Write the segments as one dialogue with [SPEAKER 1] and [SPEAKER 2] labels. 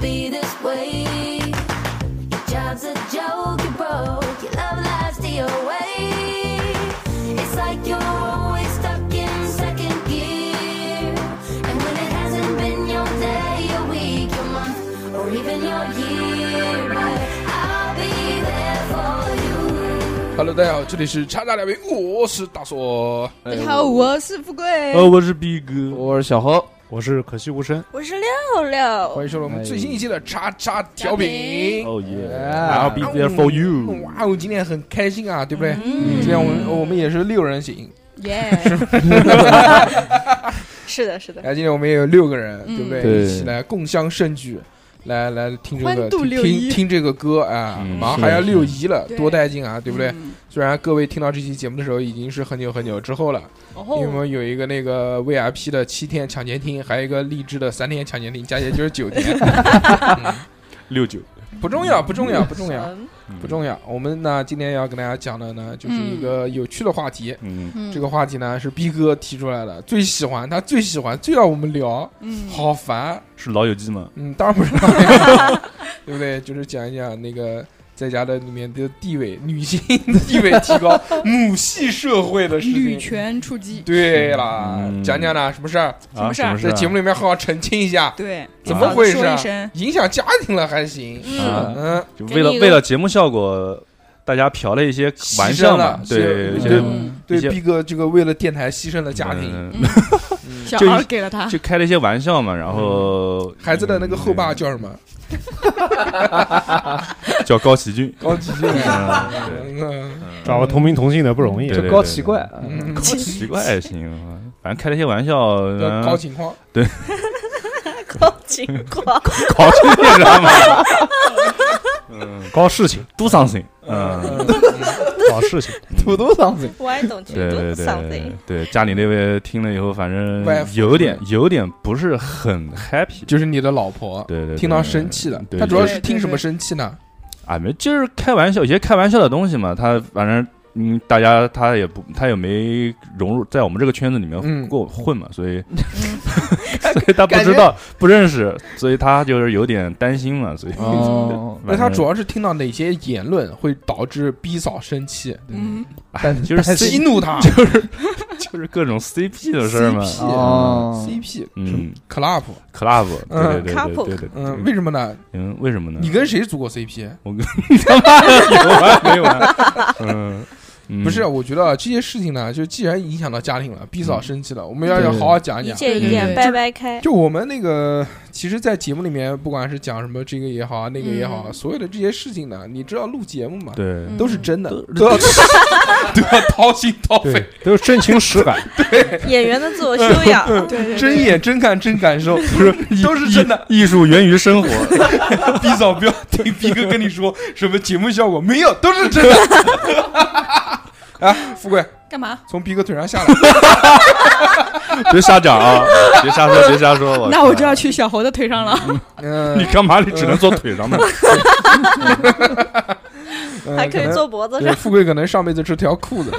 [SPEAKER 1] be this way. Your job's a joke, you're broke, your love lies to your way. It's like you're always stuck in second gear. And when it hasn't been your day, your week, your month, or even your year, but I'll be there for you.
[SPEAKER 2] Hello，大家好，这里是叉叉调频，我是大硕。
[SPEAKER 3] 大家好，我是富贵，
[SPEAKER 4] 呃，我是逼哥，
[SPEAKER 5] 我是小侯，
[SPEAKER 4] 我是可惜无声。
[SPEAKER 3] 我是六六，
[SPEAKER 2] 欢迎收听我们最新一期的叉叉调
[SPEAKER 3] 哎
[SPEAKER 2] 频。
[SPEAKER 5] 哦耶，
[SPEAKER 2] 啊
[SPEAKER 5] I'll be there for you
[SPEAKER 2] 哇哦，今天很开心啊，对不对？
[SPEAKER 3] 嗯
[SPEAKER 2] 今天我们我们也是六人行，
[SPEAKER 3] 耶，是的，是的，
[SPEAKER 2] 哎，今天我们也有六个人，
[SPEAKER 3] 嗯
[SPEAKER 2] 对不对？
[SPEAKER 5] 对
[SPEAKER 2] 一起来共襄盛举，来来听这个
[SPEAKER 3] 欢度
[SPEAKER 2] 听
[SPEAKER 3] 六一
[SPEAKER 2] 听听这个歌啊，
[SPEAKER 5] 嗯
[SPEAKER 2] 马上
[SPEAKER 5] 是
[SPEAKER 2] 还要六一了，
[SPEAKER 3] 对
[SPEAKER 2] 多带劲啊，对不对？
[SPEAKER 3] 嗯？
[SPEAKER 2] 虽然各位听到这期节目的时候已经是很久很久之后了，因为我
[SPEAKER 3] 哦，
[SPEAKER 2] 们有一个那个 VIP 的七天抢先听，还有一个励志的三天抢先听，加起来就是九天。
[SPEAKER 5] 六九，
[SPEAKER 2] 不重要，不重要，不重要，
[SPEAKER 3] 嗯
[SPEAKER 2] 不重要。我们呢，今天要跟大家讲的呢，就是一个有趣的话题。
[SPEAKER 5] 嗯，
[SPEAKER 3] 嗯
[SPEAKER 2] 这个话题呢是逼哥提出来的，最喜欢他最喜欢，最要我们聊，
[SPEAKER 3] 嗯，
[SPEAKER 2] 好烦。
[SPEAKER 5] 是老友记吗？
[SPEAKER 2] 嗯，当然不是老友， 对不对？就是讲一讲那个在家的里面的地位，女性的地位提 高，母系社会的事
[SPEAKER 3] 女
[SPEAKER 2] 情。
[SPEAKER 3] 权出击，
[SPEAKER 2] 对了，
[SPEAKER 5] 嗯
[SPEAKER 2] 讲讲呢，什么事儿？
[SPEAKER 3] 什么
[SPEAKER 5] 啊
[SPEAKER 3] 事儿
[SPEAKER 5] 什么事
[SPEAKER 2] 在
[SPEAKER 5] 儿？
[SPEAKER 2] 节目里面好好澄清一下，
[SPEAKER 3] 对，
[SPEAKER 2] 怎
[SPEAKER 3] 嗯好
[SPEAKER 2] 么
[SPEAKER 3] 地
[SPEAKER 2] 回事
[SPEAKER 3] 说一
[SPEAKER 2] 啊？
[SPEAKER 3] 声，
[SPEAKER 2] 影响家庭了还行？
[SPEAKER 3] 嗯
[SPEAKER 5] 啊
[SPEAKER 2] 嗯，
[SPEAKER 5] 就为
[SPEAKER 3] 给
[SPEAKER 5] 了
[SPEAKER 3] 你一个
[SPEAKER 5] 为了节目效果，大家嫖了一些玩笑
[SPEAKER 2] 牺牲
[SPEAKER 5] 嘛，
[SPEAKER 2] 了
[SPEAKER 5] 对，有
[SPEAKER 2] 是
[SPEAKER 5] 些
[SPEAKER 2] 对
[SPEAKER 3] 嗯
[SPEAKER 2] 对
[SPEAKER 5] 一些
[SPEAKER 2] 逼哥这个为了电台牺牲了家庭，
[SPEAKER 5] 嗯
[SPEAKER 2] 嗯
[SPEAKER 3] 小
[SPEAKER 5] 就
[SPEAKER 3] 二
[SPEAKER 5] 一
[SPEAKER 3] 给了他，
[SPEAKER 5] 就开了一些玩笑嘛，然后
[SPEAKER 2] 孩子的那个后爸叫什么？
[SPEAKER 5] 嗯叫高 奇骏，
[SPEAKER 2] 高级俊。
[SPEAKER 5] 嗯对
[SPEAKER 2] 嗯，
[SPEAKER 4] 找个同名同姓的不容易
[SPEAKER 5] 对，
[SPEAKER 6] 就高奇怪啊，
[SPEAKER 2] 嗯
[SPEAKER 5] 奇怪也行，反正开了一些玩笑，
[SPEAKER 2] 要
[SPEAKER 5] 然后
[SPEAKER 2] 高情况，
[SPEAKER 3] 高情况，
[SPEAKER 5] 搞嗯清楚知道吗？
[SPEAKER 4] 搞事情，
[SPEAKER 5] do something，嗯，
[SPEAKER 4] 搞事情，
[SPEAKER 6] 土豆嗓子，
[SPEAKER 3] 我还懂
[SPEAKER 5] 对对对对，家里那位听了以后，反正
[SPEAKER 2] 外父
[SPEAKER 5] 有点有点不是很 happy，
[SPEAKER 2] 就是你的老婆，
[SPEAKER 5] 对对对
[SPEAKER 2] 听到生气了，
[SPEAKER 5] 对
[SPEAKER 2] 她
[SPEAKER 5] 对
[SPEAKER 2] 主要
[SPEAKER 5] 对
[SPEAKER 2] 是听什么生气呢？
[SPEAKER 5] 啊，没，就是开玩笑，有些开玩笑的东西嘛，他反正。嗯，大家他也不，他也没融入在我们这个圈子里
[SPEAKER 2] 嗯
[SPEAKER 5] 面过混嘛，所以， 所以他不知道不认识，所以他就是有点担心嘛，所以，
[SPEAKER 6] 哦，
[SPEAKER 2] 那她主
[SPEAKER 5] 要
[SPEAKER 2] 要是听到哪些言论会导致逼嫂生气，
[SPEAKER 3] 嗯，
[SPEAKER 5] 就是
[SPEAKER 6] 但
[SPEAKER 5] C
[SPEAKER 2] 激怒她
[SPEAKER 5] 就是各种 CP 的事儿嘛，
[SPEAKER 2] CP
[SPEAKER 6] 哦，
[SPEAKER 2] ？CP
[SPEAKER 5] 嗯
[SPEAKER 2] club，
[SPEAKER 5] ，club，对对对对
[SPEAKER 3] Couple
[SPEAKER 5] 对对，
[SPEAKER 2] 嗯，为什么呢？
[SPEAKER 5] 嗯，为什么呢？
[SPEAKER 2] 你跟谁组过 CP？
[SPEAKER 5] 有完没完？嗯，嗯
[SPEAKER 2] 不是，，我觉得啊这些事情呢，就既然影响到家庭了，逼
[SPEAKER 5] 嗯
[SPEAKER 2] 嫂生气了，我们要要
[SPEAKER 6] 对
[SPEAKER 2] 好好讲一
[SPEAKER 7] 一
[SPEAKER 2] 讲。
[SPEAKER 7] 件一
[SPEAKER 5] 对
[SPEAKER 7] 件掰 掰开。
[SPEAKER 2] 就我们那个，其实，在节目里面，不管是讲什么这个也好啊，那个也好啊，
[SPEAKER 3] 嗯
[SPEAKER 2] 所有的这些事情呢，你知道录节目嘛，
[SPEAKER 5] 对，
[SPEAKER 2] 都是真的，都要 都要掏心掏
[SPEAKER 4] 对
[SPEAKER 2] 肺，，
[SPEAKER 4] 都是真情实感，
[SPEAKER 7] 演员的自我修 养，
[SPEAKER 3] 对对，
[SPEAKER 2] 真演真看真感受， 都是真的。
[SPEAKER 5] 艺术源于生活，
[SPEAKER 2] 逼嫂不要听逼哥跟你说什么节目效果，没有，都是真的。 啊，富贵
[SPEAKER 3] 干嘛？
[SPEAKER 2] 从逼哥腿上下来，
[SPEAKER 5] 别瞎讲啊！别瞎说，别瞎说！我啊
[SPEAKER 3] 那我就要去小猴的腿上了，
[SPEAKER 5] 你
[SPEAKER 2] 嗯，
[SPEAKER 5] 干嘛？你只能坐腿上嘛？
[SPEAKER 2] 呃
[SPEAKER 7] 还可以。坐
[SPEAKER 2] 可
[SPEAKER 7] 脖子
[SPEAKER 2] 能对
[SPEAKER 7] 上。
[SPEAKER 2] 富贵可能上辈子是条裤子，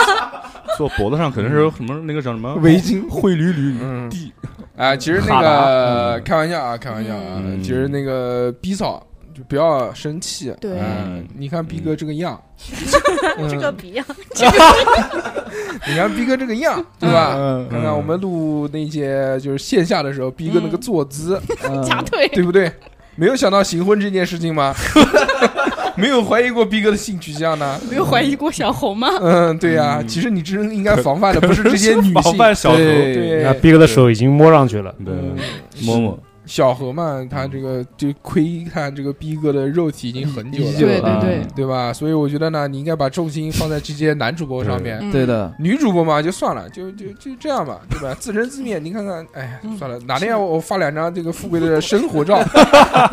[SPEAKER 5] 坐脖子上可能是什么那个叫什么
[SPEAKER 2] 围巾
[SPEAKER 5] 灰驴驴
[SPEAKER 2] 嗯，
[SPEAKER 5] 地
[SPEAKER 2] 啊，其实那
[SPEAKER 5] 哈
[SPEAKER 2] 个
[SPEAKER 5] 达
[SPEAKER 2] 开玩笑啊，开玩笑啊，
[SPEAKER 5] 嗯
[SPEAKER 2] 其实那个逼嫂就不要生气。
[SPEAKER 3] 对
[SPEAKER 2] 嗯你看逼哥这个样，嗯
[SPEAKER 7] 这个啊鼻样，
[SPEAKER 2] 你看逼哥这个样，对吧？
[SPEAKER 6] 嗯，
[SPEAKER 2] 看看我们录那些就是线下的时候，逼哥那个坐姿，
[SPEAKER 3] 夹腿，
[SPEAKER 2] 对不对？没有想到行婚这件事情吗？没有怀疑过逼哥的性取向呢？
[SPEAKER 3] 没有怀疑过小猴吗？
[SPEAKER 2] 嗯，对呀，其实你真正应该防范的不是这些女
[SPEAKER 5] 防
[SPEAKER 2] 性，
[SPEAKER 5] 范小偷，
[SPEAKER 6] 对
[SPEAKER 2] 对
[SPEAKER 4] 那，逼哥的手已经摸上去了，
[SPEAKER 2] 嗯
[SPEAKER 5] 对，摸摸
[SPEAKER 2] 小何嘛，他这个就窥探这个逼哥的肉嗯体已经很久了，啊
[SPEAKER 6] 已经
[SPEAKER 3] 对对对
[SPEAKER 5] 嗯
[SPEAKER 2] 对吧？所以我觉得呢，你应该把重心放在这些男主播上面。
[SPEAKER 3] 嗯
[SPEAKER 6] 对，的，
[SPEAKER 2] 女主播嘛，就算了，就就就这样吧，对 吧？自生自灭，你看看，哎呀，
[SPEAKER 3] 嗯
[SPEAKER 2] 算了，哪天我我发两张这个富贵的生活 照，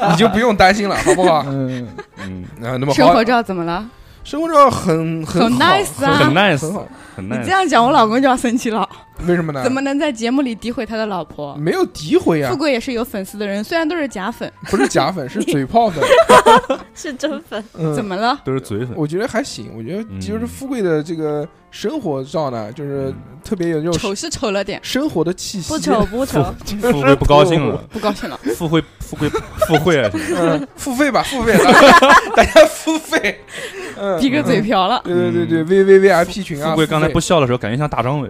[SPEAKER 2] 你就不用担心了，好不好？
[SPEAKER 6] 嗯，
[SPEAKER 5] 嗯，
[SPEAKER 2] 啊，那么
[SPEAKER 3] 生
[SPEAKER 2] 好
[SPEAKER 3] 活，照怎么了？
[SPEAKER 2] 生活照很很
[SPEAKER 3] 很
[SPEAKER 2] 好
[SPEAKER 3] nice 啊
[SPEAKER 5] 很
[SPEAKER 2] 很
[SPEAKER 5] nice，
[SPEAKER 2] 好，
[SPEAKER 5] 很
[SPEAKER 3] 你这
[SPEAKER 5] nice，
[SPEAKER 3] 样讲，我老公就要生气了。
[SPEAKER 2] 为什么呢？
[SPEAKER 3] 怎么能在节目里诋毁他的老婆？
[SPEAKER 2] 没有诋毁啊
[SPEAKER 3] 富？贵也是有粉丝的人，虽然都是假粉，
[SPEAKER 2] 不是假粉，是嘴炮 粉。
[SPEAKER 7] 是真粉，
[SPEAKER 2] 嗯，
[SPEAKER 3] 怎么了？
[SPEAKER 5] 都是嘴粉。
[SPEAKER 2] 我觉得还行，我觉得
[SPEAKER 5] 嗯
[SPEAKER 2] 就是富贵的这个生活照呢，就是特别有那种
[SPEAKER 3] 丑是丑了点，
[SPEAKER 2] 生活的气息。
[SPEAKER 7] 不丑不丑，
[SPEAKER 5] 富贵不高 兴了，
[SPEAKER 3] 不高兴了。
[SPEAKER 5] 富贵富贵富贵啊！
[SPEAKER 2] 嗯， 付费吧，付费， 大家大家付费。嗯，
[SPEAKER 3] 比个嘴
[SPEAKER 2] 嗯。
[SPEAKER 3] 瓢了，
[SPEAKER 2] 对对对对，V V V I P 群啊，
[SPEAKER 5] 富贵刚才
[SPEAKER 2] 付费
[SPEAKER 5] 不笑的时候，感觉像大张伟。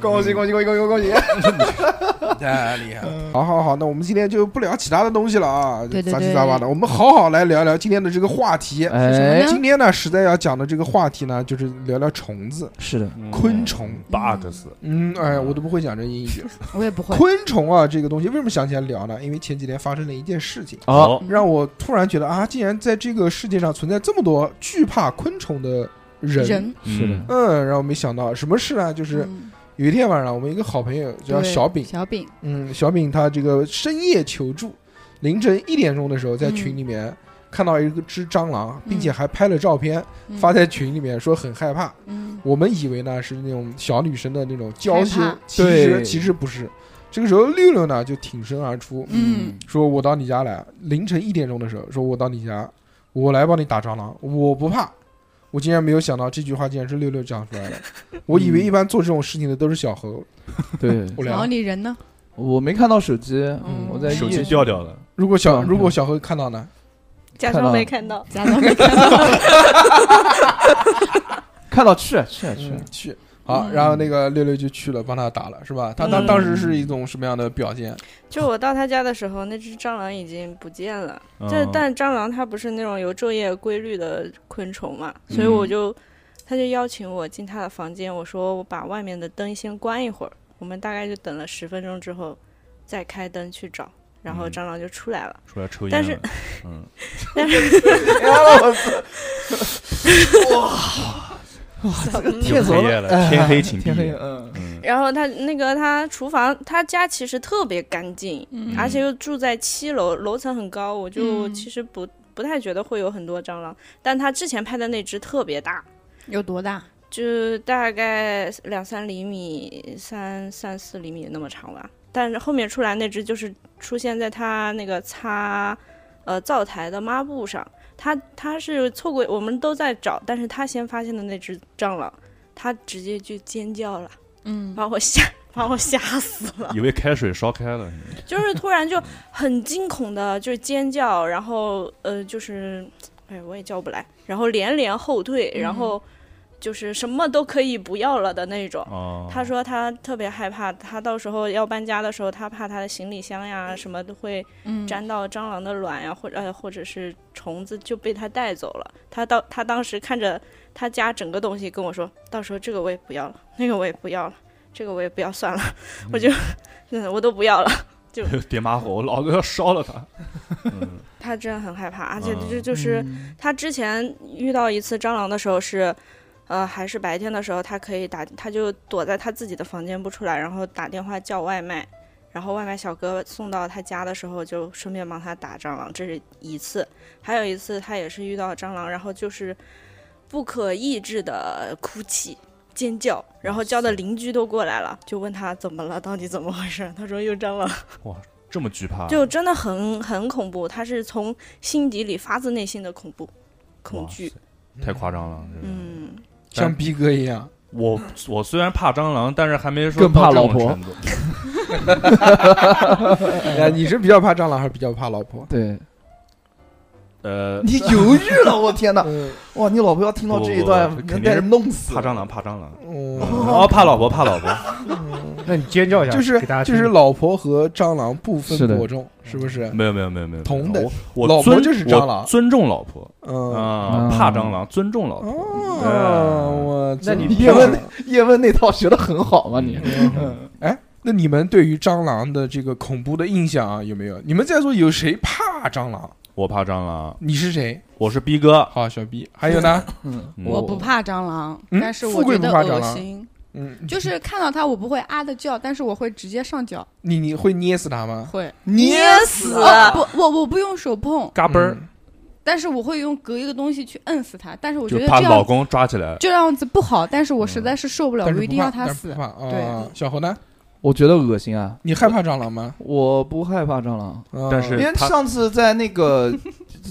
[SPEAKER 2] 恭喜恭喜恭喜恭喜恭喜！
[SPEAKER 8] 太厉害了，
[SPEAKER 2] 好好好，那我们今天就不聊其他的东西了啊，
[SPEAKER 3] 对对
[SPEAKER 2] 杂七
[SPEAKER 3] 对
[SPEAKER 2] 杂八的，我们好好来聊聊今天的这个话题。
[SPEAKER 3] 么
[SPEAKER 6] 哎
[SPEAKER 3] 呢，
[SPEAKER 2] 今天呢，实在要讲的这个话题呢，就是聊聊虫子、
[SPEAKER 6] 是的，
[SPEAKER 5] 嗯
[SPEAKER 2] 昆虫。
[SPEAKER 5] bugs，
[SPEAKER 2] 嗯，哎，我都不会讲这英语。
[SPEAKER 3] 我也不会。
[SPEAKER 2] 昆虫啊，这个东西为什么想起来聊呢？因为前几天发生了一件事情，
[SPEAKER 6] 哦，
[SPEAKER 2] 让我突然觉得啊，竟然在这个世界上存在这么多惧怕昆虫的人。
[SPEAKER 3] 人
[SPEAKER 6] 是的
[SPEAKER 5] 嗯
[SPEAKER 2] 嗯，然后没想到什么事呢？就是
[SPEAKER 3] 嗯
[SPEAKER 2] 有一天晚上，我们一个好朋友叫
[SPEAKER 3] 对
[SPEAKER 2] 小饼，
[SPEAKER 3] 小饼
[SPEAKER 2] 嗯，小饼他这个深夜求助，凌晨一点钟的时候在
[SPEAKER 3] 嗯
[SPEAKER 2] 群里面看到一个只蟑螂，并
[SPEAKER 3] 嗯
[SPEAKER 2] 且还拍了照片、
[SPEAKER 3] 嗯
[SPEAKER 2] 发在群里面，说很害怕。
[SPEAKER 3] 嗯
[SPEAKER 2] 我们以为呢是那种小女生的那种娇羞
[SPEAKER 3] 害怕，
[SPEAKER 2] 其实
[SPEAKER 6] 对
[SPEAKER 2] 其实不是。这个时候六六呢就挺身而出，
[SPEAKER 3] 嗯，
[SPEAKER 2] 说我到你家来，凌晨一点钟的时候，说我到你家，我来帮你打蟑螂，我不怕。我竟然没有想到这句话竟然是六六讲出来 的，我以为一般做这种事情的都是小猴。
[SPEAKER 6] 对，
[SPEAKER 2] 我
[SPEAKER 3] 然后
[SPEAKER 2] 俩，
[SPEAKER 3] 你人呢？
[SPEAKER 6] 我没看到手机，
[SPEAKER 3] 嗯
[SPEAKER 6] 我在
[SPEAKER 5] 手
[SPEAKER 6] 夜
[SPEAKER 5] 机
[SPEAKER 6] 市
[SPEAKER 5] 掉掉了，
[SPEAKER 2] 如果小
[SPEAKER 6] 嗯
[SPEAKER 2] 如果小猴看到呢？
[SPEAKER 7] 假装没看到。
[SPEAKER 3] 假装没看到。
[SPEAKER 6] 看到去去哎去
[SPEAKER 2] 嗯，去。好，
[SPEAKER 3] 嗯
[SPEAKER 2] 然后那个六六就去了，帮他打了，是吧？他他
[SPEAKER 7] 嗯
[SPEAKER 2] 当时是一种什么样的表
[SPEAKER 3] 嗯
[SPEAKER 2] 现？
[SPEAKER 7] 就我到他家的时候，那只蟑螂已经不见了。这
[SPEAKER 5] 嗯
[SPEAKER 7] 但蟑螂它不是那种有昼夜规律的昆虫嘛，
[SPEAKER 5] 嗯
[SPEAKER 7] 所以我就，他就邀请我进他的房间，我说我把外面的灯先关一会儿，我们大概就等了十分钟之后，再开灯去找，然后
[SPEAKER 5] 嗯
[SPEAKER 7] 蟑螂就出来了。
[SPEAKER 5] 出来抽烟了，
[SPEAKER 7] 但是
[SPEAKER 5] 嗯，
[SPEAKER 7] 但是
[SPEAKER 6] 天
[SPEAKER 5] 黑夜
[SPEAKER 7] 哎
[SPEAKER 5] 了，天黑请闭
[SPEAKER 6] 天黑，
[SPEAKER 5] 眼。
[SPEAKER 6] 嗯，
[SPEAKER 5] 嗯
[SPEAKER 7] 然后他那个他厨房他家其实特别干净，
[SPEAKER 3] 嗯
[SPEAKER 7] 而且又住在七楼，楼层很高，我就
[SPEAKER 3] 嗯
[SPEAKER 7] 其实不不太觉得会有很多蟑螂，但他之前拍的那只特别大，
[SPEAKER 3] 有多大？
[SPEAKER 7] 就大概两三厘米、三三四厘米那么长吧。但是后面出来那只就是出现在他那个擦，呃，灶台的抹布上。他他是错过，我们都在找，但是他先发现的那只蟑螂，他直接就尖叫了，
[SPEAKER 3] 嗯，
[SPEAKER 7] 把我吓，把我吓死了。
[SPEAKER 5] 以为开水烧开了，
[SPEAKER 7] 就是突然就很惊恐的，就是尖叫，然后呃，就是，哎，我也叫不来，然后连连后退，然后就是什么都可以不要了的那种。
[SPEAKER 5] 哦，
[SPEAKER 7] 他说他特别害怕，他到时候要搬家的时候，他怕他的行李箱呀什么都会
[SPEAKER 3] 嗯
[SPEAKER 7] 沾到蟑螂的卵呀，或者呃或者是虫子就被他带走了。他到他当时看着他家整个东西跟我说，到时候这个我也不要了，那个我也不要了，这个我也不要算了，我就嗯我都不要了。
[SPEAKER 5] 别马火，我老子要烧了他。嗯
[SPEAKER 7] 他真的很害怕，而且
[SPEAKER 5] 嗯
[SPEAKER 7] 就就是
[SPEAKER 6] 嗯
[SPEAKER 7] 他之前遇到一次蟑螂的时候是，呃，还是白天的时候，他可以打，他就躲在他自己的房间不出来，然后打电话叫外卖，然后外卖小哥送到他家的时候，就顺便帮他打蟑螂，这是一次。还有一次，他也是遇到蟑螂，然后就是不可抑制的哭泣。尖叫，然后叫的邻居都过来了，就问他怎么了，到底怎么回事？他说有蟑螂，
[SPEAKER 5] 这么惧怕，
[SPEAKER 7] 就真的很很恐怖，他是从心底里发自内心的恐怖、恐
[SPEAKER 5] 哇
[SPEAKER 7] 惧。
[SPEAKER 5] 太夸张了。这个
[SPEAKER 7] 嗯，
[SPEAKER 2] 像逼哥一样，
[SPEAKER 5] 我我虽然怕蟑螂，但是还没说
[SPEAKER 6] 更怕
[SPEAKER 5] 到这种
[SPEAKER 6] 老婆
[SPEAKER 5] 程度。
[SPEAKER 2] 哎，你是比较怕蟑螂还是比较怕老婆？
[SPEAKER 6] 对
[SPEAKER 5] 呃，
[SPEAKER 6] 你犹豫了，我天哪！
[SPEAKER 2] 嗯，
[SPEAKER 6] 哇，你老婆要听到这一段
[SPEAKER 5] 不不，不
[SPEAKER 6] 能带人弄死。
[SPEAKER 5] 怕蟑螂，怕蟑螂。
[SPEAKER 2] 哦，
[SPEAKER 5] 哦，怕老婆，怕老婆。
[SPEAKER 4] 那你尖叫一下，
[SPEAKER 2] 就是
[SPEAKER 4] 给大家
[SPEAKER 2] 就
[SPEAKER 4] 听
[SPEAKER 2] 是老婆和蟑螂不
[SPEAKER 6] 是
[SPEAKER 2] 分
[SPEAKER 6] 的
[SPEAKER 2] 伯仲，是不是？
[SPEAKER 5] 没有没有没有没有，
[SPEAKER 2] 同等
[SPEAKER 5] 我我
[SPEAKER 2] 老婆
[SPEAKER 5] 尊
[SPEAKER 2] 就是蟑螂
[SPEAKER 5] 我尊重老婆
[SPEAKER 2] 嗯，
[SPEAKER 5] 哦啊，
[SPEAKER 6] 嗯
[SPEAKER 5] 怕蟑螂，尊重老婆。
[SPEAKER 2] 哦，我
[SPEAKER 4] 那你
[SPEAKER 2] 叶
[SPEAKER 6] 叶
[SPEAKER 2] 问
[SPEAKER 6] 问，叶问那套学的很好嘛，你嗯
[SPEAKER 2] 那你们对于蟑螂的这个恐怖的印象啊，有没有？你们在座有谁怕蟑螂？
[SPEAKER 5] 我怕蟑螂，
[SPEAKER 2] 你是谁？
[SPEAKER 5] 我是逼哥。
[SPEAKER 2] 好，小逼。还有呢？
[SPEAKER 6] 嗯，
[SPEAKER 5] 嗯
[SPEAKER 3] 我不怕蟑螂，
[SPEAKER 2] 嗯
[SPEAKER 3] 但是
[SPEAKER 2] 富
[SPEAKER 3] 我
[SPEAKER 2] 贵
[SPEAKER 3] 觉
[SPEAKER 2] 不
[SPEAKER 3] 得
[SPEAKER 2] 怕蟑
[SPEAKER 3] 恶
[SPEAKER 2] 螂
[SPEAKER 3] 心。
[SPEAKER 2] 嗯，
[SPEAKER 3] 就是看到它我不会啊的叫，但是我会直接上脚，
[SPEAKER 2] 你你会捏死它吗？
[SPEAKER 3] 会
[SPEAKER 6] 捏死
[SPEAKER 3] 哦不，我我不用手碰，
[SPEAKER 5] 嘎嘣儿
[SPEAKER 2] 嗯，
[SPEAKER 3] 但是我会用隔一个东西去摁死它，但是我觉
[SPEAKER 5] 就
[SPEAKER 3] 得
[SPEAKER 5] 怕
[SPEAKER 3] 这
[SPEAKER 5] 老
[SPEAKER 3] 样
[SPEAKER 5] 公抓起来。
[SPEAKER 3] 这样子不好，但是我实在是受不了，
[SPEAKER 2] 嗯但是
[SPEAKER 3] 我
[SPEAKER 2] 不
[SPEAKER 3] 一定要
[SPEAKER 2] 怕
[SPEAKER 3] 它
[SPEAKER 2] 但是
[SPEAKER 3] 死
[SPEAKER 2] 不。怕啊、
[SPEAKER 3] 对
[SPEAKER 2] 小何呢？
[SPEAKER 6] 我觉得恶心啊！
[SPEAKER 2] 你害怕蟑螂吗？
[SPEAKER 6] 我不害怕蟑螂，
[SPEAKER 2] 嗯
[SPEAKER 5] 但是
[SPEAKER 6] 因为
[SPEAKER 5] 他
[SPEAKER 6] 上次在那个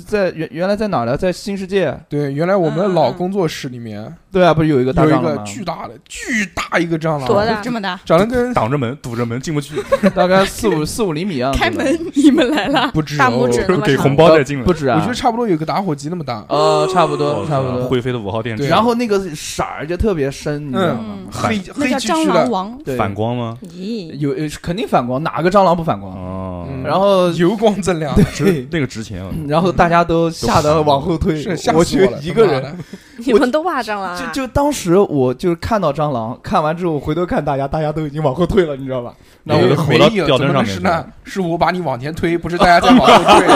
[SPEAKER 6] 在原原来在哪儿来，在新世界，
[SPEAKER 2] 对，原来我们的
[SPEAKER 3] 嗯
[SPEAKER 2] 老
[SPEAKER 3] 嗯
[SPEAKER 2] 工作室里面
[SPEAKER 6] 对啊，不是有一个大
[SPEAKER 2] 有一
[SPEAKER 6] 蟑螂
[SPEAKER 2] 个
[SPEAKER 6] 吗？
[SPEAKER 2] 巨大的、巨大一个蟑螂，
[SPEAKER 7] 多大
[SPEAKER 3] 这么大，
[SPEAKER 2] 长得跟
[SPEAKER 5] 挡着门，堵着门进 不去，
[SPEAKER 6] 大概四五四五厘
[SPEAKER 2] 啊
[SPEAKER 6] 米样啊子吧，
[SPEAKER 3] 开门 你们来了，
[SPEAKER 2] 不止、哦、
[SPEAKER 7] 大拇 指那么
[SPEAKER 5] 给
[SPEAKER 7] 长
[SPEAKER 5] 红包再进来
[SPEAKER 6] 不。止
[SPEAKER 2] 我
[SPEAKER 6] 啊
[SPEAKER 2] 觉得，哦差呃不多有个打火机那么大。
[SPEAKER 6] 呃，差不
[SPEAKER 5] 我
[SPEAKER 6] 多
[SPEAKER 5] 操
[SPEAKER 6] 差不多。
[SPEAKER 5] 会飞的五号电池，
[SPEAKER 2] 对
[SPEAKER 6] 然后那个色儿就特别深，你知道吗
[SPEAKER 3] 嗯？
[SPEAKER 2] 黑
[SPEAKER 3] 那
[SPEAKER 2] 黑
[SPEAKER 3] 叫
[SPEAKER 2] 黢黢
[SPEAKER 3] 蟑螂
[SPEAKER 2] 的，
[SPEAKER 3] 王，
[SPEAKER 6] 对，
[SPEAKER 5] 反光吗？
[SPEAKER 7] 咦，
[SPEAKER 6] 有呃肯定反光，哪个蟑螂不反光？
[SPEAKER 5] 哦，
[SPEAKER 2] 嗯
[SPEAKER 6] 然后
[SPEAKER 2] 油光锃亮，
[SPEAKER 5] 值那个值钱啊，
[SPEAKER 6] 然后大家都吓得往后退
[SPEAKER 2] 是吓，
[SPEAKER 6] 我
[SPEAKER 2] 死
[SPEAKER 6] 去
[SPEAKER 2] 我了！
[SPEAKER 6] 一个
[SPEAKER 2] 他妈
[SPEAKER 6] 人，
[SPEAKER 2] 的，
[SPEAKER 7] 你们都怕蟑螂
[SPEAKER 6] 就
[SPEAKER 7] 啊？
[SPEAKER 6] 就当时我就是看到蟑螂，看完之后回头看大家，大家都已经往后退了，你知道吧？
[SPEAKER 5] 然后我就
[SPEAKER 2] 没
[SPEAKER 5] 回到
[SPEAKER 2] 有，
[SPEAKER 5] 吊
[SPEAKER 2] 怎
[SPEAKER 5] 灯
[SPEAKER 2] 么能
[SPEAKER 5] 上面
[SPEAKER 2] 是
[SPEAKER 5] 去
[SPEAKER 2] 呢
[SPEAKER 5] 了。？
[SPEAKER 2] 是我把你往前推，不是 大家在往后退。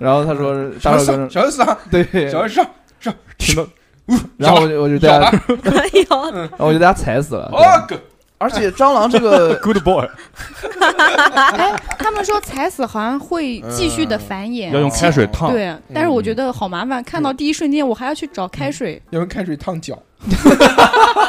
[SPEAKER 6] 然后他说：“
[SPEAKER 2] 小
[SPEAKER 6] 大帅
[SPEAKER 2] 四，
[SPEAKER 6] 哥，
[SPEAKER 2] 小 S 上，
[SPEAKER 6] 对。
[SPEAKER 2] 小 S 上，
[SPEAKER 5] 听到
[SPEAKER 6] 然后我就我就
[SPEAKER 2] 咬
[SPEAKER 6] 大家，
[SPEAKER 2] 了，
[SPEAKER 7] 哎 呦，
[SPEAKER 6] 然后我就大家踩 死了。对
[SPEAKER 2] 哦，
[SPEAKER 6] 而且蟑螂这个
[SPEAKER 5] good boy
[SPEAKER 3] 哎，他们说踩死好像会继续的繁
[SPEAKER 2] 呃
[SPEAKER 3] 衍，
[SPEAKER 5] 要用开水烫，
[SPEAKER 2] 嗯
[SPEAKER 3] 对，但是我觉得好麻烦，看到第一瞬间我还要去找开水，
[SPEAKER 2] 要用开水烫脚。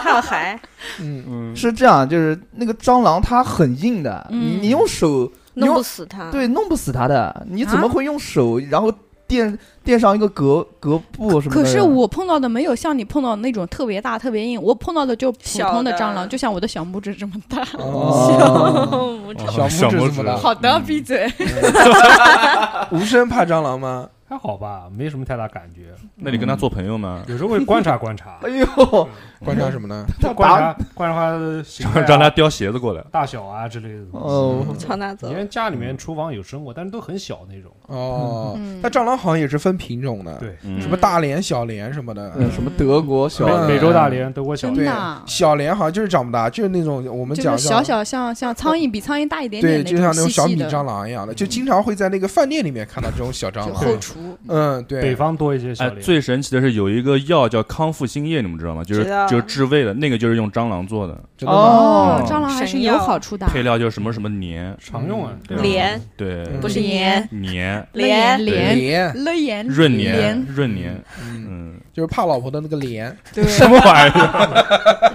[SPEAKER 7] 看海
[SPEAKER 2] 嗯，
[SPEAKER 5] 嗯，
[SPEAKER 6] 是这样，就是那个蟑螂它很硬的，你
[SPEAKER 3] 嗯
[SPEAKER 6] 你用手你
[SPEAKER 7] 弄
[SPEAKER 6] 用
[SPEAKER 7] 不死它。
[SPEAKER 6] 对弄不死它的，你怎么
[SPEAKER 3] 啊
[SPEAKER 6] 会用手然后垫垫上一个隔隔布什么的？
[SPEAKER 3] 可是我碰到的没有像你碰到的那种特别大、特别硬，我碰到的就普通的蟑
[SPEAKER 7] 小
[SPEAKER 2] 呃
[SPEAKER 7] 的
[SPEAKER 3] 螂，就像我的小拇指这么 大。
[SPEAKER 6] 哦
[SPEAKER 7] 无知
[SPEAKER 2] 小拇指怎么了
[SPEAKER 5] 小拇指
[SPEAKER 3] 好的，闭嘴。
[SPEAKER 2] 无声怕蟑螂吗？
[SPEAKER 4] 还好吧，没什么太大感觉，
[SPEAKER 5] 那你跟他做朋友 吗？
[SPEAKER 4] 有时候会观察观察
[SPEAKER 6] 哎，呦，
[SPEAKER 2] 观察什么呢？
[SPEAKER 4] 就观察观察它的形
[SPEAKER 5] 让
[SPEAKER 4] 态啊
[SPEAKER 5] 让他叼鞋子过来，
[SPEAKER 4] 大小啊之类的东西。
[SPEAKER 6] 哦，
[SPEAKER 7] 朝哪走
[SPEAKER 4] 以？前家里面厨房有生过，但是都很小那种。
[SPEAKER 2] 哦，
[SPEAKER 3] 嗯
[SPEAKER 2] 那，蟑螂好像也是分品种的，
[SPEAKER 4] 对
[SPEAKER 5] 嗯
[SPEAKER 2] 什么大蠊、小蠊什么的
[SPEAKER 6] 嗯，。什么德国小
[SPEAKER 2] 嗯
[SPEAKER 4] 美美洲大蠊、德国小
[SPEAKER 3] 真
[SPEAKER 4] 蠊，
[SPEAKER 2] 对
[SPEAKER 3] 的啊，
[SPEAKER 2] 小蠊好像就是长不大，就是那种我们
[SPEAKER 3] 就
[SPEAKER 2] 讲
[SPEAKER 3] 是
[SPEAKER 2] 叫
[SPEAKER 3] 小小像像苍蝇，比苍蝇大一点
[SPEAKER 2] 对，
[SPEAKER 3] 点
[SPEAKER 2] 就像那种
[SPEAKER 3] 细
[SPEAKER 2] 小
[SPEAKER 3] 细
[SPEAKER 2] 米
[SPEAKER 3] 的，
[SPEAKER 2] 蟑螂一样的，
[SPEAKER 5] 嗯
[SPEAKER 2] 就经常会在那个饭店里面看到这种小蟑
[SPEAKER 3] 就
[SPEAKER 2] 螂。
[SPEAKER 3] 后厨。
[SPEAKER 2] 嗯，
[SPEAKER 4] 北
[SPEAKER 2] 对，
[SPEAKER 4] 方多一些小
[SPEAKER 5] 哎，
[SPEAKER 4] 蠊。
[SPEAKER 5] 最神奇的是有一个药叫康复新液，你们知道吗？就是
[SPEAKER 7] 知道
[SPEAKER 5] 就是治胃的那个，就是用蟑螂做的，
[SPEAKER 2] 真的吗？
[SPEAKER 3] 哦
[SPEAKER 5] 嗯，
[SPEAKER 3] 蟑螂还是
[SPEAKER 7] 神
[SPEAKER 3] 有
[SPEAKER 7] 药
[SPEAKER 3] 好处的。
[SPEAKER 5] 配料就是什么什么黏，
[SPEAKER 7] 嗯
[SPEAKER 4] 常用啊，
[SPEAKER 5] 对
[SPEAKER 7] 莲
[SPEAKER 5] 对，
[SPEAKER 2] 嗯
[SPEAKER 7] 不是盐，
[SPEAKER 5] 黏
[SPEAKER 7] 莲
[SPEAKER 3] 莲
[SPEAKER 2] 脸，
[SPEAKER 3] 了盐
[SPEAKER 7] 嗯
[SPEAKER 5] 润
[SPEAKER 3] 莲
[SPEAKER 5] 黏，润黏，
[SPEAKER 2] 嗯，
[SPEAKER 5] 嗯，
[SPEAKER 2] 就是怕老婆的那个脸。
[SPEAKER 3] 对，
[SPEAKER 5] 什么玩意儿？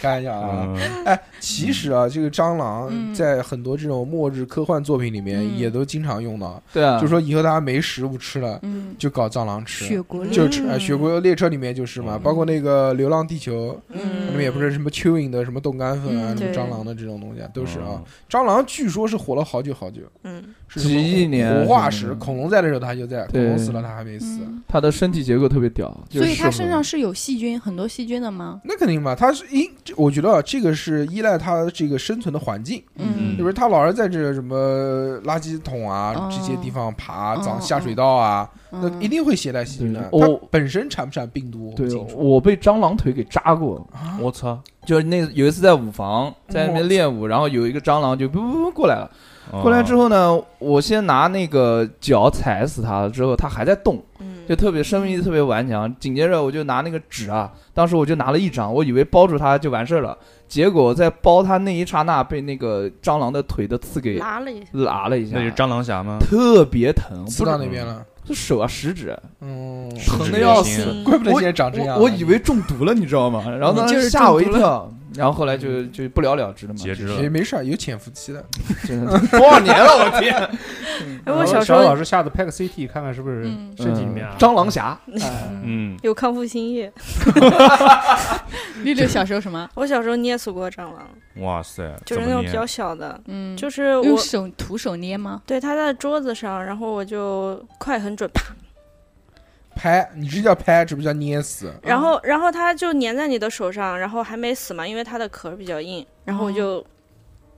[SPEAKER 2] 开玩笑啊！
[SPEAKER 5] 嗯
[SPEAKER 2] 其实啊，这个蟑螂
[SPEAKER 3] 嗯
[SPEAKER 2] 在很多这种末日科幻作品里面
[SPEAKER 3] 嗯
[SPEAKER 2] 也都经常用到，
[SPEAKER 6] 对
[SPEAKER 5] 嗯
[SPEAKER 6] 啊，
[SPEAKER 2] 就说以后大家没食物吃了，
[SPEAKER 3] 嗯，
[SPEAKER 2] 就搞蟑螂吃
[SPEAKER 3] 血。国
[SPEAKER 7] 嗯
[SPEAKER 3] 力
[SPEAKER 2] 就吃，哎，雪国列车里面就是嘛，
[SPEAKER 5] 嗯
[SPEAKER 2] 包括那个《流浪地球》，
[SPEAKER 7] 嗯
[SPEAKER 2] 里面也不是什么蚯蚓的、什么冻干粉啊、
[SPEAKER 3] 嗯
[SPEAKER 2] 什么
[SPEAKER 7] 对
[SPEAKER 2] 蟑螂的这种东西啊，都是
[SPEAKER 5] 哦
[SPEAKER 2] 啊。，蟑螂据说是活了好久好久，
[SPEAKER 7] 嗯，
[SPEAKER 2] 是什么
[SPEAKER 6] 几亿年
[SPEAKER 2] 活化
[SPEAKER 6] 什
[SPEAKER 2] 石，
[SPEAKER 6] 么的
[SPEAKER 2] 恐龙在的时候它就在，恐
[SPEAKER 6] 对
[SPEAKER 2] 龙死了它还没死，
[SPEAKER 3] 嗯
[SPEAKER 6] 它的身体结构特别屌，就
[SPEAKER 3] 所以
[SPEAKER 6] 是
[SPEAKER 3] 它
[SPEAKER 6] 适合
[SPEAKER 3] 身上是有细菌，很多细菌的吗？
[SPEAKER 2] 那肯定嘛，它是因，这我觉得啊，这个是依赖它这个生存的环境，
[SPEAKER 5] 嗯
[SPEAKER 2] 比如它老是在这什么垃圾桶啊
[SPEAKER 3] 哦
[SPEAKER 2] 这些地方爬，
[SPEAKER 3] 哦
[SPEAKER 2] 长
[SPEAKER 3] 哦
[SPEAKER 2] 下水道啊，那
[SPEAKER 3] 嗯
[SPEAKER 2] 一定会携带细菌的。
[SPEAKER 6] 对
[SPEAKER 2] 它
[SPEAKER 6] 我
[SPEAKER 2] 本身产不产病毒，我不
[SPEAKER 6] 对哦
[SPEAKER 2] 清，楚。
[SPEAKER 6] 我被蟑螂腿给扎过，
[SPEAKER 2] 啊
[SPEAKER 5] 我操，
[SPEAKER 6] 就是那有一次在舞房，在那边练舞，然后有一个蟑螂就噗噗噗过来了。过来之
[SPEAKER 5] 后
[SPEAKER 6] 后呢，我先拿那个脚踩死它了，之后它还在动，
[SPEAKER 7] 嗯
[SPEAKER 6] 就特别生命力特别顽强。紧接着我就拿那个纸啊，当时我就拿了一张，我以为包住它就完事儿了，结果在包它那一刹那，被那个蟑螂的腿的刺给
[SPEAKER 7] 拉了一下，
[SPEAKER 6] 拉了一下
[SPEAKER 5] 那，是蟑螂侠吗？
[SPEAKER 6] 特别疼，不
[SPEAKER 2] 刺
[SPEAKER 6] 是
[SPEAKER 2] 到那边了，
[SPEAKER 6] 这手啊食指，
[SPEAKER 2] 嗯，
[SPEAKER 6] 疼的要死。
[SPEAKER 7] 嗯
[SPEAKER 2] 怪不得现在长这样。
[SPEAKER 6] 我我以为中毒了，你知道吗？然后当
[SPEAKER 3] 你就
[SPEAKER 6] 时
[SPEAKER 3] 是
[SPEAKER 6] 吓我一
[SPEAKER 3] 中毒了
[SPEAKER 6] 跳，然后后来就就 不了了之了嘛。
[SPEAKER 5] 截肢
[SPEAKER 2] 也
[SPEAKER 5] 了，
[SPEAKER 2] 没事儿，有潜伏期的。
[SPEAKER 6] 真的多少 年了，我天！
[SPEAKER 7] 哎，
[SPEAKER 4] 然
[SPEAKER 7] 我
[SPEAKER 4] 后
[SPEAKER 7] 小时
[SPEAKER 4] 嗯老
[SPEAKER 7] 候
[SPEAKER 4] 师下次拍个 CT 看看是不是
[SPEAKER 3] 嗯
[SPEAKER 4] 身体里面啊
[SPEAKER 6] 蟑螂侠，
[SPEAKER 5] 嗯，
[SPEAKER 7] 有康复新液，
[SPEAKER 3] 绿绿小时候什么？
[SPEAKER 7] 我小时候捏死过蟑螂，
[SPEAKER 5] 哇塞，
[SPEAKER 7] 就是
[SPEAKER 5] 怎
[SPEAKER 7] 那
[SPEAKER 5] 么
[SPEAKER 7] 种
[SPEAKER 5] 捏
[SPEAKER 7] 比较小的，
[SPEAKER 3] 嗯，
[SPEAKER 7] 就是
[SPEAKER 3] 用
[SPEAKER 7] 我
[SPEAKER 3] 手徒手捏吗？
[SPEAKER 7] 对它在桌子上，然后我就快很准，啪，
[SPEAKER 2] 拍，你这叫拍，这不叫捏死。
[SPEAKER 7] 然后然后它就粘在你的手上，然后还没死嘛，因为它的壳比较硬，然后我就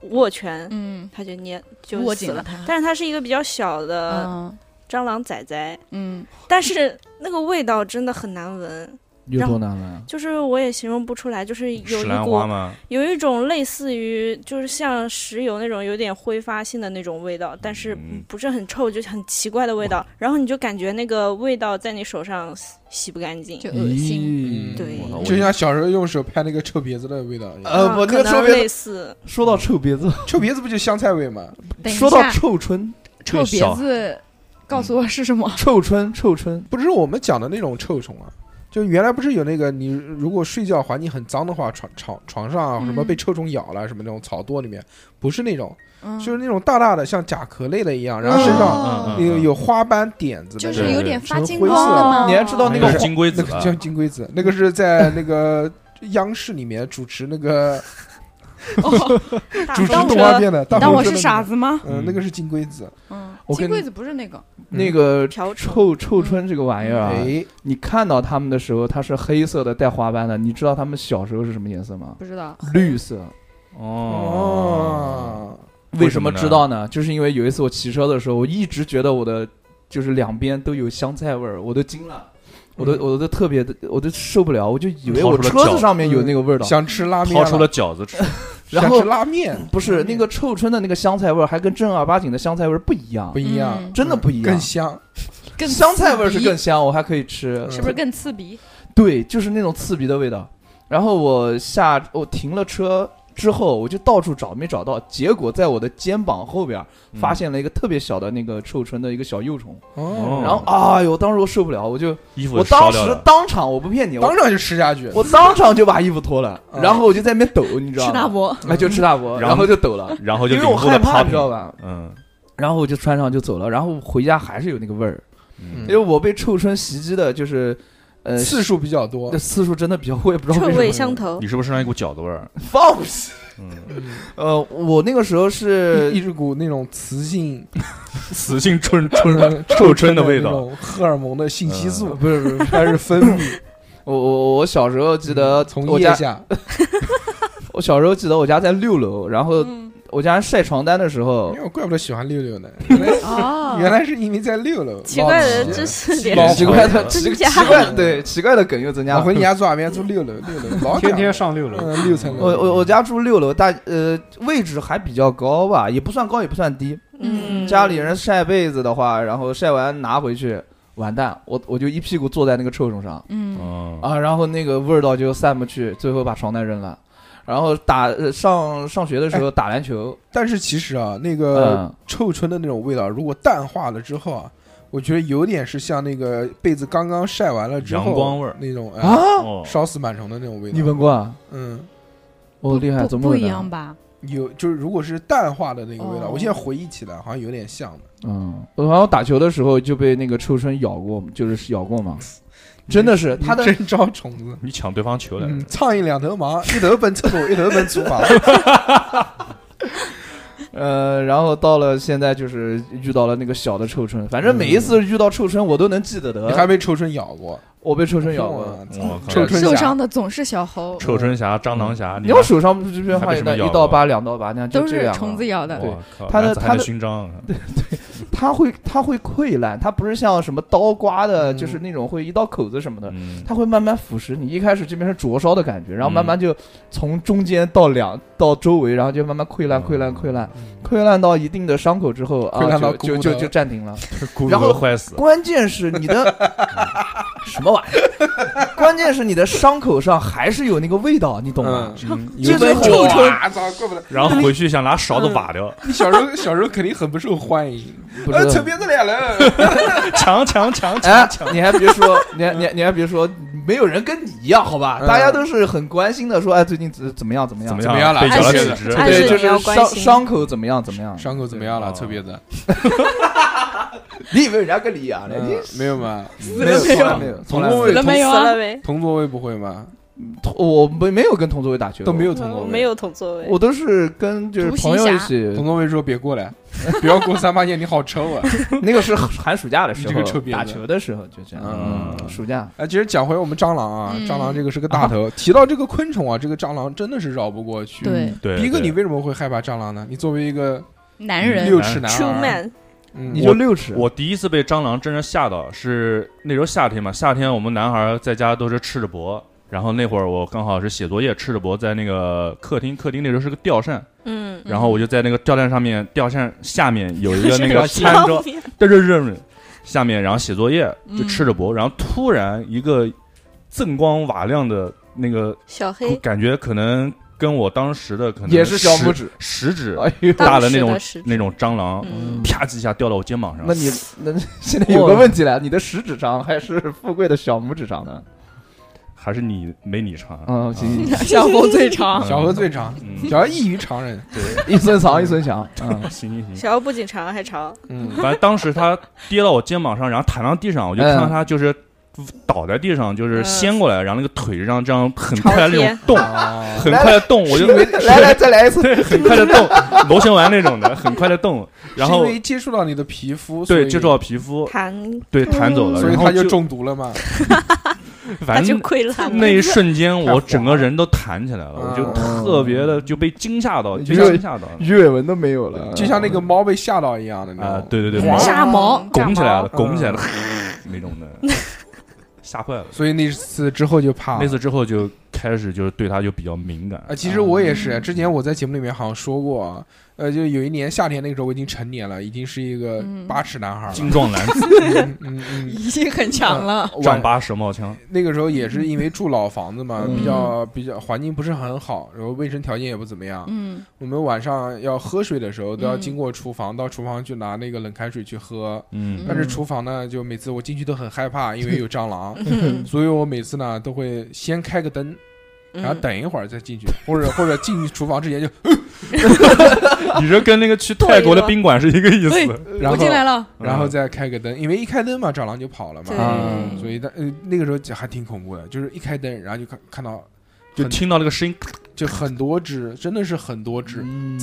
[SPEAKER 7] 握拳，
[SPEAKER 3] 嗯，
[SPEAKER 7] 它就捏就
[SPEAKER 3] 握
[SPEAKER 7] 死
[SPEAKER 3] 紧了
[SPEAKER 7] 了。
[SPEAKER 3] 它。
[SPEAKER 7] 但是它是一个比较小的
[SPEAKER 3] 嗯
[SPEAKER 7] 蟑螂仔仔，
[SPEAKER 3] 嗯，
[SPEAKER 7] 但是那个味道真的很难闻，
[SPEAKER 6] 有多难闻？
[SPEAKER 7] 就是我也形容不出来，就是有
[SPEAKER 5] 石
[SPEAKER 7] 一
[SPEAKER 5] 兰花
[SPEAKER 7] 股
[SPEAKER 5] 嘛，
[SPEAKER 7] 有一种类似于就是像石油那种有点挥发性的那种味道，但是
[SPEAKER 5] 嗯
[SPEAKER 7] 不是很臭，就很奇怪的味道。然后你就感觉那个味道在你手上洗洗不干净，
[SPEAKER 3] 就恶心。
[SPEAKER 2] 嗯
[SPEAKER 7] 对，
[SPEAKER 5] 我
[SPEAKER 2] 就像小时候用手拍那个臭鼻子的味道一样，
[SPEAKER 6] 呃
[SPEAKER 7] 啊
[SPEAKER 6] 不那
[SPEAKER 7] 可
[SPEAKER 6] 个
[SPEAKER 7] 能
[SPEAKER 6] 特别
[SPEAKER 7] 类似，
[SPEAKER 6] 说到臭鼻子，
[SPEAKER 2] 臭鼻子不就香菜味吗？
[SPEAKER 3] 嗯等一
[SPEAKER 6] 说到
[SPEAKER 3] 下，
[SPEAKER 6] 臭春，
[SPEAKER 3] 臭
[SPEAKER 5] 这
[SPEAKER 3] 鼻
[SPEAKER 5] 小
[SPEAKER 3] 子，告诉我是什么？
[SPEAKER 6] 臭春，臭春，
[SPEAKER 2] 不是我们讲的那种臭虫啊，就原来不是有那个你如果睡觉环境很脏的话，床床床上啊
[SPEAKER 3] 嗯
[SPEAKER 2] 什么被臭虫咬了，什么那种草垛里面，不是那种，
[SPEAKER 3] 嗯，
[SPEAKER 2] 就是那种大大的像甲壳类的一样，然后身上
[SPEAKER 5] 嗯嗯
[SPEAKER 2] 有有花斑点子的
[SPEAKER 3] 就
[SPEAKER 2] 那种，
[SPEAKER 3] 是有点
[SPEAKER 2] 什
[SPEAKER 3] 发
[SPEAKER 2] 么
[SPEAKER 3] 金
[SPEAKER 2] 灰
[SPEAKER 3] 光
[SPEAKER 2] 色
[SPEAKER 3] 的吗？
[SPEAKER 6] 你还知道那
[SPEAKER 5] 那
[SPEAKER 6] 个
[SPEAKER 5] 个
[SPEAKER 6] 黄
[SPEAKER 5] 是金龟子
[SPEAKER 2] 那个
[SPEAKER 5] 吧？
[SPEAKER 2] 叫金龟子，那个是在那个央视里面主持那个
[SPEAKER 3] 哦
[SPEAKER 7] 大
[SPEAKER 2] 主持
[SPEAKER 7] 风
[SPEAKER 2] 动
[SPEAKER 7] 车
[SPEAKER 2] 画片的，
[SPEAKER 3] 你
[SPEAKER 2] 大
[SPEAKER 3] 当
[SPEAKER 2] 风
[SPEAKER 3] 我
[SPEAKER 2] 车
[SPEAKER 3] 是
[SPEAKER 2] 啊的
[SPEAKER 3] 傻子吗？
[SPEAKER 2] 嗯，那个是金龟子。
[SPEAKER 3] 嗯，
[SPEAKER 2] 我
[SPEAKER 3] 金
[SPEAKER 2] 跟
[SPEAKER 3] 龟子不是那个，
[SPEAKER 6] 那个
[SPEAKER 7] 瓢虫
[SPEAKER 6] 臭臭春这个玩意儿啊，
[SPEAKER 2] 哎，
[SPEAKER 6] 你看到它们的时候，它是黑色的，带花瓣的。你知道它们小时候是什么颜色吗？
[SPEAKER 3] 不知道。
[SPEAKER 6] 绿色。
[SPEAKER 5] 哦，
[SPEAKER 2] 哦，
[SPEAKER 6] 为
[SPEAKER 5] 为
[SPEAKER 6] 什
[SPEAKER 5] 什
[SPEAKER 6] 么
[SPEAKER 5] 么呢
[SPEAKER 6] 知道呢？就是因为有一次我骑车的时候，我一直觉得我的就是两边都有香菜味儿，我都惊了，我
[SPEAKER 2] 嗯
[SPEAKER 6] 都我都特别的，我都受不了，我就以为我车子上面有那个味道，
[SPEAKER 2] 想吃拉面，
[SPEAKER 5] 掏出了饺子吃，
[SPEAKER 6] 然
[SPEAKER 2] 想
[SPEAKER 6] 后
[SPEAKER 2] 吃拉面，
[SPEAKER 6] 不是那个臭春的那个香菜味儿，还跟正儿八经的香菜味儿不一样
[SPEAKER 2] 不，一样，
[SPEAKER 3] 嗯
[SPEAKER 6] 真的不一样
[SPEAKER 2] 更。香。
[SPEAKER 3] 更
[SPEAKER 6] 香菜味儿是
[SPEAKER 3] 刺鼻
[SPEAKER 6] 更香，我还可以吃，
[SPEAKER 2] 嗯
[SPEAKER 3] 是不是更刺鼻？
[SPEAKER 6] 对，就是那种刺鼻的味道。然后我下我停了车之后，我就到处找，没找到。结果在我的肩膀后边儿
[SPEAKER 5] 嗯
[SPEAKER 6] 发现了一个特别小的那个臭春的一个小幼虫，
[SPEAKER 5] 哦
[SPEAKER 6] 然后哎呦，当时我受不了，我就
[SPEAKER 5] 衣服
[SPEAKER 6] 我
[SPEAKER 5] 烧
[SPEAKER 6] 当
[SPEAKER 5] 掉
[SPEAKER 6] 时
[SPEAKER 5] 了。
[SPEAKER 6] 当场我不骗你，我
[SPEAKER 2] 当场就吃下去。
[SPEAKER 6] 我当场就把衣服脱了，
[SPEAKER 2] 嗯
[SPEAKER 6] 然后我就在那边抖，你知道吗？
[SPEAKER 3] 伯，
[SPEAKER 6] 哎，就吃大伯，
[SPEAKER 5] 然
[SPEAKER 6] 然
[SPEAKER 5] 后
[SPEAKER 6] 后就抖了，
[SPEAKER 5] 然后就
[SPEAKER 6] 因为我
[SPEAKER 5] 领悟了
[SPEAKER 6] 害怕，
[SPEAKER 5] popping
[SPEAKER 6] 你知道吧？
[SPEAKER 5] 嗯
[SPEAKER 6] 然后我就穿上就走了，然后回家还是有那个味儿，因
[SPEAKER 2] 嗯
[SPEAKER 6] 为我被臭春袭击的，就是呃
[SPEAKER 2] 次数比较多
[SPEAKER 6] 那，次数真的比较，我也不知道
[SPEAKER 7] 臭
[SPEAKER 6] 为什
[SPEAKER 7] 味
[SPEAKER 6] 么。
[SPEAKER 7] 相投
[SPEAKER 5] 你，是不是身上一股饺子味儿？
[SPEAKER 6] 放屁！
[SPEAKER 5] 嗯，
[SPEAKER 6] 呃，我那个时候
[SPEAKER 2] 一一
[SPEAKER 6] 是
[SPEAKER 2] 直股那种雌性呃
[SPEAKER 5] 雌性春 春臭春的味
[SPEAKER 2] 那
[SPEAKER 5] 道，
[SPEAKER 2] 种荷尔蒙的信息素
[SPEAKER 6] 呃，不是不是，
[SPEAKER 2] 开始分泌，
[SPEAKER 6] 我我我小时候记得
[SPEAKER 2] 嗯从
[SPEAKER 6] 我
[SPEAKER 2] 腋
[SPEAKER 6] 家，
[SPEAKER 2] 下，
[SPEAKER 6] 我小时候记得我家在六楼，然后
[SPEAKER 3] 嗯，
[SPEAKER 6] 我家人晒床单的时候
[SPEAKER 2] 因，为我怪不得喜欢六六 呢，原来
[SPEAKER 3] 哦，
[SPEAKER 2] 原来是因为在六楼。
[SPEAKER 7] 奇怪的
[SPEAKER 2] 老
[SPEAKER 7] 知识
[SPEAKER 2] 奇
[SPEAKER 7] 点
[SPEAKER 2] 老
[SPEAKER 6] 奇
[SPEAKER 2] 回
[SPEAKER 6] 怪的奇
[SPEAKER 7] 增
[SPEAKER 6] 奇
[SPEAKER 7] 加
[SPEAKER 6] 怪的对奇怪的梗又增加
[SPEAKER 2] 老嗯回
[SPEAKER 6] 了。
[SPEAKER 2] 你家住哪边？住六楼，六楼老
[SPEAKER 4] 天
[SPEAKER 2] 讲
[SPEAKER 4] 天
[SPEAKER 2] 了
[SPEAKER 4] 上六楼，
[SPEAKER 2] 嗯六层
[SPEAKER 6] 我
[SPEAKER 2] 楼。
[SPEAKER 6] 我我家住六楼，大呃位置还比较高吧，也不算高也不算低。
[SPEAKER 7] 嗯，
[SPEAKER 6] 家里人晒被子的话，然后晒完拿回去，完蛋，我我就一屁股坐在那个臭虫上。
[SPEAKER 3] 嗯，
[SPEAKER 5] 嗯，
[SPEAKER 6] 啊，然后那个味儿道就散不去，最后把床单扔了。然后打呃上上学的时候打篮球，
[SPEAKER 2] 但是其实啊，那个
[SPEAKER 6] 嗯，
[SPEAKER 2] 臭春的那种味道，如果淡化了之后啊，我觉得有点是像那个被子刚刚晒完了之后
[SPEAKER 5] 阳光味儿
[SPEAKER 2] 那种
[SPEAKER 6] 啊
[SPEAKER 2] 啊，
[SPEAKER 5] 哦
[SPEAKER 2] 烧死满城的那种味道。
[SPEAKER 6] 你闻过啊？
[SPEAKER 2] 嗯，
[SPEAKER 6] 哦，厉害，
[SPEAKER 3] 不
[SPEAKER 6] 怎么
[SPEAKER 3] 不
[SPEAKER 6] 闻
[SPEAKER 3] 一
[SPEAKER 6] 的
[SPEAKER 3] 样？吧？
[SPEAKER 2] 有就是如果是淡化的那个味道，
[SPEAKER 3] 哦
[SPEAKER 2] 我现在回忆起来好像有点像的。
[SPEAKER 6] 嗯，我好像打球的时候就被那个臭春咬过，就是 咬过嘛，真的是它的
[SPEAKER 2] 真招虫子。
[SPEAKER 5] 你抢对方球来着
[SPEAKER 2] 嗯，苍蝇两头忙，一头奔厕所， 一头奔厨 房。
[SPEAKER 6] 呃，然后到了现在就是遇到了那个小的臭
[SPEAKER 3] 嗯
[SPEAKER 6] 春，反正每一次遇到臭春我都能记得
[SPEAKER 2] 你还
[SPEAKER 6] 得，
[SPEAKER 2] 被臭春咬过？
[SPEAKER 6] 我被臭春咬过。
[SPEAKER 3] 嗯
[SPEAKER 2] 哇
[SPEAKER 5] 我靠
[SPEAKER 2] 臭春嗯
[SPEAKER 3] 受
[SPEAKER 2] 侠
[SPEAKER 3] 伤的总是小猴，
[SPEAKER 5] 臭春侠、蟑螂侠，
[SPEAKER 6] 嗯你要手上不是这边
[SPEAKER 5] 还
[SPEAKER 6] 画
[SPEAKER 5] 被
[SPEAKER 6] 一
[SPEAKER 5] 什么
[SPEAKER 6] 段一
[SPEAKER 5] 咬
[SPEAKER 6] 到
[SPEAKER 5] 过
[SPEAKER 6] 八两到八那样，就
[SPEAKER 3] 都
[SPEAKER 6] 这
[SPEAKER 3] 是
[SPEAKER 6] 样啊
[SPEAKER 3] 虫
[SPEAKER 6] 了
[SPEAKER 3] 子咬的。
[SPEAKER 5] 我靠，
[SPEAKER 6] 他的
[SPEAKER 5] 男子汉
[SPEAKER 6] 他的
[SPEAKER 5] 的勋章，啊
[SPEAKER 6] 它会它会溃烂，它不是像什么刀刮的，
[SPEAKER 2] 嗯
[SPEAKER 6] 就是那种会一刀口子什么的，
[SPEAKER 5] 嗯，
[SPEAKER 6] 它会慢慢腐蚀你。一开始这边是灼烧的感觉，然后
[SPEAKER 5] 嗯
[SPEAKER 6] 慢慢就从中间到两到周围，然后就慢慢溃烂、溃烂、溃烂、溃烂到一定的伤口之后
[SPEAKER 2] 哦
[SPEAKER 6] 啊
[SPEAKER 2] 嗯溃，烂到骨
[SPEAKER 6] 就就就
[SPEAKER 2] 头
[SPEAKER 6] 就暂停了。
[SPEAKER 5] 骨
[SPEAKER 6] 然后
[SPEAKER 5] 头坏死，
[SPEAKER 6] 关键是你 的什么玩意儿？关键是你的伤口上还是有那个味道，你懂吗？
[SPEAKER 2] 嗯，
[SPEAKER 6] 这
[SPEAKER 2] 有
[SPEAKER 6] 就
[SPEAKER 2] 本
[SPEAKER 6] 是
[SPEAKER 2] 臭
[SPEAKER 6] 臭
[SPEAKER 2] 春
[SPEAKER 6] 春，嗯
[SPEAKER 2] 啊操，怪不得
[SPEAKER 5] 然后回去想拿勺子挖 掉，
[SPEAKER 2] 你小时候小时候肯定很不受欢迎。
[SPEAKER 6] 不
[SPEAKER 2] 呃，
[SPEAKER 6] 知
[SPEAKER 2] 侧
[SPEAKER 6] 道。
[SPEAKER 2] 边这俩人，
[SPEAKER 5] 强强强强
[SPEAKER 6] 哎
[SPEAKER 5] 强，，
[SPEAKER 6] 你还别说，你还你还你还别说，没有人跟你一样，好吧？
[SPEAKER 2] 嗯
[SPEAKER 6] 啊大家都是很关心的，说哎，最近怎怎么哎样，怎么样，
[SPEAKER 5] 怎么
[SPEAKER 2] 怎么样了
[SPEAKER 5] 被
[SPEAKER 7] 暗
[SPEAKER 5] 咬了
[SPEAKER 7] 示
[SPEAKER 5] 几只？
[SPEAKER 7] 暗
[SPEAKER 6] 对，
[SPEAKER 7] 示
[SPEAKER 6] 就
[SPEAKER 7] 你要
[SPEAKER 6] 是
[SPEAKER 7] 关
[SPEAKER 6] 伤
[SPEAKER 7] 心
[SPEAKER 6] 伤口怎么样怎么样？
[SPEAKER 2] 伤嗯口怎么样了？侧边
[SPEAKER 5] 哦
[SPEAKER 2] 子？
[SPEAKER 6] 你以为人家跟你一样的？你
[SPEAKER 2] 嗯没有吗？
[SPEAKER 6] 没有，从来没有，
[SPEAKER 2] 同
[SPEAKER 6] 从来
[SPEAKER 2] 座位
[SPEAKER 6] 没有。
[SPEAKER 3] 了没有
[SPEAKER 7] 死
[SPEAKER 3] 啊
[SPEAKER 7] 了呗，
[SPEAKER 2] 同座位不会 吗？
[SPEAKER 6] 我没没有跟同座位打球，
[SPEAKER 2] 都没
[SPEAKER 6] 有，
[SPEAKER 2] 有同座
[SPEAKER 7] 我
[SPEAKER 2] 位，
[SPEAKER 7] 没有啊同座位，
[SPEAKER 6] 我都是跟就是朋友一起
[SPEAKER 2] 同。座位说别过来， 不要过三八线，你好臭啊！
[SPEAKER 6] 那个是寒暑假的时
[SPEAKER 2] 你这
[SPEAKER 6] 候
[SPEAKER 2] 个臭，婊子
[SPEAKER 6] 打球的时候就这样。
[SPEAKER 5] 嗯
[SPEAKER 6] 嗯，暑假
[SPEAKER 2] 哎，其实讲回我们蟑螂啊，
[SPEAKER 3] 嗯
[SPEAKER 2] 蟑螂这个是个大 头。提到这个昆虫啊，这个蟑螂真的是绕不过去。
[SPEAKER 3] 对，
[SPEAKER 5] 对，
[SPEAKER 2] 第一个，
[SPEAKER 5] 对
[SPEAKER 2] 你为什么会害怕蟑螂呢？你作为一个
[SPEAKER 3] 男人
[SPEAKER 2] 六尺男
[SPEAKER 7] ，True
[SPEAKER 2] 儿，
[SPEAKER 7] man，
[SPEAKER 2] 嗯
[SPEAKER 6] 你就六尺。
[SPEAKER 5] 我第一次被蟑螂真正吓到是那时候夏天嘛，夏天我们男孩在家都是赤着脖，然后那会儿我刚好是写作业，赤着脖在那个客厅， 客厅那时候是个吊扇，
[SPEAKER 7] 嗯，
[SPEAKER 5] 然后我就在那个吊扇上面，吊扇下面有一个那
[SPEAKER 6] 吊
[SPEAKER 5] 个
[SPEAKER 6] 扇
[SPEAKER 5] 餐桌，对对对对，下面然后写作业就
[SPEAKER 6] 嗯
[SPEAKER 5] 赤着脖，然后突然一个锃光瓦亮的那个，
[SPEAKER 7] 小黑
[SPEAKER 5] 感觉可能跟我当时的可能
[SPEAKER 6] 也是小拇
[SPEAKER 5] 指
[SPEAKER 6] 指，
[SPEAKER 5] 食指
[SPEAKER 6] 哎呦，
[SPEAKER 5] 大的
[SPEAKER 7] 当时
[SPEAKER 5] 那种
[SPEAKER 7] 的食指
[SPEAKER 5] 那种蟑螂，
[SPEAKER 7] 嗯，
[SPEAKER 5] 啪叽一下掉到我肩膀上
[SPEAKER 6] 那。你那现在有个问题了，你的食指长还是富贵的小拇指长 呢？
[SPEAKER 5] 还是你没你长。
[SPEAKER 6] 嗯，行，行
[SPEAKER 3] 小 猴最长，
[SPEAKER 2] 小何最长，
[SPEAKER 5] 嗯，
[SPEAKER 2] 小何异于常 人。
[SPEAKER 6] 一寸长一寸强。嗯，
[SPEAKER 5] 行行行，
[SPEAKER 7] 小妖不仅长还长，
[SPEAKER 2] 嗯，
[SPEAKER 5] 反正当时他跌到我肩膀上，然后躺到地上，我就看到
[SPEAKER 6] 嗯
[SPEAKER 5] 他就是倒在地上，就是
[SPEAKER 7] 嗯
[SPEAKER 5] 掀过来，然后那个腿上这样很
[SPEAKER 7] 朝
[SPEAKER 5] 快的那
[SPEAKER 7] 天
[SPEAKER 5] 种动，
[SPEAKER 2] 啊，
[SPEAKER 5] 很快的动， 我就
[SPEAKER 6] 因为来来再来一次，
[SPEAKER 5] 对，很快的动，螺旋丸那种的，很快的动，然
[SPEAKER 2] 是因
[SPEAKER 5] 后
[SPEAKER 2] 为接触到你的皮肤，所
[SPEAKER 5] 对
[SPEAKER 2] 以
[SPEAKER 5] 接触到皮肤，
[SPEAKER 7] 弹
[SPEAKER 5] 对弹走了，
[SPEAKER 2] 所以
[SPEAKER 5] 然后
[SPEAKER 2] 他就中毒了嘛。
[SPEAKER 7] 他
[SPEAKER 5] 反
[SPEAKER 7] 就
[SPEAKER 5] 正
[SPEAKER 7] 溃烂
[SPEAKER 5] 那
[SPEAKER 7] 了。
[SPEAKER 5] 一瞬间，
[SPEAKER 2] 太
[SPEAKER 5] 我
[SPEAKER 2] 火
[SPEAKER 5] 整个人都弹起来了，我就
[SPEAKER 2] 嗯
[SPEAKER 5] 特别的就被惊吓到，
[SPEAKER 6] 嗯
[SPEAKER 5] 就惊吓到了
[SPEAKER 6] 鱼尾纹都没有了，啊
[SPEAKER 2] 就像那个猫被吓到一样的那
[SPEAKER 5] 啊
[SPEAKER 2] 种，，
[SPEAKER 5] 对对对，
[SPEAKER 2] 哇
[SPEAKER 3] 炸毛，
[SPEAKER 5] 拱起来了，
[SPEAKER 2] 嗯
[SPEAKER 5] 拱起来了， 那种的，嗯吓坏了。
[SPEAKER 2] 所以那次之后就怕了
[SPEAKER 5] 那次之后就开始就是对他就比较敏感
[SPEAKER 2] 啊，，其实我也
[SPEAKER 5] 嗯
[SPEAKER 2] 是，之前我在节目里面好像说过啊，呃，就有一年夏天那个时候我已经成年了，已经是一个
[SPEAKER 3] 嗯
[SPEAKER 2] 八尺男孩了，
[SPEAKER 5] 精壮男子，
[SPEAKER 2] 嗯嗯 嗯，
[SPEAKER 3] 已经很强了。
[SPEAKER 5] 丈
[SPEAKER 2] 晚
[SPEAKER 5] 八蛇冒枪，
[SPEAKER 2] 那个时候也是因为住老房子嘛，
[SPEAKER 6] 嗯
[SPEAKER 2] 比较比较环境不是很好，然后卫生条件也不怎么样，
[SPEAKER 3] 嗯
[SPEAKER 2] 我们晚上要喝水的时候都要
[SPEAKER 3] 嗯
[SPEAKER 2] 经过厨房，到厨房去拿那个冷开水去喝。
[SPEAKER 5] 嗯
[SPEAKER 2] 但是厨房呢，就每次我进去都很害怕，因为有蟑螂，
[SPEAKER 3] 嗯
[SPEAKER 2] 所以我每次呢都会先开个灯，然后
[SPEAKER 7] 嗯
[SPEAKER 2] 等一会儿再进去，或者或者进厨房之前就
[SPEAKER 5] 你这跟那个去泰国的宾馆是一个意
[SPEAKER 3] 对
[SPEAKER 5] 思。
[SPEAKER 2] 然
[SPEAKER 3] 我
[SPEAKER 2] 后
[SPEAKER 3] 进来了，
[SPEAKER 2] 然
[SPEAKER 5] 嗯
[SPEAKER 2] 后再开个灯，因为一开灯嘛，蟑螂就跑了嘛
[SPEAKER 7] 对，
[SPEAKER 6] 啊
[SPEAKER 2] 所以它呃那个时候还挺恐怖的，就是一开灯，然后就看看到
[SPEAKER 5] 就听到那个声音，
[SPEAKER 2] 就很多只，真的是很多只，
[SPEAKER 6] 嗯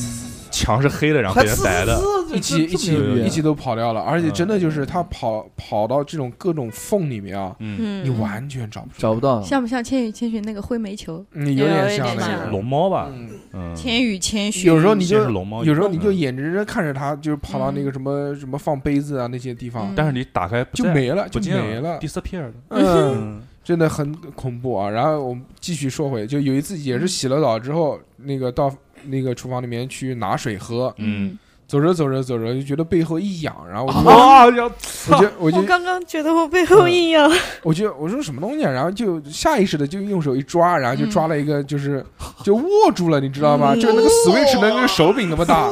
[SPEAKER 5] 墙是黑的，然后别人白的，
[SPEAKER 2] 一起一起
[SPEAKER 5] 有
[SPEAKER 2] 一起都跑掉了，而且
[SPEAKER 5] 嗯
[SPEAKER 2] 真的就是它跑跑到这种各种缝里面啊，
[SPEAKER 5] 嗯，
[SPEAKER 7] 嗯，
[SPEAKER 2] 你完全找不出，
[SPEAKER 6] 找不到，
[SPEAKER 3] 像不像《千与千寻》那个灰煤球？
[SPEAKER 2] 嗯，有点
[SPEAKER 7] 有
[SPEAKER 2] 像
[SPEAKER 7] 点
[SPEAKER 2] 那
[SPEAKER 7] 像
[SPEAKER 2] 个
[SPEAKER 5] 龙猫吧，
[SPEAKER 2] 嗯
[SPEAKER 5] 嗯，
[SPEAKER 3] 千与千寻，
[SPEAKER 2] 有时候你
[SPEAKER 5] 先
[SPEAKER 2] 就是
[SPEAKER 5] 龙猫，
[SPEAKER 2] 有时候你就
[SPEAKER 5] 嗯，
[SPEAKER 2] 眼睁睁看着它，就是跑到那
[SPEAKER 7] 嗯
[SPEAKER 2] 个什么什么放杯子啊那些地方
[SPEAKER 3] 嗯
[SPEAKER 5] 但是你打开不
[SPEAKER 2] 就
[SPEAKER 5] 在
[SPEAKER 2] 没了，
[SPEAKER 5] 啊不
[SPEAKER 2] 就
[SPEAKER 5] 见
[SPEAKER 2] 没了，
[SPEAKER 5] disappear 的，
[SPEAKER 2] 嗯。
[SPEAKER 5] 嗯，
[SPEAKER 2] 真的很恐怖啊！然后我们继续说回，就有一次
[SPEAKER 5] 嗯
[SPEAKER 2] 也是洗了澡之后，那个到那个厨房里面去拿水喝，
[SPEAKER 5] 嗯，
[SPEAKER 2] 走着走着走着就觉得背后一痒，然后我 就、
[SPEAKER 5] 啊要
[SPEAKER 2] 我就
[SPEAKER 7] 我
[SPEAKER 2] 我就
[SPEAKER 7] 刚刚觉得我背后一痒，
[SPEAKER 2] 我就我说什么东西、啊，然后就下意识的就用手一抓，然后
[SPEAKER 5] 嗯
[SPEAKER 2] 就抓了一个就是、就握住了，你知道吗？
[SPEAKER 7] 嗯
[SPEAKER 2] 就那个 Switch 的那个手柄那么 大，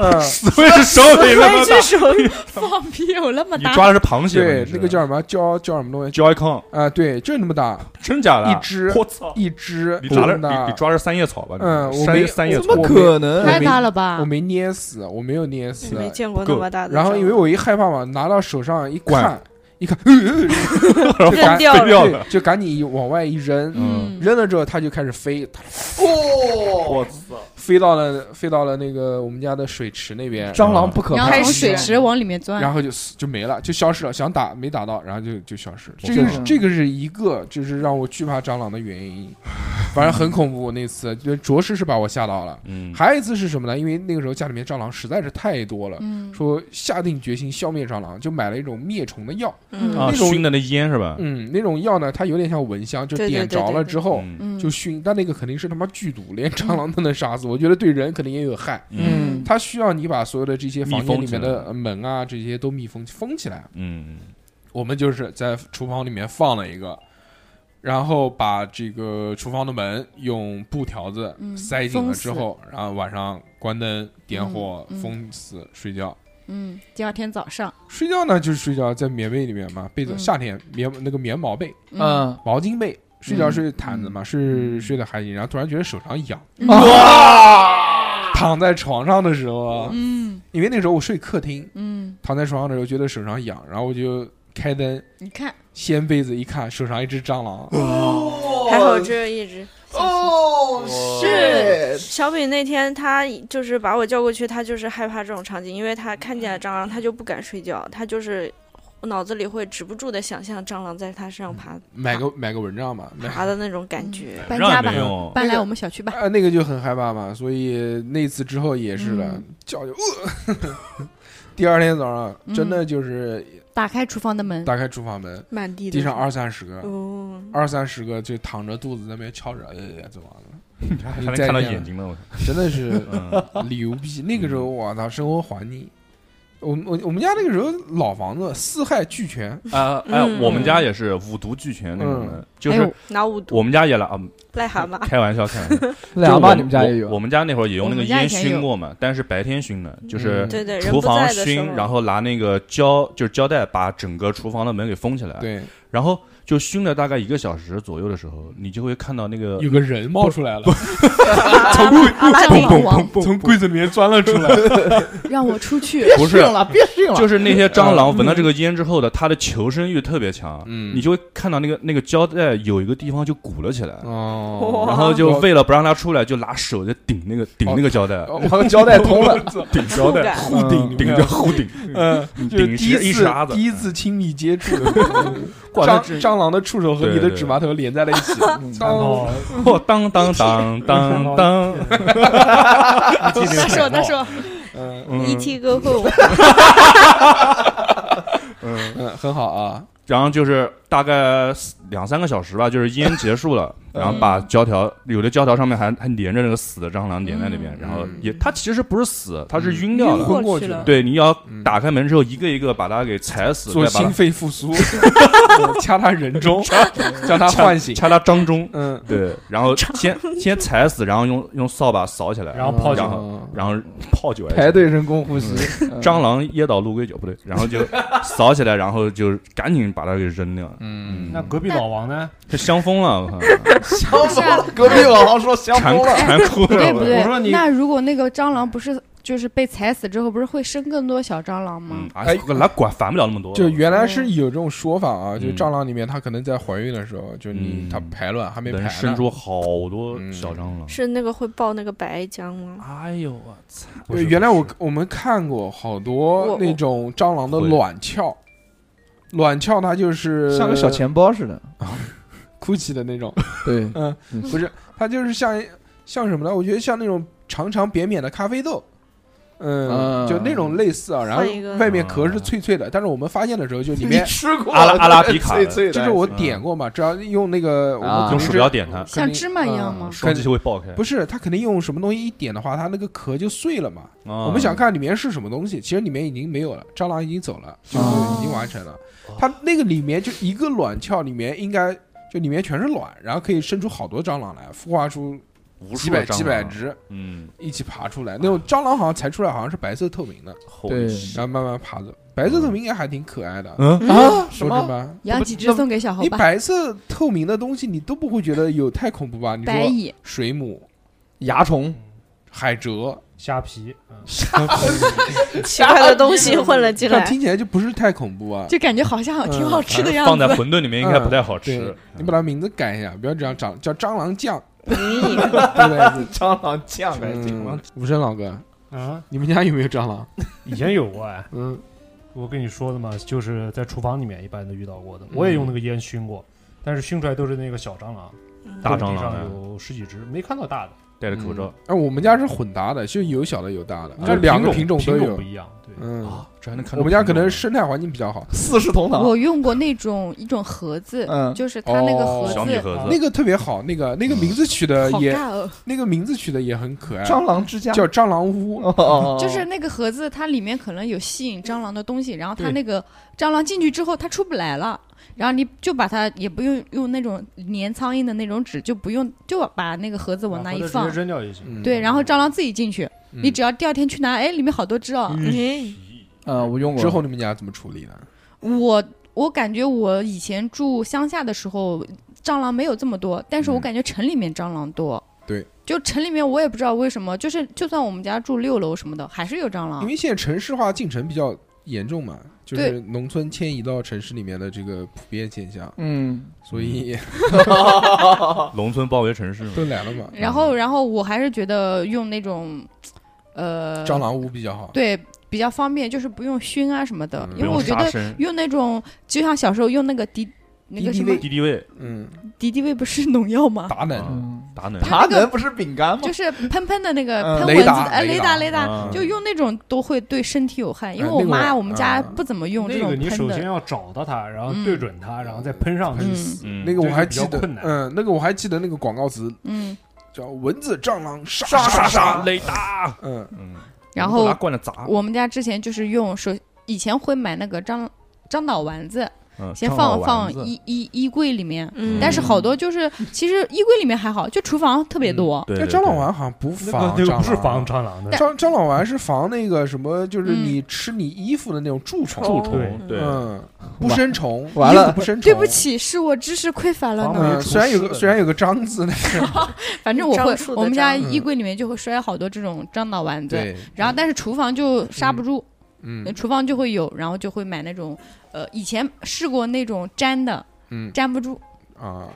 [SPEAKER 2] 嗯，
[SPEAKER 5] 所以是手柄 那么大，
[SPEAKER 7] 只手语
[SPEAKER 3] 放屁有那么
[SPEAKER 5] 你
[SPEAKER 3] 大？
[SPEAKER 5] 抓的是螃蟹吧，
[SPEAKER 2] 对
[SPEAKER 5] 你，是
[SPEAKER 2] 那个叫什么叫叫什么东西
[SPEAKER 5] Joy-Con，
[SPEAKER 2] 啊、对，就是那么大
[SPEAKER 5] 真假的？啊
[SPEAKER 2] 一只
[SPEAKER 5] 我操！
[SPEAKER 2] 一只，
[SPEAKER 5] 你抓
[SPEAKER 2] 那
[SPEAKER 5] 的
[SPEAKER 2] 么
[SPEAKER 5] 你
[SPEAKER 2] 大
[SPEAKER 5] 你抓着三叶草吧？
[SPEAKER 2] 嗯
[SPEAKER 5] 你
[SPEAKER 2] 我
[SPEAKER 5] 三
[SPEAKER 2] 没
[SPEAKER 5] 三叶
[SPEAKER 2] 我
[SPEAKER 5] 草
[SPEAKER 6] 怎么可能？
[SPEAKER 3] 太大了吧
[SPEAKER 2] 我？没捏死，我没有捏死，
[SPEAKER 7] 你没见过那么大的蟑
[SPEAKER 2] 然
[SPEAKER 7] 螂，
[SPEAKER 2] 后因为我一害怕嘛，拿到手上一看
[SPEAKER 5] 管，
[SPEAKER 2] 一看， 呃呃就
[SPEAKER 7] 扔
[SPEAKER 2] 赶
[SPEAKER 7] 掉
[SPEAKER 5] 飞
[SPEAKER 7] 了，
[SPEAKER 5] 掉了
[SPEAKER 2] 对，就赶紧往外一扔，
[SPEAKER 5] 嗯
[SPEAKER 3] 嗯，
[SPEAKER 2] 扔了之后它就开始飞，它
[SPEAKER 6] 哦，
[SPEAKER 2] 飞到了飞到了那个我们家的水池那边，
[SPEAKER 6] 蟑螂不可
[SPEAKER 3] 然后
[SPEAKER 6] 怕，
[SPEAKER 3] 从水池往里面
[SPEAKER 2] 然
[SPEAKER 3] 钻，
[SPEAKER 2] 后就死就没了，就消失了，想打没打到，然后就就消失。
[SPEAKER 5] 我
[SPEAKER 2] 这个
[SPEAKER 6] 知
[SPEAKER 2] 是
[SPEAKER 6] 道
[SPEAKER 2] 这个是一个就是让我惧怕蟑螂的原 因，反正很恐怖那次，就着实是把我吓到了。
[SPEAKER 5] 嗯，
[SPEAKER 2] 还有一次是什么呢？因为那个时候家里面蟑螂实在是太多了，
[SPEAKER 3] 嗯，
[SPEAKER 2] 说下定决心消灭蟑螂，就买了一种灭虫的药。
[SPEAKER 7] 嗯
[SPEAKER 5] 啊，
[SPEAKER 2] 那种
[SPEAKER 5] 熏的那烟是吧？
[SPEAKER 2] 嗯，哦那种药呢，它有点像蚊香，就
[SPEAKER 7] 对对
[SPEAKER 2] 点
[SPEAKER 7] 对对
[SPEAKER 2] 着了
[SPEAKER 7] 对
[SPEAKER 2] 之后
[SPEAKER 5] 嗯
[SPEAKER 3] 嗯
[SPEAKER 2] 就熏，但那个肯定是他妈剧毒，连蟑螂都能杀死，我觉得对人肯定也有害。
[SPEAKER 5] 嗯
[SPEAKER 3] 嗯
[SPEAKER 2] 它需要你把所有的这些
[SPEAKER 5] 密
[SPEAKER 2] 房间
[SPEAKER 5] 封
[SPEAKER 2] 里
[SPEAKER 5] 起
[SPEAKER 2] 面
[SPEAKER 5] 来
[SPEAKER 2] 的呃门啊这些都密封封起来。
[SPEAKER 5] 嗯，
[SPEAKER 2] 我们就是在厨房里面放了一个，然后把这个厨房的门用布条子
[SPEAKER 3] 嗯
[SPEAKER 2] 塞紧了
[SPEAKER 3] 封
[SPEAKER 2] 之
[SPEAKER 3] 死
[SPEAKER 2] 后，然后晚上关灯、点
[SPEAKER 3] 嗯
[SPEAKER 2] 火、
[SPEAKER 3] 嗯
[SPEAKER 2] 封死睡觉。
[SPEAKER 3] 嗯，第二天早上，
[SPEAKER 2] 睡觉呢就是睡觉，在棉被里面嘛，被子
[SPEAKER 3] 嗯
[SPEAKER 2] 夏天棉那个棉毛被。
[SPEAKER 3] 嗯，
[SPEAKER 6] 嗯，
[SPEAKER 2] 毛巾被，睡觉睡毯子嘛，睡睡得还行，然后突然觉得手上痒，
[SPEAKER 3] 嗯
[SPEAKER 2] 躺在床上的时候啊，
[SPEAKER 3] 嗯
[SPEAKER 2] 因为那时候我睡客厅，
[SPEAKER 3] 嗯，
[SPEAKER 2] 躺在床上的时候觉得手上痒，然后我就开灯
[SPEAKER 3] 你看，
[SPEAKER 2] 掀被子一看，手上一只蟑螂，
[SPEAKER 3] 嗯
[SPEAKER 7] 还好只有一只。
[SPEAKER 6] 哦，是
[SPEAKER 7] 小饼那天他就是把我叫过去，他就是害怕这种场景，因为他看见了蟑螂，他就不敢睡觉，他就是我脑子里会止不住的想象蟑螂在它身上爬
[SPEAKER 2] 买个买个蚊帐嘛，
[SPEAKER 5] 嗯
[SPEAKER 2] 买
[SPEAKER 7] 爬的那种感觉。
[SPEAKER 3] 搬
[SPEAKER 5] 让
[SPEAKER 3] 家
[SPEAKER 5] 也
[SPEAKER 3] 吧
[SPEAKER 5] 没，用。
[SPEAKER 3] 搬来我们小区吧。
[SPEAKER 2] 啊，那个就很害怕嘛，所以那次之后也是的
[SPEAKER 3] 嗯，
[SPEAKER 2] 叫就， 呃第二天早上
[SPEAKER 3] 嗯
[SPEAKER 2] 真的就是
[SPEAKER 3] 打开厨房的门，
[SPEAKER 2] 打开厨房门，
[SPEAKER 7] 满地
[SPEAKER 2] 嗯地上二三十
[SPEAKER 3] 嗯
[SPEAKER 2] 个，
[SPEAKER 5] 嗯
[SPEAKER 7] 哦，
[SPEAKER 2] 二三十个就躺着肚子在那边翘着，哎呀，怎么了？
[SPEAKER 5] 还能看到眼睛呢，嗯我
[SPEAKER 2] 真的 是
[SPEAKER 5] 嗯，
[SPEAKER 2] 牛逼！那个时候我操，生活环境，我们我我们家那个时候老房子四害俱全，
[SPEAKER 5] 啊，哎，
[SPEAKER 7] 嗯
[SPEAKER 5] 我们家也是五毒俱全那种的，就
[SPEAKER 3] 哎
[SPEAKER 5] 是
[SPEAKER 3] 呦
[SPEAKER 7] 拿五毒
[SPEAKER 5] 我们家也来啊，
[SPEAKER 7] 癞蛤蟆，
[SPEAKER 5] 开玩笑，开玩笑。
[SPEAKER 6] 两
[SPEAKER 5] 吧，
[SPEAKER 6] 把你们家也有
[SPEAKER 5] 我？我们家那会儿也用那
[SPEAKER 3] 我
[SPEAKER 5] 个
[SPEAKER 3] 们家
[SPEAKER 5] 烟
[SPEAKER 3] 以前有
[SPEAKER 5] 熏过嘛，但是白天熏的，就是
[SPEAKER 2] 嗯
[SPEAKER 7] 对对，人
[SPEAKER 5] 厨
[SPEAKER 7] 不
[SPEAKER 5] 房
[SPEAKER 7] 在的时
[SPEAKER 5] 熏，
[SPEAKER 7] 候，
[SPEAKER 5] 然后拿那个胶就是胶带把整个厨房的门给封起来，
[SPEAKER 2] 对，
[SPEAKER 5] 然后就熏了大概一个小时左右的时候，你就会看到那个
[SPEAKER 2] 有个人冒出来了，
[SPEAKER 3] 阿拉
[SPEAKER 5] 蹦
[SPEAKER 3] 丁
[SPEAKER 5] 蹦
[SPEAKER 3] 王
[SPEAKER 5] 蹦蹦，
[SPEAKER 2] 从柜子里面钻 了出来，
[SPEAKER 3] 让我出去，
[SPEAKER 6] 别
[SPEAKER 5] 不是
[SPEAKER 6] 训了，别训了，
[SPEAKER 5] 就是那些蟑螂闻到这个烟之后的，它的求生欲特别强，
[SPEAKER 2] 嗯
[SPEAKER 5] 你就会看到那个那个胶带有一个地方就鼓了起来。
[SPEAKER 2] 哦，
[SPEAKER 7] 哇
[SPEAKER 5] 然后就为了不让它出来，就拿手在顶那个顶那个胶带，
[SPEAKER 2] 哦
[SPEAKER 6] 我把胶带通了，
[SPEAKER 5] 顶胶
[SPEAKER 7] 触
[SPEAKER 5] 带，
[SPEAKER 7] 感
[SPEAKER 2] 互顶
[SPEAKER 5] 顶着互顶，
[SPEAKER 2] 嗯，就是第
[SPEAKER 5] 顶是
[SPEAKER 2] 一
[SPEAKER 5] 一
[SPEAKER 2] 次
[SPEAKER 5] 沙子，嗯
[SPEAKER 2] 第一次亲密接 触，蟑
[SPEAKER 5] 哇那真
[SPEAKER 2] 蟑螂的触手和你的指甲头连在了一 起，
[SPEAKER 5] 嗯
[SPEAKER 2] 当
[SPEAKER 4] 哦，
[SPEAKER 5] 哦，当当当当当，
[SPEAKER 3] 大硕大硕，
[SPEAKER 2] 嗯
[SPEAKER 7] ，ET Go Home，
[SPEAKER 5] 嗯，
[SPEAKER 2] 嗯，很好啊，
[SPEAKER 5] 然后就是大概四两三个小时吧，就是烟结束了，然后把胶条，有的胶条上面还还连着那个死的蟑螂粘在那边，
[SPEAKER 3] 嗯
[SPEAKER 5] 然后也它其实不是死，它是晕掉
[SPEAKER 3] 晕
[SPEAKER 5] 了。
[SPEAKER 2] 昏过
[SPEAKER 3] 去了，
[SPEAKER 5] 对，你要
[SPEAKER 2] 嗯
[SPEAKER 5] 打开门之后，一个一个把它给踩死，
[SPEAKER 2] 做
[SPEAKER 5] 再把
[SPEAKER 2] 心
[SPEAKER 5] 它
[SPEAKER 2] 肺复苏，嗯掐他人 中，将他唤 醒，
[SPEAKER 5] 掐它 张中，
[SPEAKER 2] 嗯，
[SPEAKER 5] 对，然 后先先踩死，然后用用扫把扫起来，
[SPEAKER 4] 然后泡
[SPEAKER 5] 然
[SPEAKER 4] 脚，
[SPEAKER 5] 后然后泡酒，
[SPEAKER 6] 排队人工呼吸，嗯
[SPEAKER 5] 蟑螂噎倒路归酒，不对，然后就扫起来，然后就赶紧把它给扔掉。
[SPEAKER 2] 嗯，
[SPEAKER 4] 那隔壁老王呢？
[SPEAKER 5] 这香疯了， 我靠，
[SPEAKER 6] 香疯了，隔壁老王说香
[SPEAKER 5] 馋
[SPEAKER 6] 疯
[SPEAKER 5] 哭
[SPEAKER 2] 啊
[SPEAKER 6] 了，
[SPEAKER 2] 哎
[SPEAKER 5] 馋哭
[SPEAKER 3] 不对
[SPEAKER 5] 了
[SPEAKER 3] 不
[SPEAKER 5] 我。
[SPEAKER 4] 我说
[SPEAKER 3] 对，
[SPEAKER 4] 你
[SPEAKER 3] 那如果那个蟑螂不是就是被踩死之后，不是会生更多小蟑螂
[SPEAKER 5] 嗯
[SPEAKER 3] 吗，？
[SPEAKER 5] 哎，那管烦不了那么多。
[SPEAKER 2] 就原来是有这种说法啊，就
[SPEAKER 5] 嗯
[SPEAKER 2] 蟑螂里面它可能在怀孕的时候，就你
[SPEAKER 5] 嗯
[SPEAKER 2] 它排卵还没排
[SPEAKER 5] 能
[SPEAKER 2] 呢
[SPEAKER 5] 生出好多小蟑螂。
[SPEAKER 7] 是那个会爆那个白浆 吗？
[SPEAKER 5] 哎呦我操！
[SPEAKER 4] 不
[SPEAKER 2] 对
[SPEAKER 4] 是
[SPEAKER 2] 原来我
[SPEAKER 4] 不是
[SPEAKER 2] 我们看过好
[SPEAKER 7] 我
[SPEAKER 2] 多
[SPEAKER 7] 我
[SPEAKER 2] 那种蟑螂的卵鞘，卵鞘它就是
[SPEAKER 6] 像个小钱包似的。
[SPEAKER 2] 哭泣的那种，
[SPEAKER 6] 对，
[SPEAKER 2] 嗯，不是，它就是像像什么呢？我觉得像那种长长扁扁的咖啡豆，嗯，
[SPEAKER 6] 啊
[SPEAKER 2] 就那种类似啊。然后
[SPEAKER 7] 换一个
[SPEAKER 2] 外面壳是脆脆的，但是我们发现的时候就里
[SPEAKER 6] 你
[SPEAKER 2] 面，
[SPEAKER 6] 吃过
[SPEAKER 5] 阿拉阿拉比卡
[SPEAKER 6] 脆脆的，
[SPEAKER 2] 嗯 这是我点过嘛，只要用那个我
[SPEAKER 6] 啊
[SPEAKER 2] 们
[SPEAKER 5] 用
[SPEAKER 2] 肯定
[SPEAKER 5] 鼠
[SPEAKER 2] 是
[SPEAKER 5] 标点它，
[SPEAKER 2] 肯
[SPEAKER 3] 像
[SPEAKER 2] 定
[SPEAKER 3] 芝麻一样吗？
[SPEAKER 5] 双击就会爆开。
[SPEAKER 2] 不是，它肯定用什么东西一点的话，它那个壳就碎了嘛。
[SPEAKER 5] 我
[SPEAKER 6] 啊
[SPEAKER 2] 我们想，看里面是什么东西，其实里面已经没有了，蟑螂已经走了，就是
[SPEAKER 6] 哦
[SPEAKER 2] 已经完成了。它那个里面就一个卵鞘里面应该就里面全是卵，然后可以生出好多蟑螂来，孵化出
[SPEAKER 5] 无
[SPEAKER 2] 几
[SPEAKER 5] 数
[SPEAKER 2] 百
[SPEAKER 5] 的蟑螂
[SPEAKER 2] 几
[SPEAKER 4] 啊
[SPEAKER 2] 百，只
[SPEAKER 5] 嗯，
[SPEAKER 2] 一起爬出来。那种蟑螂好像才出来，好像是白色透明的，
[SPEAKER 6] 对
[SPEAKER 2] 然后慢慢爬走。白色透明应该还挺可爱的，
[SPEAKER 5] 嗯，
[SPEAKER 6] 啊什
[SPEAKER 2] 说什
[SPEAKER 6] 么？
[SPEAKER 2] 么？
[SPEAKER 3] 养几只送给小猴
[SPEAKER 2] 你
[SPEAKER 3] 吧。
[SPEAKER 2] 白色透明的东西你都不会觉得有太恐怖吧？你
[SPEAKER 3] 白
[SPEAKER 2] 说
[SPEAKER 3] 蚁，
[SPEAKER 2] 水母、
[SPEAKER 6] 蚜虫，
[SPEAKER 2] 海蜇。
[SPEAKER 4] 虾皮，嗯
[SPEAKER 7] 奇怪的东西混了进
[SPEAKER 2] 这样
[SPEAKER 7] 来，
[SPEAKER 2] 听起来就不是太恐怖啊。
[SPEAKER 3] 就感觉好像挺好吃的样
[SPEAKER 5] 嗯放在
[SPEAKER 3] 子。嗯
[SPEAKER 5] 馄饨里面应该不太好
[SPEAKER 2] 对
[SPEAKER 5] 吃，。嗯
[SPEAKER 2] 你把它名字改一下，不要这样长叫蟑螂酱，
[SPEAKER 7] 咦，
[SPEAKER 2] 对不对？
[SPEAKER 6] 蟑螂酱还行吗
[SPEAKER 2] 嗯？，无声老哥，
[SPEAKER 4] 啊，
[SPEAKER 2] 你们家有没有蟑螂？
[SPEAKER 4] 以前有过哎，
[SPEAKER 2] 嗯，
[SPEAKER 4] 我跟你说的嘛，就是在厨房里面一般都遇到过的，我也用那个烟熏过，但是熏出来都是那个小蟑螂，
[SPEAKER 5] 大
[SPEAKER 4] 地
[SPEAKER 5] 蟑螂
[SPEAKER 4] 上
[SPEAKER 5] 啊
[SPEAKER 4] 有十几只，没看到大的，
[SPEAKER 5] 戴着口罩。
[SPEAKER 2] 哎，我们家是混搭的，就有小的有大的，
[SPEAKER 4] 但
[SPEAKER 2] 就是两个
[SPEAKER 4] 嗯品
[SPEAKER 2] 品种都
[SPEAKER 4] 品种
[SPEAKER 2] 有
[SPEAKER 4] 不。一样，对，
[SPEAKER 2] 嗯，
[SPEAKER 5] 啊，这还能看出
[SPEAKER 2] 我们家
[SPEAKER 5] 品
[SPEAKER 2] 可
[SPEAKER 5] 种
[SPEAKER 2] 能
[SPEAKER 5] 来
[SPEAKER 2] 生态环境比较好，
[SPEAKER 6] 四世同堂
[SPEAKER 3] 我用过那种一种盒子，
[SPEAKER 6] 嗯
[SPEAKER 3] 就是它那个
[SPEAKER 2] 哦
[SPEAKER 3] 盒
[SPEAKER 5] 小米
[SPEAKER 3] 子，
[SPEAKER 5] 盒子
[SPEAKER 2] 那，个特别好，那个那
[SPEAKER 4] 嗯
[SPEAKER 2] 个名字取的
[SPEAKER 3] 好
[SPEAKER 2] 也，
[SPEAKER 3] 大哦，
[SPEAKER 2] 那个名字取的也很可爱，
[SPEAKER 6] 蟑螂之家，
[SPEAKER 2] 叫蟑螂屋。
[SPEAKER 6] 哦哦哦
[SPEAKER 3] 就是那个盒子，它里面可能有吸引蟑螂的东西，然后它
[SPEAKER 2] 对
[SPEAKER 3] 那个蟑螂进去之后，它出不来了，然后你就把它也不用用那种粘苍蝇的那种纸，就不用就把那个盒子往那
[SPEAKER 4] 或
[SPEAKER 3] 一
[SPEAKER 4] 者直
[SPEAKER 3] 放
[SPEAKER 4] 接，扔掉就行。
[SPEAKER 2] 嗯
[SPEAKER 3] 对，然后蟑螂自己进去，
[SPEAKER 2] 嗯
[SPEAKER 3] 你只要第二天去拿，哎，里面好多只
[SPEAKER 4] 嗯
[SPEAKER 3] 哦。
[SPEAKER 6] 嗯啊，我用过
[SPEAKER 2] 之后你们家怎么处理呢？
[SPEAKER 3] 我我感觉我以前住乡下的时候，蟑螂没有这么多，但是我
[SPEAKER 2] 嗯
[SPEAKER 3] 感觉城里面蟑螂多。
[SPEAKER 2] 对，
[SPEAKER 3] 就城里面我也不知道为什么，就是就算我们家住六楼什么的，还是有蟑
[SPEAKER 2] 因
[SPEAKER 3] 螂。
[SPEAKER 2] 为现在城市化进程比较严重嘛，就
[SPEAKER 3] 嗯对
[SPEAKER 2] 是农村迁移到城市里面的这个普遍现象，
[SPEAKER 6] 嗯，
[SPEAKER 2] 所以
[SPEAKER 5] 农村包围城
[SPEAKER 4] 嗯
[SPEAKER 5] 市嘛，
[SPEAKER 2] 都来了嘛。
[SPEAKER 3] 嗯然后，然后我还是觉得用那种，呃，
[SPEAKER 2] 蟑螂屋比较好，
[SPEAKER 3] 对比较方便，就是不用熏啊什么的，
[SPEAKER 2] 嗯
[SPEAKER 3] 因为我觉
[SPEAKER 5] 杀
[SPEAKER 3] 得
[SPEAKER 5] 生。
[SPEAKER 3] 用那种就像小时候用那个敌那个什么
[SPEAKER 2] DDV
[SPEAKER 5] 敌敌畏
[SPEAKER 2] 嗯，
[SPEAKER 3] 敌敌畏不是农药吗？
[SPEAKER 2] 达能
[SPEAKER 6] 嗯，
[SPEAKER 5] 达能，
[SPEAKER 6] 达能不是饼干吗
[SPEAKER 3] 就？是喷喷的那个
[SPEAKER 6] 嗯
[SPEAKER 3] 喷
[SPEAKER 2] 雷
[SPEAKER 3] 蚊子的，
[SPEAKER 2] 达
[SPEAKER 3] 哎，
[SPEAKER 2] 雷
[SPEAKER 3] 雷
[SPEAKER 2] 达
[SPEAKER 3] 达雷达
[SPEAKER 5] 嗯，
[SPEAKER 3] 就用那种都会对身体有害，因为
[SPEAKER 2] 哎
[SPEAKER 3] 我
[SPEAKER 2] 那个
[SPEAKER 3] 妈我们家
[SPEAKER 2] 嗯
[SPEAKER 3] 不怎么用这
[SPEAKER 4] 那
[SPEAKER 3] 种
[SPEAKER 4] 个你
[SPEAKER 3] 喷
[SPEAKER 4] 首先
[SPEAKER 3] 的，
[SPEAKER 4] 要找到它，然后
[SPEAKER 3] 嗯
[SPEAKER 4] 对准它，然后再喷上去。
[SPEAKER 3] 嗯
[SPEAKER 5] 嗯
[SPEAKER 2] 那个我还
[SPEAKER 4] 这
[SPEAKER 2] 记
[SPEAKER 4] 个比较
[SPEAKER 2] 得
[SPEAKER 4] 困，难
[SPEAKER 2] 嗯，那个我还记得那个广告词
[SPEAKER 3] 嗯，
[SPEAKER 2] 叫“蚊子、蟑螂杀
[SPEAKER 6] 杀
[SPEAKER 2] 杀
[SPEAKER 6] 杀
[SPEAKER 5] 雷达，”，
[SPEAKER 2] 嗯，
[SPEAKER 5] 嗯，
[SPEAKER 3] 然
[SPEAKER 5] 拿
[SPEAKER 3] 后
[SPEAKER 5] 罐子砸，
[SPEAKER 3] 我们家之前就是用首以前会买那个樟樟脑丸子，
[SPEAKER 5] 嗯
[SPEAKER 3] 先
[SPEAKER 5] 蟑
[SPEAKER 3] 放
[SPEAKER 5] 螂
[SPEAKER 3] 放
[SPEAKER 5] 丸子
[SPEAKER 3] 衣衣衣柜里面，
[SPEAKER 7] 嗯
[SPEAKER 3] 但是好多就是其实衣柜里面还好，就厨房特别多，
[SPEAKER 5] 对
[SPEAKER 2] 那
[SPEAKER 5] 对
[SPEAKER 2] 蟑螂
[SPEAKER 5] 对
[SPEAKER 2] 丸好像不
[SPEAKER 4] 那
[SPEAKER 2] 防
[SPEAKER 4] 个那个不
[SPEAKER 2] 蟑
[SPEAKER 4] 是
[SPEAKER 2] 螂啊
[SPEAKER 4] 防蟑螂啊的，
[SPEAKER 2] 蟑蟑螂丸是防那个什么，就是
[SPEAKER 3] 嗯
[SPEAKER 2] 你吃你衣服的那种蛀虫。
[SPEAKER 5] 蛀
[SPEAKER 4] 对
[SPEAKER 5] 虫，对，
[SPEAKER 2] 嗯，不生虫，
[SPEAKER 6] 完
[SPEAKER 2] 衣服
[SPEAKER 6] 了
[SPEAKER 2] 不生虫。
[SPEAKER 3] 对不，起，是我知识匮乏了
[SPEAKER 4] 防
[SPEAKER 3] 呢。
[SPEAKER 2] 嗯，虽然有个虽然有个蟑字，但是
[SPEAKER 3] 反正我会
[SPEAKER 7] 樟树，的
[SPEAKER 3] 我们家
[SPEAKER 2] 樟
[SPEAKER 3] 衣柜里面就会摔好多这种樟脑丸子，， 然后但是厨房就刹不住，
[SPEAKER 2] 嗯
[SPEAKER 3] 厨房就会有，然后就会买那种，呃，以前试过那种粘的，
[SPEAKER 2] 嗯
[SPEAKER 3] 粘不住，
[SPEAKER 2] 啊，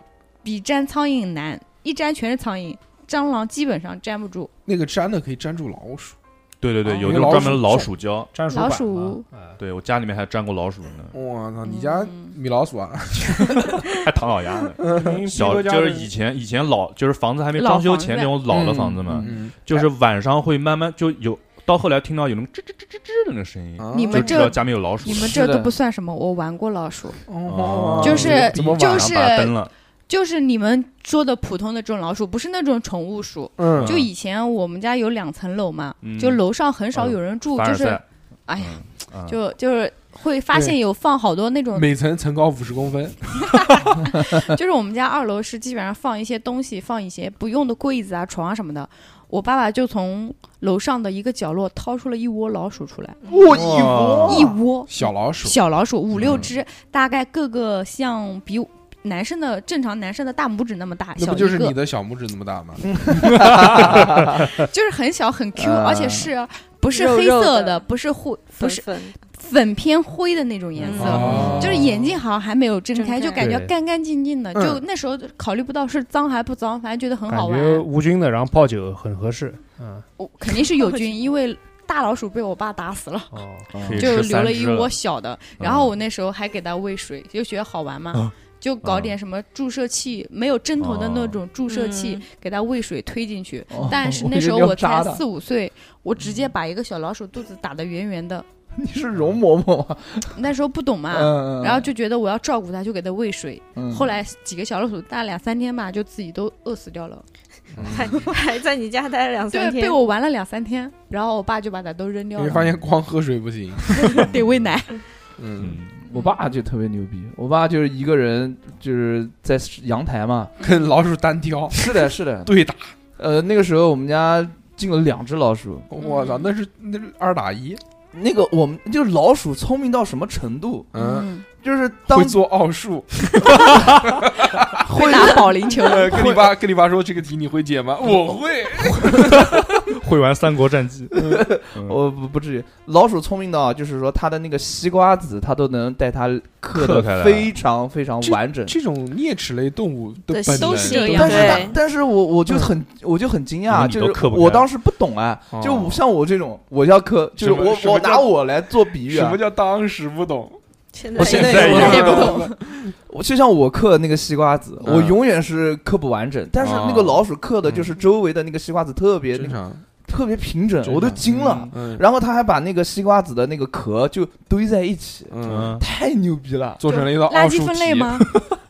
[SPEAKER 3] 比粘苍蝇难，一粘全是苍蝇，蟑螂基本上粘不住。
[SPEAKER 2] 那个粘的可以粘住老鼠。
[SPEAKER 5] 对对对，
[SPEAKER 4] 哦
[SPEAKER 5] 有
[SPEAKER 2] 那
[SPEAKER 5] 那
[SPEAKER 2] 老
[SPEAKER 5] 种专
[SPEAKER 2] 鼠
[SPEAKER 5] 门老
[SPEAKER 2] 是
[SPEAKER 5] 鼠胶，
[SPEAKER 4] 粘鼠
[SPEAKER 3] 老
[SPEAKER 4] 板
[SPEAKER 3] 鼠
[SPEAKER 4] 嘛，哎
[SPEAKER 5] 对我家里面还粘过老鼠 呢，
[SPEAKER 2] 我操，啊你家
[SPEAKER 3] 嗯
[SPEAKER 2] 米老鼠 啊？
[SPEAKER 5] 还唐老鸭 呢。
[SPEAKER 4] 因为逼
[SPEAKER 5] 小
[SPEAKER 4] 哥家
[SPEAKER 5] 就是
[SPEAKER 4] 的
[SPEAKER 5] 以前以前老就是房子还没
[SPEAKER 3] 老
[SPEAKER 5] 装修
[SPEAKER 3] 房
[SPEAKER 5] 前
[SPEAKER 3] 子
[SPEAKER 5] 那种老的
[SPEAKER 6] 嗯
[SPEAKER 5] 房子嘛，
[SPEAKER 2] 嗯，
[SPEAKER 5] 就是晚上会慢慢就有，到后来听到有那种吱吱吱吱吱的那个声音，
[SPEAKER 2] 啊
[SPEAKER 3] 你
[SPEAKER 5] 就
[SPEAKER 3] 们
[SPEAKER 5] 知道
[SPEAKER 3] 这
[SPEAKER 5] 家里面有老鼠
[SPEAKER 3] 你。们
[SPEAKER 6] 是
[SPEAKER 3] 这
[SPEAKER 6] 的
[SPEAKER 3] 都不算什么，我玩过老鼠，
[SPEAKER 2] 哦
[SPEAKER 5] 啊
[SPEAKER 3] 就是
[SPEAKER 5] 怎么晚
[SPEAKER 3] 就
[SPEAKER 5] 上把它
[SPEAKER 3] 是
[SPEAKER 5] 蹬了？
[SPEAKER 3] 就是你们说的普通的这种老鼠，不是那种宠物鼠。
[SPEAKER 2] 嗯
[SPEAKER 3] 就以前我们家有两层楼嘛，
[SPEAKER 5] 嗯
[SPEAKER 3] 就楼上很少有人
[SPEAKER 2] 嗯
[SPEAKER 3] 住，
[SPEAKER 5] 凡
[SPEAKER 3] 就
[SPEAKER 5] 尔
[SPEAKER 3] 是
[SPEAKER 5] 赛，
[SPEAKER 3] 哎呀，
[SPEAKER 5] 嗯
[SPEAKER 3] 就就是会发现有放好多那种，
[SPEAKER 2] 每层层高五十公分。
[SPEAKER 3] 就是我们家二楼是基本上放一些东西，放一些不用的柜子啊、床啊什么的。我爸爸就从楼上的一个角落掏出了一窝老鼠出来，
[SPEAKER 6] 我
[SPEAKER 5] 哇
[SPEAKER 3] 一窝
[SPEAKER 2] 小老鼠，
[SPEAKER 3] 小老鼠五六只，大概各个像比男生的正常男生的大拇指那么大，
[SPEAKER 2] 那
[SPEAKER 3] 小
[SPEAKER 2] 不
[SPEAKER 3] 一
[SPEAKER 2] 就是你
[SPEAKER 3] 个，嗯
[SPEAKER 2] 的小拇指那么大吗？
[SPEAKER 3] 就是很小很 Q，
[SPEAKER 6] 啊
[SPEAKER 3] 而且是不是
[SPEAKER 7] 肉
[SPEAKER 3] 黑
[SPEAKER 7] 肉
[SPEAKER 3] 色
[SPEAKER 7] 的
[SPEAKER 3] 不是灰，不
[SPEAKER 7] 粉
[SPEAKER 3] 是
[SPEAKER 7] 粉，
[SPEAKER 3] 粉偏灰的那种颜色。
[SPEAKER 2] 哦
[SPEAKER 3] 就是眼睛好像还没有睁
[SPEAKER 7] 睁
[SPEAKER 3] 开，
[SPEAKER 7] 开
[SPEAKER 3] 就感觉
[SPEAKER 4] 对
[SPEAKER 3] 干干净净的。
[SPEAKER 2] 嗯
[SPEAKER 3] 就那时候考虑不到是脏还不脏，反正觉得很好
[SPEAKER 4] 感
[SPEAKER 3] 玩。
[SPEAKER 4] 觉无菌的，然后泡酒很合适。嗯，
[SPEAKER 3] 我肯定是 有菌，因为大老鼠被我爸打死了，
[SPEAKER 4] 哦，
[SPEAKER 5] 可
[SPEAKER 3] 就
[SPEAKER 5] 以吃
[SPEAKER 3] 留
[SPEAKER 5] 三
[SPEAKER 3] 了
[SPEAKER 5] 只
[SPEAKER 3] 一窝小的。
[SPEAKER 5] 嗯
[SPEAKER 3] 然后我那时候还给它喂水，就觉得好玩
[SPEAKER 6] 嗯
[SPEAKER 3] 嘛，
[SPEAKER 5] 啊
[SPEAKER 3] 就搞点什么注射器，没有针头的那种注射器，
[SPEAKER 7] 嗯
[SPEAKER 3] 给它喂水推进去。
[SPEAKER 6] 哦
[SPEAKER 3] 但 是那时候
[SPEAKER 6] 我以为
[SPEAKER 3] 我
[SPEAKER 6] 要扎
[SPEAKER 3] 才
[SPEAKER 6] 的嗯
[SPEAKER 3] 四五岁，我直接把一个小老鼠肚子打得圆圆的，
[SPEAKER 6] 你是容嬷嬷啊吗？
[SPEAKER 3] 那时候不懂嘛。
[SPEAKER 6] 嗯，嗯
[SPEAKER 3] 然后就觉得我要照顾它，就给它喂水。
[SPEAKER 6] 嗯
[SPEAKER 3] 后来几个小老鼠，大概两三天吧，就自己都饿死掉了。
[SPEAKER 2] 嗯
[SPEAKER 7] 还 还在你家待了两
[SPEAKER 3] 对
[SPEAKER 7] 三，天，
[SPEAKER 3] 被我玩了两三天，然后我爸就把它都扔掉
[SPEAKER 2] 你会
[SPEAKER 3] 了，
[SPEAKER 2] 发现光喝水不行。
[SPEAKER 3] 得喂奶。
[SPEAKER 2] 嗯，
[SPEAKER 5] 嗯，
[SPEAKER 6] 我爸就特别牛逼，我爸就是一个人就是在阳台嘛，
[SPEAKER 2] 跟老鼠单挑
[SPEAKER 6] 是的，是的，
[SPEAKER 2] 对打，
[SPEAKER 6] 呃，那个时候我们家进了两只老鼠，
[SPEAKER 2] 我操，那是那是二打一。
[SPEAKER 6] 那个我们就是老鼠聪明到什么程度，
[SPEAKER 2] 嗯，，
[SPEAKER 6] 就是当
[SPEAKER 2] 会做奥数。
[SPEAKER 3] 会打保 龄球。
[SPEAKER 2] 呃，跟你爸跟你爸说这个题你会解吗？我会。
[SPEAKER 3] 嗯
[SPEAKER 5] 会玩三国战记，
[SPEAKER 6] 我不不至于，老鼠聪明到就是说它的那个西瓜子，它都能带它刻
[SPEAKER 5] 刻开
[SPEAKER 6] 的
[SPEAKER 5] 来
[SPEAKER 6] 非常非常完整。
[SPEAKER 2] 这种啮齿类动物的
[SPEAKER 7] 对
[SPEAKER 2] 本
[SPEAKER 7] 都
[SPEAKER 2] 能
[SPEAKER 7] 是
[SPEAKER 3] 这样
[SPEAKER 6] 但是
[SPEAKER 7] 对
[SPEAKER 6] 它，但是我我就很我就很惊讶，
[SPEAKER 5] 你
[SPEAKER 6] 就
[SPEAKER 5] 都
[SPEAKER 6] 是
[SPEAKER 5] 刻不
[SPEAKER 6] 我
[SPEAKER 5] 开
[SPEAKER 6] 当时不懂啊，就
[SPEAKER 2] 哦
[SPEAKER 6] 我像我这种，我要刻，就是
[SPEAKER 2] 什么
[SPEAKER 6] 我
[SPEAKER 2] 什么
[SPEAKER 6] 我
[SPEAKER 2] 叫
[SPEAKER 6] 拿我来做比喻
[SPEAKER 2] 什
[SPEAKER 6] 啊
[SPEAKER 2] 么，叫当时不懂？
[SPEAKER 7] 现
[SPEAKER 6] 我现在
[SPEAKER 5] 也
[SPEAKER 6] 也
[SPEAKER 3] 也不
[SPEAKER 6] 懂 我就像我刻那个西瓜子，
[SPEAKER 2] 嗯
[SPEAKER 6] 我永远是刻不完整，但是那个
[SPEAKER 2] 哦
[SPEAKER 6] 老鼠刻的就是周围的那个西瓜子特别那
[SPEAKER 2] 正
[SPEAKER 6] 个
[SPEAKER 2] 常。
[SPEAKER 6] 特别平整，
[SPEAKER 2] 正
[SPEAKER 6] 我都
[SPEAKER 2] 常
[SPEAKER 6] 惊了。
[SPEAKER 2] 嗯
[SPEAKER 6] 然后他还把那个西瓜子的那个壳就堆在一起，
[SPEAKER 2] 嗯，
[SPEAKER 6] 太牛逼了！
[SPEAKER 2] 做成了一道
[SPEAKER 3] 垃
[SPEAKER 2] 奥
[SPEAKER 3] 圾
[SPEAKER 2] 数
[SPEAKER 3] 分类
[SPEAKER 2] 题？
[SPEAKER 3] 吗？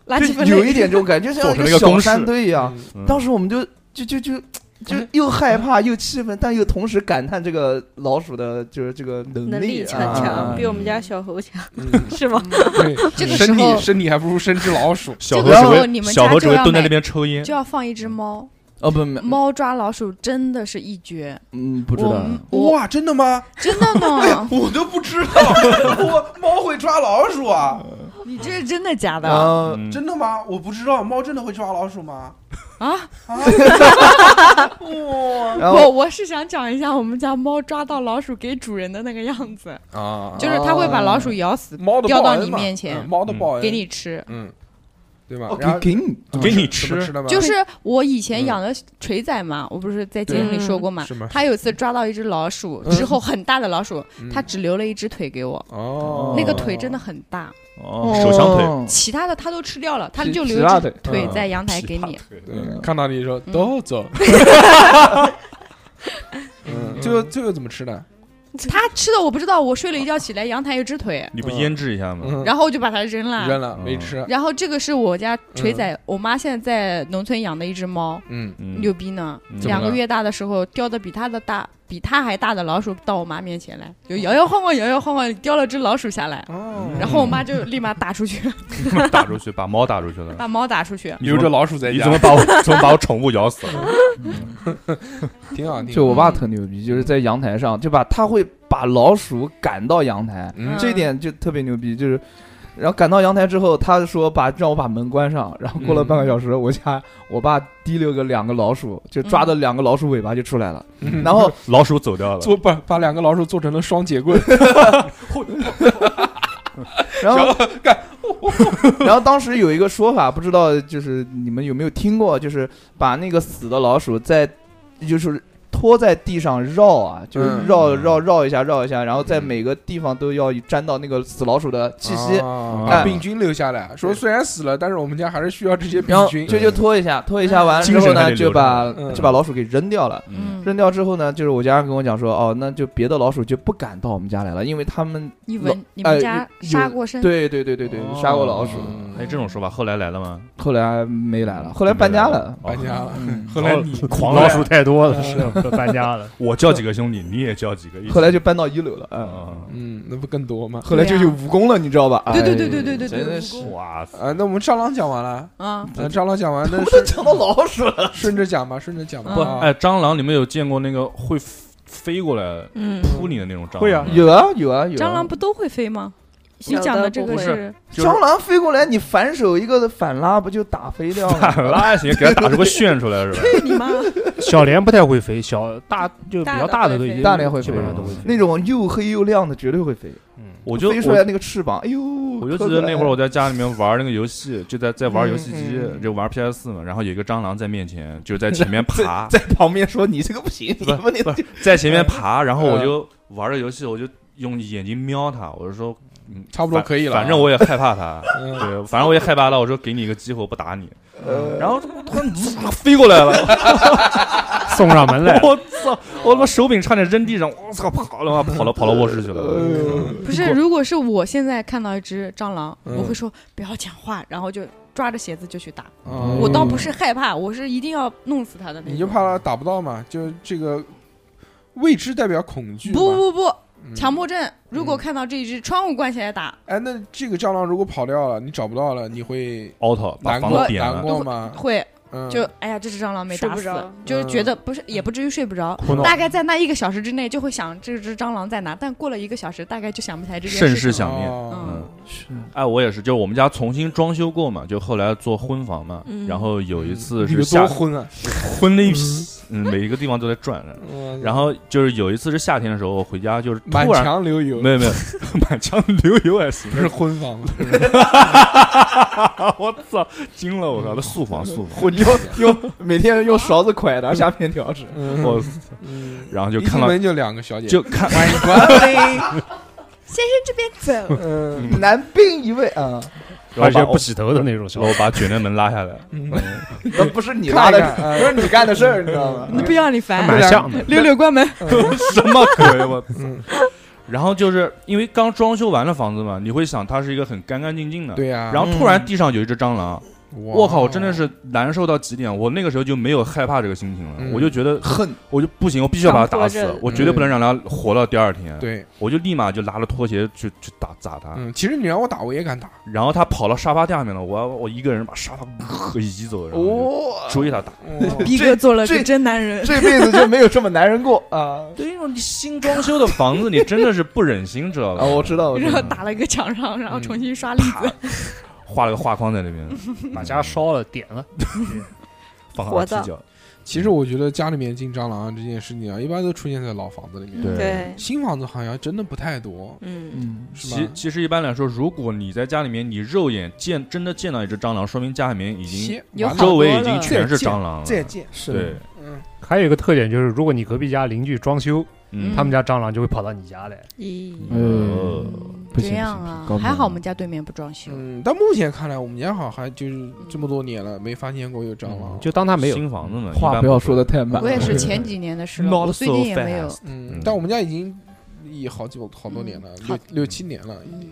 [SPEAKER 3] 垃圾
[SPEAKER 6] 就
[SPEAKER 3] 分
[SPEAKER 6] 有一
[SPEAKER 3] 类。
[SPEAKER 6] 点这种感觉，就像
[SPEAKER 5] 做成了一个
[SPEAKER 6] 个小
[SPEAKER 5] 公式
[SPEAKER 6] 山堆一样。
[SPEAKER 2] 嗯
[SPEAKER 6] 当时我们就就就就就又害怕又气愤，但又同时感叹这个老鼠的就是这个能
[SPEAKER 7] 能
[SPEAKER 6] 力
[SPEAKER 7] 力
[SPEAKER 6] 啊
[SPEAKER 7] 强
[SPEAKER 6] 啊啊
[SPEAKER 7] 强，
[SPEAKER 6] 啊
[SPEAKER 7] 比我们家小猴强，
[SPEAKER 2] 嗯
[SPEAKER 7] 是吗？
[SPEAKER 2] 对， 嗯
[SPEAKER 3] 这个时
[SPEAKER 2] 身体
[SPEAKER 3] 候
[SPEAKER 2] 身体还不如生只老鼠。
[SPEAKER 3] 这
[SPEAKER 5] 小何
[SPEAKER 3] 个
[SPEAKER 5] 只
[SPEAKER 3] 时候
[SPEAKER 5] 会
[SPEAKER 3] 你们
[SPEAKER 5] 小
[SPEAKER 3] 家
[SPEAKER 5] 何只
[SPEAKER 3] 就
[SPEAKER 5] 会
[SPEAKER 3] 要
[SPEAKER 5] 蹲在那
[SPEAKER 3] 买
[SPEAKER 5] 边抽 烟
[SPEAKER 3] 就，要放一只猫，
[SPEAKER 6] 哦不没
[SPEAKER 3] 猫抓老鼠真的是一绝。
[SPEAKER 6] 嗯不知
[SPEAKER 3] 我
[SPEAKER 6] 道
[SPEAKER 3] 们 我
[SPEAKER 2] 哇，真的吗？，
[SPEAKER 3] 真的呢
[SPEAKER 2] 我都不知道，我猫会抓老鼠啊？
[SPEAKER 3] 你这是真的假的啊？
[SPEAKER 6] 啊
[SPEAKER 5] 嗯
[SPEAKER 2] 真的吗？我不知道，猫真的会抓老鼠吗？啊！哇
[SPEAKER 6] 然
[SPEAKER 3] 我
[SPEAKER 6] 后
[SPEAKER 3] 我是想讲一下我们家猫抓到老鼠给主人的那个样子，
[SPEAKER 2] 啊
[SPEAKER 3] 就是它会把老鼠咬死，
[SPEAKER 2] 猫的
[SPEAKER 3] 叼
[SPEAKER 2] 报
[SPEAKER 3] 到
[SPEAKER 2] 恩
[SPEAKER 3] 你
[SPEAKER 2] 嘛
[SPEAKER 3] 面前
[SPEAKER 2] 嗯猫的报恩
[SPEAKER 3] 给你吃。
[SPEAKER 2] 嗯对吧
[SPEAKER 6] 哦？
[SPEAKER 2] 然后
[SPEAKER 6] 给给你
[SPEAKER 2] 怎么
[SPEAKER 5] 给你
[SPEAKER 2] 吃怎么
[SPEAKER 5] 吃
[SPEAKER 2] 吃的吗？
[SPEAKER 3] 就是我以前
[SPEAKER 2] 哦嗯
[SPEAKER 3] 养的锤仔嘛，我不是在节目里说过嘛
[SPEAKER 2] 是吗，
[SPEAKER 3] 他有一次抓到一只老鼠
[SPEAKER 2] 嗯
[SPEAKER 3] 之后，很大的老鼠，
[SPEAKER 2] 嗯
[SPEAKER 3] 他只留了一只腿给我，
[SPEAKER 2] 哦，
[SPEAKER 3] 那个腿真的很大，
[SPEAKER 5] 哦，手枪腿，
[SPEAKER 6] 腿，
[SPEAKER 3] 其他的他都吃掉了，他
[SPEAKER 6] 皮
[SPEAKER 3] 就
[SPEAKER 6] 皮
[SPEAKER 3] 留
[SPEAKER 6] 大
[SPEAKER 3] 一只
[SPEAKER 6] 腿
[SPEAKER 3] 腿
[SPEAKER 2] 嗯
[SPEAKER 3] 在阳台给你。
[SPEAKER 2] 对看到你说
[SPEAKER 3] 嗯
[SPEAKER 2] 都 走，嗯，最后最后怎么吃的？
[SPEAKER 3] 他吃的我不知道，我睡了一觉起来，阳台有只腿，
[SPEAKER 5] 你不腌制一下吗？
[SPEAKER 2] 嗯，
[SPEAKER 3] 然后我就把它扔了。
[SPEAKER 2] 扔了没
[SPEAKER 5] 嗯
[SPEAKER 2] 吃，
[SPEAKER 3] 然后这个是我家锤仔，我妈现在在农村养的一只猫，
[SPEAKER 2] 嗯，
[SPEAKER 5] 嗯
[SPEAKER 3] 牛逼呢！
[SPEAKER 5] 嗯
[SPEAKER 3] 两个月大的时候，叼的比它的大，比它还大的老鼠到我妈面前来，就摇摇晃晃，摇摇晃晃，叼了只老鼠下来，
[SPEAKER 2] 哦，
[SPEAKER 3] 然后我妈就立马打出去，
[SPEAKER 5] 打出去，把猫打出去 了。
[SPEAKER 3] 把猫打出去。
[SPEAKER 5] 你怎么
[SPEAKER 8] 老鼠在
[SPEAKER 5] 你怎么把我怎么把我宠物咬 死了？
[SPEAKER 2] 挺好，挺
[SPEAKER 6] 就
[SPEAKER 2] 好，
[SPEAKER 6] 我爸特牛逼，就是在阳台上就把他会把老鼠赶到阳台，
[SPEAKER 2] 嗯
[SPEAKER 6] 这一点就特别牛逼，就是。然后赶到阳台之后，他说把让我把门关上。然后过
[SPEAKER 2] 嗯
[SPEAKER 6] 了半个小时，我家我爸提溜个两个老鼠，就抓的两个老鼠尾巴就出来了。
[SPEAKER 2] 嗯
[SPEAKER 6] 然后
[SPEAKER 5] 老鼠走掉了，
[SPEAKER 2] 做把把两个老鼠做成了双节 棍，
[SPEAKER 6] 然后 然后当时有一个说法，不知道就是你们有没有听过，就是把那个死的老鼠在，就是拖在地上绕啊，就是
[SPEAKER 2] 嗯
[SPEAKER 6] 绕
[SPEAKER 5] 嗯
[SPEAKER 6] 绕绕一下绕一下，然后在
[SPEAKER 2] 嗯
[SPEAKER 6] 每个地方都要沾到那个死老鼠的气息，
[SPEAKER 2] 哦
[SPEAKER 5] 哎
[SPEAKER 2] 把病菌留下来，说虽然死了，但是我们家还是需要这些病
[SPEAKER 6] 然后
[SPEAKER 2] 菌，
[SPEAKER 6] 就就拖一下，拖一下完之
[SPEAKER 5] 精
[SPEAKER 6] 后
[SPEAKER 5] 神还
[SPEAKER 6] 呢，
[SPEAKER 5] 得
[SPEAKER 6] 就
[SPEAKER 5] 留着
[SPEAKER 6] 把
[SPEAKER 2] 嗯
[SPEAKER 6] 就把老鼠给扔掉了。
[SPEAKER 5] 嗯，
[SPEAKER 3] 嗯，
[SPEAKER 6] 扔掉之后呢，就是我家人跟我讲说，哦，那就别的老鼠就不敢到我们家来了，因为他们
[SPEAKER 3] 你
[SPEAKER 6] 老
[SPEAKER 3] 闻你们
[SPEAKER 6] 哎
[SPEAKER 3] 家
[SPEAKER 6] 有
[SPEAKER 3] 杀过生？
[SPEAKER 6] 对对对对对
[SPEAKER 5] 哦
[SPEAKER 6] 杀过老鼠，
[SPEAKER 2] 嗯
[SPEAKER 5] 还有这种说法，后来来了吗？
[SPEAKER 6] 后来没来了，后来搬家了。
[SPEAKER 5] 哦
[SPEAKER 2] 搬家了。
[SPEAKER 6] 嗯
[SPEAKER 2] 后来你
[SPEAKER 4] 狂老鼠太多了，是啊搬家 了。
[SPEAKER 5] 我叫几个兄弟，你也叫几个，一起
[SPEAKER 6] 后来就搬到一楼了，嗯，
[SPEAKER 5] 嗯，
[SPEAKER 2] 嗯，那不更多吗？
[SPEAKER 6] 后来就有蜈蚣了，你知道吧？
[SPEAKER 3] 对对
[SPEAKER 6] 哎
[SPEAKER 3] 对对对对对
[SPEAKER 6] 真的
[SPEAKER 3] 对，
[SPEAKER 6] 是
[SPEAKER 3] 蜈蚣
[SPEAKER 5] 哇塞，
[SPEAKER 2] 啊，那我们蟑螂讲完了，
[SPEAKER 3] 啊，
[SPEAKER 2] 呃，蟑螂讲完， 那
[SPEAKER 6] 都讲到老鼠了，
[SPEAKER 2] 顺着讲吧，顺着讲吧。
[SPEAKER 3] 不
[SPEAKER 2] 啊
[SPEAKER 5] 哎，蟑螂你们有见过那个会飞飞过来
[SPEAKER 7] 嗯，
[SPEAKER 5] 扑你的那种蟑螂吗？
[SPEAKER 4] 会啊
[SPEAKER 6] 有啊有啊有啊。
[SPEAKER 3] 蟑螂不都会飞吗？你
[SPEAKER 7] 小的
[SPEAKER 3] 讲的这
[SPEAKER 7] 不
[SPEAKER 3] 个
[SPEAKER 7] 会
[SPEAKER 3] 是
[SPEAKER 5] 就是
[SPEAKER 6] 蟑螂飞过来，你反手一个反拉，不就打飞掉 了？
[SPEAKER 5] 反拉也行，给它打出个旋出来是 吧？
[SPEAKER 3] 你 妈
[SPEAKER 4] 小莲不太会飞，小大就比
[SPEAKER 7] 大
[SPEAKER 4] 较
[SPEAKER 7] 的
[SPEAKER 4] 大的
[SPEAKER 7] 会
[SPEAKER 4] 都
[SPEAKER 7] 飞
[SPEAKER 4] 已经
[SPEAKER 6] 大连会
[SPEAKER 4] 基
[SPEAKER 6] 飞
[SPEAKER 4] 本上都会飞。
[SPEAKER 6] 那种又黑又亮的绝对会飞，
[SPEAKER 4] 嗯
[SPEAKER 5] 我就
[SPEAKER 6] 飞出来那个翅膀，哎呦！
[SPEAKER 5] 我
[SPEAKER 6] 我
[SPEAKER 5] 就记得那会儿我在家里面玩那个游戏，就在在玩游戏机
[SPEAKER 6] 嗯嗯，嗯
[SPEAKER 5] 就玩 PS 四嘛。然后有一个蟑螂在面前，就在前 面爬，
[SPEAKER 6] 在旁边说你这个不行， 你们那个
[SPEAKER 5] 在前面爬。然后我就玩着游戏，我就用眼睛瞄它，我就说，嗯，
[SPEAKER 2] 差不多
[SPEAKER 5] 反
[SPEAKER 2] 可以了啊
[SPEAKER 5] 反正我也害怕它，
[SPEAKER 2] 嗯
[SPEAKER 5] 对，反正我也害怕它。我说给你一个机会，我不打你。
[SPEAKER 6] 呃
[SPEAKER 5] 然后突然滋飞过来 了，，
[SPEAKER 4] 送上门 来
[SPEAKER 5] 我操！我他妈手柄差点扔地上，我操！跑了嘛，跑到跑到卧室去
[SPEAKER 2] 呃
[SPEAKER 5] 了。
[SPEAKER 3] 不是？如果是我现在看到一只蟑螂，
[SPEAKER 2] 嗯
[SPEAKER 3] 我会说不要讲话，然后就抓着鞋子就去打。
[SPEAKER 2] 嗯
[SPEAKER 3] 我倒不是害怕，我是一定要弄死它的那种。
[SPEAKER 2] 你就怕它打不到嘛，就这个未知代表恐惧嘛。
[SPEAKER 3] 不不不，
[SPEAKER 2] 嗯
[SPEAKER 3] 强迫症。如果看到这一只，窗户关起来打，
[SPEAKER 2] 哎，那这个蟑螂如果跑掉了，你找不到了，你会
[SPEAKER 5] out 把
[SPEAKER 2] 难
[SPEAKER 5] 房子
[SPEAKER 2] 过
[SPEAKER 5] 点
[SPEAKER 2] 难
[SPEAKER 5] 了，
[SPEAKER 2] 过吗？
[SPEAKER 3] 会
[SPEAKER 2] 嗯，
[SPEAKER 3] 就哎呀，这只蟑螂没打
[SPEAKER 7] 睡不
[SPEAKER 3] 死
[SPEAKER 7] 着，
[SPEAKER 3] 就是
[SPEAKER 2] 嗯
[SPEAKER 3] 觉得不是，也不至于睡不着
[SPEAKER 4] 哭。闹
[SPEAKER 3] 大概在那一个小时之内就会想这只蟑螂在哪，但过了一个小时，大概就想不起来这件
[SPEAKER 5] 甚
[SPEAKER 3] 事
[SPEAKER 5] 是
[SPEAKER 3] 情。
[SPEAKER 5] 想念。
[SPEAKER 3] 嗯
[SPEAKER 2] 哦
[SPEAKER 6] 是
[SPEAKER 5] 哎，我也是，就是我们家重新装修过嘛，就后来做婚房嘛，
[SPEAKER 7] 嗯
[SPEAKER 5] 然后有一次
[SPEAKER 2] 你
[SPEAKER 5] 是
[SPEAKER 2] 有
[SPEAKER 5] 夏
[SPEAKER 2] 多昏啊！
[SPEAKER 5] 婚了一批，嗯，每一个地方都在转，
[SPEAKER 2] 嗯
[SPEAKER 5] 然后就是有一次是夏天的时候，我回家就是
[SPEAKER 2] 满
[SPEAKER 5] 突然。
[SPEAKER 2] 墙流油，
[SPEAKER 5] 没有没有， 满腔流油还行
[SPEAKER 2] 不，是婚房吗？
[SPEAKER 5] 我操，惊了我操，那速房速房，
[SPEAKER 6] 混 用用每天用勺子㧟它下面条吃，
[SPEAKER 2] 嗯
[SPEAKER 5] 我
[SPEAKER 2] 嗯
[SPEAKER 5] 然后就
[SPEAKER 2] 一进
[SPEAKER 5] 看到
[SPEAKER 2] 门就两个小姐，
[SPEAKER 5] 就看
[SPEAKER 6] 欢迎光临，
[SPEAKER 3] 这边走，
[SPEAKER 2] 嗯
[SPEAKER 6] 男宾一位啊，
[SPEAKER 5] 然后
[SPEAKER 4] 而且
[SPEAKER 5] 把
[SPEAKER 4] 不
[SPEAKER 5] 我
[SPEAKER 4] 洗头的那种小
[SPEAKER 5] 然后我把卷帘门拉下来，
[SPEAKER 6] 那不是你
[SPEAKER 2] 看
[SPEAKER 6] 拉
[SPEAKER 2] 一看
[SPEAKER 6] 的，
[SPEAKER 2] 哎
[SPEAKER 6] 不是你干的事儿，你知道吗？
[SPEAKER 3] 你不要你烦。
[SPEAKER 4] 蛮像的，
[SPEAKER 3] 溜溜关门，
[SPEAKER 6] 嗯
[SPEAKER 5] 什么鬼我操
[SPEAKER 2] 嗯！
[SPEAKER 5] 然后就是因为刚装修完了房子嘛，你会想它是一个很干干净净的，
[SPEAKER 2] 对
[SPEAKER 6] 啊
[SPEAKER 2] 呀。
[SPEAKER 5] 然后突然地上有一只蟑螂，
[SPEAKER 6] 嗯
[SPEAKER 5] 我靠，我真的是难受到极点。我那个时候就没有害怕这个心情了，
[SPEAKER 2] 嗯
[SPEAKER 5] 我就觉得
[SPEAKER 6] 恨，
[SPEAKER 5] 我就不行，我必须要把它打
[SPEAKER 7] 强
[SPEAKER 5] 死
[SPEAKER 7] 迫症，
[SPEAKER 5] 我绝对不能让它活到第二天。，
[SPEAKER 2] 对，
[SPEAKER 5] 我就立马就拿了拖鞋去去打砸它，
[SPEAKER 2] 嗯，其实你让我打我也敢打，
[SPEAKER 5] 然后它跑到沙发下面了，我我一个人把沙发 呃移走，然后
[SPEAKER 6] 哦
[SPEAKER 5] 就，追它打。
[SPEAKER 2] 哦
[SPEAKER 3] 逼哥做了
[SPEAKER 6] 这
[SPEAKER 3] 个真男人。
[SPEAKER 6] 这辈子就没有这么男人过啊！
[SPEAKER 5] 对，那种你新装修的房子，你真的是不忍心，知道吧？
[SPEAKER 6] 啊，我知道，我知
[SPEAKER 3] 然
[SPEAKER 6] 道
[SPEAKER 3] 后打了一个墙上，然后重新刷栗
[SPEAKER 5] 啪
[SPEAKER 3] 子。
[SPEAKER 5] 画了个画框在那边，
[SPEAKER 4] 把家烧了点了。
[SPEAKER 5] 放
[SPEAKER 7] 活
[SPEAKER 5] 上
[SPEAKER 7] 的
[SPEAKER 5] 了踢脚。
[SPEAKER 2] 其实我觉得家里面进蟑螂啊这件事情啊，一般都出现在老房子里面，
[SPEAKER 5] 对
[SPEAKER 7] 对，
[SPEAKER 2] 新房子好像真的不太多，
[SPEAKER 7] 嗯，
[SPEAKER 6] 嗯，
[SPEAKER 2] 是
[SPEAKER 5] 其
[SPEAKER 2] 吧？
[SPEAKER 5] 其实一般来说，如果你在家里面你肉眼见真的见到一只蟑螂，说明家里面已经
[SPEAKER 2] 切
[SPEAKER 3] 有
[SPEAKER 2] 完了
[SPEAKER 3] 好
[SPEAKER 5] 周围已
[SPEAKER 3] 多
[SPEAKER 5] 经
[SPEAKER 3] 了
[SPEAKER 5] 全是蟑螂了。
[SPEAKER 2] 再见，
[SPEAKER 6] 是
[SPEAKER 5] 对
[SPEAKER 6] 的，，
[SPEAKER 2] 嗯，
[SPEAKER 4] 还有一个特点就是，如果你隔壁家邻居装修，
[SPEAKER 5] 嗯，
[SPEAKER 4] 他们家蟑螂就会跑到你家来。
[SPEAKER 7] 咦，
[SPEAKER 5] 呃，
[SPEAKER 6] 不
[SPEAKER 3] 这
[SPEAKER 6] 行
[SPEAKER 3] 样
[SPEAKER 6] 不行
[SPEAKER 3] 啊
[SPEAKER 6] 搞，不
[SPEAKER 3] 还好
[SPEAKER 6] 了
[SPEAKER 3] 我们家对面不装修。
[SPEAKER 2] 嗯，但目前看来，我们家好像还就是这么多年了，没发现过有蟑螂。
[SPEAKER 4] 就当他没有。
[SPEAKER 5] 新房子嘛，一
[SPEAKER 6] 话
[SPEAKER 5] 般
[SPEAKER 6] 不要
[SPEAKER 5] 会
[SPEAKER 6] 说的太满
[SPEAKER 3] 我也
[SPEAKER 6] 了，
[SPEAKER 3] 是前几年的事了，
[SPEAKER 5] Not
[SPEAKER 3] 我最近也
[SPEAKER 5] so
[SPEAKER 3] 没有。
[SPEAKER 5] fast
[SPEAKER 2] 嗯
[SPEAKER 5] 嗯，
[SPEAKER 2] 但我们家已经也好几好多年了，
[SPEAKER 3] 嗯
[SPEAKER 2] 六
[SPEAKER 3] 好
[SPEAKER 2] 六七年了。
[SPEAKER 3] 嗯，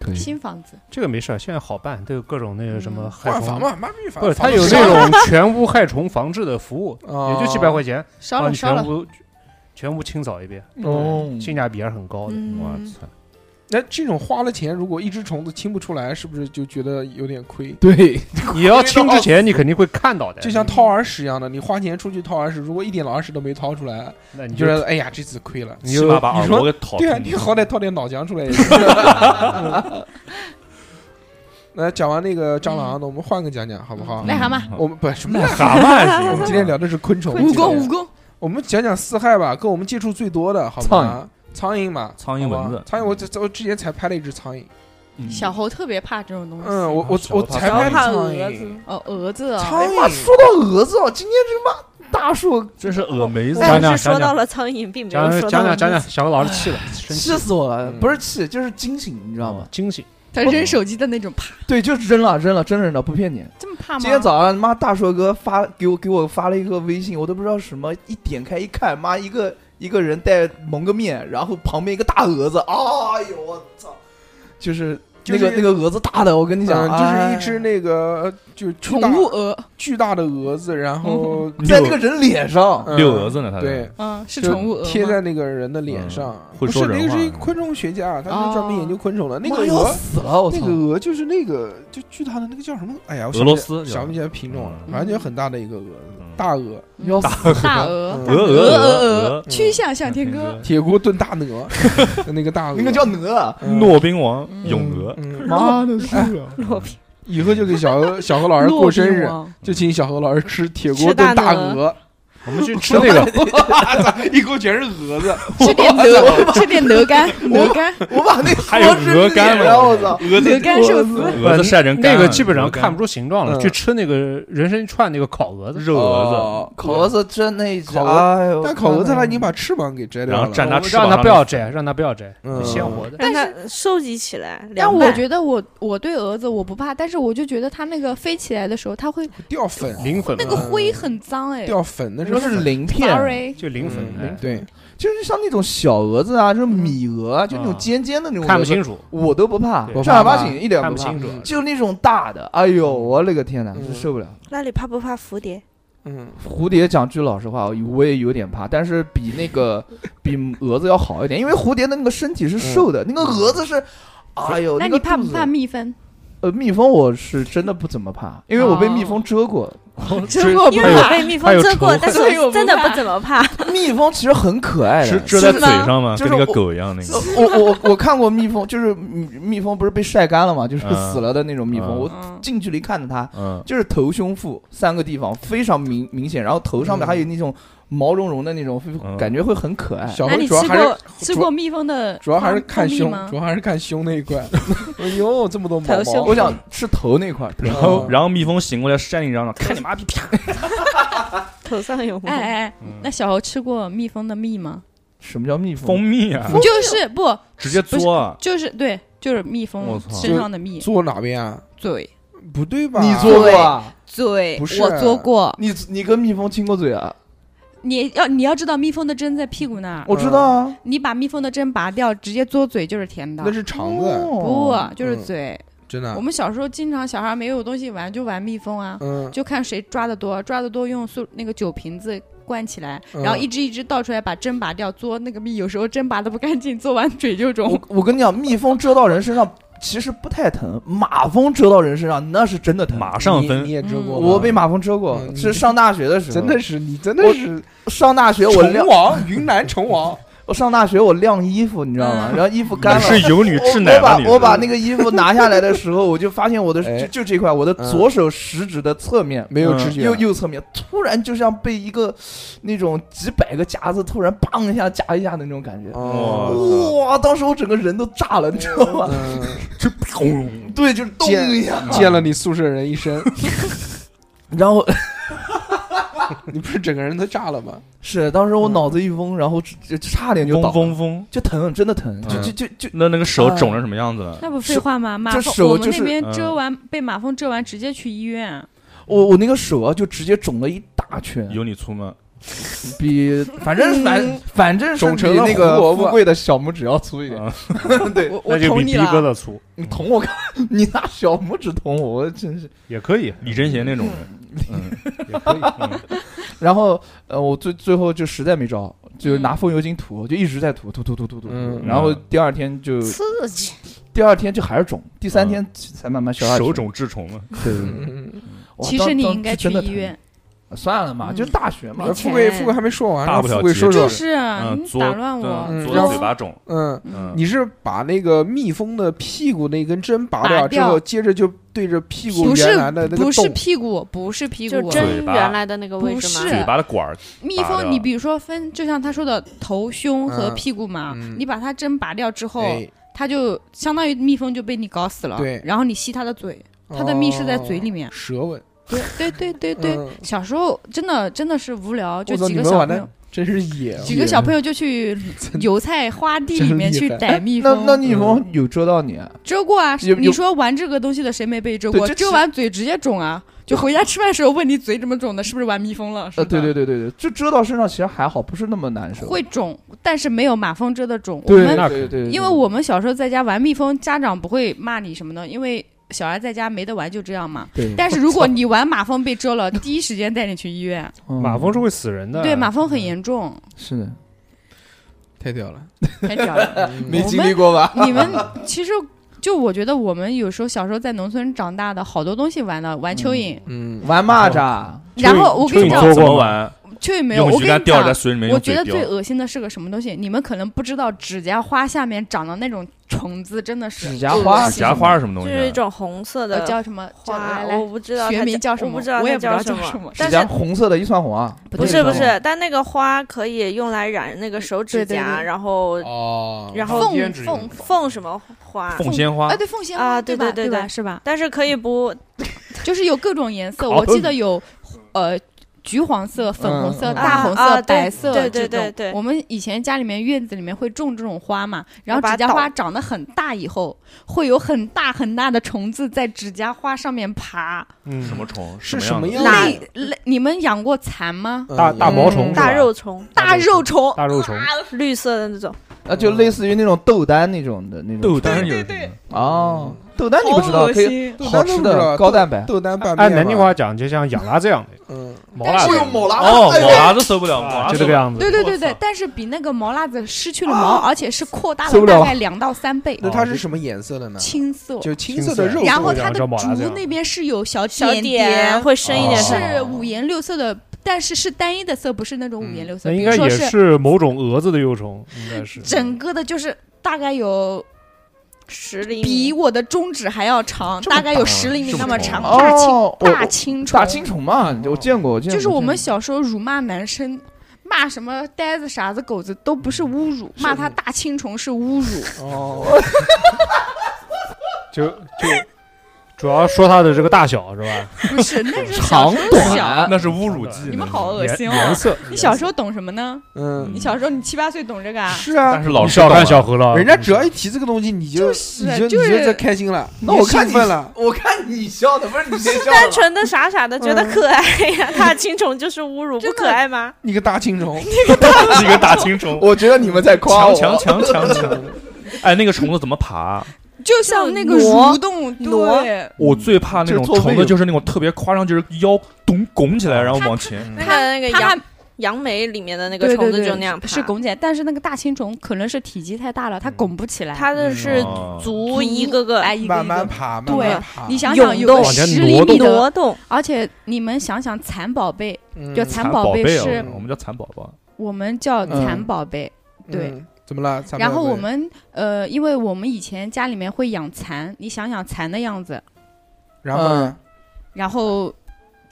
[SPEAKER 6] 可以。
[SPEAKER 3] 新房子，
[SPEAKER 4] 这个没事儿，现在好办，都有各种那个什么害
[SPEAKER 2] 换
[SPEAKER 4] 虫，
[SPEAKER 2] 房嘛，妈逼房。
[SPEAKER 4] 不是
[SPEAKER 2] 房
[SPEAKER 4] 它有
[SPEAKER 2] 子
[SPEAKER 4] 那种全屋害虫防治的服务，
[SPEAKER 2] 啊
[SPEAKER 4] 也就几百块钱，
[SPEAKER 3] 烧
[SPEAKER 4] 帮
[SPEAKER 3] 了
[SPEAKER 4] 你
[SPEAKER 3] 烧
[SPEAKER 4] 全
[SPEAKER 3] 了，
[SPEAKER 4] 屋全屋清扫一遍，
[SPEAKER 6] 哦
[SPEAKER 4] 性价比还是很高的。
[SPEAKER 5] 我
[SPEAKER 7] 嗯，
[SPEAKER 5] 操，
[SPEAKER 2] 那这种花了钱，如果一只虫子清不出来，是不是就觉得有点亏？
[SPEAKER 6] 对，
[SPEAKER 4] 你要清之前，你肯定会看到的，
[SPEAKER 2] 就像掏耳屎一样的，你花钱出去掏耳屎，如果一点老耳屎都没掏出来，
[SPEAKER 4] 那你
[SPEAKER 2] 你
[SPEAKER 4] 就
[SPEAKER 2] 觉得哎呀这次亏了。
[SPEAKER 4] 你
[SPEAKER 5] 起
[SPEAKER 4] 就
[SPEAKER 5] 码把耳
[SPEAKER 2] 你说
[SPEAKER 5] 膜给掏
[SPEAKER 2] 对啊，
[SPEAKER 5] 空
[SPEAKER 2] 你
[SPEAKER 5] 了
[SPEAKER 2] 好歹掏点脑浆出来也行。 那讲完那个蟑螂，那我们换个讲讲好不好？
[SPEAKER 3] 嗯癞蛤蟆，
[SPEAKER 2] 我们不是什么癞蛤蟆
[SPEAKER 4] 蛤蟆
[SPEAKER 2] 哎我们今天聊的是昆虫。
[SPEAKER 3] 蜈蚣蜈蚣，
[SPEAKER 2] 我们讲讲四害吧，跟我们接触最多的，好吗？苍蝇嘛，
[SPEAKER 5] 苍蝇
[SPEAKER 2] 好吧
[SPEAKER 5] 蚊子
[SPEAKER 2] 苍蝇，我这我之前才拍了一只苍蝇，
[SPEAKER 5] 嗯
[SPEAKER 3] 小猴特别怕这种东西。
[SPEAKER 2] 嗯，我我
[SPEAKER 5] 小
[SPEAKER 2] 我
[SPEAKER 5] 猴怕
[SPEAKER 2] 才
[SPEAKER 5] 苍
[SPEAKER 2] 拍了
[SPEAKER 5] 蝇
[SPEAKER 7] 怕
[SPEAKER 2] 苍
[SPEAKER 7] 蛾
[SPEAKER 2] 蝇
[SPEAKER 7] 子，，
[SPEAKER 3] 哦，蛾子啊，
[SPEAKER 2] 苍蝇
[SPEAKER 6] 哇，哎说到蛾子哦，今天这妈大树
[SPEAKER 5] 真是峨眉
[SPEAKER 4] 讲
[SPEAKER 7] 但
[SPEAKER 4] 讲
[SPEAKER 7] 是说
[SPEAKER 4] 讲
[SPEAKER 7] 到
[SPEAKER 4] 讲
[SPEAKER 7] 了苍蝇，并没
[SPEAKER 4] 讲
[SPEAKER 7] 有
[SPEAKER 4] 讲
[SPEAKER 7] 说到
[SPEAKER 4] 讲讲
[SPEAKER 7] 蚊
[SPEAKER 4] 讲，
[SPEAKER 7] 子
[SPEAKER 4] 小老师气了，生气
[SPEAKER 6] 气死我了，
[SPEAKER 2] 嗯
[SPEAKER 6] 不是气，就是惊醒，你知道吗？？
[SPEAKER 4] 惊醒，
[SPEAKER 3] 他扔手机的那种，啪，
[SPEAKER 6] 对，就是扔了，扔了，真扔了，不骗你。
[SPEAKER 3] 这么啊怕吗？
[SPEAKER 6] 今天早上，妈大硕哥发给我给我发了一个微信，我都不知道什么，一点开一看，妈一个一个人戴蒙个面，然后旁边一个大蛾子，哎呦我操，就是
[SPEAKER 2] 就
[SPEAKER 6] 那
[SPEAKER 2] 是
[SPEAKER 6] 个那个蛾子大的，我跟你讲，哎
[SPEAKER 2] 嗯，就是一只那个就巨
[SPEAKER 3] 宠
[SPEAKER 2] 大
[SPEAKER 3] 物蛾，
[SPEAKER 2] 巨大的蛾子，然后
[SPEAKER 6] 哎在那个人脸上，
[SPEAKER 2] 嗯
[SPEAKER 5] 六蛾子呢，他
[SPEAKER 2] 对。
[SPEAKER 3] 嗯，是
[SPEAKER 2] 就
[SPEAKER 3] 宠物蛾吗
[SPEAKER 2] 贴在那个人的脸上，
[SPEAKER 5] 嗯
[SPEAKER 2] 不
[SPEAKER 5] 会说
[SPEAKER 2] 是
[SPEAKER 5] 人
[SPEAKER 2] 那个
[SPEAKER 5] 话
[SPEAKER 2] 是一个昆虫学家，他是专门研究昆虫的。那个
[SPEAKER 6] 哦妈要
[SPEAKER 2] 蛾，
[SPEAKER 6] 死了，我
[SPEAKER 2] 那
[SPEAKER 6] 操
[SPEAKER 2] 个！蛾就是那个就巨大的那个叫什么？哎呀，我
[SPEAKER 5] 俄
[SPEAKER 2] 想
[SPEAKER 5] 罗
[SPEAKER 2] 不
[SPEAKER 5] 斯
[SPEAKER 2] 起来想不起来品种了，
[SPEAKER 5] 嗯
[SPEAKER 2] 反正就很大的一个蛾子
[SPEAKER 5] 嗯，
[SPEAKER 2] 大蛾。
[SPEAKER 6] 要死
[SPEAKER 3] 大鹅，
[SPEAKER 2] 嗯
[SPEAKER 5] 鹅鹅
[SPEAKER 3] 鹅
[SPEAKER 5] 鹅
[SPEAKER 3] 鹅
[SPEAKER 5] 鹅，
[SPEAKER 3] 曲项向天歌，
[SPEAKER 2] 铁锅炖大鹅， 那个大鹅，
[SPEAKER 6] 那个叫哪？
[SPEAKER 2] 嗯
[SPEAKER 5] 骆宾王
[SPEAKER 3] 嗯
[SPEAKER 5] 咏鹅，
[SPEAKER 2] 嗯，
[SPEAKER 6] 妈的是啊！
[SPEAKER 7] 落皮
[SPEAKER 2] 以后就给小何小何老师过生日，
[SPEAKER 3] 骆宾王
[SPEAKER 2] 就请小何老师吃铁锅炖大 鹅，
[SPEAKER 4] 我们去吃那 个，
[SPEAKER 2] 一锅全是鹅子，
[SPEAKER 3] 吃点鹅，吃点鹅肝，鹅肝，
[SPEAKER 6] 我把那
[SPEAKER 5] 还有
[SPEAKER 6] 说是
[SPEAKER 5] 鹅肝
[SPEAKER 6] 脸上
[SPEAKER 5] 了
[SPEAKER 6] 我操！
[SPEAKER 5] 鹅
[SPEAKER 3] 鹅肝寿司，
[SPEAKER 5] 蛾子晒成啊干
[SPEAKER 4] 那
[SPEAKER 5] 了
[SPEAKER 4] 个基本上看不
[SPEAKER 5] 出
[SPEAKER 4] 出形状了。
[SPEAKER 2] 嗯
[SPEAKER 4] 去吃那个人参串那个烤蛾子，
[SPEAKER 5] 肉蛾
[SPEAKER 6] 哦烤蛾子真那一只，
[SPEAKER 2] 烤蛾
[SPEAKER 6] 哎呦
[SPEAKER 2] 但烤鹅子他已经
[SPEAKER 6] 把
[SPEAKER 2] 把翅膀给摘
[SPEAKER 5] 子，
[SPEAKER 2] 掉
[SPEAKER 5] 然
[SPEAKER 2] 了，
[SPEAKER 5] 后蘸它
[SPEAKER 4] 我
[SPEAKER 5] 吃，
[SPEAKER 4] 让它不要摘，让它不要摘，
[SPEAKER 2] 嗯
[SPEAKER 4] 鲜活的。
[SPEAKER 7] 让它收集起来。
[SPEAKER 3] 但
[SPEAKER 7] 凉
[SPEAKER 3] 我
[SPEAKER 7] 拌
[SPEAKER 3] 觉得我我对蛾子我不怕，但是我就觉得它那个飞起来的时候，它会
[SPEAKER 2] 掉粉，
[SPEAKER 4] 磷粉
[SPEAKER 3] 那
[SPEAKER 4] 嘛
[SPEAKER 3] 个灰很脏
[SPEAKER 2] 嗯
[SPEAKER 3] 哎。
[SPEAKER 2] 掉粉，那
[SPEAKER 6] 那是
[SPEAKER 2] 粉
[SPEAKER 6] 鳞片，
[SPEAKER 3] Sorry，
[SPEAKER 4] 就磷粉，
[SPEAKER 2] 嗯
[SPEAKER 4] 哎
[SPEAKER 2] 对，
[SPEAKER 6] 就是像那种小蛾子啊，就是米蛾啊，就那种
[SPEAKER 4] 啊
[SPEAKER 6] 尖尖的那种，
[SPEAKER 4] 看不，清楚，
[SPEAKER 6] 我都不怕，
[SPEAKER 4] 对
[SPEAKER 6] 正
[SPEAKER 2] 不怕
[SPEAKER 6] 儿八
[SPEAKER 2] 吧
[SPEAKER 6] 经一点
[SPEAKER 4] 看
[SPEAKER 6] 不
[SPEAKER 4] 不
[SPEAKER 6] 怕
[SPEAKER 4] 清，楚
[SPEAKER 2] 嗯。
[SPEAKER 6] 就那种大的，哎呦，我勒个天呐，
[SPEAKER 2] 嗯
[SPEAKER 6] 是受不了。
[SPEAKER 7] 那你怕不怕蝴蝶？
[SPEAKER 2] 嗯，
[SPEAKER 6] 蝴蝶讲句老实话，我也有点怕，但是比那个 比蛾子要好一点，因为蝴蝶的那个身体是瘦的，那个蛾子是，哎呦，
[SPEAKER 3] 那
[SPEAKER 6] 个
[SPEAKER 3] 你怕
[SPEAKER 6] 肚
[SPEAKER 3] 不
[SPEAKER 6] 子
[SPEAKER 3] 怕？蜜蜂？
[SPEAKER 6] 呃，蜜蜂我是真的不怎么怕，因
[SPEAKER 3] 哦
[SPEAKER 6] 为我被蜜蜂蛰过。
[SPEAKER 3] 真 哦我不
[SPEAKER 7] 因为我
[SPEAKER 3] 怕，
[SPEAKER 7] 被蜜蜂
[SPEAKER 4] 还有
[SPEAKER 7] 蛰过，
[SPEAKER 4] 虫
[SPEAKER 7] 但是
[SPEAKER 3] 所以我
[SPEAKER 7] 我
[SPEAKER 3] 不
[SPEAKER 7] 真的
[SPEAKER 3] 怕
[SPEAKER 7] 不怎么怕。
[SPEAKER 6] 蜜蜂其实很可爱
[SPEAKER 5] 吃
[SPEAKER 6] 的，
[SPEAKER 5] 遮在
[SPEAKER 6] 是
[SPEAKER 5] 嘴上嘛，
[SPEAKER 6] 就
[SPEAKER 5] 跟
[SPEAKER 6] 是
[SPEAKER 5] 那个
[SPEAKER 6] 我
[SPEAKER 5] 狗一样那个
[SPEAKER 6] 呃。我我我看过蜜蜂，就是蜜蜜蜂不是被晒干了嘛，就是
[SPEAKER 5] 嗯
[SPEAKER 6] 死了的那种蜜蜂。
[SPEAKER 5] 嗯
[SPEAKER 6] 我
[SPEAKER 3] 嗯，
[SPEAKER 6] 近距离看着它，
[SPEAKER 5] 嗯，
[SPEAKER 6] 就是头、胸、腹三个地方非常明明显，然后头上
[SPEAKER 2] 嗯
[SPEAKER 6] 面还有那种毛茸茸的那种，
[SPEAKER 5] 嗯
[SPEAKER 6] 感觉会很可爱。
[SPEAKER 2] 小
[SPEAKER 3] 那
[SPEAKER 2] 何
[SPEAKER 3] 你
[SPEAKER 2] 主要
[SPEAKER 3] 吃
[SPEAKER 2] 还是
[SPEAKER 3] 过吃过蜜蜂的
[SPEAKER 2] 主要还是
[SPEAKER 3] 蜂
[SPEAKER 2] 看
[SPEAKER 3] 蜜
[SPEAKER 2] 胸，
[SPEAKER 3] 吗
[SPEAKER 2] 主？要还是看胸那一块， 哎呦，这么多毛
[SPEAKER 7] 头胸
[SPEAKER 2] 毛
[SPEAKER 6] 我，想吃头那块儿，
[SPEAKER 5] 然
[SPEAKER 2] 嗯
[SPEAKER 5] 后然后蜜蜂醒过来扇你一张了，看你妈逼啪！
[SPEAKER 7] 头上有毛，
[SPEAKER 3] 哎哎哎，
[SPEAKER 2] 嗯
[SPEAKER 3] 那小猴吃过蜜蜂的蜜吗？
[SPEAKER 6] 什么叫蜜
[SPEAKER 5] 蜂
[SPEAKER 6] 蜂？
[SPEAKER 5] 蜜啊，
[SPEAKER 3] 就是不
[SPEAKER 5] 直接
[SPEAKER 3] 不是
[SPEAKER 5] 嘬啊，
[SPEAKER 3] 就是对，就是蜜
[SPEAKER 5] 我
[SPEAKER 3] 蜂
[SPEAKER 5] 操
[SPEAKER 3] 身上的蜜，
[SPEAKER 2] 坐哪边啊？
[SPEAKER 3] 嘴
[SPEAKER 2] 不对吧？
[SPEAKER 6] 你做过啊？
[SPEAKER 3] 嘴，
[SPEAKER 2] 不是
[SPEAKER 3] 我做过。
[SPEAKER 6] 你你跟蜜蜂亲过嘴啊？
[SPEAKER 3] 你要你要知道，蜜蜂的针在屁股那儿，
[SPEAKER 6] 我知道啊，
[SPEAKER 3] 你把蜜蜂的针拔掉，直接嘬嘴就是甜的
[SPEAKER 2] 那。是肠子，
[SPEAKER 3] 不啊
[SPEAKER 6] 哦，
[SPEAKER 3] 就是
[SPEAKER 2] 嗯
[SPEAKER 3] 嘴。
[SPEAKER 2] 真的
[SPEAKER 3] 我，们小时候经常小孩没有东西玩就玩蜜蜂啊，
[SPEAKER 2] 嗯，
[SPEAKER 3] 就看谁抓的多，抓的多用塑那个酒瓶子灌起来，
[SPEAKER 2] 嗯
[SPEAKER 3] 然后一支一支倒出来，把针拔掉，嘬那个蜜。有时候针拔的不干净，嘬完嘴就肿
[SPEAKER 6] 我。我跟你讲，蜜蜂蛰到人身上其实不太疼，马蜂蛰到人身上那是真的疼。
[SPEAKER 5] 马上
[SPEAKER 2] 你
[SPEAKER 5] 分
[SPEAKER 2] 你。也蛰
[SPEAKER 3] 嗯
[SPEAKER 2] 过吗，
[SPEAKER 6] 我被马蜂蛰过，
[SPEAKER 2] 嗯
[SPEAKER 6] 是上大学的时候。啊
[SPEAKER 2] 真的是你真的
[SPEAKER 6] 我
[SPEAKER 2] 是
[SPEAKER 6] 上大学我
[SPEAKER 2] 虫
[SPEAKER 6] 两
[SPEAKER 2] 王，云南虫王，
[SPEAKER 6] 我上大学我晾衣服，你知道吗？
[SPEAKER 3] 嗯
[SPEAKER 6] 然后衣服干
[SPEAKER 5] 你
[SPEAKER 6] 了，
[SPEAKER 5] 是有女
[SPEAKER 6] 我
[SPEAKER 5] 治奶
[SPEAKER 6] 我
[SPEAKER 5] 吧
[SPEAKER 6] 把
[SPEAKER 5] 你？
[SPEAKER 6] 我把那个衣服拿下来的时 候，我就发现我的
[SPEAKER 2] 哎
[SPEAKER 6] 就就这块，我的
[SPEAKER 2] 嗯
[SPEAKER 6] 左手食指的侧面。
[SPEAKER 2] 没有知觉，
[SPEAKER 6] 右右侧面突然就像被一个那种几百个夹子突然砰一下夹一下的那种感觉，
[SPEAKER 2] 哦，
[SPEAKER 6] 哇！当时我整个人都炸了，你知道吗？
[SPEAKER 2] 嗯
[SPEAKER 6] 对，就是 咚
[SPEAKER 2] 见
[SPEAKER 6] 一下，
[SPEAKER 2] 溅了
[SPEAKER 5] 嗯
[SPEAKER 2] 你宿舍人一身，
[SPEAKER 6] 然后
[SPEAKER 2] 你不是整个人都炸了吗？
[SPEAKER 6] 是当时我脑子一嗡，然后就就差点就
[SPEAKER 5] 嗡
[SPEAKER 6] 倒，
[SPEAKER 5] 嗡嗡，
[SPEAKER 6] 就疼，真的疼，就
[SPEAKER 5] 嗯
[SPEAKER 6] 就就就
[SPEAKER 5] 那那个手肿成什么样子了？
[SPEAKER 3] 那不废话吗？马
[SPEAKER 6] 这
[SPEAKER 3] 蜂，
[SPEAKER 6] 手
[SPEAKER 3] 我
[SPEAKER 6] 就
[SPEAKER 3] 们那
[SPEAKER 6] 是
[SPEAKER 3] 边
[SPEAKER 5] 嗯
[SPEAKER 3] 蛰完被马蜂蛰完，直接去医院。
[SPEAKER 6] 我我那个手啊，就直接肿了一大圈，
[SPEAKER 5] 有你粗吗？
[SPEAKER 6] 比反正反
[SPEAKER 3] 嗯
[SPEAKER 6] 反正是
[SPEAKER 2] 肿成
[SPEAKER 6] 比
[SPEAKER 2] 了
[SPEAKER 6] 那
[SPEAKER 2] 胡
[SPEAKER 6] 个
[SPEAKER 2] 萝卜
[SPEAKER 6] 富贵的小拇指要粗一点。
[SPEAKER 5] 啊，
[SPEAKER 6] 对，
[SPEAKER 3] 我我
[SPEAKER 4] 那就比
[SPEAKER 3] 捅
[SPEAKER 4] 逼
[SPEAKER 3] 你
[SPEAKER 4] 哥
[SPEAKER 3] 了，
[SPEAKER 4] 的粗，
[SPEAKER 2] 嗯
[SPEAKER 6] 你捅我干，你拿小拇指捅我，我真是。
[SPEAKER 4] 也可以，
[SPEAKER 5] 李贞贤那种人，嗯，
[SPEAKER 4] 也可以。嗯
[SPEAKER 6] 然后呃，我最最后就实在没招，就
[SPEAKER 3] 嗯
[SPEAKER 6] 拿风油精涂，就一直在涂涂涂涂涂涂。
[SPEAKER 2] 嗯
[SPEAKER 6] 然后第二天就
[SPEAKER 7] 刺激，
[SPEAKER 6] 第二天就还是肿，第三天才慢慢消下去。
[SPEAKER 5] 手。肿痔疮嘛，
[SPEAKER 6] 对对对。
[SPEAKER 2] 嗯
[SPEAKER 6] 哇
[SPEAKER 3] 其
[SPEAKER 6] 哦当
[SPEAKER 3] 实你
[SPEAKER 6] 当
[SPEAKER 3] 应该
[SPEAKER 6] 是
[SPEAKER 3] 去
[SPEAKER 6] 真的
[SPEAKER 3] 医
[SPEAKER 6] 疼
[SPEAKER 3] 院，
[SPEAKER 6] 算了嘛，
[SPEAKER 3] 嗯
[SPEAKER 6] 就大学嘛
[SPEAKER 2] 呃。
[SPEAKER 7] 钱
[SPEAKER 2] 富贵富贵还没说完，
[SPEAKER 5] 大
[SPEAKER 2] 让
[SPEAKER 5] 不了
[SPEAKER 2] 富贵
[SPEAKER 5] 结
[SPEAKER 2] 说说
[SPEAKER 3] 就，是
[SPEAKER 5] 嗯，
[SPEAKER 3] 你
[SPEAKER 5] 左
[SPEAKER 3] 打乱我，
[SPEAKER 5] 嗯
[SPEAKER 2] 嗯
[SPEAKER 5] 左
[SPEAKER 2] 然
[SPEAKER 5] 嘴
[SPEAKER 2] 后
[SPEAKER 5] 巴肿，
[SPEAKER 2] 嗯，
[SPEAKER 5] 嗯，
[SPEAKER 2] 你是把那个蜜蜂的屁股那根针拔
[SPEAKER 3] 拔
[SPEAKER 2] 掉之后，
[SPEAKER 3] 掉
[SPEAKER 2] 接着就对着屁股
[SPEAKER 3] 不是
[SPEAKER 2] 原来的那
[SPEAKER 3] 不
[SPEAKER 2] 个
[SPEAKER 3] 是
[SPEAKER 2] 洞，
[SPEAKER 3] 屁股，不是屁
[SPEAKER 7] 就
[SPEAKER 3] 股，
[SPEAKER 5] 真
[SPEAKER 7] 真
[SPEAKER 5] 嘴巴原
[SPEAKER 7] 原来的那个
[SPEAKER 3] 位
[SPEAKER 7] 位
[SPEAKER 3] 置
[SPEAKER 7] 置
[SPEAKER 3] 吗
[SPEAKER 7] 吗？
[SPEAKER 3] 是
[SPEAKER 5] 嘴巴的管儿，
[SPEAKER 3] 蜜
[SPEAKER 5] 拔掉
[SPEAKER 3] 蜂，你比如说分，就像他说的头、胸和
[SPEAKER 2] 嗯
[SPEAKER 3] 屁股嘛，
[SPEAKER 2] 嗯
[SPEAKER 3] 你把它针拔掉之后，
[SPEAKER 2] 哎，
[SPEAKER 3] 它就相当于蜜蜂就被你搞死了。
[SPEAKER 2] 对
[SPEAKER 3] 然后你吸它的嘴，它的蜜是在嘴里
[SPEAKER 2] 哦，
[SPEAKER 3] 面。
[SPEAKER 2] 舌吻，
[SPEAKER 3] 对对对对对，
[SPEAKER 2] 嗯
[SPEAKER 3] 小时候真的真的是无聊，就
[SPEAKER 2] 我操，
[SPEAKER 3] 几
[SPEAKER 2] 你
[SPEAKER 3] 个
[SPEAKER 2] 们
[SPEAKER 3] 小
[SPEAKER 2] 玩
[SPEAKER 3] 朋
[SPEAKER 2] 的
[SPEAKER 3] 友，
[SPEAKER 2] 真是野啊，
[SPEAKER 3] 几个小朋友就去油菜花地里面去
[SPEAKER 2] 真厉害
[SPEAKER 3] 逮蜜
[SPEAKER 6] 那
[SPEAKER 3] 蜂，
[SPEAKER 6] 那你有没
[SPEAKER 2] 嗯
[SPEAKER 6] 有有遮到你啊？
[SPEAKER 3] 蛰过啊？
[SPEAKER 6] 有有
[SPEAKER 3] 你说玩这个东西的谁没被蛰过？
[SPEAKER 6] 对这
[SPEAKER 3] 蛰完嘴直接肿啊！ 就回家吃饭的时候问你嘴怎么肿的，是不是玩蜜蜂了？
[SPEAKER 6] 呃，
[SPEAKER 3] 是
[SPEAKER 6] 对
[SPEAKER 3] 吧
[SPEAKER 6] 对对对对，就遮到身上其实还好，不是那么难受。
[SPEAKER 3] 会肿，但是没有马蜂蛰的肿。我
[SPEAKER 6] 对
[SPEAKER 3] 们
[SPEAKER 6] 对对对，
[SPEAKER 3] 因为我们小时候在家玩蜜蜂，家长不会骂你什么的，因为小孩在家没得玩，就这样嘛。
[SPEAKER 6] 对
[SPEAKER 3] 但是如果你玩马蜂被蛰了，第一时间带你去医院。
[SPEAKER 2] 嗯
[SPEAKER 4] 马蜂是会死人的，
[SPEAKER 3] 对，马蜂很严重，
[SPEAKER 6] 是的，
[SPEAKER 2] 太屌了，
[SPEAKER 3] 太屌 了！
[SPEAKER 2] 没
[SPEAKER 3] 我们
[SPEAKER 6] 过吧？
[SPEAKER 3] 你们其实就我觉得，我们有时候小时候在农村长大的好多东西玩的，玩蚯蚓，
[SPEAKER 2] 嗯，
[SPEAKER 6] 玩蚂蚱，
[SPEAKER 3] 然后我跟你
[SPEAKER 4] 蚯蚓
[SPEAKER 3] 讲，
[SPEAKER 4] 做
[SPEAKER 5] 怎
[SPEAKER 4] 过
[SPEAKER 5] 么
[SPEAKER 4] 吗
[SPEAKER 5] 玩？
[SPEAKER 3] 蚯蚓没有，
[SPEAKER 5] 用
[SPEAKER 3] 我
[SPEAKER 5] 鱼
[SPEAKER 3] 跟
[SPEAKER 5] 竿
[SPEAKER 3] 你
[SPEAKER 5] 吊着在
[SPEAKER 3] 讲。
[SPEAKER 5] 水里面，
[SPEAKER 3] 我
[SPEAKER 5] 用
[SPEAKER 3] 觉
[SPEAKER 5] 嘴
[SPEAKER 3] 得
[SPEAKER 5] 叼
[SPEAKER 3] 最。恶心的是个什么东西？你们可能不知道，指甲花下面长的那种虫子，真的是
[SPEAKER 6] 指甲花
[SPEAKER 3] 恶
[SPEAKER 5] 指
[SPEAKER 3] 心
[SPEAKER 5] 甲花是什么
[SPEAKER 7] 就
[SPEAKER 5] 东西
[SPEAKER 7] 是一
[SPEAKER 5] 啊？
[SPEAKER 7] 种红色
[SPEAKER 3] 呃
[SPEAKER 7] 的
[SPEAKER 3] 叫什么？叫
[SPEAKER 7] 花，哦
[SPEAKER 3] 来来
[SPEAKER 7] 我不知道
[SPEAKER 3] 学
[SPEAKER 7] 它
[SPEAKER 3] 名叫什么？
[SPEAKER 7] 我不知道它
[SPEAKER 3] 也不知道
[SPEAKER 7] 什
[SPEAKER 3] 什
[SPEAKER 7] 么。
[SPEAKER 3] 么。
[SPEAKER 6] 指
[SPEAKER 7] 但
[SPEAKER 6] 甲
[SPEAKER 7] 是
[SPEAKER 6] 红色的一蒜黄啊，
[SPEAKER 7] 不
[SPEAKER 3] 对
[SPEAKER 7] 是
[SPEAKER 6] 一
[SPEAKER 7] 不
[SPEAKER 6] 蒜黄
[SPEAKER 7] 是，但那个花可以用来染那个手指
[SPEAKER 3] 对对
[SPEAKER 7] 甲，
[SPEAKER 3] 对
[SPEAKER 7] 然后
[SPEAKER 2] 哦，
[SPEAKER 7] 然后
[SPEAKER 3] 凤凤
[SPEAKER 7] 凤什么花，
[SPEAKER 5] 凤仙花
[SPEAKER 3] 啊，，对凤仙花
[SPEAKER 7] 啊
[SPEAKER 3] 对
[SPEAKER 7] 对
[SPEAKER 3] 吧？
[SPEAKER 7] 对对
[SPEAKER 3] 吧？
[SPEAKER 7] 对
[SPEAKER 3] 是吧？
[SPEAKER 7] 但是可以不
[SPEAKER 3] 就是有各种颜色，
[SPEAKER 5] 烤
[SPEAKER 3] 我记得有呃橘黄色、粉红色、
[SPEAKER 2] 嗯嗯
[SPEAKER 3] 大红色、
[SPEAKER 7] 啊啊对
[SPEAKER 3] 白色
[SPEAKER 7] 对
[SPEAKER 3] 这
[SPEAKER 7] 对
[SPEAKER 3] 种
[SPEAKER 7] 对对
[SPEAKER 3] 我们以前家里面院子里面会种这种花嘛，然后
[SPEAKER 7] 把它
[SPEAKER 3] 指甲花
[SPEAKER 7] 倒
[SPEAKER 3] 长得很大以后，会有很大很大的虫子在指甲花上面爬。
[SPEAKER 4] 嗯，
[SPEAKER 5] 什么虫？
[SPEAKER 2] 是
[SPEAKER 5] 什
[SPEAKER 2] 什么
[SPEAKER 5] 样
[SPEAKER 2] 样
[SPEAKER 7] 那
[SPEAKER 2] 的
[SPEAKER 3] 类你们养过蚕吗？
[SPEAKER 2] 嗯
[SPEAKER 4] 大大毛虫是吧
[SPEAKER 7] 大肉虫，
[SPEAKER 3] 呃大肉虫，
[SPEAKER 4] 大肉虫？
[SPEAKER 7] 绿色的那种，
[SPEAKER 6] 啊，就类似于那种豆丹那种的那种。
[SPEAKER 5] 豆丹有
[SPEAKER 3] 对
[SPEAKER 5] 什
[SPEAKER 3] 对
[SPEAKER 5] 么？
[SPEAKER 6] 哦，
[SPEAKER 2] 嗯
[SPEAKER 6] 豆丹你
[SPEAKER 3] 好
[SPEAKER 6] 不知道，
[SPEAKER 3] 恶
[SPEAKER 6] 可以
[SPEAKER 3] 心。
[SPEAKER 2] 豆
[SPEAKER 6] 好
[SPEAKER 2] 丹都
[SPEAKER 6] 吃
[SPEAKER 2] 不知道
[SPEAKER 6] 的高蛋白。
[SPEAKER 2] 豆蛋拌面，
[SPEAKER 4] 按哎南京，话讲，就像养拉这样的，
[SPEAKER 2] 嗯，
[SPEAKER 4] 毛
[SPEAKER 3] 但
[SPEAKER 4] 拉
[SPEAKER 3] 是
[SPEAKER 4] 这
[SPEAKER 3] 哎
[SPEAKER 4] 样
[SPEAKER 3] 呦
[SPEAKER 4] 的
[SPEAKER 6] 某拉
[SPEAKER 5] 哦，毛拉子受不了，毛拉
[SPEAKER 4] 啊就
[SPEAKER 5] 子
[SPEAKER 4] 这个样子。
[SPEAKER 3] 对对对对
[SPEAKER 5] 我，操
[SPEAKER 3] 但是比那个毛辣子失去了毛，
[SPEAKER 7] 哦
[SPEAKER 3] 而且是扩大了
[SPEAKER 6] 受不了
[SPEAKER 3] 大概两到三倍，
[SPEAKER 2] 那它是什么颜色的呢？
[SPEAKER 3] 青色。
[SPEAKER 2] 就青色的 肉
[SPEAKER 4] 青色
[SPEAKER 3] 然后
[SPEAKER 2] 色，
[SPEAKER 3] 它的
[SPEAKER 4] 肉色
[SPEAKER 3] 竹那边是有小
[SPEAKER 7] 小
[SPEAKER 3] 点
[SPEAKER 7] 点，会深一点
[SPEAKER 4] 哦
[SPEAKER 7] 深。
[SPEAKER 3] 是五颜六色的，但是是单一的色，不是那种五颜六色。
[SPEAKER 4] 嗯那
[SPEAKER 3] 比
[SPEAKER 4] 应
[SPEAKER 3] 如
[SPEAKER 4] 该
[SPEAKER 3] 说
[SPEAKER 4] 也
[SPEAKER 3] 是
[SPEAKER 4] 是某种蛾子的幼虫，应该是
[SPEAKER 3] 整个的，就是大概有
[SPEAKER 7] 十厘
[SPEAKER 3] 比
[SPEAKER 7] 米，
[SPEAKER 3] 我的中指还要长，大概有十厘米那么长，大青
[SPEAKER 6] 哦，我
[SPEAKER 3] 大青虫，
[SPEAKER 6] 大青虫嘛，我见过，我见过。
[SPEAKER 3] 就是我
[SPEAKER 6] 见
[SPEAKER 3] 们
[SPEAKER 6] 过
[SPEAKER 3] 小时候辱骂男生。骂什么呆子、傻子、狗子都不是侮辱，骂他大青虫是侮辱。
[SPEAKER 2] 哦，
[SPEAKER 4] 就就主要说它的这个大小是吧？
[SPEAKER 3] 不是，那是小
[SPEAKER 6] 长
[SPEAKER 3] 时候小。
[SPEAKER 6] 短，
[SPEAKER 5] 那是侮辱技
[SPEAKER 3] 你
[SPEAKER 5] 能
[SPEAKER 3] 们。好恶
[SPEAKER 4] 颜
[SPEAKER 3] 心
[SPEAKER 4] 颜
[SPEAKER 3] 哦！
[SPEAKER 4] 色，
[SPEAKER 3] 你小时候懂什么呢？
[SPEAKER 2] 嗯
[SPEAKER 3] 你，小时候你七八岁懂这个啊？
[SPEAKER 2] 是啊
[SPEAKER 5] 但，是老师
[SPEAKER 4] 小
[SPEAKER 5] 懂
[SPEAKER 4] 看
[SPEAKER 5] 啊
[SPEAKER 4] 小何了，
[SPEAKER 2] 人家只要一提这个东西，你就
[SPEAKER 3] 就是
[SPEAKER 2] 你就
[SPEAKER 3] 就是
[SPEAKER 2] 你就开心了，
[SPEAKER 6] 那我
[SPEAKER 2] 就
[SPEAKER 6] 看
[SPEAKER 2] 兴
[SPEAKER 6] 你
[SPEAKER 2] 奋了，
[SPEAKER 6] 我看你笑的不是你先笑
[SPEAKER 7] 单纯 的傻傻的觉得可爱呀，大青虫就是侮辱，
[SPEAKER 3] 真
[SPEAKER 7] 不
[SPEAKER 3] 的
[SPEAKER 7] 可爱吗？
[SPEAKER 2] 你个大青虫，
[SPEAKER 5] 是一个大青虫，
[SPEAKER 6] 我觉得你们在夸
[SPEAKER 5] 强
[SPEAKER 6] 我。
[SPEAKER 5] 强强强强。哎，那个虫子怎么爬？
[SPEAKER 3] 就像那个
[SPEAKER 7] 挪
[SPEAKER 3] 蠕动，
[SPEAKER 7] 挪
[SPEAKER 3] 对，
[SPEAKER 5] 我最怕那种
[SPEAKER 6] 就是做
[SPEAKER 5] 虫
[SPEAKER 6] 胃
[SPEAKER 5] 子，就是那种特别夸张，就是腰咚拱起来，然后往前。
[SPEAKER 7] 那个那个
[SPEAKER 3] 它
[SPEAKER 7] 杨杨梅里面的那
[SPEAKER 3] 对
[SPEAKER 7] 个
[SPEAKER 3] 对
[SPEAKER 7] 虫
[SPEAKER 3] 对，
[SPEAKER 7] 子就那样爬，
[SPEAKER 3] 是拱起来，但是那个大青虫可能是体积太大了，它拱不起来。
[SPEAKER 7] 它的是
[SPEAKER 5] 哦
[SPEAKER 7] 足一个个
[SPEAKER 3] 哎，一个
[SPEAKER 2] 嗯慢
[SPEAKER 3] 一
[SPEAKER 2] 慢
[SPEAKER 3] 个，
[SPEAKER 2] 爬，慢
[SPEAKER 3] 对
[SPEAKER 2] 慢爬，
[SPEAKER 3] 你想想
[SPEAKER 7] 涌
[SPEAKER 3] 有
[SPEAKER 7] 动
[SPEAKER 3] 个
[SPEAKER 4] 往前
[SPEAKER 3] 十
[SPEAKER 4] 挪
[SPEAKER 3] 厘米的，
[SPEAKER 7] 挪动，
[SPEAKER 3] 而且你们想想蚕宝贝，
[SPEAKER 2] 嗯
[SPEAKER 3] 就蚕
[SPEAKER 5] 宝
[SPEAKER 3] 贝
[SPEAKER 5] 贝啊，
[SPEAKER 3] 是
[SPEAKER 5] 我们叫蚕宝宝。
[SPEAKER 3] 我们叫
[SPEAKER 6] 嗯
[SPEAKER 3] 蚕宝贝，对
[SPEAKER 2] 嗯，怎么了？咱
[SPEAKER 3] 然后我们呃，因为我们以前家里面会养蚕，你想想蚕的样子，
[SPEAKER 2] 然后
[SPEAKER 6] 嗯
[SPEAKER 2] 呢？
[SPEAKER 3] 然后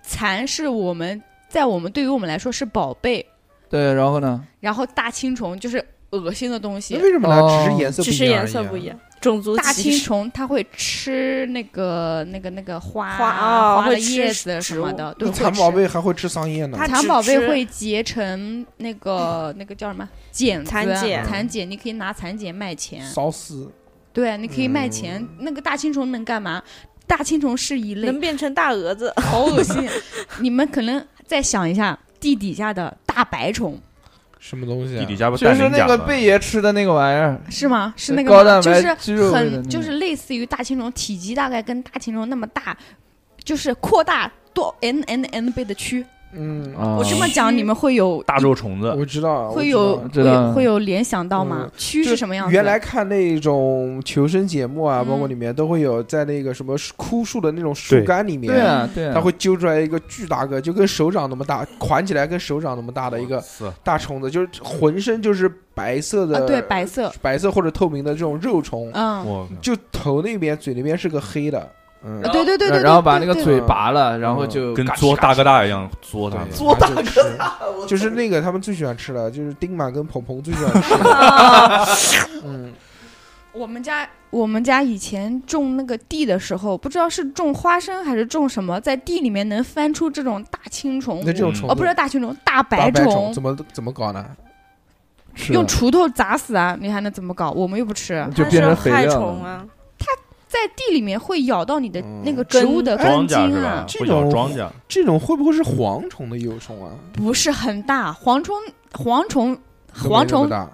[SPEAKER 3] 蚕是我们在我们对于我们来说是宝贝，
[SPEAKER 6] 对，然后呢？
[SPEAKER 3] 然后大青虫就是恶心的东西
[SPEAKER 2] 那，为什么呢？
[SPEAKER 6] 哦
[SPEAKER 2] 只是颜色不
[SPEAKER 7] 只
[SPEAKER 2] 一
[SPEAKER 7] 是
[SPEAKER 2] 样而已啊，
[SPEAKER 7] 颜色不一样，种族
[SPEAKER 3] 大
[SPEAKER 7] 歧
[SPEAKER 3] 青
[SPEAKER 7] 视。
[SPEAKER 3] 虫它会吃那个那个那个花
[SPEAKER 7] 花啊
[SPEAKER 3] 花的
[SPEAKER 7] 会吃
[SPEAKER 3] 叶子什
[SPEAKER 7] 植
[SPEAKER 3] 么
[SPEAKER 7] 物
[SPEAKER 3] 的，对，
[SPEAKER 2] 那
[SPEAKER 3] 会
[SPEAKER 2] 蚕宝
[SPEAKER 3] 吃
[SPEAKER 2] 贝还会吃桑叶呢
[SPEAKER 7] 它，
[SPEAKER 3] 蚕
[SPEAKER 7] 只
[SPEAKER 3] 宝贝
[SPEAKER 7] 吃
[SPEAKER 3] 会结成那个那个叫什么茧子，啊
[SPEAKER 7] 蚕茧嗯
[SPEAKER 3] 蚕茧，你可以拿蚕茧卖钱，
[SPEAKER 2] 烧丝。
[SPEAKER 3] 对，你可以卖钱。
[SPEAKER 2] 嗯
[SPEAKER 3] 那个大青虫能干嘛？大青虫是一类
[SPEAKER 7] 能，变成大蛾子，
[SPEAKER 3] 好恶心。你们可能再想一下，地底下的大白虫
[SPEAKER 2] 什么东西啊？
[SPEAKER 5] 地底下不
[SPEAKER 6] 就
[SPEAKER 5] 带
[SPEAKER 6] 是
[SPEAKER 5] 鳞
[SPEAKER 6] 那
[SPEAKER 5] 甲
[SPEAKER 6] 个
[SPEAKER 5] 吗
[SPEAKER 6] 贝爷吃的那个玩意儿，
[SPEAKER 3] 是吗？是那个
[SPEAKER 6] 高
[SPEAKER 3] 吗
[SPEAKER 6] 蛋
[SPEAKER 3] 就
[SPEAKER 6] 白
[SPEAKER 3] 是
[SPEAKER 6] 鸡肉味的那
[SPEAKER 3] 很
[SPEAKER 6] 个
[SPEAKER 3] 就是类似于大青虫，体积大概跟大青虫那么大，就是扩大多 n n n 倍的区。
[SPEAKER 2] 嗯，
[SPEAKER 6] 啊
[SPEAKER 3] 我这么讲，你们会有
[SPEAKER 5] 大肉虫子，
[SPEAKER 2] 我知道，
[SPEAKER 3] 会有
[SPEAKER 2] 啊我知道
[SPEAKER 6] 知道
[SPEAKER 3] 会会有联想到吗
[SPEAKER 2] 嗯？
[SPEAKER 3] 区
[SPEAKER 2] 就是
[SPEAKER 3] 什么样子？
[SPEAKER 2] 原来看那种求生节目啊，
[SPEAKER 3] 嗯
[SPEAKER 2] 包括里面都会有在那个什么树枯树的那种树
[SPEAKER 4] 对
[SPEAKER 2] 干里面，
[SPEAKER 6] 对啊对
[SPEAKER 3] 嗯
[SPEAKER 6] 啊，
[SPEAKER 2] 它会揪出来一个巨大个，就跟手掌那么大，款起来跟手掌那么大的一个
[SPEAKER 5] 是
[SPEAKER 2] 大虫子，就是浑身就是白色的，
[SPEAKER 3] 啊，对，白色，
[SPEAKER 2] 白色或者透明的这种肉虫，
[SPEAKER 3] 嗯，
[SPEAKER 5] 我靠
[SPEAKER 2] 就头那边、嘴那边是个黑的，嗯，
[SPEAKER 3] 对对对对，
[SPEAKER 6] 然后
[SPEAKER 3] 对
[SPEAKER 6] 把那
[SPEAKER 3] 对
[SPEAKER 6] 个
[SPEAKER 3] 对
[SPEAKER 6] 嘴拔了，然后就
[SPEAKER 5] 跟
[SPEAKER 6] 嘎吱
[SPEAKER 5] 嘬
[SPEAKER 6] 嘎
[SPEAKER 5] 大
[SPEAKER 6] 吱
[SPEAKER 5] 哥大一样嘬它们。
[SPEAKER 2] 做大个，就是那个他们最喜欢吃的，就是丁满跟鹏鹏最喜欢吃的， 嗯，
[SPEAKER 3] 我们家我们家以前种那个地的时候，不知道是种花生还是种什么，在地里面能翻出这种大青虫
[SPEAKER 2] 那，这种
[SPEAKER 5] 嗯
[SPEAKER 2] 虫子
[SPEAKER 3] 哦，不是大青虫，
[SPEAKER 2] 大
[SPEAKER 3] 大
[SPEAKER 2] 白
[SPEAKER 3] 虫，
[SPEAKER 2] 怎么怎么搞呢？
[SPEAKER 6] 吃
[SPEAKER 3] 用
[SPEAKER 6] 了
[SPEAKER 3] 锄头砸死啊！你还能怎么搞？我们又不吃，
[SPEAKER 2] 嗯
[SPEAKER 6] 就
[SPEAKER 7] 它
[SPEAKER 6] 变
[SPEAKER 7] 是
[SPEAKER 6] 成肥
[SPEAKER 7] 害
[SPEAKER 6] 料
[SPEAKER 7] 虫
[SPEAKER 6] 了。
[SPEAKER 7] 啊，
[SPEAKER 3] 在地里面会咬到你的
[SPEAKER 2] 嗯
[SPEAKER 3] 那个植物的
[SPEAKER 5] 庄
[SPEAKER 3] 根
[SPEAKER 5] 稼
[SPEAKER 3] 茎
[SPEAKER 5] 是
[SPEAKER 3] 啊
[SPEAKER 5] 吧，？
[SPEAKER 2] 这
[SPEAKER 5] 会咬
[SPEAKER 2] 种
[SPEAKER 5] 庄稼，
[SPEAKER 2] 这种会不会是蝗虫的幼虫啊？
[SPEAKER 3] 不是很大，蝗虫蝗虫
[SPEAKER 2] 都没那
[SPEAKER 3] 蝗
[SPEAKER 2] 么
[SPEAKER 3] 虫
[SPEAKER 2] 大，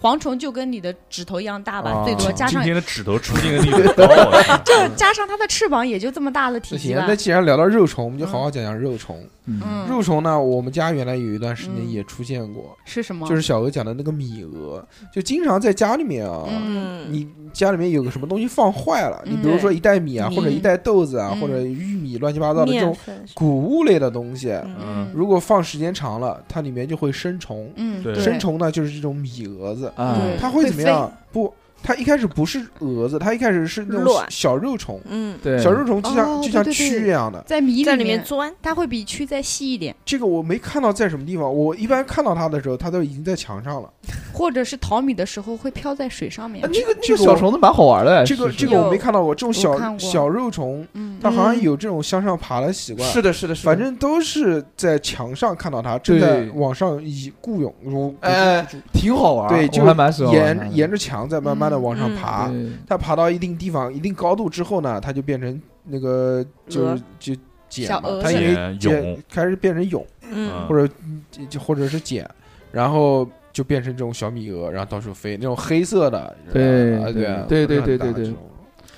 [SPEAKER 3] 蝗虫就跟你的指头一样大吧，
[SPEAKER 2] 哦
[SPEAKER 3] 最多加
[SPEAKER 5] 今
[SPEAKER 3] 上
[SPEAKER 5] 天的指头出镜的地方高啊，
[SPEAKER 3] 就加上它的翅膀也就这么大的
[SPEAKER 2] 那
[SPEAKER 3] 体积
[SPEAKER 2] 行
[SPEAKER 3] 吧，
[SPEAKER 2] 那。既然聊到肉虫，我们就好好讲讲肉虫。
[SPEAKER 6] 嗯，
[SPEAKER 3] 嗯，
[SPEAKER 2] 肉虫呢，我们家原来有一段时间
[SPEAKER 3] 嗯
[SPEAKER 2] 也出现过，
[SPEAKER 3] 是什么？
[SPEAKER 2] 就是小鹅讲的那个米蛾，就经常在家里面啊，
[SPEAKER 3] 嗯
[SPEAKER 7] 嗯，
[SPEAKER 2] 你家里面有个什么东西放坏了，你
[SPEAKER 3] 嗯
[SPEAKER 2] 比如说一袋米啊，
[SPEAKER 3] 对
[SPEAKER 2] 或者一袋豆子啊，
[SPEAKER 3] 嗯
[SPEAKER 2] 或者玉米乱七八糟的这
[SPEAKER 7] 面
[SPEAKER 2] 种
[SPEAKER 7] 粉是，
[SPEAKER 2] 谷物类的东西，
[SPEAKER 5] 嗯
[SPEAKER 3] 嗯
[SPEAKER 2] 如果放时间长了，它里面就会生虫。
[SPEAKER 3] 嗯，
[SPEAKER 5] 对
[SPEAKER 2] 生虫呢，就是这种米蛾子，
[SPEAKER 5] 嗯
[SPEAKER 6] 啊，
[SPEAKER 3] 对
[SPEAKER 2] 它会
[SPEAKER 3] 会
[SPEAKER 2] 怎么
[SPEAKER 3] 飞
[SPEAKER 2] 样？不，它一开始不是蛾子，它一开始是那种
[SPEAKER 7] 卵
[SPEAKER 2] 小肉虫，
[SPEAKER 7] 嗯，
[SPEAKER 6] 对，
[SPEAKER 2] 小肉虫就像
[SPEAKER 3] 哦
[SPEAKER 2] 就像
[SPEAKER 3] 对对对
[SPEAKER 2] 蛆一样的。
[SPEAKER 3] 在米
[SPEAKER 7] 在
[SPEAKER 3] 里
[SPEAKER 7] 里面钻，
[SPEAKER 3] 它会比蛆再细一点，
[SPEAKER 2] 这个我没看到在什么地方，我一般看到它的时候，它都已经在墙上了。
[SPEAKER 3] 或者是淘米的时候会飘在水上面
[SPEAKER 6] 啊。这个
[SPEAKER 2] 这
[SPEAKER 6] 这
[SPEAKER 2] 个
[SPEAKER 6] 个
[SPEAKER 2] 我
[SPEAKER 6] 小虫子蛮好玩的，
[SPEAKER 2] 这个
[SPEAKER 6] 哎是
[SPEAKER 2] 这
[SPEAKER 6] 是
[SPEAKER 2] 个我
[SPEAKER 3] 有
[SPEAKER 2] 没看到过，这种
[SPEAKER 3] 我看
[SPEAKER 2] 小
[SPEAKER 3] 过
[SPEAKER 2] 小肉虫，
[SPEAKER 3] 嗯，
[SPEAKER 2] 它好像
[SPEAKER 7] 嗯
[SPEAKER 2] 有这种向上爬的习惯。
[SPEAKER 6] 嗯是的，是的，是的
[SPEAKER 2] 反正都是在墙上看到它，正在
[SPEAKER 6] 对
[SPEAKER 2] 往上以雇佣，如
[SPEAKER 6] 哎挺好玩儿，
[SPEAKER 2] 对，
[SPEAKER 6] 我
[SPEAKER 2] 就
[SPEAKER 6] 还蛮喜欢玩它
[SPEAKER 2] 沿
[SPEAKER 6] 的
[SPEAKER 2] 沿着墙在慢慢的
[SPEAKER 3] 嗯
[SPEAKER 2] 往上
[SPEAKER 7] 嗯
[SPEAKER 2] 爬。
[SPEAKER 6] 对
[SPEAKER 2] 它爬到一定地方、一定高度之后呢，它就变成那个就
[SPEAKER 7] 鹅
[SPEAKER 2] 就茧
[SPEAKER 3] 小
[SPEAKER 2] 嘛，
[SPEAKER 3] 鹅
[SPEAKER 2] 它因为
[SPEAKER 5] 茧
[SPEAKER 2] 茧
[SPEAKER 5] 蛹
[SPEAKER 2] 开始变成蛹，
[SPEAKER 7] 嗯，
[SPEAKER 2] 或者就就或者是茧，然后就变成这种小米蛾，然后到处飞，那种黑色的，
[SPEAKER 6] 对
[SPEAKER 2] 啊对啊
[SPEAKER 6] 对对
[SPEAKER 2] 不是很大
[SPEAKER 6] 对对
[SPEAKER 2] 的
[SPEAKER 6] 对
[SPEAKER 2] 这种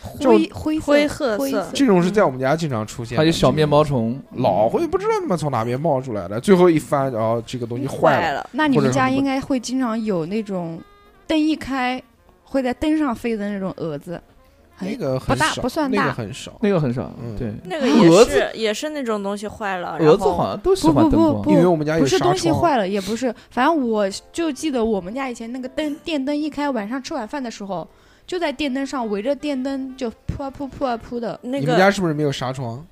[SPEAKER 3] 灰灰色
[SPEAKER 7] 灰褐
[SPEAKER 3] 灰
[SPEAKER 7] 色
[SPEAKER 2] 这种是在我们家经常出现的，
[SPEAKER 6] 还有小面包虫，
[SPEAKER 2] 老会不知道他妈从哪边冒出来的，最后一翻，然后这个东西坏
[SPEAKER 7] 坏
[SPEAKER 2] 了。
[SPEAKER 7] 了，
[SPEAKER 3] 那你
[SPEAKER 2] 或者
[SPEAKER 3] 们
[SPEAKER 2] 什么
[SPEAKER 3] 家
[SPEAKER 2] 不
[SPEAKER 3] 应该会经常有那种灯一开会在灯上飞的那种蛾子，很
[SPEAKER 2] 那个
[SPEAKER 3] 哎不
[SPEAKER 2] 很
[SPEAKER 3] 大
[SPEAKER 2] 少，
[SPEAKER 3] 不算
[SPEAKER 2] 那个
[SPEAKER 3] 大
[SPEAKER 2] 很少。
[SPEAKER 6] 那个很少
[SPEAKER 2] 嗯，
[SPEAKER 6] 对，
[SPEAKER 7] 那个
[SPEAKER 6] 蛾
[SPEAKER 7] 也
[SPEAKER 6] 子
[SPEAKER 7] 是也是那种东西坏了，然
[SPEAKER 6] 蛾子
[SPEAKER 7] 后
[SPEAKER 6] 好像都喜欢
[SPEAKER 3] 不
[SPEAKER 6] 灯
[SPEAKER 3] 不
[SPEAKER 6] 光
[SPEAKER 3] 不
[SPEAKER 2] 因为我们家有
[SPEAKER 3] 不是
[SPEAKER 2] 纱
[SPEAKER 3] 东西
[SPEAKER 2] 窗，
[SPEAKER 3] 坏了，也不是，反正我就记得我们家以前那个灯电灯一开，晚上吃晚饭的时候。就在电灯上围着电灯就扑啊扑扑啊扑的，
[SPEAKER 7] 那
[SPEAKER 2] 你们家
[SPEAKER 7] 个
[SPEAKER 2] 是不是没有纱窗？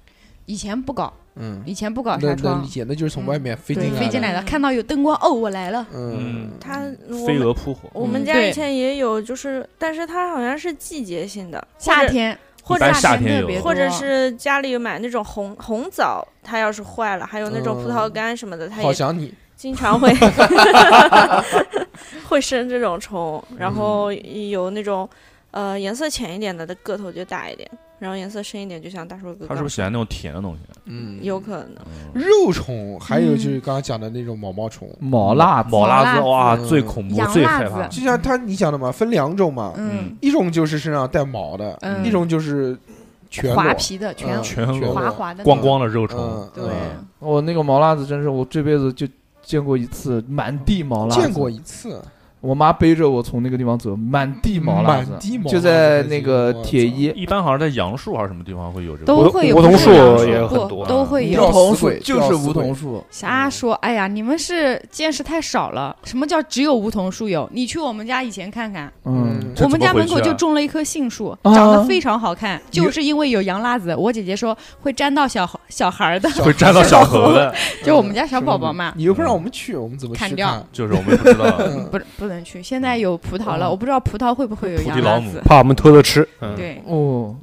[SPEAKER 3] 以前不搞，
[SPEAKER 2] 嗯，
[SPEAKER 3] 以前不搞纱
[SPEAKER 2] 那能
[SPEAKER 3] 窗
[SPEAKER 2] 理，解，那就是从外面飞
[SPEAKER 3] 嗯对，
[SPEAKER 2] 进
[SPEAKER 3] 飞进
[SPEAKER 2] 来
[SPEAKER 3] 来
[SPEAKER 2] 的。
[SPEAKER 3] 的，看到有灯光，哦，我来了，
[SPEAKER 2] 嗯
[SPEAKER 5] 嗯，
[SPEAKER 7] 它我
[SPEAKER 5] 飞
[SPEAKER 7] 们
[SPEAKER 5] 蛾扑火，
[SPEAKER 7] 我
[SPEAKER 2] 嗯
[SPEAKER 7] 们家
[SPEAKER 3] 对
[SPEAKER 7] 以前也有，就是，但是它好像是季节性的，
[SPEAKER 3] 夏天
[SPEAKER 7] 或
[SPEAKER 5] 一
[SPEAKER 7] 者
[SPEAKER 5] 般夏天
[SPEAKER 3] 特别
[SPEAKER 5] 有
[SPEAKER 3] 多
[SPEAKER 7] 或者是家里买那种红红枣，它要是坏了，还有那种葡萄干什么的，它
[SPEAKER 2] 好
[SPEAKER 7] 也
[SPEAKER 2] 想你。
[SPEAKER 7] 经常会 会生这种虫，
[SPEAKER 5] 嗯
[SPEAKER 7] 然后有那种呃颜色浅一点的，它个头就大一点，然后颜色深一点，就像大叔哥
[SPEAKER 5] 他
[SPEAKER 7] 刚
[SPEAKER 5] 是不是喜欢那种甜的东西？
[SPEAKER 2] 嗯，
[SPEAKER 7] 有可能
[SPEAKER 2] 肉虫，还有
[SPEAKER 3] 嗯
[SPEAKER 2] 就是刚刚讲的那种毛毛虫，
[SPEAKER 6] 啊毛辣子
[SPEAKER 5] 毛辣
[SPEAKER 3] 辣
[SPEAKER 5] 子
[SPEAKER 3] 子
[SPEAKER 5] 哇，
[SPEAKER 2] 嗯
[SPEAKER 5] 最恐怖
[SPEAKER 3] 洋，
[SPEAKER 5] 最
[SPEAKER 3] 辣
[SPEAKER 5] 害
[SPEAKER 3] 子
[SPEAKER 5] 怕。
[SPEAKER 2] 就像它你讲的嘛，分两种嘛，
[SPEAKER 3] 嗯，
[SPEAKER 2] 一种就是身上带毛的，
[SPEAKER 3] 嗯
[SPEAKER 2] 一种就是全
[SPEAKER 3] 滑
[SPEAKER 2] 裸
[SPEAKER 3] 皮的全
[SPEAKER 2] 嗯
[SPEAKER 5] 全裸
[SPEAKER 3] 滑滑的那种
[SPEAKER 5] 光光的肉虫
[SPEAKER 2] 嗯，，
[SPEAKER 3] 对
[SPEAKER 2] 嗯
[SPEAKER 6] 我那个毛辣子真是我这辈子就见过一次满地毛辣子，
[SPEAKER 2] 见过一次，
[SPEAKER 6] 我妈背着我从那个地方走，满地毛辣子
[SPEAKER 2] 满，地毛
[SPEAKER 6] 就
[SPEAKER 2] 辣
[SPEAKER 6] 在
[SPEAKER 2] 子
[SPEAKER 6] 那个铁一
[SPEAKER 5] 一般好像在杨树还是什么地方会有这个，
[SPEAKER 3] 都会有
[SPEAKER 9] 梧桐
[SPEAKER 3] 不一样
[SPEAKER 9] 树
[SPEAKER 3] 的
[SPEAKER 9] 也
[SPEAKER 3] 不
[SPEAKER 9] 很多啊
[SPEAKER 3] 都会
[SPEAKER 2] 掉
[SPEAKER 3] 有
[SPEAKER 2] 死。
[SPEAKER 6] 桐
[SPEAKER 2] 鬼
[SPEAKER 6] 树就
[SPEAKER 2] 掉
[SPEAKER 6] 是
[SPEAKER 2] 死
[SPEAKER 6] 梧
[SPEAKER 2] 鬼
[SPEAKER 6] 桐树，
[SPEAKER 3] 瞎
[SPEAKER 5] 嗯
[SPEAKER 3] 说，哎呀，你们是见识太少了。什么叫只有梧桐树有？你去我们家以前看看，
[SPEAKER 6] 嗯，
[SPEAKER 5] 这
[SPEAKER 3] 我们
[SPEAKER 5] 怎么
[SPEAKER 3] 家门
[SPEAKER 5] 回
[SPEAKER 3] 口
[SPEAKER 5] 去啊哦
[SPEAKER 3] 就种了一棵杏树，
[SPEAKER 6] 啊
[SPEAKER 3] 长得非常好看，就
[SPEAKER 6] 有
[SPEAKER 3] 是因为有洋辣子。我姐姐说会粘到小小孩儿的，
[SPEAKER 5] 会沾到小河的，
[SPEAKER 3] 就
[SPEAKER 5] 嗯
[SPEAKER 3] 我们家小宝宝嘛，
[SPEAKER 2] 你又不让我们去，我们怎么去
[SPEAKER 3] 砍
[SPEAKER 2] 看？嗯
[SPEAKER 3] 掉
[SPEAKER 5] 就是我们不知道
[SPEAKER 3] 不不能去。现在有葡萄了，我不知道葡萄会不会有
[SPEAKER 5] 哦菩提
[SPEAKER 3] 洋
[SPEAKER 5] 老
[SPEAKER 3] 辣
[SPEAKER 5] 母
[SPEAKER 3] 子。
[SPEAKER 4] 怕我们偷着吃。嗯，
[SPEAKER 3] 对，
[SPEAKER 6] 哦，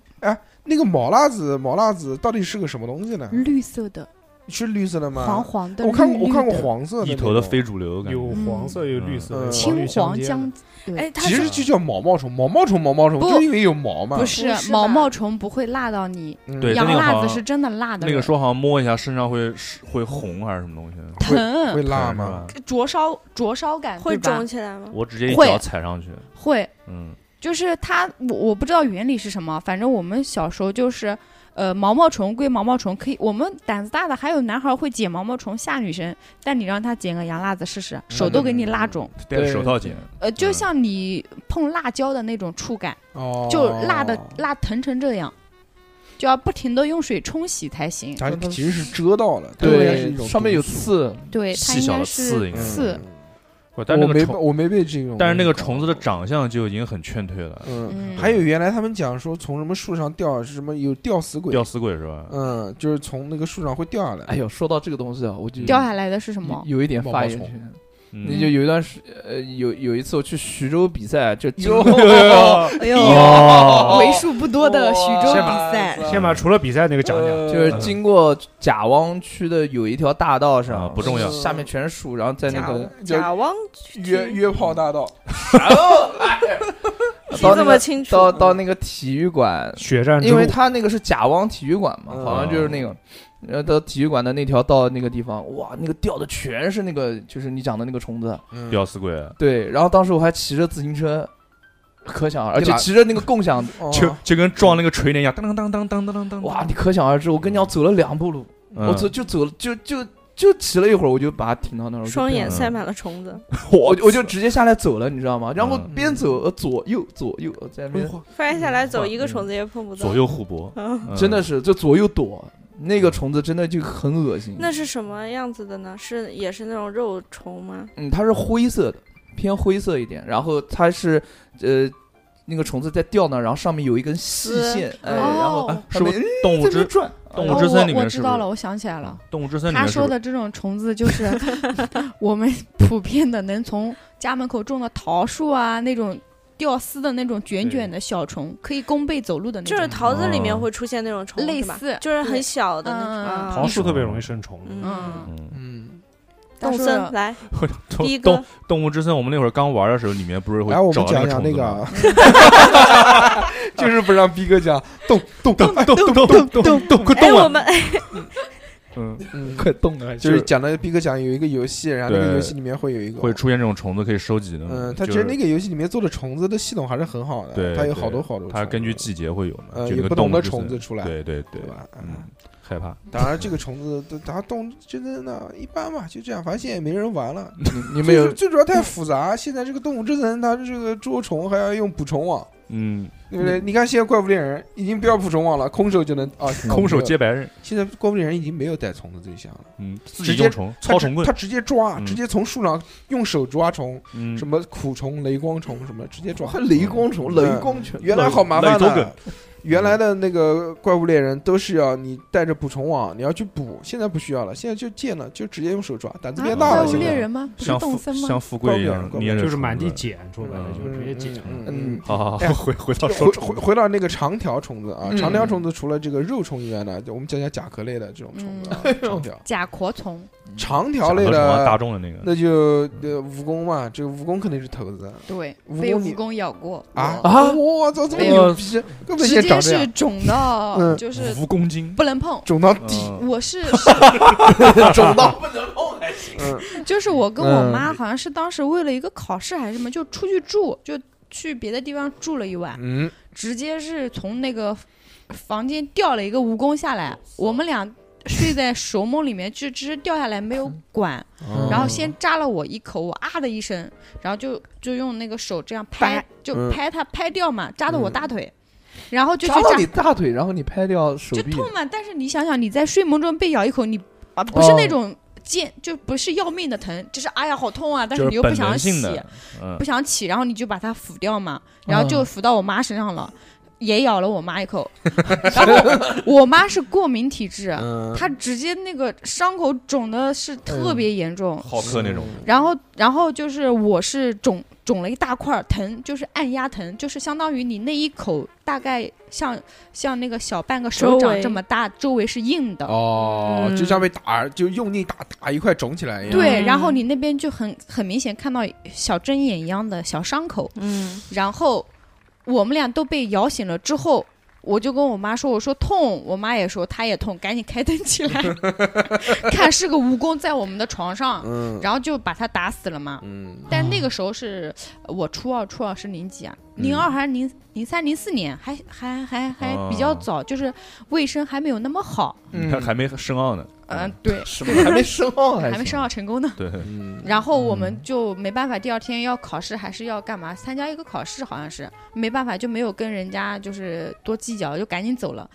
[SPEAKER 2] 那个毛辣子，毛辣子到底是个什么东西呢？
[SPEAKER 3] 绿色的，
[SPEAKER 2] 是绿色的吗？
[SPEAKER 3] 嗯黄黄的，
[SPEAKER 2] 我看过，
[SPEAKER 3] 绿
[SPEAKER 2] 我
[SPEAKER 3] 绿
[SPEAKER 2] 看过
[SPEAKER 3] 的
[SPEAKER 2] 黄色的
[SPEAKER 5] 一
[SPEAKER 2] 那
[SPEAKER 5] 头的
[SPEAKER 2] 种
[SPEAKER 5] 非主流，感觉
[SPEAKER 4] 有黄色，有绿色，
[SPEAKER 2] 嗯
[SPEAKER 4] 有
[SPEAKER 3] 青
[SPEAKER 4] 绿相
[SPEAKER 3] 黄
[SPEAKER 4] 间的
[SPEAKER 3] 江，
[SPEAKER 7] 哎，它
[SPEAKER 2] 其
[SPEAKER 7] 是
[SPEAKER 2] 实就叫毛毛虫，毛毛虫，毛毛虫，
[SPEAKER 3] 不
[SPEAKER 2] 就是因为有毛嘛。
[SPEAKER 3] 不
[SPEAKER 7] 不
[SPEAKER 3] 是
[SPEAKER 7] 是
[SPEAKER 3] 毛
[SPEAKER 7] 吧
[SPEAKER 3] 毛虫不会辣到你，
[SPEAKER 2] 嗯
[SPEAKER 5] 对
[SPEAKER 3] 洋
[SPEAKER 5] 那个好
[SPEAKER 3] 辣
[SPEAKER 5] 像
[SPEAKER 3] 子是真的辣的，
[SPEAKER 5] 那个说好像摸一下身上会是会红还是什么东西，
[SPEAKER 2] 会
[SPEAKER 3] 疼，
[SPEAKER 2] 辣
[SPEAKER 5] 是
[SPEAKER 2] 吗？
[SPEAKER 5] 吧？
[SPEAKER 3] 灼烧灼烧感
[SPEAKER 7] 会
[SPEAKER 3] 对吧
[SPEAKER 7] 肿起来吗？
[SPEAKER 5] 我直接一
[SPEAKER 3] 会
[SPEAKER 5] 脚踩上去，
[SPEAKER 3] 会
[SPEAKER 5] 嗯，
[SPEAKER 3] 就是它，我我不知道原理是什么，反正我们小时候就是，呃，毛毛虫归毛毛虫，可以，我们胆子大的还有男孩会剪毛毛虫吓女生，但你让他剪个洋辣子试试，手都给你辣肿，
[SPEAKER 5] 戴着手套剪，
[SPEAKER 3] 呃，就
[SPEAKER 5] 嗯
[SPEAKER 3] 像你碰辣椒的那种触感，
[SPEAKER 2] 哦，
[SPEAKER 3] 就辣的辣疼成这样，就要不停的用水冲洗才行。
[SPEAKER 2] 它其实是遮到了，它应该是一
[SPEAKER 6] 对，
[SPEAKER 2] 种
[SPEAKER 6] 上面有
[SPEAKER 2] 毒素。
[SPEAKER 6] 刺，
[SPEAKER 3] 对，它
[SPEAKER 5] 细
[SPEAKER 3] 应
[SPEAKER 5] 小
[SPEAKER 3] 该
[SPEAKER 5] 的
[SPEAKER 3] 是
[SPEAKER 5] 刺应该
[SPEAKER 2] 嗯
[SPEAKER 3] 刺，
[SPEAKER 5] 不但是
[SPEAKER 2] 我
[SPEAKER 5] 那个
[SPEAKER 2] 没
[SPEAKER 5] 虫，
[SPEAKER 2] 我没被这种，
[SPEAKER 5] 但是那个虫子的，长相就已经很劝退了，
[SPEAKER 2] 嗯，
[SPEAKER 3] 嗯，
[SPEAKER 2] 还有原来他们讲说从什么树上掉是什么有吊死鬼
[SPEAKER 5] 吊，死鬼是吧？
[SPEAKER 2] 嗯，就是从那个树上会掉下来
[SPEAKER 6] 哎。呦，说到这个东西啊，我就
[SPEAKER 3] 掉下来的是什么？
[SPEAKER 6] 有一点
[SPEAKER 2] 毛
[SPEAKER 6] 发
[SPEAKER 2] 毛
[SPEAKER 6] 言
[SPEAKER 2] 虫
[SPEAKER 6] 权。
[SPEAKER 5] 嗯
[SPEAKER 6] 那就有一段时，呃，有有一次我去徐州比赛，就经
[SPEAKER 2] 哟
[SPEAKER 6] 哦
[SPEAKER 3] 哎呦
[SPEAKER 5] 哦
[SPEAKER 3] 为数不多的徐州比赛，
[SPEAKER 4] 哦先把除了比赛那个讲讲，
[SPEAKER 2] 呃
[SPEAKER 6] 就是经过贾汪区的有一条大道
[SPEAKER 5] 啊
[SPEAKER 6] 上，
[SPEAKER 5] 不重要
[SPEAKER 6] 下面全是树，然后
[SPEAKER 2] 嗯
[SPEAKER 6] 在那
[SPEAKER 7] 贾
[SPEAKER 6] 个
[SPEAKER 7] 贾汪
[SPEAKER 2] 约约炮大道，
[SPEAKER 7] 记
[SPEAKER 6] 呃到那
[SPEAKER 7] 这么
[SPEAKER 6] 个
[SPEAKER 7] 清楚，
[SPEAKER 6] 到到那个体育馆，
[SPEAKER 4] 血
[SPEAKER 5] 嗯
[SPEAKER 4] 战之
[SPEAKER 6] 因
[SPEAKER 4] 路
[SPEAKER 6] 为他那个是贾汪体育馆嘛，
[SPEAKER 2] 嗯
[SPEAKER 6] 好像就是那个，然后到体育馆的那条道那个地方，哇，那个掉的全是那个，就是你讲的那个虫子。
[SPEAKER 2] 嗯
[SPEAKER 5] 吊死鬼，
[SPEAKER 6] 对，然后当时我还骑着自行车，可想而而
[SPEAKER 2] 你
[SPEAKER 6] 且
[SPEAKER 2] 哪
[SPEAKER 6] 骑着那个共享，
[SPEAKER 2] 哦
[SPEAKER 5] 就就跟撞那个锤炼一样，当当当当当当当当，
[SPEAKER 6] 哇，你可想而知，我跟你讲走了两步路，
[SPEAKER 5] 嗯
[SPEAKER 6] 我走就走了就就就骑了一会儿，我就把它停到那儿，我就
[SPEAKER 7] 双
[SPEAKER 6] 不
[SPEAKER 7] 眼
[SPEAKER 5] 嗯
[SPEAKER 7] 塞满了虫子，
[SPEAKER 6] 我我就直接下来走了，你知道吗？然后
[SPEAKER 5] 嗯
[SPEAKER 6] 边走呃左右左右呃在那边，
[SPEAKER 7] 翻下来走
[SPEAKER 6] 嗯
[SPEAKER 7] 一个虫子也碰不到。
[SPEAKER 5] 左右互搏，
[SPEAKER 7] 嗯，
[SPEAKER 5] 嗯
[SPEAKER 6] 真的是就左右躲，那个虫子真的就很恶心。
[SPEAKER 7] 那是什么样子的呢？是也是那种肉虫吗？
[SPEAKER 6] 嗯，它是灰色的，偏灰色一点，然后它是呃那个虫子在吊呢，然后上面有一根细
[SPEAKER 7] 丝
[SPEAKER 6] 线，哎，
[SPEAKER 3] 哦
[SPEAKER 6] 然后
[SPEAKER 5] 哎
[SPEAKER 6] 它
[SPEAKER 5] 是不
[SPEAKER 6] 没
[SPEAKER 5] 是动物
[SPEAKER 6] 在那
[SPEAKER 5] 之
[SPEAKER 6] 转，
[SPEAKER 5] 动
[SPEAKER 3] 哦
[SPEAKER 5] 物之
[SPEAKER 3] 我
[SPEAKER 5] 森里
[SPEAKER 3] 我
[SPEAKER 5] 面是
[SPEAKER 3] 知
[SPEAKER 5] 不是
[SPEAKER 3] 道了，我想起来了。
[SPEAKER 5] 动物之森里
[SPEAKER 3] 他
[SPEAKER 5] 面是不
[SPEAKER 3] 说
[SPEAKER 5] 是
[SPEAKER 3] 的这种虫子，就是 我们普遍的能从家门口种的桃树啊，那种吊丝的那种卷卷的小虫，可以弓背走路的那
[SPEAKER 7] 就
[SPEAKER 3] 种。
[SPEAKER 7] 是桃子里面
[SPEAKER 5] 哦
[SPEAKER 7] 会出现那种虫
[SPEAKER 3] 类
[SPEAKER 7] 子吧
[SPEAKER 3] 似
[SPEAKER 7] 就是很
[SPEAKER 3] 对
[SPEAKER 7] 小的那种
[SPEAKER 3] 嗯
[SPEAKER 7] 啊。
[SPEAKER 4] 桃树特别容易生虫。
[SPEAKER 7] 嗯，
[SPEAKER 3] 嗯，
[SPEAKER 5] 嗯
[SPEAKER 2] 嗯，
[SPEAKER 3] 但
[SPEAKER 7] 动
[SPEAKER 3] 是
[SPEAKER 7] 森来，第一
[SPEAKER 5] 动
[SPEAKER 7] 个
[SPEAKER 5] 动动物之森，我们那会儿刚玩的时候，里面不是会
[SPEAKER 2] 来我
[SPEAKER 5] 找
[SPEAKER 2] 们讲讲
[SPEAKER 5] 虫
[SPEAKER 2] 那
[SPEAKER 5] 子
[SPEAKER 2] 个
[SPEAKER 5] 吗？
[SPEAKER 2] 啊， 就是不让逼哥 讲动动动动动动动动，快
[SPEAKER 7] 哎，我！们哎
[SPEAKER 5] 嗯，
[SPEAKER 2] 嗯，
[SPEAKER 6] 快动了，
[SPEAKER 2] 就
[SPEAKER 6] 就是是
[SPEAKER 2] 讲的逼哥讲有一个游戏，然后那个
[SPEAKER 5] 对
[SPEAKER 2] 游戏里面会有一个
[SPEAKER 5] 会出现这种虫子可以收集的。
[SPEAKER 2] 嗯，他
[SPEAKER 5] 就
[SPEAKER 2] 其实
[SPEAKER 5] 是
[SPEAKER 2] 那个游戏里面做的虫子的系统还是很好的，
[SPEAKER 5] 对
[SPEAKER 2] 它有
[SPEAKER 5] 对
[SPEAKER 2] 好多好多虫子，
[SPEAKER 5] 它根据季节会有的，
[SPEAKER 2] 呃
[SPEAKER 5] 就那
[SPEAKER 2] 有
[SPEAKER 5] 个
[SPEAKER 2] 不同
[SPEAKER 5] 动
[SPEAKER 2] 的
[SPEAKER 5] 物之森
[SPEAKER 2] 虫子出来，
[SPEAKER 5] 对对
[SPEAKER 2] 对？
[SPEAKER 5] 对
[SPEAKER 2] 吧？
[SPEAKER 5] 嗯
[SPEAKER 2] 嗯，，
[SPEAKER 5] 害怕。
[SPEAKER 2] 当然这个虫子都它动真的呢一般嘛，就这样，反正现在也没人玩了。
[SPEAKER 6] 你们
[SPEAKER 2] 最
[SPEAKER 6] 有
[SPEAKER 2] 主最主要太复杂，现在这个动物之森它这个捉虫还要用捕虫网。
[SPEAKER 5] 嗯，
[SPEAKER 2] 对不对？你看现在怪物猎人已经不要捕虫网了，空手就能啊，
[SPEAKER 5] 空手
[SPEAKER 2] 没有
[SPEAKER 5] 接白刃，
[SPEAKER 2] 现在怪物猎人已经没有带虫子这一项了，
[SPEAKER 5] 嗯，自
[SPEAKER 2] 直
[SPEAKER 5] 己
[SPEAKER 2] 接
[SPEAKER 5] 用虫，
[SPEAKER 2] 他
[SPEAKER 5] 操
[SPEAKER 2] 直
[SPEAKER 5] 虫棍
[SPEAKER 2] 他，直接抓，
[SPEAKER 5] 嗯
[SPEAKER 2] 直接从树上用手抓虫，
[SPEAKER 5] 嗯，
[SPEAKER 2] 什么苦虫、雷光虫什么，直接抓
[SPEAKER 6] 还。雷光虫，雷光虫，
[SPEAKER 2] 原来好麻烦
[SPEAKER 5] 雷州梗
[SPEAKER 2] 的，原来的那个怪物猎人都是要你带着捕虫网，你要去捕，现在不需要了，现在就见了就直接用手抓，胆子
[SPEAKER 3] 啊
[SPEAKER 2] 变大
[SPEAKER 3] 怪
[SPEAKER 2] 了。
[SPEAKER 3] 物
[SPEAKER 2] 现
[SPEAKER 3] 猎
[SPEAKER 2] 在
[SPEAKER 3] 人吗？不是
[SPEAKER 5] 像
[SPEAKER 3] 动
[SPEAKER 5] 富
[SPEAKER 3] 森
[SPEAKER 5] 像
[SPEAKER 3] 吗？
[SPEAKER 5] 富贵一
[SPEAKER 2] 高
[SPEAKER 5] 样
[SPEAKER 2] 不了
[SPEAKER 5] 捏着，
[SPEAKER 4] 就是 满地。捡，说白了
[SPEAKER 5] 嗯
[SPEAKER 4] 就是直接捡。
[SPEAKER 2] 嗯
[SPEAKER 6] 嗯，
[SPEAKER 5] 好好，好
[SPEAKER 2] 哎
[SPEAKER 5] 回回到
[SPEAKER 2] 回
[SPEAKER 5] 手
[SPEAKER 2] 回回到那个长条虫子啊，
[SPEAKER 6] 嗯
[SPEAKER 2] 长条虫子除了这个肉虫以外呢，就我们讲讲甲壳类的这种虫子啊，
[SPEAKER 4] 嗯
[SPEAKER 2] 长 条
[SPEAKER 3] 甲壳虫，
[SPEAKER 2] 长条
[SPEAKER 5] 长
[SPEAKER 2] 类
[SPEAKER 5] 得什么
[SPEAKER 2] 的
[SPEAKER 5] 大众的那
[SPEAKER 3] 嗯
[SPEAKER 5] 个，
[SPEAKER 2] 那就呃蜈蚣嘛，这个蜈蚣肯定是头子
[SPEAKER 3] 对
[SPEAKER 2] 蜈，
[SPEAKER 3] 被
[SPEAKER 2] 蚣你
[SPEAKER 3] 蜈蚣咬过，
[SPEAKER 5] 哦
[SPEAKER 2] 啊
[SPEAKER 6] 啊
[SPEAKER 2] 我操，这么
[SPEAKER 3] 哎
[SPEAKER 2] 牛
[SPEAKER 6] 呦
[SPEAKER 2] 逼，根本
[SPEAKER 3] 直
[SPEAKER 2] 现在
[SPEAKER 3] 接
[SPEAKER 2] 长这
[SPEAKER 3] 是
[SPEAKER 2] 样，
[SPEAKER 3] 肿到
[SPEAKER 2] 嗯
[SPEAKER 3] 就是
[SPEAKER 5] 蜈蚣精，
[SPEAKER 3] 不能碰。
[SPEAKER 2] 肿到底，
[SPEAKER 5] 嗯
[SPEAKER 3] 我是
[SPEAKER 2] 肿到嗯，
[SPEAKER 3] 就是我跟我妈好像是当时为了一个考试还是什么，就出去住，就去别的地方住了一晚。
[SPEAKER 2] 嗯，
[SPEAKER 3] 直接是从那个房间掉了一个蜈蚣下来，我们俩睡在熟梦里面，就只是掉下来没有管，
[SPEAKER 2] 嗯
[SPEAKER 3] 然后先扎了我一口，我啊的一声，然后就就用那个手这样拍
[SPEAKER 7] 掰，
[SPEAKER 3] 就
[SPEAKER 8] 嗯
[SPEAKER 3] 拍它拍掉嘛，扎的我大腿，然后就去
[SPEAKER 6] 扎到
[SPEAKER 3] 扎
[SPEAKER 6] 你大腿，然后你拍掉手
[SPEAKER 3] 就
[SPEAKER 6] 臂，
[SPEAKER 3] 痛嘛。但是你想想，你在睡梦中被咬一口，你啊不是
[SPEAKER 6] 哦
[SPEAKER 3] 那种尖，就不是要命的疼，就是哎呀好痛啊，但是
[SPEAKER 5] 就
[SPEAKER 3] 你
[SPEAKER 5] 是
[SPEAKER 3] 又不
[SPEAKER 5] 本
[SPEAKER 3] 想
[SPEAKER 5] 能性
[SPEAKER 3] 洗，
[SPEAKER 5] 的，嗯
[SPEAKER 3] 不，想起，然后你就把它抚掉嘛，然后就抚到我妈身上了，也咬了我妈一口。然后我妈是过敏体质，
[SPEAKER 8] 嗯，
[SPEAKER 3] 她直接那个伤口肿的是特别严重，
[SPEAKER 5] 好客那种，
[SPEAKER 3] 然后然后就是我是肿肿了一大块儿，疼，就是按压疼，就是相当于你那一口大概像像那个小半个手
[SPEAKER 7] 周
[SPEAKER 3] 掌
[SPEAKER 7] 围
[SPEAKER 3] 这么大，周围是硬的。
[SPEAKER 2] 哦，
[SPEAKER 7] 嗯
[SPEAKER 2] 就像被打，就用力打打一块肿起来一样。
[SPEAKER 3] 对，
[SPEAKER 7] 嗯
[SPEAKER 3] 然后你那边就很很明显看到小针眼一样的小伤口，
[SPEAKER 7] 嗯，
[SPEAKER 3] 然后我们俩都被摇醒了之后，我就跟我妈说：“我说痛。”我妈也说她也痛，赶紧开灯起来，看是个蜈蚣在我们的床上，
[SPEAKER 8] 嗯
[SPEAKER 3] 然后就把它打死了嘛。
[SPEAKER 8] 嗯
[SPEAKER 3] 但那个时候是呃我初二，初二是零几啊？
[SPEAKER 5] 嗯
[SPEAKER 3] 零二还是零零三零四年，还还还还比较
[SPEAKER 5] 哦
[SPEAKER 3] 早，就是卫生还没有那么好。
[SPEAKER 2] 嗯
[SPEAKER 5] 他还没深奥呢，
[SPEAKER 3] 嗯、对，
[SPEAKER 6] 什么 还没生奥还
[SPEAKER 3] 还没上到成功呢。
[SPEAKER 5] 对，
[SPEAKER 8] 嗯
[SPEAKER 3] 然后我们就没办法，第二天要考试还是要干嘛？参加一个考试好像是没办法，就没有跟人家就是多计较，就赶紧走了，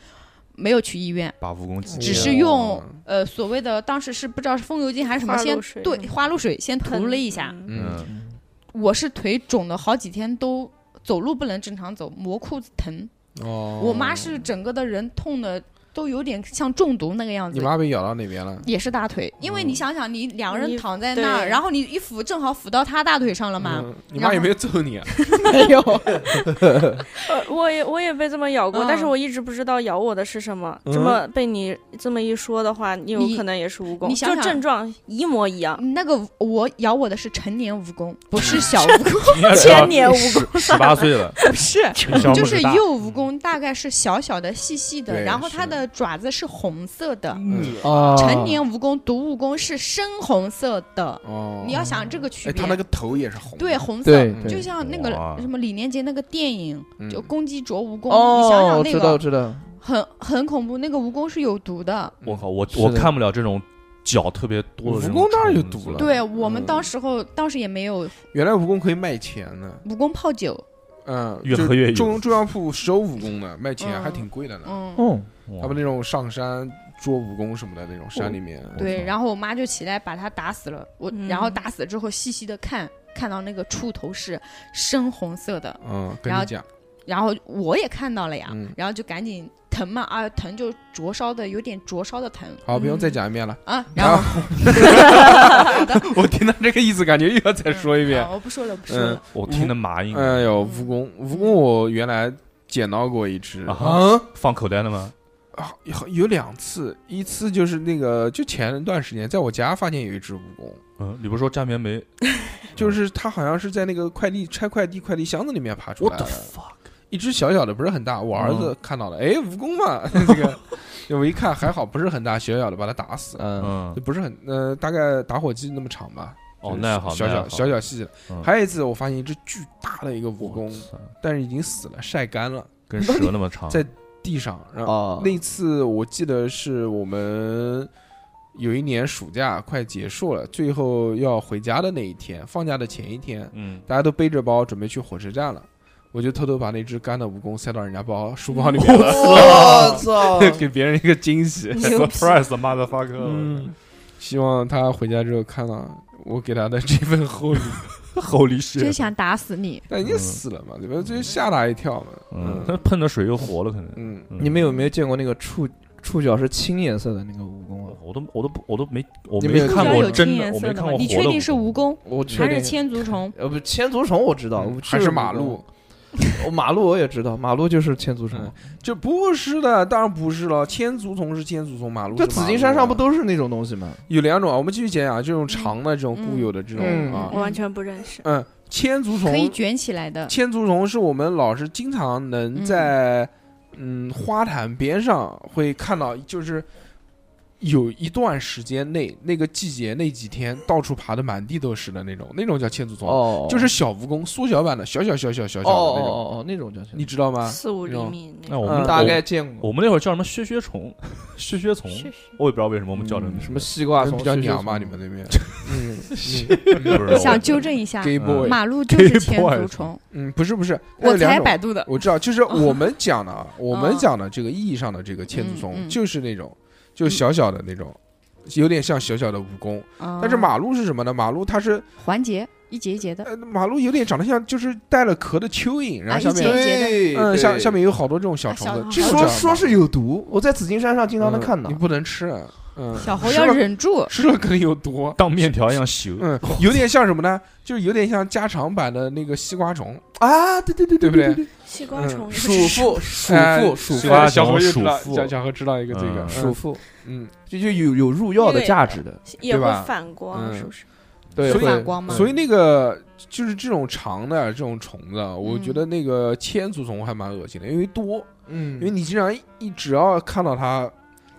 [SPEAKER 3] 没有去医院，
[SPEAKER 5] 把蜈蚣击
[SPEAKER 3] 只
[SPEAKER 5] 毙
[SPEAKER 3] 是
[SPEAKER 5] 了
[SPEAKER 3] 用
[SPEAKER 2] 哎
[SPEAKER 3] 呃所谓的当时是不知道是风油精还是什么，
[SPEAKER 7] 花露
[SPEAKER 3] 先
[SPEAKER 7] 水
[SPEAKER 3] 对花露水先涂了一下。
[SPEAKER 7] 嗯，
[SPEAKER 5] 嗯，
[SPEAKER 3] 我是腿肿了好几天都。走路不能正常走，磨裤子疼。
[SPEAKER 2] 哦，
[SPEAKER 3] 我妈是整个的人痛的都有点像中毒那个样
[SPEAKER 2] 你
[SPEAKER 3] 子，
[SPEAKER 2] 妈嗯被咬到哪边了？
[SPEAKER 3] 也是大腿。因为你想想，你两个人
[SPEAKER 7] 你
[SPEAKER 3] 躺在那儿，
[SPEAKER 7] 对
[SPEAKER 3] 然后你一扶，正好扶到她大腿上了嘛。
[SPEAKER 2] 嗯你妈有没有揍你啊？
[SPEAKER 6] 没有，
[SPEAKER 7] 呃，我也我也被这么咬过，
[SPEAKER 3] 嗯
[SPEAKER 7] 但是我一直不知道咬我的是什么。
[SPEAKER 8] 嗯
[SPEAKER 7] 这么被你这么一说的话，你有
[SPEAKER 3] 你
[SPEAKER 7] 可能也是蜈蚣，
[SPEAKER 3] 你想想
[SPEAKER 7] 就症状一模一样。
[SPEAKER 3] 那个我咬我的是成年蜈蚣，嗯不是小蜈 蚣，
[SPEAKER 5] 你看
[SPEAKER 7] 千年蜈蚣，
[SPEAKER 5] 十十八岁了，
[SPEAKER 3] 不是，
[SPEAKER 4] 小拇
[SPEAKER 3] 就
[SPEAKER 4] 指
[SPEAKER 3] 是
[SPEAKER 4] 大
[SPEAKER 3] 幼蜈蚣，大概是小小的、细细的，
[SPEAKER 2] 对
[SPEAKER 3] 然后它
[SPEAKER 2] 是
[SPEAKER 3] 的爪子是红色的。
[SPEAKER 2] 嗯
[SPEAKER 6] 哦
[SPEAKER 3] 成年蜈蚣、毒蜈蚣是深红色的，
[SPEAKER 2] 哦
[SPEAKER 3] 你，要想这个区
[SPEAKER 2] 哎，
[SPEAKER 3] 别，
[SPEAKER 2] 她那个头也是红的。
[SPEAKER 3] 对红色，
[SPEAKER 6] 对
[SPEAKER 2] 嗯
[SPEAKER 3] 就
[SPEAKER 6] 对，
[SPEAKER 3] 像那个
[SPEAKER 5] 哇
[SPEAKER 3] 什么李连杰那个电影，
[SPEAKER 2] 嗯
[SPEAKER 3] 就公鸡啄蜈蚣，你想
[SPEAKER 6] 哦，
[SPEAKER 3] 想
[SPEAKER 6] 我
[SPEAKER 3] 那
[SPEAKER 6] 知道我
[SPEAKER 3] 个
[SPEAKER 6] 知道，
[SPEAKER 3] 很很恐怖，那个蜈蚣是有毒的。
[SPEAKER 5] 我靠，我
[SPEAKER 6] 是
[SPEAKER 5] 我
[SPEAKER 6] 的
[SPEAKER 5] 看不了这种脚特别多的这种
[SPEAKER 2] 蜈蚣当然有
[SPEAKER 5] 虫
[SPEAKER 2] 毒
[SPEAKER 5] 子
[SPEAKER 2] 了
[SPEAKER 3] 对我们当时候当时也没有
[SPEAKER 2] 原来蜈蚣可以卖钱呢，
[SPEAKER 3] 蜈蚣泡酒，
[SPEAKER 2] 嗯，
[SPEAKER 5] 越
[SPEAKER 2] 就
[SPEAKER 5] 喝越有
[SPEAKER 2] 中中药铺收蜈蚣的，卖钱还
[SPEAKER 3] 嗯
[SPEAKER 2] 挺贵的呢。
[SPEAKER 3] 嗯，
[SPEAKER 6] 嗯，
[SPEAKER 2] 他们那种上山捉蜈蚣什么的那种山里面，
[SPEAKER 3] 对，然后我妈就起来把它打死了。我、
[SPEAKER 7] 嗯
[SPEAKER 3] 然后打死之后细细的看，看到那个触头是深红色的，
[SPEAKER 2] 嗯，跟
[SPEAKER 3] 然后
[SPEAKER 2] 你讲，
[SPEAKER 3] 然后我也看到了呀，
[SPEAKER 2] 嗯
[SPEAKER 3] 然后就赶紧疼嘛，啊疼就灼烧的有点灼烧的疼
[SPEAKER 2] 好，不用
[SPEAKER 7] 嗯
[SPEAKER 2] 再讲一遍了。
[SPEAKER 3] 啊，然后、好 的，
[SPEAKER 2] 我听到这个意思，感觉又要再说一遍
[SPEAKER 3] 啊。我不说了，不说了，
[SPEAKER 5] 我听得麻硬，
[SPEAKER 3] 嗯
[SPEAKER 2] 哎呦，蜈蚣，蜈蚣，我原来捡到过一只
[SPEAKER 5] 啊
[SPEAKER 2] 啊，
[SPEAKER 3] 嗯
[SPEAKER 5] 放口袋了吗？
[SPEAKER 2] 啊有有两次，一次就是那个，就前一段时间，在我家发现有一只蜈蚣，
[SPEAKER 5] 嗯，你不是说加棉梅？
[SPEAKER 2] 就是它好像是在那个快递拆快递快递箱子里面爬出来的，
[SPEAKER 5] fuck！
[SPEAKER 2] 一只小小的，不是很大。我儿子看到了，哎，蜈蚣嘛，这个， 我一看还好，不是很大，小小的，把它打死了。
[SPEAKER 6] 嗯，
[SPEAKER 5] 嗯，
[SPEAKER 2] 不是很呃，大概打火机那么长吧。
[SPEAKER 5] 哦
[SPEAKER 2] 就，是
[SPEAKER 5] 那好，
[SPEAKER 2] 小
[SPEAKER 5] 那
[SPEAKER 2] 小
[SPEAKER 5] 好
[SPEAKER 2] 小，小细细的。
[SPEAKER 5] 嗯
[SPEAKER 2] 还有一次，我发现一只巨大的一个蜈
[SPEAKER 5] 我
[SPEAKER 2] 蚣，
[SPEAKER 5] 操
[SPEAKER 2] 但是已经死了，晒干了，
[SPEAKER 5] 跟蛇那么长，
[SPEAKER 2] 在地上。然后
[SPEAKER 6] 哦，
[SPEAKER 2] 那一次我记得是我们有一年暑假快结束了，最后要回家的那一天，放假的前一天，
[SPEAKER 5] 嗯，
[SPEAKER 2] 大家都背着包准备去火车站了，我就偷偷把那只干的蜈蚣塞到人家包书包里面 了，
[SPEAKER 6] 我啊操，
[SPEAKER 2] 给别人一个惊喜。
[SPEAKER 5] surprise motherfucker！
[SPEAKER 4] 嗯
[SPEAKER 2] 希望他回家之后看到我给他的这份厚 礼。
[SPEAKER 5] ，Holy
[SPEAKER 3] 真
[SPEAKER 5] shit！
[SPEAKER 3] 想打死你。
[SPEAKER 2] 但已经死了
[SPEAKER 6] 嗯
[SPEAKER 2] 嘛，对吧？就吓他一跳嘛。
[SPEAKER 5] 嗯，他喷的水又活了，可能。
[SPEAKER 2] 嗯，
[SPEAKER 5] 嗯
[SPEAKER 6] 你们有没有见过那个触触角是青颜色的那个蜈蚣啊？
[SPEAKER 5] 我都我都不我都没我
[SPEAKER 2] 你
[SPEAKER 5] 没
[SPEAKER 2] 们有
[SPEAKER 5] 看
[SPEAKER 2] 看
[SPEAKER 5] 过
[SPEAKER 3] 有
[SPEAKER 5] 真
[SPEAKER 3] 青
[SPEAKER 5] 的，
[SPEAKER 3] 颜
[SPEAKER 5] 我
[SPEAKER 3] 色
[SPEAKER 5] 没
[SPEAKER 3] 的
[SPEAKER 5] 看
[SPEAKER 3] 吗
[SPEAKER 5] 过？
[SPEAKER 3] 你
[SPEAKER 5] 活
[SPEAKER 3] 确
[SPEAKER 5] 的
[SPEAKER 3] 定是蜈
[SPEAKER 5] 蜈蚣
[SPEAKER 3] 蚣
[SPEAKER 6] 我确
[SPEAKER 3] 还是
[SPEAKER 6] 定，
[SPEAKER 3] 千足虫？
[SPEAKER 6] 呃，不，千足虫我知道，
[SPEAKER 2] 嗯
[SPEAKER 6] 我
[SPEAKER 2] 还
[SPEAKER 6] 就是是
[SPEAKER 2] 马
[SPEAKER 6] 蜈蚣
[SPEAKER 2] 路，，
[SPEAKER 6] 我马路我也知道，马路就是千足虫
[SPEAKER 2] 嗯，就不是的，当然不是了。千足虫是千足虫，马路
[SPEAKER 6] 就是紫
[SPEAKER 2] 马
[SPEAKER 6] 金
[SPEAKER 2] 路
[SPEAKER 6] 山上
[SPEAKER 2] 啊
[SPEAKER 6] 不都是那种东西吗？
[SPEAKER 2] 有两种啊？我们继续讲讲这种长的这种固有的这种
[SPEAKER 6] 嗯
[SPEAKER 2] 啊，
[SPEAKER 7] 我完全不认识。
[SPEAKER 2] 嗯，千足
[SPEAKER 3] 可以
[SPEAKER 2] 虫，
[SPEAKER 3] 卷起来的，
[SPEAKER 2] 千足虫是我们老是经常嗯能在嗯花坛边上会看到，就是。有一段时间内，那个季节那几天，到处爬的满地都是的那种，那种叫千足虫，
[SPEAKER 6] 哦，
[SPEAKER 2] 就是小蜈蚣缩小版的，小小小小小小
[SPEAKER 6] 哦
[SPEAKER 2] 的那
[SPEAKER 6] 哦
[SPEAKER 2] 种，
[SPEAKER 6] 哦哦那种叫什么
[SPEAKER 2] 你知道吗？
[SPEAKER 7] 四五
[SPEAKER 2] 啊那
[SPEAKER 7] 厘
[SPEAKER 2] 种
[SPEAKER 7] 米那
[SPEAKER 5] 那
[SPEAKER 7] 种。
[SPEAKER 5] 我们
[SPEAKER 6] 大
[SPEAKER 5] 我
[SPEAKER 6] 概见过
[SPEAKER 5] 我们那会儿叫什么薛薛虫、薛薛虫，我也不知道为什么我们叫这个名
[SPEAKER 6] 嗯
[SPEAKER 5] 字
[SPEAKER 6] 什么西瓜
[SPEAKER 2] 比较娘嘛，
[SPEAKER 6] 嘛
[SPEAKER 2] 你们那 边。嗯
[SPEAKER 5] 不知 道
[SPEAKER 3] 想纠正一下，
[SPEAKER 2] ，gay boy，
[SPEAKER 3] 马路就是千
[SPEAKER 5] Gay boy
[SPEAKER 3] 足虫，
[SPEAKER 2] 嗯，不是不是，它
[SPEAKER 3] 我
[SPEAKER 2] 有两
[SPEAKER 3] 才
[SPEAKER 2] 种
[SPEAKER 3] 百度的。
[SPEAKER 2] 我知道，就是我们讲的，啊，我们
[SPEAKER 3] 嗯
[SPEAKER 2] 讲的这个意义上的这个千足虫，
[SPEAKER 3] 嗯嗯
[SPEAKER 2] 就是那种，就小小的那种，有点像小小的蜈蚣。但
[SPEAKER 3] 但
[SPEAKER 2] 是马路是什么呢？马路它是，
[SPEAKER 3] 啊环节一节一节的，
[SPEAKER 2] 呃，马路有点长得像就是带了壳的蚯蚓，然后下
[SPEAKER 3] 啊一节
[SPEAKER 2] 面，
[SPEAKER 6] 对，
[SPEAKER 2] 嗯，下
[SPEAKER 6] 对
[SPEAKER 2] 下面有好多这种小虫
[SPEAKER 3] 啊小
[SPEAKER 2] 子
[SPEAKER 3] 虫。
[SPEAKER 2] 这个
[SPEAKER 6] 说
[SPEAKER 2] 叫
[SPEAKER 6] 说是有毒，我在紫金山上经常能
[SPEAKER 2] 嗯
[SPEAKER 6] 看到
[SPEAKER 2] 你。不能吃，嗯，
[SPEAKER 3] 小猴
[SPEAKER 2] 吃
[SPEAKER 3] 要
[SPEAKER 2] 了
[SPEAKER 3] 忍住。
[SPEAKER 2] 吃了肯定有毒。啊
[SPEAKER 5] 当面条一样熟。
[SPEAKER 2] 嗯，有点像什么呢？就是有点像加长版的那个西瓜虫，
[SPEAKER 6] 啊，对对对
[SPEAKER 2] 对不对
[SPEAKER 6] 对？
[SPEAKER 7] 西瓜虫
[SPEAKER 6] 鼠
[SPEAKER 7] 是什么
[SPEAKER 6] 妇，鼠
[SPEAKER 2] 哎
[SPEAKER 6] 妇，鼠
[SPEAKER 5] 西
[SPEAKER 6] 妇，
[SPEAKER 5] 瓜
[SPEAKER 2] 小
[SPEAKER 5] 虫
[SPEAKER 2] 何又知道，
[SPEAKER 5] 鼠妇
[SPEAKER 2] 小小何知道一个这个
[SPEAKER 5] 嗯
[SPEAKER 6] 鼠妇，
[SPEAKER 2] 嗯，
[SPEAKER 6] 就就有有入药的价值的，
[SPEAKER 7] 也
[SPEAKER 2] 对吧
[SPEAKER 7] 会反光，
[SPEAKER 2] 嗯
[SPEAKER 7] 是不是？
[SPEAKER 6] 对，
[SPEAKER 2] 所以
[SPEAKER 6] 会嗯
[SPEAKER 3] 反光嘛
[SPEAKER 2] 所以那个就是这种长的这种虫子，啊，我
[SPEAKER 3] 嗯
[SPEAKER 2] 觉得那个千足虫还蛮恶心的，因为多，
[SPEAKER 6] 嗯
[SPEAKER 2] 因为你经常一一只要看到它，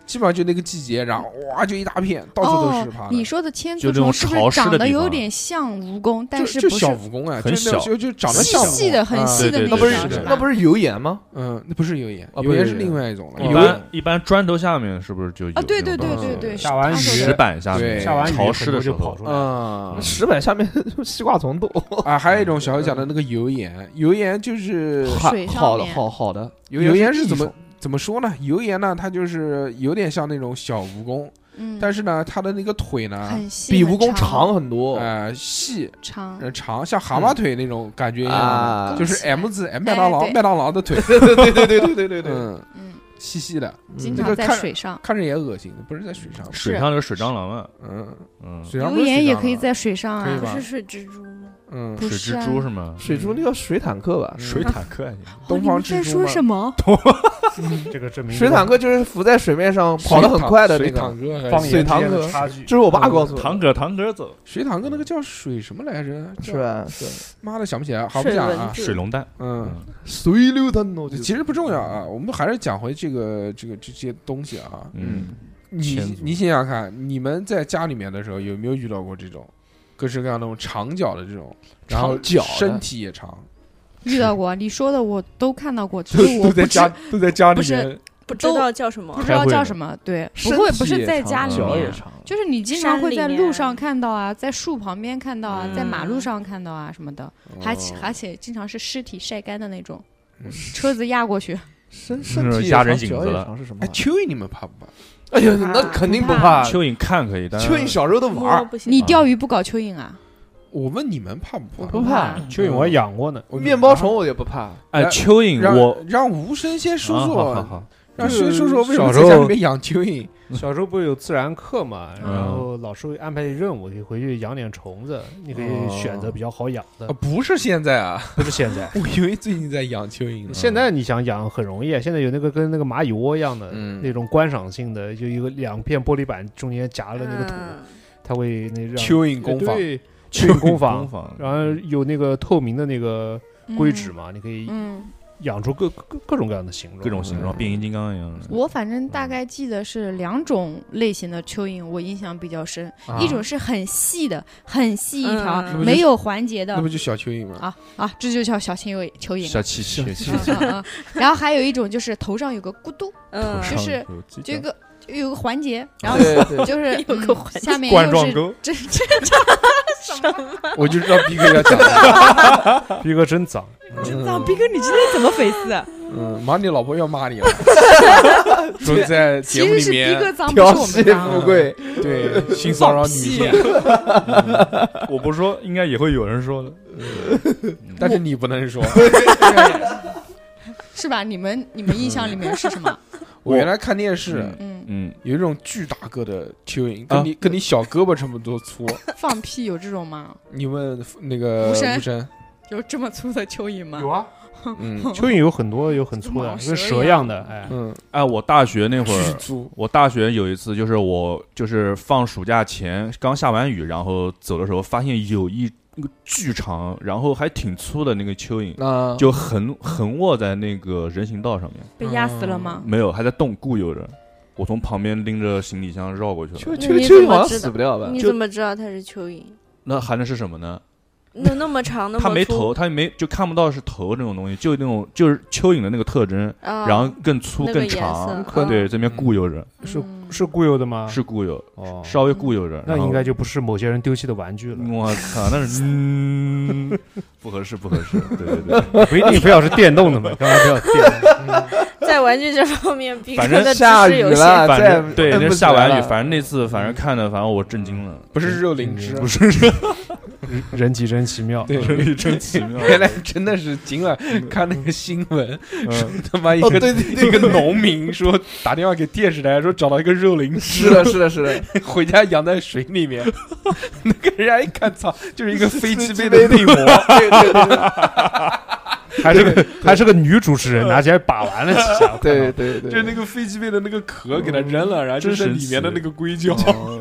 [SPEAKER 2] 基本上就那个季节，然后哇就一大片，到处都是爬
[SPEAKER 3] 哦
[SPEAKER 2] 的。。
[SPEAKER 3] 你说的千
[SPEAKER 5] 就
[SPEAKER 3] 足
[SPEAKER 5] 这种
[SPEAKER 3] 虫是不
[SPEAKER 5] 潮
[SPEAKER 3] 是
[SPEAKER 5] 湿的
[SPEAKER 3] 长得
[SPEAKER 5] 地
[SPEAKER 3] 有
[SPEAKER 5] 方
[SPEAKER 3] 点像蜈蚣，但
[SPEAKER 2] 就是就
[SPEAKER 3] 不
[SPEAKER 2] 小
[SPEAKER 3] 是
[SPEAKER 2] ��蚣啊，
[SPEAKER 5] 很
[SPEAKER 2] 就那种
[SPEAKER 5] 小
[SPEAKER 2] 就就长得
[SPEAKER 3] 细
[SPEAKER 2] 像蜈蚣
[SPEAKER 3] 细的、很
[SPEAKER 2] 啊
[SPEAKER 3] 细的那
[SPEAKER 5] 对
[SPEAKER 6] 那
[SPEAKER 5] 对
[SPEAKER 6] 不
[SPEAKER 3] 种
[SPEAKER 6] 是
[SPEAKER 5] 对
[SPEAKER 3] 是
[SPEAKER 5] 对
[SPEAKER 6] 那
[SPEAKER 3] 吧？
[SPEAKER 6] 不是油盐吗？
[SPEAKER 2] 嗯，那不是油盐，
[SPEAKER 6] 哦
[SPEAKER 2] 油
[SPEAKER 6] 不
[SPEAKER 2] 盐
[SPEAKER 6] 是
[SPEAKER 2] 是
[SPEAKER 6] 油
[SPEAKER 2] 另
[SPEAKER 6] 盐
[SPEAKER 2] 外一种了。
[SPEAKER 5] 嗯
[SPEAKER 2] 油
[SPEAKER 5] 一
[SPEAKER 2] 盐
[SPEAKER 5] 般一般砖头下面是不是就有
[SPEAKER 3] 啊，对对
[SPEAKER 5] 那种
[SPEAKER 3] 对
[SPEAKER 5] 东
[SPEAKER 3] 对
[SPEAKER 5] 西
[SPEAKER 3] 对，
[SPEAKER 4] 下完
[SPEAKER 3] 他说
[SPEAKER 2] 雨
[SPEAKER 5] 石板下
[SPEAKER 2] 对
[SPEAKER 5] 面
[SPEAKER 4] 下完雨
[SPEAKER 5] 潮湿的
[SPEAKER 4] 很多
[SPEAKER 5] 时
[SPEAKER 4] 就跑
[SPEAKER 5] 候
[SPEAKER 4] 出来了。
[SPEAKER 2] 啊
[SPEAKER 6] 石板下面 西瓜虫多，
[SPEAKER 2] 啊，还有一种小何讲的那个油盐，油盐 就是
[SPEAKER 6] 好
[SPEAKER 3] 水上
[SPEAKER 6] 好的
[SPEAKER 3] 面
[SPEAKER 6] 好好的，
[SPEAKER 2] 油盐
[SPEAKER 6] 是
[SPEAKER 2] 是怎
[SPEAKER 6] 一
[SPEAKER 2] 么
[SPEAKER 6] 种？
[SPEAKER 2] 怎么说呢？油盐呢，它就是有点像那种小蜈蚣，
[SPEAKER 3] 嗯，啊
[SPEAKER 2] 但是呢，它的那个腿呢，
[SPEAKER 3] 很细，
[SPEAKER 6] 比
[SPEAKER 3] 很
[SPEAKER 6] 蜈蚣
[SPEAKER 3] 长
[SPEAKER 6] 长很多
[SPEAKER 2] 呃，细
[SPEAKER 3] 长
[SPEAKER 2] 呃长，像蛤蟆腿那种感觉一样
[SPEAKER 6] 啊哎
[SPEAKER 2] 的，就是
[SPEAKER 3] 更细
[SPEAKER 2] M 字 M 麦当劳
[SPEAKER 3] 对对
[SPEAKER 2] 麦当劳的腿，
[SPEAKER 6] 对对对对对对对对，
[SPEAKER 2] 嗯，
[SPEAKER 3] 嗯，
[SPEAKER 2] 细细的，
[SPEAKER 3] 经
[SPEAKER 2] 这
[SPEAKER 3] 常
[SPEAKER 2] 个
[SPEAKER 3] 在
[SPEAKER 2] 看
[SPEAKER 3] 水上。
[SPEAKER 2] 看着也恶心，不是在水上，
[SPEAKER 5] 水
[SPEAKER 3] 是
[SPEAKER 5] 上就是水蟑螂嘛，
[SPEAKER 2] 嗯，
[SPEAKER 5] 嗯，
[SPEAKER 2] 水上
[SPEAKER 3] 油
[SPEAKER 2] 不是
[SPEAKER 3] 盐
[SPEAKER 2] 水
[SPEAKER 3] 也
[SPEAKER 2] 上
[SPEAKER 3] 可以
[SPEAKER 2] 了，
[SPEAKER 3] 在水上
[SPEAKER 2] 可以
[SPEAKER 3] 啊
[SPEAKER 2] 吧，
[SPEAKER 7] 是水蜘蛛吗？
[SPEAKER 2] 嗯，
[SPEAKER 3] 不
[SPEAKER 5] 水
[SPEAKER 3] 是
[SPEAKER 5] 蜘
[SPEAKER 3] 啊
[SPEAKER 5] 蛛是吗？
[SPEAKER 6] 水珠那叫水坦克吧？
[SPEAKER 5] 水坦克还行，
[SPEAKER 3] 哦
[SPEAKER 2] 东
[SPEAKER 3] 你
[SPEAKER 2] 方
[SPEAKER 3] 们在
[SPEAKER 2] 之珠
[SPEAKER 3] 说
[SPEAKER 2] 嘛
[SPEAKER 3] 什么？
[SPEAKER 4] 这个证明
[SPEAKER 6] 嗯水坦克就是浮在水面上跑得很快的那
[SPEAKER 2] 水
[SPEAKER 6] 个
[SPEAKER 2] 坦，哥还
[SPEAKER 4] 方
[SPEAKER 2] 是，
[SPEAKER 4] 言
[SPEAKER 6] 水
[SPEAKER 4] 之
[SPEAKER 6] 塘
[SPEAKER 4] 间的
[SPEAKER 6] 河
[SPEAKER 4] 差距
[SPEAKER 6] 这。是我爸告诉我
[SPEAKER 5] 堂
[SPEAKER 6] 的，
[SPEAKER 5] 哥堂哥走，
[SPEAKER 2] 水坦哥那个叫水什么来着？
[SPEAKER 6] 是
[SPEAKER 2] 叫
[SPEAKER 6] 吧？是
[SPEAKER 2] 妈的想不起来，好不
[SPEAKER 7] 水
[SPEAKER 2] 讲
[SPEAKER 7] 文
[SPEAKER 2] 啊，
[SPEAKER 7] 字
[SPEAKER 5] 水龙蛋，
[SPEAKER 2] 嗯，
[SPEAKER 6] 水流的呢
[SPEAKER 2] 其实不重要啊，我们还是讲回这个这个这些东西啊，
[SPEAKER 5] 嗯，
[SPEAKER 2] 你
[SPEAKER 5] 前足
[SPEAKER 2] 你想想看，你们在家里面的时候有没有遇到过这种各式各样那种长脚的这种，然后
[SPEAKER 6] 长脚的
[SPEAKER 2] 身体也长，
[SPEAKER 3] 遇到过，你说的我都看到过，只
[SPEAKER 2] 都
[SPEAKER 3] 是我
[SPEAKER 2] 都
[SPEAKER 3] 不
[SPEAKER 2] 在
[SPEAKER 3] 知
[SPEAKER 2] 家都在家里
[SPEAKER 3] 不是
[SPEAKER 2] 面，
[SPEAKER 7] 不知道叫什么
[SPEAKER 3] 不，知
[SPEAKER 5] 开
[SPEAKER 3] 道
[SPEAKER 5] 会
[SPEAKER 3] 叫
[SPEAKER 5] 的
[SPEAKER 3] 什么，对，不
[SPEAKER 6] 身
[SPEAKER 3] 会
[SPEAKER 6] 体
[SPEAKER 3] 不是
[SPEAKER 6] 也
[SPEAKER 3] 在
[SPEAKER 6] 长
[SPEAKER 3] 家里
[SPEAKER 6] 脚
[SPEAKER 3] 面
[SPEAKER 6] 也
[SPEAKER 3] 啊，
[SPEAKER 6] 长，
[SPEAKER 3] 就是你经常
[SPEAKER 7] 山
[SPEAKER 3] 会
[SPEAKER 7] 里
[SPEAKER 3] 在路
[SPEAKER 7] 面
[SPEAKER 3] 上看到啊，在树旁边看到啊，在马路
[SPEAKER 7] 嗯
[SPEAKER 3] 上看到啊什么的，
[SPEAKER 2] 哦
[SPEAKER 3] 还且而且经常是尸体晒干的那种
[SPEAKER 2] 嗯，啊
[SPEAKER 3] 车子压过去，
[SPEAKER 6] 身身体也
[SPEAKER 5] 压人
[SPEAKER 6] 长
[SPEAKER 5] 影
[SPEAKER 6] 脚
[SPEAKER 5] 子
[SPEAKER 6] 也
[SPEAKER 5] 了
[SPEAKER 6] 长是什么
[SPEAKER 2] 哎，
[SPEAKER 6] 玩意
[SPEAKER 2] 蚯蚓你们怕不怕？
[SPEAKER 6] 儿？哎呀，
[SPEAKER 7] 怕
[SPEAKER 6] 那肯定不
[SPEAKER 3] 不
[SPEAKER 6] 怕。
[SPEAKER 5] 蚯蚓看可以，但
[SPEAKER 6] 蚯蚓小时候都玩
[SPEAKER 7] 摸
[SPEAKER 6] 儿，
[SPEAKER 7] 不行。
[SPEAKER 3] 你钓鱼不搞蚯蚓啊？
[SPEAKER 2] 我问你们怕不
[SPEAKER 6] 我
[SPEAKER 2] 怕？
[SPEAKER 4] 哦
[SPEAKER 6] 不怕。
[SPEAKER 4] 蚯蚓嗯我还养过呢，
[SPEAKER 2] 我
[SPEAKER 6] 面包虫我也不怕。
[SPEAKER 5] 哎，蚯蚓
[SPEAKER 2] 让
[SPEAKER 5] 我
[SPEAKER 2] 让吴声先说
[SPEAKER 5] 啊好好
[SPEAKER 2] 说，
[SPEAKER 5] 好，
[SPEAKER 2] 让
[SPEAKER 4] 就
[SPEAKER 2] 先
[SPEAKER 4] 是
[SPEAKER 2] 说说为什么
[SPEAKER 4] 小
[SPEAKER 2] 在
[SPEAKER 4] 时
[SPEAKER 2] 家
[SPEAKER 4] 候
[SPEAKER 2] 里面养蚯蚓。
[SPEAKER 4] 小时候不是有自然课嘛，
[SPEAKER 5] 嗯
[SPEAKER 4] 然后老师会安排任务，你回去养点虫子，你可以选择比较好养的
[SPEAKER 2] 啊，，不是现在啊，
[SPEAKER 4] 不是现在。
[SPEAKER 2] 我以为最近在养蚯蚓呢。
[SPEAKER 4] 现在你想养很容易，现在有那个跟那个蚂蚁窝一样的
[SPEAKER 2] 嗯
[SPEAKER 4] 那种观赏性的，就一个两片玻璃板中间夹了那个土，
[SPEAKER 7] 嗯
[SPEAKER 4] 它会那让
[SPEAKER 2] 蚯蚓工坊，
[SPEAKER 4] 对蚯蚓工坊，
[SPEAKER 5] 坊
[SPEAKER 4] 然后有那个透明的那个硅脂
[SPEAKER 3] 嗯
[SPEAKER 4] 嘛，你可以
[SPEAKER 3] 嗯，
[SPEAKER 4] 养出各各各种各样的形状，
[SPEAKER 5] 各种形状，变形金刚一样的，
[SPEAKER 3] 我反正大概记得是两种类型的蚯蚓，我印象比较深，
[SPEAKER 2] 啊
[SPEAKER 3] 一种是很细的，很细一条，
[SPEAKER 7] 嗯
[SPEAKER 2] 那不就
[SPEAKER 3] 没有环节
[SPEAKER 2] 那
[SPEAKER 3] 的
[SPEAKER 2] 不就小蚯蚓吗？
[SPEAKER 3] 啊啊，这就叫小型蚯蚯蚓
[SPEAKER 5] 小
[SPEAKER 3] 啊。
[SPEAKER 5] 气气气
[SPEAKER 3] 嗯嗯 嗯然后还有一种就是头上有个咕嘟，
[SPEAKER 7] 嗯，
[SPEAKER 3] 就是就有个有个环节，然后
[SPEAKER 6] 对 对，
[SPEAKER 3] 就是
[SPEAKER 7] 有个
[SPEAKER 3] 嗯
[SPEAKER 7] 环节
[SPEAKER 3] 下面
[SPEAKER 5] 冠
[SPEAKER 3] 又
[SPEAKER 5] 状
[SPEAKER 3] 是
[SPEAKER 5] 沟，
[SPEAKER 3] 这这
[SPEAKER 2] 我就知道逼哥要讲的。
[SPEAKER 4] 逼哥真脏，
[SPEAKER 3] 真脏，斌哥，你今天怎么啊回事？
[SPEAKER 2] 嗯，妈，你老婆要骂你了，说在节
[SPEAKER 3] 其
[SPEAKER 2] 目
[SPEAKER 3] 实
[SPEAKER 2] 里
[SPEAKER 3] 是斌哥
[SPEAKER 2] 面
[SPEAKER 3] 脏，不
[SPEAKER 6] 调
[SPEAKER 3] 是我
[SPEAKER 6] 戏
[SPEAKER 3] 们啊脏
[SPEAKER 6] 富。贵，
[SPEAKER 2] 对性骚扰女性，
[SPEAKER 5] 我不说，应该也会有人说的。嗯
[SPEAKER 2] 但是你不能说。
[SPEAKER 3] 是吧？你们你们印象里面是什 么？
[SPEAKER 2] 我原来看电视，
[SPEAKER 5] 嗯
[SPEAKER 3] 嗯，
[SPEAKER 5] 嗯，
[SPEAKER 2] 有一种巨大个的蚯蚓，
[SPEAKER 5] 啊
[SPEAKER 2] 跟你跟你小胳膊差不多粗。
[SPEAKER 3] 放屁有这种吗？
[SPEAKER 2] 你问那个
[SPEAKER 3] 吴声
[SPEAKER 2] 吴声，
[SPEAKER 3] 有这么粗的蚯蚓吗？
[SPEAKER 4] 啊，
[SPEAKER 2] 嗯
[SPEAKER 4] 蚯蚓有很多有很粗的，
[SPEAKER 3] 毛
[SPEAKER 4] 跟
[SPEAKER 3] 蛇
[SPEAKER 4] 蛇
[SPEAKER 3] 一
[SPEAKER 4] 样的，哎，
[SPEAKER 2] 嗯，
[SPEAKER 5] 哎，我大学那会
[SPEAKER 2] 巨
[SPEAKER 5] 儿，
[SPEAKER 2] 粗，
[SPEAKER 5] 我大学有一次，就是我就是放暑假前刚下完雨，然后走的时候，发现有一那个巨长，然后还挺粗的那个蚯蚓，
[SPEAKER 2] 那
[SPEAKER 5] 就横横卧在那个人行道上面，
[SPEAKER 3] 被压死了吗？
[SPEAKER 5] 没有，还在动，固有着。我从旁边拎着行李箱绕过去了。
[SPEAKER 6] 蚯蚯
[SPEAKER 7] 你怎
[SPEAKER 6] 蚯
[SPEAKER 7] 么
[SPEAKER 6] 好像
[SPEAKER 7] 知道
[SPEAKER 6] 死不掉吧？
[SPEAKER 7] 你
[SPEAKER 5] 就
[SPEAKER 7] 怎么知道它是蚯蚓？
[SPEAKER 5] 那含的是什么呢？
[SPEAKER 7] 那那么长，那么
[SPEAKER 5] 它
[SPEAKER 7] 粗，
[SPEAKER 5] 没头，它没就看不到是头这种东西，就那种就是蚯蚓的那个特征，
[SPEAKER 7] 啊，
[SPEAKER 5] 然后更粗
[SPEAKER 7] 那个
[SPEAKER 5] 更
[SPEAKER 7] 颜
[SPEAKER 5] 长，
[SPEAKER 7] 色，啊
[SPEAKER 5] 对，这边固有着，
[SPEAKER 4] 是
[SPEAKER 3] 嗯
[SPEAKER 4] 是固有的
[SPEAKER 6] 啊
[SPEAKER 4] 吗？
[SPEAKER 5] 是固有，
[SPEAKER 4] 哦，
[SPEAKER 5] 稍微固有着。
[SPEAKER 4] 那
[SPEAKER 5] 然后嗯
[SPEAKER 4] 应该就不是某些人丢弃的玩具了。
[SPEAKER 5] 我靠，那是嗯， 不合适，不合 适。对对对，
[SPEAKER 4] 不一定非要是电动的嘛，刚才非要电动。
[SPEAKER 7] 在玩具这方面，比
[SPEAKER 5] 反
[SPEAKER 7] 哥
[SPEAKER 5] 正
[SPEAKER 7] 的知
[SPEAKER 6] 下
[SPEAKER 7] 识
[SPEAKER 6] 雨
[SPEAKER 7] 有限。
[SPEAKER 6] 了，
[SPEAKER 5] 反
[SPEAKER 6] 再
[SPEAKER 5] 正对，
[SPEAKER 6] 摁
[SPEAKER 5] 那
[SPEAKER 6] 不
[SPEAKER 5] 下
[SPEAKER 6] 起来
[SPEAKER 5] 完雨，
[SPEAKER 6] 了嗯
[SPEAKER 5] 反正那次反正看的，反正我震惊了，
[SPEAKER 2] 不是只有灵芝，啊
[SPEAKER 4] 不
[SPEAKER 2] 是
[SPEAKER 4] 是人体真奇妙。
[SPEAKER 2] 对，
[SPEAKER 5] 真奇妙。
[SPEAKER 2] 原来真的是今晚看那个新闻，说他妈一
[SPEAKER 6] 哦，
[SPEAKER 2] 个
[SPEAKER 6] 对对对，
[SPEAKER 2] 一个农民说打电话给电视台说找到一个肉灵
[SPEAKER 6] 是啊
[SPEAKER 2] 芝，
[SPEAKER 6] 的，是的，是的，
[SPEAKER 2] 回家养在水里面。那个人家一看，操，就是一个飞机杯的
[SPEAKER 6] 飞
[SPEAKER 2] 内膜，
[SPEAKER 6] 对对对对
[SPEAKER 4] 还是个还是个女主持人，拿起来把玩了几下。
[SPEAKER 6] 对对 对，
[SPEAKER 2] 就是那个飞机杯的那个壳给它扔了，然后就
[SPEAKER 5] 真
[SPEAKER 2] 是
[SPEAKER 5] 神
[SPEAKER 2] 里面的
[SPEAKER 5] 奇
[SPEAKER 2] 那个硅胶，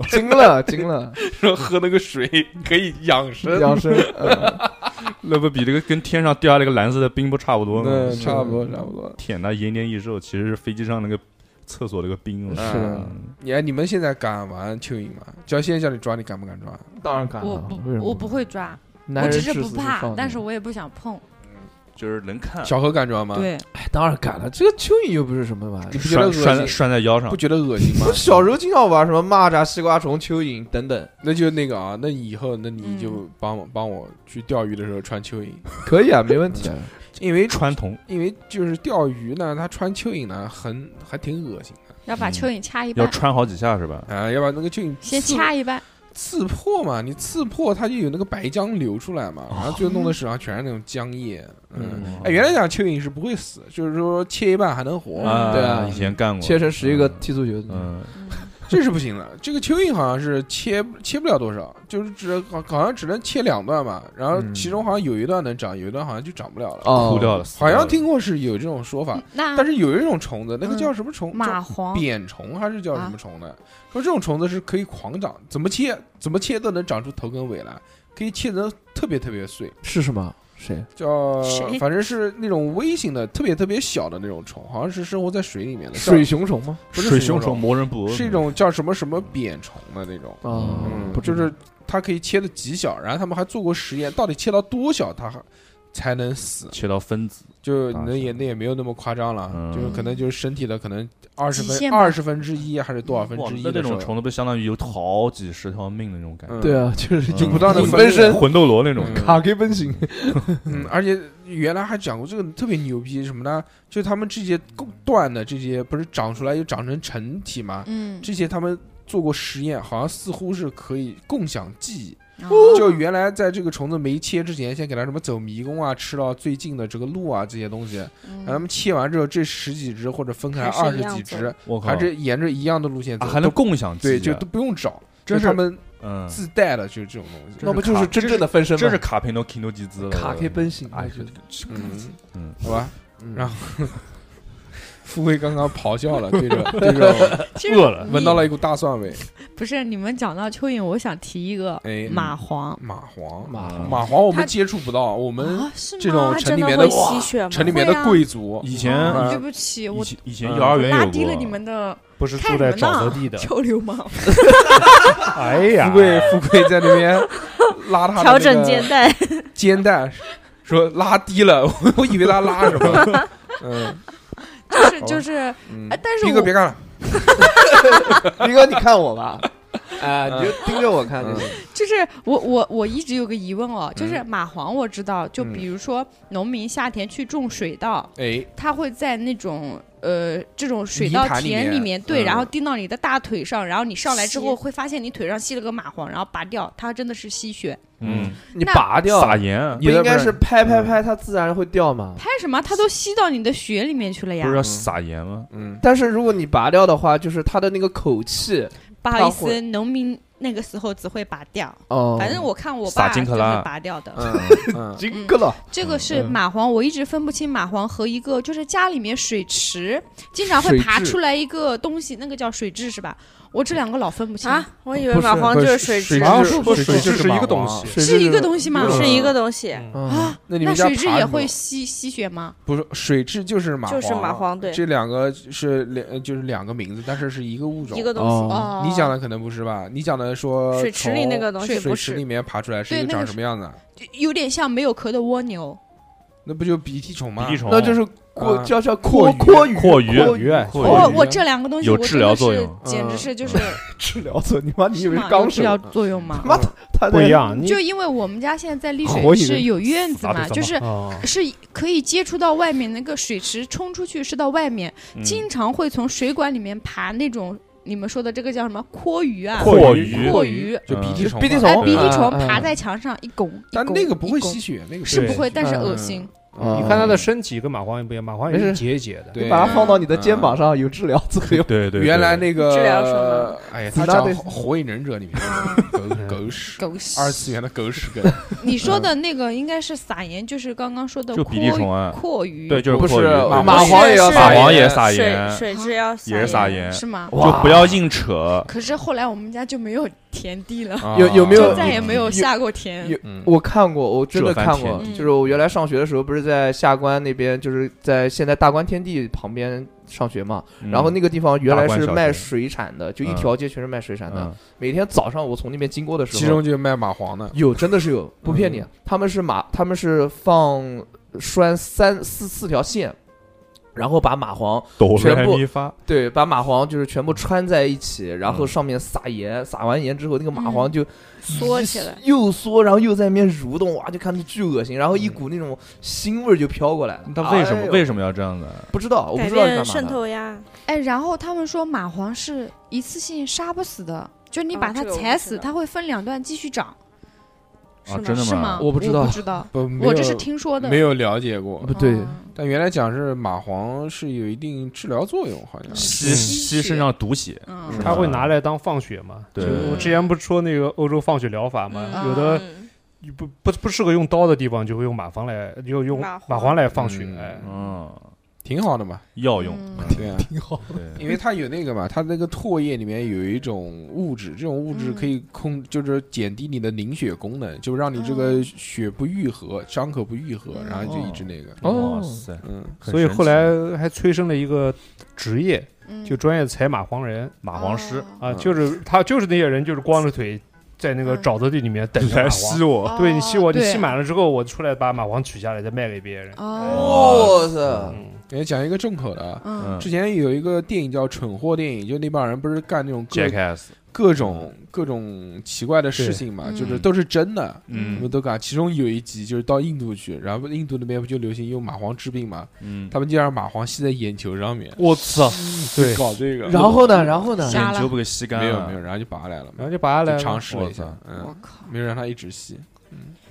[SPEAKER 6] 惊了惊了，
[SPEAKER 2] 说喝那个水可以养生。
[SPEAKER 6] 养 生，嗯
[SPEAKER 5] 那不比这个跟天上掉下来一个蓝色的冰不差不多吗？
[SPEAKER 2] 嗯
[SPEAKER 6] 差不多差不多，
[SPEAKER 5] 天呐，延年益寿其实是飞机上那个厕所那个冰了。
[SPEAKER 6] 是的
[SPEAKER 5] 嗯
[SPEAKER 2] 你你们现在敢玩蚯蚓吗？只要现在叫你抓，你敢不敢抓？
[SPEAKER 3] 啊
[SPEAKER 6] 当然敢
[SPEAKER 3] 我
[SPEAKER 6] 了，
[SPEAKER 3] 不
[SPEAKER 6] 嗯啊为什么
[SPEAKER 3] 我不，会抓，
[SPEAKER 6] 男
[SPEAKER 3] 我
[SPEAKER 6] 人
[SPEAKER 3] 只
[SPEAKER 6] 至
[SPEAKER 3] 是
[SPEAKER 6] 死
[SPEAKER 3] 不怕，
[SPEAKER 6] 少
[SPEAKER 3] 但
[SPEAKER 6] 女
[SPEAKER 3] 是我也不想碰。
[SPEAKER 5] 就是能看，
[SPEAKER 2] 小何敢抓吗？，
[SPEAKER 3] 对，
[SPEAKER 6] 哎当然敢了，这个蚯蚓又不是什么玩意
[SPEAKER 2] 你
[SPEAKER 6] 儿。
[SPEAKER 2] 不觉得
[SPEAKER 5] 拴拴
[SPEAKER 2] 恶心？
[SPEAKER 5] 拴在腰上
[SPEAKER 2] 不，觉得恶心吗
[SPEAKER 6] 我？小时候经常玩什么蚂蚱、西瓜虫、蚯蚓等等，
[SPEAKER 2] 那就那个啊，那以后那你就
[SPEAKER 3] 嗯
[SPEAKER 2] 帮 我帮我去钓鱼的时候穿蚯蚓，
[SPEAKER 6] 可以啊，没问题啊。
[SPEAKER 2] 因为
[SPEAKER 5] 穿铜
[SPEAKER 2] 因为就是钓鱼呢，它穿蚯蚓呢，很还挺恶心的
[SPEAKER 3] 要把
[SPEAKER 5] 嗯
[SPEAKER 3] 蚯蚓掐一
[SPEAKER 5] 要
[SPEAKER 3] 半，
[SPEAKER 5] 穿好几下是吧？
[SPEAKER 2] 啊，要把那个蚯蚓
[SPEAKER 3] 先
[SPEAKER 2] 刺
[SPEAKER 3] 掐一半，
[SPEAKER 2] 刺破嘛，你刺破它就有那个白浆流出来
[SPEAKER 3] 哦
[SPEAKER 2] 嘛，然后最后弄得手上全是那种浆液，嗯，
[SPEAKER 5] 嗯
[SPEAKER 2] 哎，原来讲蚯蚓是不会死，就是说切一半还能活，
[SPEAKER 5] 啊，
[SPEAKER 6] 对啊
[SPEAKER 5] 以前干过，
[SPEAKER 6] 切成十一个踢足球的，
[SPEAKER 5] 嗯，
[SPEAKER 2] 这是不行了。这个蚯蚓好像是切切不了多少，就是只好好像只能切两段吧，然后
[SPEAKER 6] 嗯
[SPEAKER 2] 其中好像有一段能长，有一段好像就长不了了。
[SPEAKER 6] 哦，
[SPEAKER 5] 哭掉了，
[SPEAKER 2] 嗯好像听过是有这种说法，
[SPEAKER 3] 那
[SPEAKER 2] 啊但是有一种虫子，那个叫什么虫？
[SPEAKER 3] 蚂
[SPEAKER 2] 叫
[SPEAKER 3] 蟥
[SPEAKER 2] 扁虫还是叫什么虫呢？说这种虫子是可以狂长，怎么切怎么切都能长出头跟尾来，可以切得特别特别碎，
[SPEAKER 6] 是什么？谁？
[SPEAKER 2] 叫
[SPEAKER 7] 谁
[SPEAKER 2] 反正是那种微型的，特别特别小的那种虫，好像是生活在水里面的，
[SPEAKER 6] 水熊虫吗？
[SPEAKER 2] 不是
[SPEAKER 5] 水
[SPEAKER 2] 熊
[SPEAKER 5] 熊虫，魔人布
[SPEAKER 2] 叫
[SPEAKER 5] 欧
[SPEAKER 2] 是一种叫什么什么扁虫的那种，
[SPEAKER 6] 哦
[SPEAKER 2] 嗯，
[SPEAKER 6] 不知
[SPEAKER 2] 就
[SPEAKER 6] 道
[SPEAKER 2] 是它可以切的极小，然后他们还做过实验，到底切到多小它还才能死？
[SPEAKER 5] 切到分子，
[SPEAKER 2] 就
[SPEAKER 5] 大
[SPEAKER 2] 那
[SPEAKER 5] 小
[SPEAKER 2] 也那也没有那么夸张了，
[SPEAKER 5] 嗯
[SPEAKER 2] 就是可能就是身体的可能二十
[SPEAKER 3] 极
[SPEAKER 2] 分
[SPEAKER 3] 限吧
[SPEAKER 2] 二十分之一还是多少分
[SPEAKER 5] 哇
[SPEAKER 2] 之一
[SPEAKER 5] 那
[SPEAKER 2] 的
[SPEAKER 5] 那
[SPEAKER 2] 时
[SPEAKER 5] 种
[SPEAKER 2] 候，
[SPEAKER 5] 虫子不相当于有好几十条命的那种感觉，
[SPEAKER 2] 嗯
[SPEAKER 6] 对啊， 就是
[SPEAKER 5] 嗯
[SPEAKER 6] 就
[SPEAKER 2] 不断地
[SPEAKER 6] 你
[SPEAKER 2] 分
[SPEAKER 6] 分
[SPEAKER 2] 裂
[SPEAKER 6] 身，
[SPEAKER 5] 魂斗罗那种，
[SPEAKER 2] 嗯
[SPEAKER 6] 卡给分型，
[SPEAKER 2] 嗯，而且原来还讲过这个特别牛逼是什么呢？就是他们这些构断的这些不是长出来又长成成体吗？
[SPEAKER 3] 嗯，
[SPEAKER 2] 这些他们做过实验，好像似乎是可以共享记忆。
[SPEAKER 3] 哦
[SPEAKER 2] 就原来在这个虫子没切之前，先给它什么走迷宫啊，吃到最近的这个路啊这些东西，
[SPEAKER 3] 嗯
[SPEAKER 2] 然后他们切完之后，这十几只或者分开
[SPEAKER 7] 还是
[SPEAKER 2] 二十
[SPEAKER 7] 一样
[SPEAKER 2] 几
[SPEAKER 7] 走
[SPEAKER 2] 只，
[SPEAKER 5] 我靠
[SPEAKER 2] 还，是沿着一样的路线走，
[SPEAKER 5] 啊还能
[SPEAKER 2] 都
[SPEAKER 5] 共享记忆
[SPEAKER 2] 对，
[SPEAKER 5] 啊
[SPEAKER 2] 就都不用找，这
[SPEAKER 5] 真是
[SPEAKER 2] 他们
[SPEAKER 5] 嗯，
[SPEAKER 2] 自带的，就是这种东西。嗯
[SPEAKER 6] 那不就是真正的分身吗？
[SPEAKER 5] 这是卡佩诺 Kino 基兹了，
[SPEAKER 6] 卡给分型，
[SPEAKER 5] 哎
[SPEAKER 6] 我觉得
[SPEAKER 2] 嗯
[SPEAKER 5] 嗯
[SPEAKER 2] 好吧
[SPEAKER 6] 嗯，
[SPEAKER 2] 然后富贵刚刚咆哮了，对着 对着
[SPEAKER 4] 饿了
[SPEAKER 2] 我，闻到了一股大蒜味，
[SPEAKER 3] 不是你们讲到蚯蚓，我想提一个
[SPEAKER 2] 哎，
[SPEAKER 3] 蚂蟥
[SPEAKER 2] 蚂蟥，
[SPEAKER 6] 马
[SPEAKER 5] 嗯
[SPEAKER 2] 蚂蟥我们
[SPEAKER 3] 它
[SPEAKER 2] 接触不到，我们
[SPEAKER 3] 啊，是
[SPEAKER 2] 这
[SPEAKER 3] 吗
[SPEAKER 2] 种
[SPEAKER 7] 它
[SPEAKER 2] 城
[SPEAKER 7] 真
[SPEAKER 2] 里
[SPEAKER 7] 的
[SPEAKER 2] 面
[SPEAKER 7] 会
[SPEAKER 2] 的
[SPEAKER 7] 吸血吗？
[SPEAKER 2] 城里面的
[SPEAKER 3] 会啊
[SPEAKER 2] 贵族，
[SPEAKER 5] 以前
[SPEAKER 2] 啊
[SPEAKER 3] 对不起，
[SPEAKER 5] 以
[SPEAKER 3] 我
[SPEAKER 5] 前以前
[SPEAKER 4] 嗯
[SPEAKER 5] 幼儿园有
[SPEAKER 3] 拉
[SPEAKER 5] 过，
[SPEAKER 3] 低了你们的
[SPEAKER 4] 不是
[SPEAKER 3] 看
[SPEAKER 4] 住
[SPEAKER 3] 什么
[SPEAKER 4] 在
[SPEAKER 3] 呢
[SPEAKER 4] 沼泽 地的。
[SPEAKER 3] 臭流氓。
[SPEAKER 4] 哎呀
[SPEAKER 2] 富， 贵富贵在那边拉他的
[SPEAKER 7] 调
[SPEAKER 2] 那
[SPEAKER 7] 整
[SPEAKER 2] 个
[SPEAKER 7] 肩带，
[SPEAKER 2] 肩带，说拉低了， 我我以为他拉什 么，嗯
[SPEAKER 3] 就是
[SPEAKER 2] 吧
[SPEAKER 3] 就是，
[SPEAKER 2] 嗯
[SPEAKER 3] 哎，，但是
[SPEAKER 2] 斌哥
[SPEAKER 3] 我
[SPEAKER 2] 别干了，
[SPEAKER 6] 斌哥，你看我吧， 嗯哎，你就盯着我看就行。
[SPEAKER 3] 就是我我我一直有个疑问哦，就是蚂蟥我知道，就比如说农民夏天去种水稻，
[SPEAKER 2] 哎，
[SPEAKER 3] 他会在那种呃这种水
[SPEAKER 2] 泥
[SPEAKER 3] 稻
[SPEAKER 2] 潭里
[SPEAKER 3] 田
[SPEAKER 2] 面
[SPEAKER 3] 里面，
[SPEAKER 2] 嗯
[SPEAKER 3] 对，然后钉到你的大腿上，然后你上来之后
[SPEAKER 7] 吸
[SPEAKER 3] 会发现你腿上吸了个蚂蟥，然后拔掉，它真的是吸血。
[SPEAKER 5] 嗯，
[SPEAKER 6] 你
[SPEAKER 3] 那
[SPEAKER 6] 拔掉，
[SPEAKER 5] 撒盐啊
[SPEAKER 6] 不应该是拍拍拍，它自然会掉吗？
[SPEAKER 3] 拍什么？它都吸到你的血里面去了呀
[SPEAKER 5] 不是！要撒盐吗？
[SPEAKER 2] 嗯，
[SPEAKER 6] 但是如果你拔掉的话，就是它的那个口气，
[SPEAKER 3] 不好意
[SPEAKER 6] 它
[SPEAKER 3] 思，
[SPEAKER 6] 会
[SPEAKER 3] 农民那个时候只会拔掉，
[SPEAKER 6] 哦，
[SPEAKER 3] 反正我看我
[SPEAKER 5] 撒
[SPEAKER 3] 爸
[SPEAKER 5] 金
[SPEAKER 3] 就
[SPEAKER 5] 克拉
[SPEAKER 3] 会拔掉的。
[SPEAKER 6] 嗯，
[SPEAKER 2] 嗯
[SPEAKER 6] 金哥了，
[SPEAKER 3] 这个是
[SPEAKER 6] 嗯
[SPEAKER 3] 蚂蟥，我一直分不清蚂蟥和一个就是家里面水池经常会
[SPEAKER 6] 水
[SPEAKER 3] 爬
[SPEAKER 6] 蛭
[SPEAKER 3] 出来一个东西，那个叫水蛭是吧？我这两个老分不清，
[SPEAKER 7] 啊，我以为
[SPEAKER 6] 不是
[SPEAKER 7] 蚂蟥就是水
[SPEAKER 2] 水
[SPEAKER 7] 蛭，
[SPEAKER 2] 啊
[SPEAKER 4] 是
[SPEAKER 2] 不
[SPEAKER 4] 水
[SPEAKER 2] 水
[SPEAKER 4] 蛭
[SPEAKER 2] 蛭
[SPEAKER 4] 是一个
[SPEAKER 2] 蚂
[SPEAKER 4] 东
[SPEAKER 2] 蟥
[SPEAKER 7] 啊
[SPEAKER 4] 西，
[SPEAKER 3] 是一个东西吗？
[SPEAKER 2] 不
[SPEAKER 7] 是一个东西，
[SPEAKER 4] 嗯
[SPEAKER 6] 啊
[SPEAKER 3] 啊，
[SPEAKER 2] 那你
[SPEAKER 3] 那
[SPEAKER 2] 们家
[SPEAKER 3] 水蛭
[SPEAKER 2] 爬
[SPEAKER 3] 也
[SPEAKER 2] 什么
[SPEAKER 3] 会吸吸血吗？
[SPEAKER 2] 不是水蛭就是蚂
[SPEAKER 7] 就是蚂蟥，对，
[SPEAKER 2] 这两个是两就是两个名字，但是是一个物种。
[SPEAKER 7] 一个东西。
[SPEAKER 6] 哦，
[SPEAKER 2] 你讲的可能不是吧？你讲的说
[SPEAKER 7] 水池里那个东西
[SPEAKER 2] 从水
[SPEAKER 7] 不
[SPEAKER 2] 池
[SPEAKER 7] 是
[SPEAKER 2] 里面爬出来是一
[SPEAKER 3] 对那
[SPEAKER 2] 长
[SPEAKER 3] 个
[SPEAKER 2] 什么样子啊？
[SPEAKER 3] 有点像没有壳的蜗牛，
[SPEAKER 2] 那不嗯就鼻涕虫吗？
[SPEAKER 5] 鼻涕虫，
[SPEAKER 6] 那就是阔
[SPEAKER 5] 哦
[SPEAKER 2] 啊
[SPEAKER 6] 叫叫阔
[SPEAKER 5] 阔
[SPEAKER 6] 阔
[SPEAKER 5] 鱼
[SPEAKER 6] 鱼
[SPEAKER 5] 阔鱼
[SPEAKER 6] 阔
[SPEAKER 2] 哎
[SPEAKER 5] 阔
[SPEAKER 2] 哦
[SPEAKER 3] 我
[SPEAKER 2] 鱼
[SPEAKER 3] 我这两个东西
[SPEAKER 5] 有
[SPEAKER 3] 我
[SPEAKER 5] 治
[SPEAKER 3] 真的
[SPEAKER 5] 疗作
[SPEAKER 3] 是
[SPEAKER 5] 用
[SPEAKER 3] 简直
[SPEAKER 6] 嗯
[SPEAKER 3] 是就是
[SPEAKER 6] 治疗所，你妈你以为是
[SPEAKER 3] 嘛有
[SPEAKER 6] 纲
[SPEAKER 3] 治疗
[SPEAKER 6] 手？
[SPEAKER 3] 作用吗
[SPEAKER 6] 他？妈他
[SPEAKER 4] 不一，样，你
[SPEAKER 3] 就因为我们家现在在丽
[SPEAKER 6] 我
[SPEAKER 3] 水
[SPEAKER 6] 以为
[SPEAKER 3] 是有院子
[SPEAKER 4] 打
[SPEAKER 3] 嘛，
[SPEAKER 4] 比方
[SPEAKER 3] 就是
[SPEAKER 4] 啊
[SPEAKER 3] 是可以接触到外面那个水池，冲出去是到外面，
[SPEAKER 5] 嗯
[SPEAKER 3] 经常会从水管里里面爬那种你们说的这个叫什么阔鱼啊，
[SPEAKER 5] 阔
[SPEAKER 4] 阔
[SPEAKER 5] 鱼
[SPEAKER 3] 阔鱼，
[SPEAKER 2] 就鼻涕虫嘛。
[SPEAKER 6] 鼻涕虫
[SPEAKER 3] 哎，鼻涕虫
[SPEAKER 6] 嗯嗯
[SPEAKER 3] 爬在墙上一拱，一
[SPEAKER 2] 但
[SPEAKER 3] 拱
[SPEAKER 2] 那个不会
[SPEAKER 3] 一拱
[SPEAKER 2] 吸血，那个
[SPEAKER 3] 是
[SPEAKER 2] 不
[SPEAKER 4] 对
[SPEAKER 3] 不
[SPEAKER 2] 会
[SPEAKER 3] 会，但是
[SPEAKER 4] 嗯
[SPEAKER 3] 恶心。
[SPEAKER 6] 嗯
[SPEAKER 4] 你看它的身体跟蚂蟥也不一样，蚂蟥也
[SPEAKER 6] 没
[SPEAKER 4] 是
[SPEAKER 6] 事
[SPEAKER 4] 一节一节的，
[SPEAKER 2] 对
[SPEAKER 6] 你把它放到你的肩膀上有治疗作用。
[SPEAKER 5] 对嗯对，
[SPEAKER 2] 原来那
[SPEAKER 7] 治疗什么
[SPEAKER 2] 个，哎呀，他
[SPEAKER 6] 子
[SPEAKER 2] 讲《
[SPEAKER 6] 弹对
[SPEAKER 2] 火影忍者》里面狗狗屎，
[SPEAKER 3] 狗屎！
[SPEAKER 2] 二次元的狗屎梗。
[SPEAKER 3] 你说的那个应该是撒盐，就是刚刚说的
[SPEAKER 5] 就鼻涕虫啊
[SPEAKER 3] 阔鱼，
[SPEAKER 5] 对就是
[SPEAKER 6] 不
[SPEAKER 5] 阔
[SPEAKER 6] 是
[SPEAKER 5] 鱼，
[SPEAKER 6] 蚂
[SPEAKER 5] 蟥
[SPEAKER 6] 蟥也要
[SPEAKER 7] 是
[SPEAKER 5] 蚂
[SPEAKER 7] 蚂
[SPEAKER 5] 蟥也
[SPEAKER 6] 也
[SPEAKER 5] 撒盐
[SPEAKER 7] 水，水蛭要
[SPEAKER 5] 也是撒盐，
[SPEAKER 3] 是吗？
[SPEAKER 5] 就不要硬扯。
[SPEAKER 3] 可是后来我们家就没有田地了，
[SPEAKER 2] 啊
[SPEAKER 6] 有有没有
[SPEAKER 3] 就再也没有下过田。
[SPEAKER 6] 有
[SPEAKER 2] 嗯
[SPEAKER 6] 我看过，我真的看过
[SPEAKER 5] 这番，
[SPEAKER 3] 天地
[SPEAKER 6] 就是我原来上学的时候，不是在下关那边，就是在现在大观天地旁边上学嘛。
[SPEAKER 5] 嗯
[SPEAKER 6] 然后那个地方原来
[SPEAKER 5] 大观
[SPEAKER 6] 是
[SPEAKER 5] 小
[SPEAKER 6] 卖
[SPEAKER 5] 学
[SPEAKER 6] 水产的，就一
[SPEAKER 5] 嗯
[SPEAKER 6] 条街全是卖水产的。每天早上我从那边经过的时
[SPEAKER 2] 其
[SPEAKER 6] 候
[SPEAKER 2] 中，就卖蚂蟥的，
[SPEAKER 6] 有真的 是有，不骗你
[SPEAKER 2] 嗯，
[SPEAKER 6] 他们是马，他们是放拴三四四条线。然后把蚂蟥，
[SPEAKER 5] 哆
[SPEAKER 6] 来咪
[SPEAKER 5] 发，
[SPEAKER 6] 对，把蚂蟥就是全部穿在一起，然后
[SPEAKER 5] 嗯
[SPEAKER 6] 上面撒盐，撒完盐之后，那个蚂蟥
[SPEAKER 3] 嗯
[SPEAKER 6] 就
[SPEAKER 7] 缩起来，
[SPEAKER 6] 又缩，然后又在那边蠕动，哇，就看着巨恶心，然后一股那种腥味儿就飘过来了。
[SPEAKER 5] 他为什
[SPEAKER 6] 哎
[SPEAKER 5] 么
[SPEAKER 6] 呦
[SPEAKER 5] 为什么要这样子？
[SPEAKER 6] 不知 道？我不
[SPEAKER 7] 改
[SPEAKER 6] 知道是
[SPEAKER 7] 变
[SPEAKER 6] 干
[SPEAKER 7] 渗
[SPEAKER 6] 嘛的。
[SPEAKER 7] 透压，
[SPEAKER 3] 哎，然后他们说蚂蟥是一次性杀不死的，就你
[SPEAKER 7] 哦
[SPEAKER 3] 把它
[SPEAKER 7] 这个我
[SPEAKER 3] 踩
[SPEAKER 7] 不知
[SPEAKER 3] 死，
[SPEAKER 7] 道
[SPEAKER 3] 它会分两段继续长，
[SPEAKER 5] 啊，
[SPEAKER 7] 吗
[SPEAKER 5] 真的
[SPEAKER 3] 是吗？
[SPEAKER 6] 我不知道
[SPEAKER 3] 不知道，
[SPEAKER 2] 不，没
[SPEAKER 3] 我
[SPEAKER 2] 有
[SPEAKER 3] 这是听说的。
[SPEAKER 2] 没有了解过
[SPEAKER 6] 不。对，
[SPEAKER 3] 嗯
[SPEAKER 2] 但原来讲是蚂蟥是有一定治疗作用，好像是。
[SPEAKER 5] 吸吸身上毒血，
[SPEAKER 3] 嗯
[SPEAKER 5] 是
[SPEAKER 4] 它会拿来当放血嘛？
[SPEAKER 5] 对
[SPEAKER 4] 就我之前不是说那个欧洲放血疗法嘛，
[SPEAKER 7] 嗯
[SPEAKER 4] 有的
[SPEAKER 7] 嗯
[SPEAKER 4] 不不不适合用刀的地方，就会用马房来，就用
[SPEAKER 7] 马
[SPEAKER 4] 马环来放血。
[SPEAKER 2] 嗯
[SPEAKER 4] 哎，
[SPEAKER 5] 嗯，
[SPEAKER 2] 挺好的嘛，
[SPEAKER 5] 药用，
[SPEAKER 3] 嗯
[SPEAKER 2] 对啊，
[SPEAKER 6] 挺好。
[SPEAKER 5] 对
[SPEAKER 2] 因为它有那个嘛，它那个唾液里面有一种物质，这种物质
[SPEAKER 3] 嗯
[SPEAKER 2] 可以控，就是减低你的凝血功能，就让你这个血不愈合，伤口不愈合，
[SPEAKER 3] 嗯
[SPEAKER 2] 然后就一直那个，
[SPEAKER 6] 哦
[SPEAKER 5] 哇塞，
[SPEAKER 2] 嗯，
[SPEAKER 5] 很
[SPEAKER 4] 所以后
[SPEAKER 5] 神
[SPEAKER 4] 来还催生了一个职业，
[SPEAKER 3] 嗯
[SPEAKER 4] 就专业采蚂蟥人
[SPEAKER 5] 奇蚂蟥师
[SPEAKER 3] 哦
[SPEAKER 4] 啊，
[SPEAKER 2] 嗯
[SPEAKER 4] 就是他就是那些人，就是光着腿在那个
[SPEAKER 3] 嗯
[SPEAKER 4] 沼泽地里面等着蚂
[SPEAKER 5] 来
[SPEAKER 4] 蟥
[SPEAKER 5] 吸。我，
[SPEAKER 4] 对你吸我，你
[SPEAKER 3] 哦对
[SPEAKER 4] 吸满了之后，我出来把蚂蟥取下来，再卖给别人。
[SPEAKER 3] 哦，
[SPEAKER 6] 哇塞！
[SPEAKER 4] 嗯，
[SPEAKER 2] 也讲一个重口的啊。
[SPEAKER 3] 嗯
[SPEAKER 5] 嗯
[SPEAKER 2] 之前有一个电影叫《蠢货电影》，就那帮人不是干那种各
[SPEAKER 5] Jackass，
[SPEAKER 2] 各种各种奇怪的事情嘛，
[SPEAKER 3] 对
[SPEAKER 2] 就是
[SPEAKER 5] 嗯
[SPEAKER 2] 都是真的，我
[SPEAKER 5] 嗯
[SPEAKER 2] 们都干。其中有一集就是到印度去，然后印度那边不就流行用蚂蟥治病嘛，
[SPEAKER 5] 嗯，
[SPEAKER 2] 他们就让蚂蟥吸在眼球上面，
[SPEAKER 4] 我
[SPEAKER 3] 嗯
[SPEAKER 4] 操！对，
[SPEAKER 2] 搞这个，
[SPEAKER 6] 然后呢？然后呢？
[SPEAKER 3] 瞎
[SPEAKER 5] 眼
[SPEAKER 3] 了
[SPEAKER 5] 球不给吸干
[SPEAKER 2] 没有
[SPEAKER 5] 了
[SPEAKER 2] 没有，，然后就拔下来了
[SPEAKER 4] 啊然
[SPEAKER 2] 嘛
[SPEAKER 4] 后，就拔下来
[SPEAKER 2] 就
[SPEAKER 4] 了。
[SPEAKER 2] 尝试了一
[SPEAKER 5] 我
[SPEAKER 2] 下
[SPEAKER 5] 操，
[SPEAKER 3] 我
[SPEAKER 2] 嗯，
[SPEAKER 3] 靠，
[SPEAKER 2] 没有让他一直吸，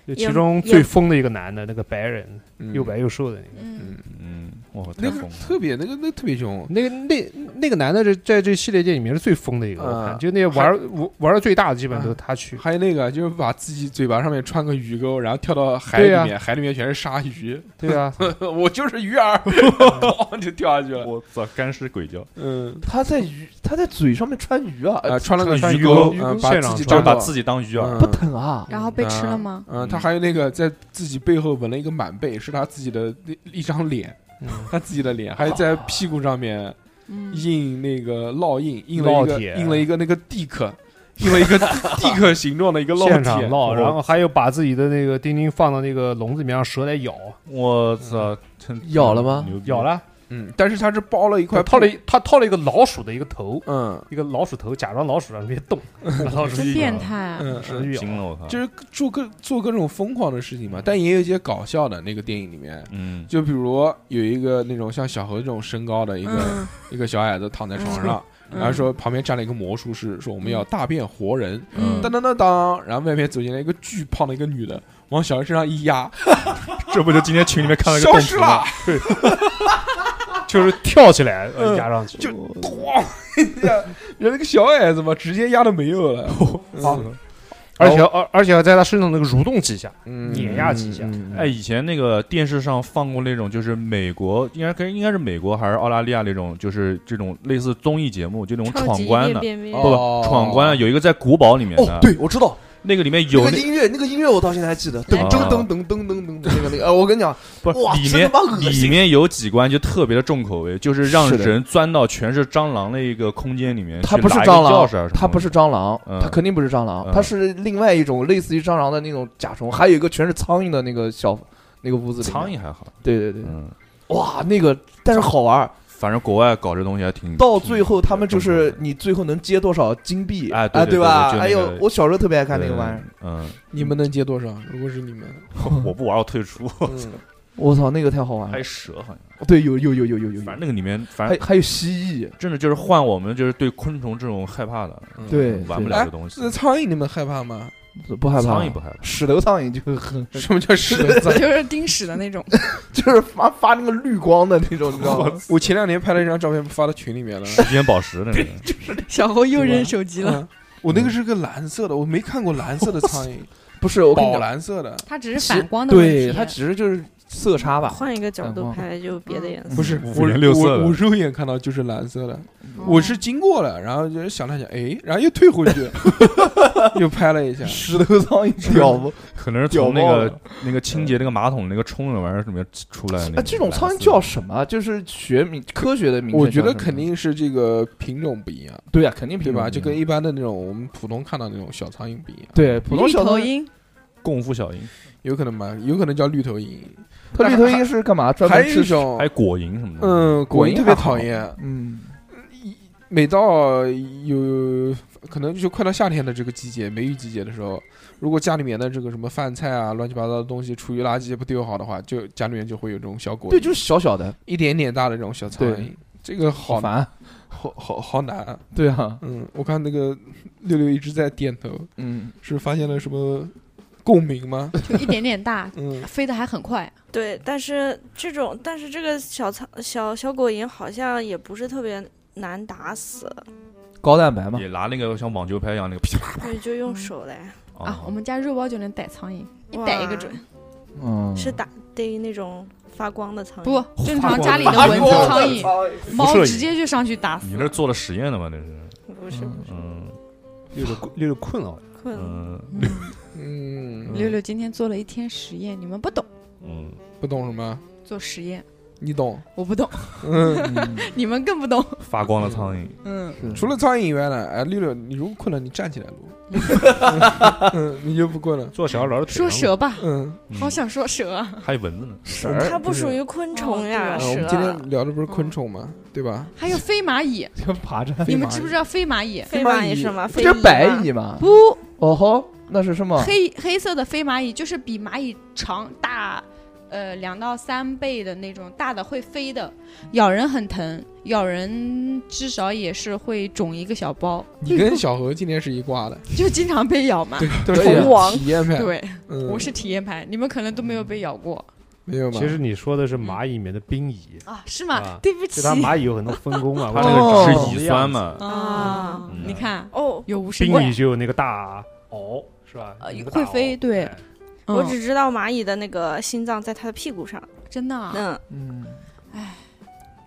[SPEAKER 4] 就
[SPEAKER 7] 也
[SPEAKER 4] 其中最疯的一个男的，那个白人，
[SPEAKER 2] 嗯
[SPEAKER 4] 又白，又瘦的那个。
[SPEAKER 3] 嗯
[SPEAKER 2] 嗯，
[SPEAKER 5] 嗯，我太
[SPEAKER 2] 那
[SPEAKER 5] 疯
[SPEAKER 2] 个
[SPEAKER 5] 了，
[SPEAKER 2] 特别那个那个特别凶，
[SPEAKER 4] 那个那那个男的是在这系列电影里面是最疯的一个，我
[SPEAKER 2] 嗯
[SPEAKER 4] 看就那玩儿玩玩的最大的，基本都是他去。
[SPEAKER 2] 还有那个就是把自己嘴巴上面穿个鱼钩，然后跳到海里
[SPEAKER 4] 对呀
[SPEAKER 2] 面，海里面全是鲨鱼，
[SPEAKER 4] 对啊，
[SPEAKER 2] 我就是鱼饵，咣就掉下去了，
[SPEAKER 5] 我操，干尸鬼叫，
[SPEAKER 2] 嗯，
[SPEAKER 6] 他在鱼，他在嘴上面穿鱼啊，
[SPEAKER 2] 呃，穿了个
[SPEAKER 4] 穿
[SPEAKER 2] 鱼
[SPEAKER 4] 鱼钩
[SPEAKER 2] 钩，
[SPEAKER 4] 鱼
[SPEAKER 2] 嗯，
[SPEAKER 4] 钩
[SPEAKER 2] 把
[SPEAKER 4] 现
[SPEAKER 2] 自
[SPEAKER 4] 场
[SPEAKER 2] 己张
[SPEAKER 5] 就
[SPEAKER 4] 穿张
[SPEAKER 5] 把
[SPEAKER 2] 到
[SPEAKER 5] 自己当鱼饵，
[SPEAKER 2] 嗯
[SPEAKER 6] 不疼啊！
[SPEAKER 3] 然后被吃了吗？
[SPEAKER 2] 嗯，他还有那个在自己背后纹了一个满背，是他自己的那一张脸，
[SPEAKER 4] 嗯
[SPEAKER 2] 他自己的脸，还有在屁股上面
[SPEAKER 3] 嗯，
[SPEAKER 2] 印那个烙印，印了一
[SPEAKER 4] 烙
[SPEAKER 2] 个
[SPEAKER 4] 铁
[SPEAKER 2] 印了一个那个 dick，印了一个 dick 形状的一个烙
[SPEAKER 4] 现
[SPEAKER 2] 铁
[SPEAKER 4] 场，烙，然
[SPEAKER 2] 我
[SPEAKER 4] 后还有把自己的那个钉钉放到那个笼子里面，让蛇来咬，
[SPEAKER 5] 我操，真
[SPEAKER 6] 咬了吗
[SPEAKER 5] 牛逼
[SPEAKER 4] 嗯咬，了，
[SPEAKER 2] 嗯，但是他是包了一块
[SPEAKER 4] 他套了一他套了一个老鼠的一个头，
[SPEAKER 2] 嗯
[SPEAKER 4] 一个老鼠头，假装老鼠让别动，把老鼠
[SPEAKER 3] 真
[SPEAKER 4] 一
[SPEAKER 3] 变
[SPEAKER 4] 咬，
[SPEAKER 3] 态。
[SPEAKER 2] 嗯，
[SPEAKER 4] 蛇就
[SPEAKER 5] 惊
[SPEAKER 4] 咬。
[SPEAKER 5] 了我操，
[SPEAKER 2] 就是做各做各种疯狂的事情嘛，但也有一些搞笑的那个电影里面。
[SPEAKER 5] 嗯，
[SPEAKER 2] 就比如有一个那种像小何这种身高的一个、
[SPEAKER 3] 嗯，
[SPEAKER 2] 一个小矮子躺在床上，
[SPEAKER 3] 嗯
[SPEAKER 2] 然后说旁边站了一个魔术师，说我们要大变活人，
[SPEAKER 3] 嗯？
[SPEAKER 2] 当当当当，然后外面走进来一个巨胖的一个女的，往小黑身上一压，
[SPEAKER 5] 这不就今天群里面看了一个
[SPEAKER 2] 消
[SPEAKER 5] 动
[SPEAKER 2] 失
[SPEAKER 5] 图
[SPEAKER 2] 了
[SPEAKER 5] 吗？，
[SPEAKER 4] 就是跳起来呃压上去，
[SPEAKER 2] 就咣一下，人那个小矮子嘛，直接压的没有了。
[SPEAKER 4] 好
[SPEAKER 2] 嗯
[SPEAKER 4] 而且要而而且要在他身上那个蠕动几下，
[SPEAKER 5] 嗯
[SPEAKER 4] 碾压几下。
[SPEAKER 5] 哎，以前那个电视上放过那种，就是美国应该跟应该是美国还是澳大利亚那种，就是这种类似综艺节目，就那种
[SPEAKER 7] 超
[SPEAKER 5] 闯
[SPEAKER 7] 级
[SPEAKER 5] 关
[SPEAKER 7] 夜
[SPEAKER 5] 的，哦
[SPEAKER 7] 变变
[SPEAKER 5] 不不闯关的有一个在古堡里面的，
[SPEAKER 8] 哦，对，我知道
[SPEAKER 5] 那个里面有
[SPEAKER 8] 那个
[SPEAKER 5] 那
[SPEAKER 8] 音乐，那个音乐我到现在还记得，噔
[SPEAKER 5] 啊
[SPEAKER 8] 噔噔噔噔噔噔的那个那
[SPEAKER 6] 哦
[SPEAKER 8] 个，呃，我跟你讲，
[SPEAKER 5] 不是
[SPEAKER 8] 哇
[SPEAKER 5] 里
[SPEAKER 8] 真
[SPEAKER 5] 面
[SPEAKER 8] 他妈恶
[SPEAKER 5] 里
[SPEAKER 8] 心
[SPEAKER 5] 面有几关就特别的重口味，就是让
[SPEAKER 6] 是的
[SPEAKER 5] 人钻到全是蟑螂的一个空间里面，
[SPEAKER 6] 它
[SPEAKER 5] 去
[SPEAKER 6] 不是
[SPEAKER 5] 拿一个
[SPEAKER 6] 蟑
[SPEAKER 5] 钥匙啊
[SPEAKER 6] 螂
[SPEAKER 5] 什么，
[SPEAKER 6] 它不
[SPEAKER 5] 的
[SPEAKER 6] 是蟑螂
[SPEAKER 5] 嗯，
[SPEAKER 6] 它肯定不是蟑螂
[SPEAKER 5] 嗯，
[SPEAKER 6] 它是另外一种类似于蟑螂的那种甲虫，还有一个全是苍蝇的那个小那个屋子里面。
[SPEAKER 5] 苍蝇还好，
[SPEAKER 6] 对对对，
[SPEAKER 5] 嗯，
[SPEAKER 6] 哇，那个但是好玩儿，
[SPEAKER 5] 反正国外搞这东西还挺
[SPEAKER 6] 到最后他们就
[SPEAKER 5] 挺重口味
[SPEAKER 6] 是
[SPEAKER 5] 的
[SPEAKER 6] 你最后能接多少金币
[SPEAKER 5] 哎对
[SPEAKER 6] 啊，
[SPEAKER 5] 对对对？
[SPEAKER 6] 吧
[SPEAKER 5] 就那
[SPEAKER 6] 哎呦
[SPEAKER 5] 个，
[SPEAKER 6] 我小时候特别爱看那个玩意儿，
[SPEAKER 5] 对嗯，
[SPEAKER 2] 你们能接多少？如果是你们， 嗯
[SPEAKER 5] 我不玩，我退出。
[SPEAKER 6] 我操，那个太好玩
[SPEAKER 5] 还
[SPEAKER 6] 了
[SPEAKER 5] 有。蛇好像，
[SPEAKER 6] 对，有有有有有有有
[SPEAKER 5] 反正，那个里面，反
[SPEAKER 6] 还
[SPEAKER 5] 正
[SPEAKER 6] 还有蜥蜴，
[SPEAKER 5] 真的就是换我们就是对昆虫这种害怕的，嗯
[SPEAKER 6] 对哎
[SPEAKER 5] 玩不
[SPEAKER 6] 对
[SPEAKER 5] 了这东西
[SPEAKER 2] 那。苍蝇你们害怕吗？
[SPEAKER 6] 不害怕，
[SPEAKER 5] 苍蝇不害怕，
[SPEAKER 6] 屎头苍蝇就很
[SPEAKER 2] 什么叫石头
[SPEAKER 3] 啊就是盯屎的那种。
[SPEAKER 6] 就是发发那个绿光的那种，你知道吗？
[SPEAKER 2] 我前两天拍了一张照片，发到群里面了。
[SPEAKER 5] 时间宝石那个。
[SPEAKER 3] 小侯又扔手机了，
[SPEAKER 2] 嗯我那个是个蓝色的，我没看过蓝色的苍蝇，
[SPEAKER 6] 不是，我跟你
[SPEAKER 2] 宝
[SPEAKER 6] 讲，
[SPEAKER 2] 蓝色的，
[SPEAKER 3] 它只是反光的问题。
[SPEAKER 6] 对，它只是就是色差吧。
[SPEAKER 7] 换一个角
[SPEAKER 6] 嗯
[SPEAKER 7] 度
[SPEAKER 6] 哦
[SPEAKER 7] 拍就别的颜色。
[SPEAKER 2] 不是
[SPEAKER 5] 嗯五
[SPEAKER 2] 我
[SPEAKER 5] 颜六色的
[SPEAKER 2] 我我肉眼看到就是蓝色的，
[SPEAKER 3] 哦
[SPEAKER 2] 我是经过了，然后就想了想，哎，然后又退回去，又拍了 一下。
[SPEAKER 6] 石头苍蝇屌不？
[SPEAKER 5] 可能是从那
[SPEAKER 6] 屌爆
[SPEAKER 5] 个
[SPEAKER 6] 了
[SPEAKER 5] 那个清洁那个马桶那个冲的玩意儿里面出来的那
[SPEAKER 6] 哎，
[SPEAKER 5] 个。
[SPEAKER 6] 这种苍蝇叫什么？就是学名科学的名称叫
[SPEAKER 2] 我
[SPEAKER 6] 什
[SPEAKER 2] 觉
[SPEAKER 6] 么。
[SPEAKER 2] 得肯定是这个品种不一样，
[SPEAKER 6] 对啊，肯定
[SPEAKER 2] 对吧？就
[SPEAKER 6] 品种
[SPEAKER 2] 跟一般的那种我们普通看到那种小苍蝇不一样，
[SPEAKER 6] 对普通
[SPEAKER 3] 绿
[SPEAKER 6] 小
[SPEAKER 3] 头
[SPEAKER 6] 苍蝇，
[SPEAKER 3] 鹰，
[SPEAKER 5] 共赴小蝇，
[SPEAKER 2] 有可能吧？有可能叫绿头蝇，
[SPEAKER 6] 它绿头鹰是干嘛？专
[SPEAKER 2] 还
[SPEAKER 6] 门
[SPEAKER 2] 有一
[SPEAKER 6] 吃
[SPEAKER 2] 种
[SPEAKER 5] 还有果蝇什么的。
[SPEAKER 2] 嗯，
[SPEAKER 6] 果
[SPEAKER 2] 果
[SPEAKER 6] 蝇
[SPEAKER 2] 蝇特
[SPEAKER 6] 还
[SPEAKER 2] 别
[SPEAKER 6] 好
[SPEAKER 2] 讨厌，
[SPEAKER 6] 嗯，
[SPEAKER 2] 每到有可能就快到夏天的这个季节，梅雨季节的时候，如果家里面的这个什么饭菜啊、乱七八糟的东西、厨余垃圾不丢好的话，就家里面就会有这种小果蝇，
[SPEAKER 6] 对，就是小小的，
[SPEAKER 2] 一点点大的这种小苍
[SPEAKER 6] 对
[SPEAKER 2] 蝇，这个好
[SPEAKER 6] 好烦。
[SPEAKER 2] 好好好难啊。
[SPEAKER 6] 对啊，
[SPEAKER 2] 嗯，我看那个六六一直在点头，
[SPEAKER 6] 嗯，
[SPEAKER 2] 是发现了什么共鸣吗？，
[SPEAKER 3] 就一点点大
[SPEAKER 2] 嗯，
[SPEAKER 3] 飞得还很快。
[SPEAKER 7] 对，但是这种，但是这个小苍小小果蝇好像也不是特别难打死，
[SPEAKER 6] 高蛋白嘛。
[SPEAKER 5] 也拿那个像网球拍一样那个噼啪
[SPEAKER 7] 对，就用手嘞，
[SPEAKER 5] 哦
[SPEAKER 3] 啊，我们家肉包就能逮苍蝇，一
[SPEAKER 7] 哇
[SPEAKER 3] 逮一个准。
[SPEAKER 6] 嗯，
[SPEAKER 7] 是打逮那种发光的苍蝇。
[SPEAKER 3] 不，正常家里的蚊子、苍蝇、猫
[SPEAKER 5] 射
[SPEAKER 3] 直接就上去打死
[SPEAKER 5] 你。那是做了实验的吗？那是，
[SPEAKER 7] 不，不是不是
[SPEAKER 5] 嗯
[SPEAKER 4] 六六困六六困了，
[SPEAKER 7] 困了。
[SPEAKER 5] 嗯
[SPEAKER 3] 嗯
[SPEAKER 2] 嗯，
[SPEAKER 3] 六六今天做了一天实验，你们不懂
[SPEAKER 5] 嗯，
[SPEAKER 2] 不懂什么，
[SPEAKER 3] 做实验，
[SPEAKER 2] 你懂。
[SPEAKER 3] 我不懂，
[SPEAKER 2] 嗯，
[SPEAKER 6] 嗯
[SPEAKER 3] 你们更不懂。
[SPEAKER 5] 发光的苍蝇，
[SPEAKER 3] 嗯，
[SPEAKER 6] 是
[SPEAKER 2] 除了苍蝇以外呢，哎，六六，你如果困了，你站起 来录， 嗯，你就不困了。
[SPEAKER 4] 做小老师腿
[SPEAKER 3] 说
[SPEAKER 4] 上了
[SPEAKER 3] 蛇吧，
[SPEAKER 2] 嗯，
[SPEAKER 5] 嗯
[SPEAKER 3] 好想说蛇啊，
[SPEAKER 5] 还有蚊子呢。
[SPEAKER 6] 蛇
[SPEAKER 2] 我们
[SPEAKER 7] 它不属于昆虫呀，
[SPEAKER 3] 哦
[SPEAKER 2] 嗯呃
[SPEAKER 3] 对
[SPEAKER 2] 我们
[SPEAKER 7] 蛇啊
[SPEAKER 2] 今天聊的不是昆虫吗？对吧？
[SPEAKER 3] 还有飞蚂蚁，
[SPEAKER 6] 就爬着，
[SPEAKER 3] 你们知不知道飞蚂蚁？
[SPEAKER 7] 飞
[SPEAKER 2] 蚂
[SPEAKER 7] 蚂蚁
[SPEAKER 2] 蚁
[SPEAKER 7] 是吗？
[SPEAKER 6] 不
[SPEAKER 7] 飞
[SPEAKER 6] 是白
[SPEAKER 7] 蚁吗，
[SPEAKER 6] 蚁吗？
[SPEAKER 3] 不，
[SPEAKER 6] 哦吼，那是什么？
[SPEAKER 3] 黑黑色的飞蚂蚁就是比蚂蚁长大，呃，两到三倍的那种大的会飞的， 咬人很疼，咬人至少也是会肿一个小包，
[SPEAKER 2] 你跟小何今天是一挂的，
[SPEAKER 3] 就经常被咬嘛。
[SPEAKER 2] 对，都
[SPEAKER 6] 可以
[SPEAKER 2] 是
[SPEAKER 6] 啊
[SPEAKER 7] 王
[SPEAKER 2] 体验派。
[SPEAKER 3] 对，
[SPEAKER 2] 嗯，
[SPEAKER 3] 我是体验派，你们可能都没有被咬过
[SPEAKER 2] 没有吧？
[SPEAKER 4] 其实你说的是蚂蚁里面的兵蚁，
[SPEAKER 3] 啊？是吗
[SPEAKER 4] 啊？
[SPEAKER 3] 对不
[SPEAKER 4] 就
[SPEAKER 3] 起
[SPEAKER 4] 它蚂蚁有很多分 工嘛，
[SPEAKER 5] 它
[SPEAKER 4] 我
[SPEAKER 5] 那个
[SPEAKER 6] 哦
[SPEAKER 5] 是乙酸嘛，
[SPEAKER 3] 啊
[SPEAKER 5] 嗯，
[SPEAKER 3] 你看
[SPEAKER 7] 哦，
[SPEAKER 3] 有无声
[SPEAKER 4] 兵蚁
[SPEAKER 3] 怪，
[SPEAKER 4] 就有那个大螯，是吧
[SPEAKER 3] 呃？
[SPEAKER 4] 有个大螯
[SPEAKER 3] 会飞对
[SPEAKER 4] 哎
[SPEAKER 3] 嗯
[SPEAKER 7] 我只知道蚂蚁的那个心脏在它的屁股上。
[SPEAKER 3] 真的啊
[SPEAKER 7] 嗯，
[SPEAKER 6] 嗯，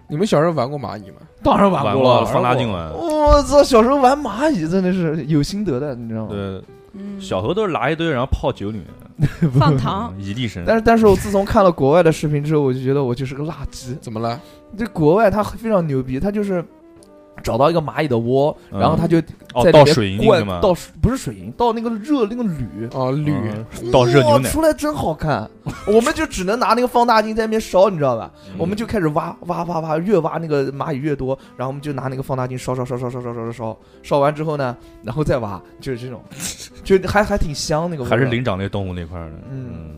[SPEAKER 2] 你们小时候玩过蚂蚁吗？
[SPEAKER 6] 当然
[SPEAKER 5] 玩
[SPEAKER 6] 过了，
[SPEAKER 5] 放大镜
[SPEAKER 6] 玩
[SPEAKER 5] 玩
[SPEAKER 6] 过。。我操，小时候玩蚂蚁真的是有心得的，你知道吗？
[SPEAKER 5] 对，
[SPEAKER 3] 嗯，
[SPEAKER 5] 小何都是拿一堆，然后泡酒里面，
[SPEAKER 3] 放糖
[SPEAKER 5] 嗯一粒神。
[SPEAKER 6] 但是，但是我自从看了国外的视频之后，我就觉得我就是个垃圾。
[SPEAKER 2] 怎么了？
[SPEAKER 6] 这国外它非常牛逼，它就是找到一个蚂蚁的窝，
[SPEAKER 5] 嗯
[SPEAKER 6] 然后它就
[SPEAKER 5] 哦，
[SPEAKER 6] 在
[SPEAKER 5] 倒
[SPEAKER 6] 里
[SPEAKER 5] 水银
[SPEAKER 6] 面
[SPEAKER 5] 进去
[SPEAKER 6] 灌
[SPEAKER 5] 嘛，
[SPEAKER 6] 倒水不是水银，倒那个热那个铝，
[SPEAKER 2] 哦，铝，
[SPEAKER 5] 嗯倒热牛
[SPEAKER 6] 哇
[SPEAKER 5] 奶。
[SPEAKER 6] 出来真 好看。我们就只能拿那个放大镜在那边烧，你知道吧？
[SPEAKER 5] 嗯
[SPEAKER 6] 我们就开始挖挖挖挖，越挖那个蚂蚁越多，然后我们就拿那个放大镜烧烧烧烧烧烧烧烧，烧完之后呢，然后再挖，就是这种， 就还还挺香那个味
[SPEAKER 5] 嗯还是
[SPEAKER 6] 道
[SPEAKER 5] 灵长类动物那块儿的。
[SPEAKER 6] 嗯
[SPEAKER 5] 嗯，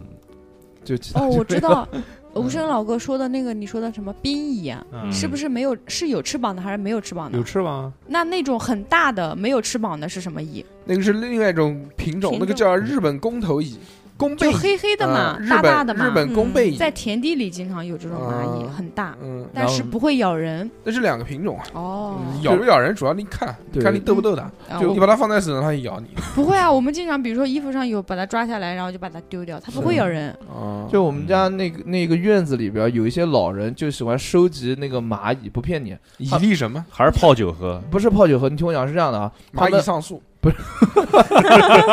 [SPEAKER 6] 就其他
[SPEAKER 3] 哦，我知，道，无
[SPEAKER 6] 嗯
[SPEAKER 3] 声老哥说的那个，你说的什么兵蚁啊？
[SPEAKER 4] 嗯
[SPEAKER 3] 是不是没有是有翅膀的还是没有翅膀的
[SPEAKER 4] 有？翅膀啊？
[SPEAKER 3] 那那种很大的没有翅膀的是什么蚁？
[SPEAKER 2] 那个是另外一种品种，
[SPEAKER 3] 品
[SPEAKER 2] 那
[SPEAKER 3] 种
[SPEAKER 2] 个叫日本公头蚁，弓背
[SPEAKER 3] 就
[SPEAKER 2] 蚁
[SPEAKER 3] 黑黑的嘛，
[SPEAKER 6] 呃
[SPEAKER 2] 嗯日
[SPEAKER 3] 大
[SPEAKER 2] 本
[SPEAKER 3] 大的嘛，
[SPEAKER 2] 日本弓
[SPEAKER 7] 嗯
[SPEAKER 2] 背蚁，
[SPEAKER 3] 在田地里经常有这种
[SPEAKER 6] 呃
[SPEAKER 3] 蚂蚁，
[SPEAKER 2] 啊
[SPEAKER 3] 很大，
[SPEAKER 2] 嗯，
[SPEAKER 3] 但是不会咬人。
[SPEAKER 2] 那是两个品种啊。
[SPEAKER 6] 嗯
[SPEAKER 3] 哦，
[SPEAKER 2] 咬不咬人主要你看，
[SPEAKER 6] 对
[SPEAKER 2] 看你逗不逗它。
[SPEAKER 3] 啊
[SPEAKER 2] 就
[SPEAKER 3] 我
[SPEAKER 2] 你把它放在手上，它也咬你。
[SPEAKER 3] 不会啊，我们经常比如说衣服上有，把它抓下来，然后就把它丢掉，它不会
[SPEAKER 2] 是
[SPEAKER 3] 咬人。
[SPEAKER 2] 啊，
[SPEAKER 6] 就我们家
[SPEAKER 5] 嗯
[SPEAKER 6] 那个那个院子里边，有一些老人就喜欢收集那个蚂蚁，不骗你，
[SPEAKER 2] 蚁力什么？
[SPEAKER 5] 还是泡酒喝，
[SPEAKER 6] 不是泡酒喝。你听我讲是这样的啊，他
[SPEAKER 2] 蚂蚁
[SPEAKER 6] 们
[SPEAKER 2] 上树。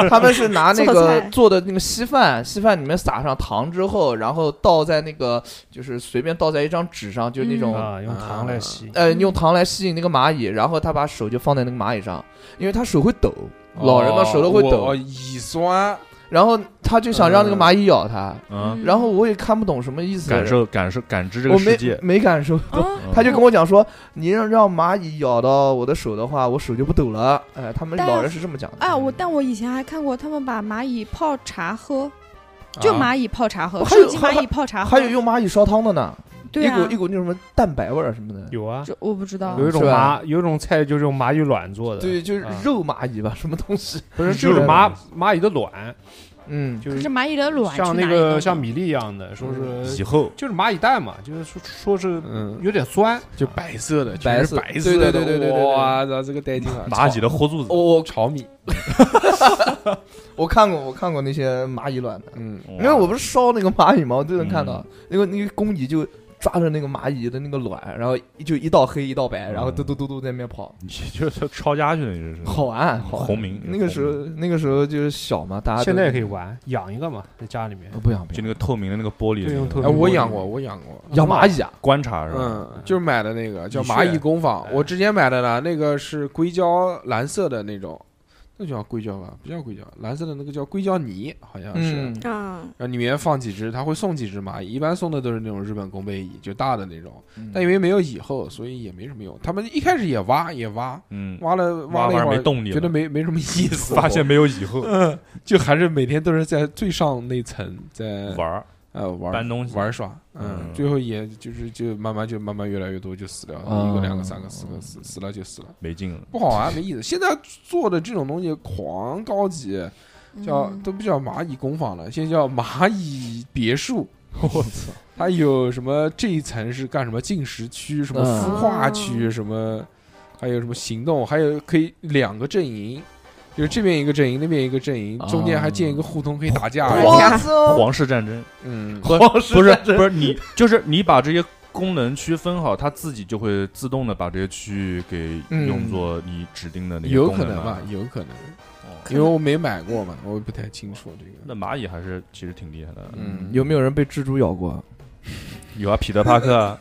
[SPEAKER 6] 他们是拿 那
[SPEAKER 7] 做
[SPEAKER 6] 个
[SPEAKER 7] 菜
[SPEAKER 6] 做的那个稀饭，稀饭里面撒上糖之后，然后倒在那个就是随便倒在一张纸上，就是那
[SPEAKER 7] 嗯
[SPEAKER 6] 种、
[SPEAKER 4] 啊，用糖来吸。
[SPEAKER 6] 呃用糖来吸引那个蚂蚁，然后他把手就放在那个蚂蚁上，因为他手会抖，老人嘛手都会
[SPEAKER 2] 哦
[SPEAKER 6] 抖
[SPEAKER 2] 我，蚁酸，
[SPEAKER 6] 然后他就想让那个蚂蚁咬他，
[SPEAKER 5] 嗯，
[SPEAKER 6] 然后我也看不懂什么意思，
[SPEAKER 5] 感受感受感知这
[SPEAKER 6] 我
[SPEAKER 5] 个世
[SPEAKER 6] 没
[SPEAKER 5] 界。
[SPEAKER 6] 没感受。
[SPEAKER 3] 啊，
[SPEAKER 5] 嗯
[SPEAKER 6] 他就跟我讲说，你让让蚂蚁咬到我的手的话，我手就不抖了。哎，他们
[SPEAKER 3] 但
[SPEAKER 6] 老人是这么讲的。
[SPEAKER 3] 哎，我但我以前还看过他们把蚂蚁泡茶喝，就
[SPEAKER 2] 啊
[SPEAKER 3] 蚂蚁泡茶喝，
[SPEAKER 6] 我还有
[SPEAKER 3] 收集蚂蚁泡茶喝，
[SPEAKER 6] 还有用蚂蚁烧汤的呢，
[SPEAKER 3] 对啊
[SPEAKER 6] 一股一，股那什么蛋白味儿什么的。
[SPEAKER 4] 有啊，
[SPEAKER 3] 这我不知道
[SPEAKER 4] 有一种
[SPEAKER 6] 是吧
[SPEAKER 4] 麻，有一种菜就是用蚂蚁卵做的，
[SPEAKER 6] 对，就是
[SPEAKER 4] 啊
[SPEAKER 6] 肉蚂蚁吧，什么东西？
[SPEAKER 4] 不是就是
[SPEAKER 6] 肉
[SPEAKER 4] 蚂蚂蚁的卵，
[SPEAKER 6] 嗯，
[SPEAKER 4] 就
[SPEAKER 3] 可
[SPEAKER 4] 是
[SPEAKER 3] 是蚂蚁的卵
[SPEAKER 4] 像
[SPEAKER 3] 去
[SPEAKER 4] 那
[SPEAKER 3] 哪里弄
[SPEAKER 4] 个
[SPEAKER 3] 的
[SPEAKER 4] 像米粒一样的，说是
[SPEAKER 6] 嗯
[SPEAKER 5] 以后
[SPEAKER 4] 就是蚂蚁蛋嘛，就是说说是
[SPEAKER 2] 嗯，
[SPEAKER 4] 有点酸，
[SPEAKER 2] 就白色的，
[SPEAKER 6] 白
[SPEAKER 2] 全是
[SPEAKER 6] 色
[SPEAKER 2] 白色的，
[SPEAKER 6] 对对对对对对对
[SPEAKER 2] 哇，操，这个带劲
[SPEAKER 6] 嗯
[SPEAKER 2] 啊！
[SPEAKER 5] 蚂蚁的豁肚子，
[SPEAKER 2] 哦，炒米，
[SPEAKER 6] 我看过，我看过那些蚂蚁卵的，
[SPEAKER 2] 嗯，
[SPEAKER 5] 哇
[SPEAKER 6] 因为我不是烧那个蚂蚁嘛，我就能看到
[SPEAKER 5] 嗯
[SPEAKER 6] 那个那个公蚁就抓着那个蚂蚁的那个卵，然后就一道黑一道白，然后
[SPEAKER 5] 嗯
[SPEAKER 6] 嘟嘟嘟嘟在那边跑，
[SPEAKER 5] 你就是抄家去了，你这是
[SPEAKER 6] 好玩好玩。
[SPEAKER 5] 红名
[SPEAKER 6] 那个时候那个时候就是小嘛，大家
[SPEAKER 4] 现在也可
[SPEAKER 6] 以
[SPEAKER 4] 以玩，养一个嘛，在家里面
[SPEAKER 6] 不想不
[SPEAKER 5] 就
[SPEAKER 6] 想
[SPEAKER 5] 那个透明的那个玻璃的
[SPEAKER 4] 对用
[SPEAKER 5] 那
[SPEAKER 4] 透
[SPEAKER 5] 个
[SPEAKER 2] 哎，我养过，我养过，
[SPEAKER 6] 养蚂蚁啊，
[SPEAKER 5] 观察是吧？
[SPEAKER 2] 嗯，就是买的那个叫
[SPEAKER 4] 蚁
[SPEAKER 2] 蚂蚁
[SPEAKER 4] 穴
[SPEAKER 2] 工坊
[SPEAKER 4] 哎，
[SPEAKER 2] 我之前买的呢，那个是硅胶蓝色的那种，那叫硅胶吧，不叫硅胶，蓝色的那个叫硅胶泥，好像是。
[SPEAKER 6] 嗯，
[SPEAKER 7] 嗯，
[SPEAKER 2] 然后里面放几只，它会送几只蚂蚁，一般送的都是那种日本弓背蚁，就大的那种。
[SPEAKER 5] 嗯
[SPEAKER 2] 但因为没有蚁后，所以也没什么用。他们一开始也挖，也挖，
[SPEAKER 5] 嗯，
[SPEAKER 2] 挖了
[SPEAKER 5] 挖
[SPEAKER 2] 了一
[SPEAKER 5] 完
[SPEAKER 2] 会
[SPEAKER 5] 没
[SPEAKER 2] 儿，
[SPEAKER 5] 动力
[SPEAKER 2] 觉得
[SPEAKER 5] 了
[SPEAKER 2] 没没什么意思， 嗯
[SPEAKER 5] 发现没有以后
[SPEAKER 2] 就还是每天都是在最上那层在
[SPEAKER 5] 玩儿
[SPEAKER 2] 呃玩
[SPEAKER 5] 搬东西
[SPEAKER 2] 玩耍，嗯，
[SPEAKER 5] 嗯
[SPEAKER 2] 最后也就是就慢慢就慢慢越来越多就死掉了，
[SPEAKER 6] 嗯
[SPEAKER 2] 一个两个三个四个死死了就死了，
[SPEAKER 5] 没劲了，
[SPEAKER 2] 不好玩没意思。现在做的这种东西狂高级，叫
[SPEAKER 3] 嗯
[SPEAKER 2] 都不叫蚂蚁工坊了，现在叫蚂蚁别墅。我操，它有什么这一层是干什么进食区，什么
[SPEAKER 6] 嗯
[SPEAKER 2] 孵化区，什么还有什么行动，还有可以两个阵营。就是这边一个阵营，那边一个阵营，中间还建一个互通可以打架。
[SPEAKER 7] 哦
[SPEAKER 2] 哇
[SPEAKER 7] 哇
[SPEAKER 5] 皇室战争
[SPEAKER 2] 嗯，
[SPEAKER 5] 不
[SPEAKER 4] 哦
[SPEAKER 5] 是不 是不是你就是你把这些功能区分好，它自己就会自动的把这些区域给
[SPEAKER 6] 嗯
[SPEAKER 5] 用作你指定的那些
[SPEAKER 2] 有
[SPEAKER 5] 功
[SPEAKER 2] 可
[SPEAKER 5] 能
[SPEAKER 2] 能吧
[SPEAKER 5] 了，。
[SPEAKER 2] 有可能，
[SPEAKER 5] 哦
[SPEAKER 2] 因为我没买过嘛，我也不太清楚这个。
[SPEAKER 5] 那蚂蚁还是其实挺厉害的，
[SPEAKER 2] 嗯，
[SPEAKER 6] 有没有人被蜘蛛咬过？
[SPEAKER 5] 有啊，彼得帕克啊，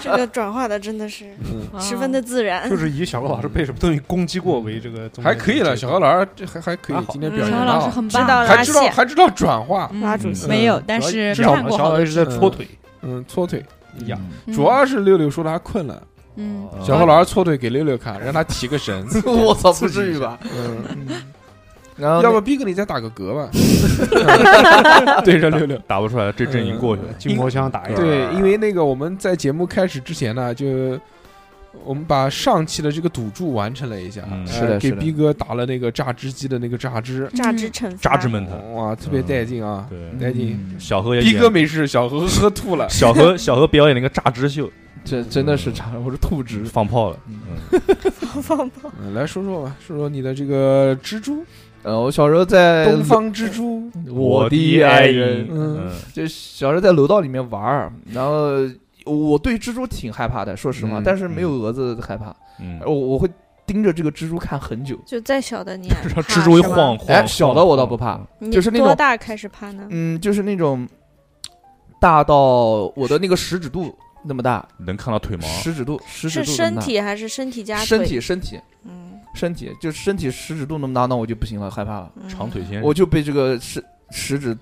[SPEAKER 7] 这个转化的真的是
[SPEAKER 2] 嗯
[SPEAKER 3] 啊
[SPEAKER 7] 十分的自然
[SPEAKER 4] 就。是以小何老师被什么东西攻击过为这个中间
[SPEAKER 2] 还可以
[SPEAKER 4] 的
[SPEAKER 2] 了，
[SPEAKER 4] 这
[SPEAKER 2] 小
[SPEAKER 4] 个
[SPEAKER 2] 何老师这还还可以
[SPEAKER 4] 还，好
[SPEAKER 2] 今天
[SPEAKER 7] 嗯
[SPEAKER 2] 表
[SPEAKER 3] 小
[SPEAKER 2] 现
[SPEAKER 3] 何
[SPEAKER 2] 得
[SPEAKER 3] 老师
[SPEAKER 2] 好，
[SPEAKER 3] 很
[SPEAKER 7] 知
[SPEAKER 3] 棒，
[SPEAKER 7] 道了
[SPEAKER 2] 还知道
[SPEAKER 7] 拉线
[SPEAKER 2] 还知道转化，
[SPEAKER 7] 拉主线
[SPEAKER 3] 没有
[SPEAKER 2] 嗯，
[SPEAKER 3] 但是
[SPEAKER 4] 至少
[SPEAKER 3] 看
[SPEAKER 4] 我们
[SPEAKER 3] 过
[SPEAKER 4] 小
[SPEAKER 3] 好
[SPEAKER 4] 老
[SPEAKER 3] 多
[SPEAKER 4] 师是
[SPEAKER 3] 只。
[SPEAKER 4] 在搓腿，
[SPEAKER 2] 嗯，搓腿。
[SPEAKER 5] 呀
[SPEAKER 3] 嗯
[SPEAKER 2] 主要是六六说他困了，
[SPEAKER 3] 嗯，
[SPEAKER 5] 嗯
[SPEAKER 2] 小何老师搓腿给六六看，让他提个神。
[SPEAKER 6] 我操，不至于吧？
[SPEAKER 2] 嗯，
[SPEAKER 6] 然后
[SPEAKER 2] 要
[SPEAKER 6] 那
[SPEAKER 2] 不逼哥你再打个嗝吧，对着六六。嗯
[SPEAKER 5] 打不出来，这阵营过去了，
[SPEAKER 4] 筋膜枪打一下。
[SPEAKER 6] 啊
[SPEAKER 2] 对，因为那个我们在节目开始之前呢，就我们把上期的这个赌注完成了一下，
[SPEAKER 5] 嗯
[SPEAKER 2] 呃
[SPEAKER 6] 是的
[SPEAKER 2] 给
[SPEAKER 6] 是的
[SPEAKER 2] 逼哥打了那个榨汁机的那个榨汁，
[SPEAKER 7] 榨
[SPEAKER 3] 嗯
[SPEAKER 7] 汁惩罚，
[SPEAKER 5] 扎直闷他，
[SPEAKER 2] 哇，特别带劲啊！
[SPEAKER 5] 对，
[SPEAKER 2] 带劲。
[SPEAKER 6] 嗯
[SPEAKER 5] 小何也
[SPEAKER 2] 逼
[SPEAKER 5] 演。
[SPEAKER 2] 哥没事，小何喝吐了
[SPEAKER 5] 小何小何表演了一个榨汁秀，
[SPEAKER 6] 这真的是差，我是吐汁。
[SPEAKER 5] 嗯放炮了，嗯，
[SPEAKER 7] 放炮
[SPEAKER 2] 嗯来说说吧，说说你的这个蜘蛛，
[SPEAKER 6] 呃，我小时候在
[SPEAKER 2] 东方蜘蛛，
[SPEAKER 6] 嗯我的爱人，
[SPEAKER 2] 嗯
[SPEAKER 5] 嗯，
[SPEAKER 6] 就小时候在楼道里面玩儿，然后我对蜘蛛挺害怕的，说实话，
[SPEAKER 2] 嗯
[SPEAKER 6] 但是没有蛾子害怕，
[SPEAKER 5] 嗯
[SPEAKER 6] 哎我我会盯着这个蜘蛛看很久。
[SPEAKER 7] 就再小的你也怕，
[SPEAKER 5] 让蜘蛛一
[SPEAKER 7] 是吧
[SPEAKER 5] 晃，晃，
[SPEAKER 6] 哎，小的
[SPEAKER 5] 晃
[SPEAKER 6] 我倒不怕，
[SPEAKER 7] 你
[SPEAKER 6] 就是那
[SPEAKER 7] 多
[SPEAKER 6] 种，
[SPEAKER 7] 大开始怕呢？
[SPEAKER 6] 嗯，就是那种大到我的那个食指肚那么大，
[SPEAKER 5] 能看到腿毛，
[SPEAKER 6] 食指肚，食
[SPEAKER 7] 是
[SPEAKER 6] 指肚那
[SPEAKER 7] 身
[SPEAKER 6] 么大
[SPEAKER 7] 体还是身体加腿？
[SPEAKER 6] 身体，身体，
[SPEAKER 7] 嗯，
[SPEAKER 6] 身体，就是身体食指肚那么大，那我就不行了，害怕了，
[SPEAKER 7] 嗯
[SPEAKER 5] 长腿仙人，
[SPEAKER 6] 我就被这个食食指。呃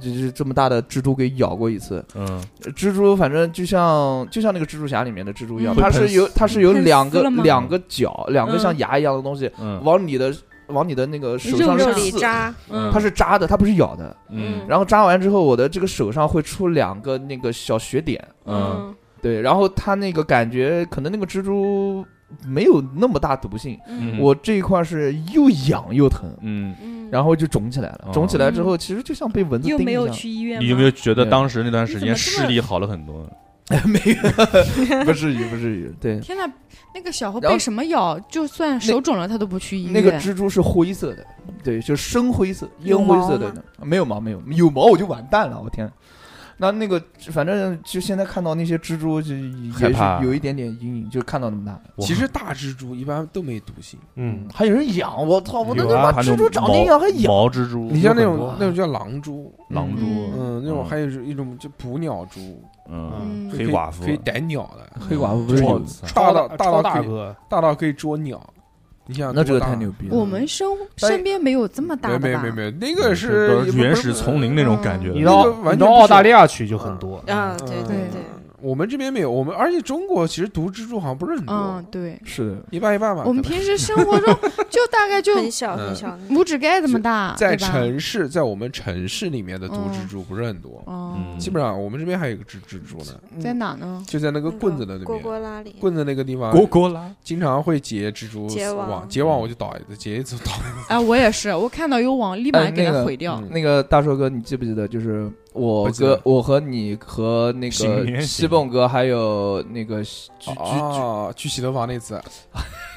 [SPEAKER 6] 就是这么大的蜘蛛给咬过一次，
[SPEAKER 5] 嗯，
[SPEAKER 6] 蜘蛛反正就像就像那个蜘蛛侠里面的蜘蛛一样，
[SPEAKER 3] 嗯
[SPEAKER 6] 它
[SPEAKER 5] 会
[SPEAKER 6] 是
[SPEAKER 5] 喷
[SPEAKER 6] 有
[SPEAKER 5] 死
[SPEAKER 6] 它是有
[SPEAKER 3] 喷
[SPEAKER 6] 两
[SPEAKER 3] 丝
[SPEAKER 6] 个
[SPEAKER 3] 了吗
[SPEAKER 6] 两个角，两个像
[SPEAKER 3] 嗯
[SPEAKER 6] 牙一样的东西
[SPEAKER 5] 嗯
[SPEAKER 6] 往你的往你的那个手上
[SPEAKER 3] 肉
[SPEAKER 7] 肉
[SPEAKER 6] 是
[SPEAKER 7] 里
[SPEAKER 6] 刺，
[SPEAKER 7] 扎，
[SPEAKER 5] 嗯
[SPEAKER 6] 它是扎的，它不是咬的。
[SPEAKER 5] 嗯
[SPEAKER 6] 然后扎完之后，我的这个手上会出两个那个小血点，
[SPEAKER 5] 嗯，
[SPEAKER 6] 对，然后它那个感觉可能那个蜘蛛没有那么大毒性，
[SPEAKER 5] 嗯
[SPEAKER 6] 我这一块是又痒又疼，
[SPEAKER 5] 嗯，
[SPEAKER 3] 嗯
[SPEAKER 6] 然后就肿起来了
[SPEAKER 5] 哦。
[SPEAKER 6] 肿起来之后，其实就像被蚊子
[SPEAKER 9] 又
[SPEAKER 6] 叮
[SPEAKER 9] 没
[SPEAKER 6] 一
[SPEAKER 9] 有
[SPEAKER 6] 样。
[SPEAKER 9] 去医院吗？
[SPEAKER 5] 你有没有觉得
[SPEAKER 6] 对
[SPEAKER 5] 当时那段时
[SPEAKER 9] 你怎么
[SPEAKER 5] 间
[SPEAKER 9] 这么
[SPEAKER 5] 视力好了很多？
[SPEAKER 6] 没有，不至于，不至于。对，
[SPEAKER 3] 天呐，那个小猴
[SPEAKER 6] 然后
[SPEAKER 3] 被什么咬，就算手肿了，他都不去医院。
[SPEAKER 6] 那个蜘蛛是灰色的，对，就是深灰色、烟
[SPEAKER 9] 有
[SPEAKER 6] 灰
[SPEAKER 9] 毛
[SPEAKER 6] 色的
[SPEAKER 9] 吗，
[SPEAKER 6] 没有毛，没有有毛我就完蛋了，我天！那那个反正就现在看到那些蜘蛛，就
[SPEAKER 5] 害
[SPEAKER 6] 也
[SPEAKER 5] 怕
[SPEAKER 6] 许有一点点阴影，就看到那么大。
[SPEAKER 2] 其实大蜘蛛一般都没毒性，
[SPEAKER 4] 嗯，
[SPEAKER 6] 还有人养，我操！我
[SPEAKER 4] 有
[SPEAKER 6] 那他
[SPEAKER 4] 啊
[SPEAKER 6] 妈
[SPEAKER 5] 还
[SPEAKER 6] 蜘
[SPEAKER 5] 有
[SPEAKER 6] 蛛长那样还养，
[SPEAKER 5] 毛蜘蛛，
[SPEAKER 2] 你像那
[SPEAKER 4] 有很多
[SPEAKER 2] 种
[SPEAKER 4] 啊
[SPEAKER 2] 那种叫狼蛛，
[SPEAKER 5] 狼蛛，
[SPEAKER 3] 嗯
[SPEAKER 2] 嗯，那种
[SPEAKER 5] 嗯
[SPEAKER 2] 还有一种就捕鸟蛛，
[SPEAKER 5] 嗯，
[SPEAKER 3] 嗯
[SPEAKER 2] 就
[SPEAKER 5] 黑
[SPEAKER 2] 可以
[SPEAKER 5] 寡妇
[SPEAKER 2] 可以逮鸟的，
[SPEAKER 6] 黑寡妇不是
[SPEAKER 5] 我
[SPEAKER 6] 有
[SPEAKER 2] 大
[SPEAKER 5] 操
[SPEAKER 2] 到大
[SPEAKER 4] 超超
[SPEAKER 2] 到
[SPEAKER 4] 大
[SPEAKER 2] 可以
[SPEAKER 4] 个，
[SPEAKER 2] 大到可以捉鸟。你想
[SPEAKER 6] 那这个
[SPEAKER 2] 多大
[SPEAKER 6] 太牛逼了。
[SPEAKER 3] 我们身
[SPEAKER 6] 但
[SPEAKER 3] 身边没有这么大的
[SPEAKER 2] 没
[SPEAKER 3] 吧？
[SPEAKER 2] 没没没，那个
[SPEAKER 5] 嗯都
[SPEAKER 2] 是也不
[SPEAKER 5] 原
[SPEAKER 2] 不
[SPEAKER 5] 始
[SPEAKER 2] 不
[SPEAKER 5] 丛林那种
[SPEAKER 6] 嗯
[SPEAKER 5] 感觉。嗯
[SPEAKER 4] 你
[SPEAKER 2] 那
[SPEAKER 4] 到
[SPEAKER 2] 个完全
[SPEAKER 4] 你到
[SPEAKER 2] 不
[SPEAKER 4] 澳
[SPEAKER 2] 是
[SPEAKER 4] 大利亚去就很多，
[SPEAKER 7] 嗯，对对
[SPEAKER 2] 嗯
[SPEAKER 7] 对，
[SPEAKER 2] 我们这边没有，我们而且中国其实毒蜘蛛好像不是很
[SPEAKER 3] 嗯
[SPEAKER 2] 多，，
[SPEAKER 3] 对，
[SPEAKER 6] 是的，
[SPEAKER 2] 一半一半吧。
[SPEAKER 3] 我们
[SPEAKER 2] 可能
[SPEAKER 3] 平时生活中就大概就
[SPEAKER 7] 很小
[SPEAKER 2] 嗯
[SPEAKER 7] 很小。
[SPEAKER 3] 拇指盖这么大，
[SPEAKER 2] 在
[SPEAKER 3] 对吧
[SPEAKER 2] 城市，在我们城市里面的毒蜘
[SPEAKER 3] 嗯
[SPEAKER 2] 蛛不是很多，
[SPEAKER 3] 哦
[SPEAKER 5] 嗯，
[SPEAKER 2] 基本上我们这边还有一个蜘蜘蛛呢，
[SPEAKER 3] 在哪呢？
[SPEAKER 2] 就在那个棍子的那
[SPEAKER 7] 锅
[SPEAKER 2] 边，
[SPEAKER 7] 锅拉里，
[SPEAKER 2] 棍子那个地方
[SPEAKER 5] 锅啦，
[SPEAKER 2] 经常会结蜘蛛
[SPEAKER 7] 结
[SPEAKER 2] 丝
[SPEAKER 7] 网
[SPEAKER 2] 网，结网我就倒一次，结一次倒一
[SPEAKER 3] 哎，我也是，我看到有网，立马
[SPEAKER 6] 哎
[SPEAKER 3] 给
[SPEAKER 6] 那
[SPEAKER 3] 它
[SPEAKER 6] 个
[SPEAKER 3] 毁掉。
[SPEAKER 2] 嗯
[SPEAKER 6] 那个大寿哥，你记不记得？就是我
[SPEAKER 2] 不记得
[SPEAKER 6] 哥，我和你和那
[SPEAKER 5] 新
[SPEAKER 6] 个
[SPEAKER 5] 年
[SPEAKER 6] 西蹦哥，还有那个居居
[SPEAKER 2] 次。
[SPEAKER 6] 居
[SPEAKER 2] 哦，去洗头房那次，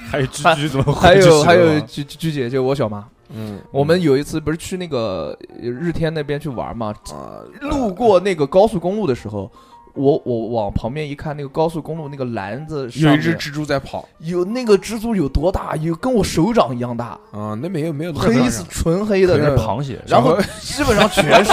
[SPEAKER 5] 还有居居怎么啊会
[SPEAKER 6] 还
[SPEAKER 5] 去
[SPEAKER 6] 有
[SPEAKER 5] 死
[SPEAKER 6] 还
[SPEAKER 5] 了
[SPEAKER 6] 有鞠鞠姐，就我小妈，
[SPEAKER 2] 嗯
[SPEAKER 6] 我们有一次不是去那个呃日天那边去玩嘛，呃
[SPEAKER 2] 啊，
[SPEAKER 6] 路过那个高速公路的时候，我我往旁边一看，那个高速公路那个篮子上
[SPEAKER 2] 有
[SPEAKER 6] 面
[SPEAKER 2] 一只蜘蛛在跑，
[SPEAKER 6] 有那个蜘蛛有多大？有跟我手掌一样大，
[SPEAKER 2] 啊，那没有没有那么
[SPEAKER 6] 黑
[SPEAKER 2] 夸
[SPEAKER 6] 色
[SPEAKER 2] 张
[SPEAKER 6] 纯黑的
[SPEAKER 5] 可
[SPEAKER 6] 那
[SPEAKER 5] 能是
[SPEAKER 6] 种，
[SPEAKER 5] 螃蟹，
[SPEAKER 6] 然后基本上全是。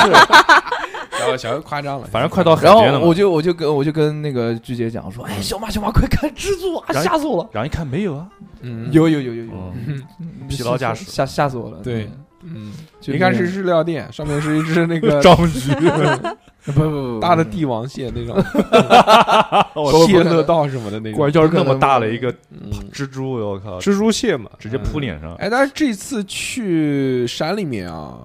[SPEAKER 2] 小小小夸张了，
[SPEAKER 5] 反正快到海
[SPEAKER 6] 然
[SPEAKER 5] 边了
[SPEAKER 6] 后
[SPEAKER 5] 嘛
[SPEAKER 6] 我。就我就跟我就跟那个鞠姐讲说，哎，小马小马，快看蜘蛛啊，
[SPEAKER 5] 然后
[SPEAKER 6] 吓死我了！
[SPEAKER 5] 然后一看没有啊，
[SPEAKER 2] 哎嗯
[SPEAKER 6] 有有有有有，
[SPEAKER 2] 嗯
[SPEAKER 5] 疲劳驾驶
[SPEAKER 6] 吓吓死我了。
[SPEAKER 2] 对嗯，
[SPEAKER 6] 就
[SPEAKER 2] 你看
[SPEAKER 6] 那
[SPEAKER 2] 是
[SPEAKER 6] 个
[SPEAKER 2] 日料店，上面是一只那 个
[SPEAKER 5] 章鱼，
[SPEAKER 6] 不不不不
[SPEAKER 2] 大的
[SPEAKER 6] 不
[SPEAKER 2] 帝王蟹那种，
[SPEAKER 6] 不
[SPEAKER 2] 蟹
[SPEAKER 6] 可能
[SPEAKER 2] 乐道什么的那种
[SPEAKER 5] 怪，就是那么大的一个
[SPEAKER 2] 嗯
[SPEAKER 5] 蜘蛛，我靠，
[SPEAKER 4] 蜘蛛蟹嘛，
[SPEAKER 5] 直接扑脸上。
[SPEAKER 2] 哎，但是这次去山里面啊，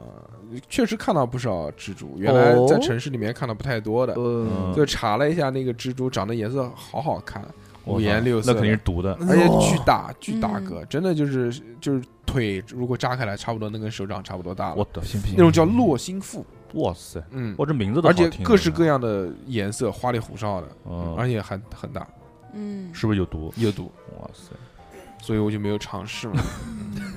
[SPEAKER 2] 确实看到不少蜘蛛，原来在城市里面看到不太多的。
[SPEAKER 6] 呃
[SPEAKER 5] 哦嗯
[SPEAKER 2] 就查了一下那个蜘蛛，长得颜色好好看，
[SPEAKER 5] 我
[SPEAKER 2] 五颜
[SPEAKER 5] 靠
[SPEAKER 2] 六色
[SPEAKER 5] 那肯定
[SPEAKER 2] 的嗯
[SPEAKER 5] 是毒的。
[SPEAKER 2] 而且巨
[SPEAKER 5] 哦
[SPEAKER 2] 大巨大个，真的就是就是腿如果扎开来，差不多那跟手掌差不多大了
[SPEAKER 5] 我。的
[SPEAKER 6] 行
[SPEAKER 2] 那
[SPEAKER 6] 行，
[SPEAKER 2] 种叫络心腹，
[SPEAKER 5] 哇塞，
[SPEAKER 2] 嗯，
[SPEAKER 5] 我这名字都
[SPEAKER 2] 而
[SPEAKER 5] 好
[SPEAKER 2] 且
[SPEAKER 5] 听啊
[SPEAKER 2] 各式各样的颜色，花里胡哨的，
[SPEAKER 5] 嗯
[SPEAKER 2] 而且还很大，
[SPEAKER 3] 嗯，
[SPEAKER 5] 是不是有毒？
[SPEAKER 2] 有毒，
[SPEAKER 5] 哇塞，
[SPEAKER 2] 所以我就没有尝试 嘛。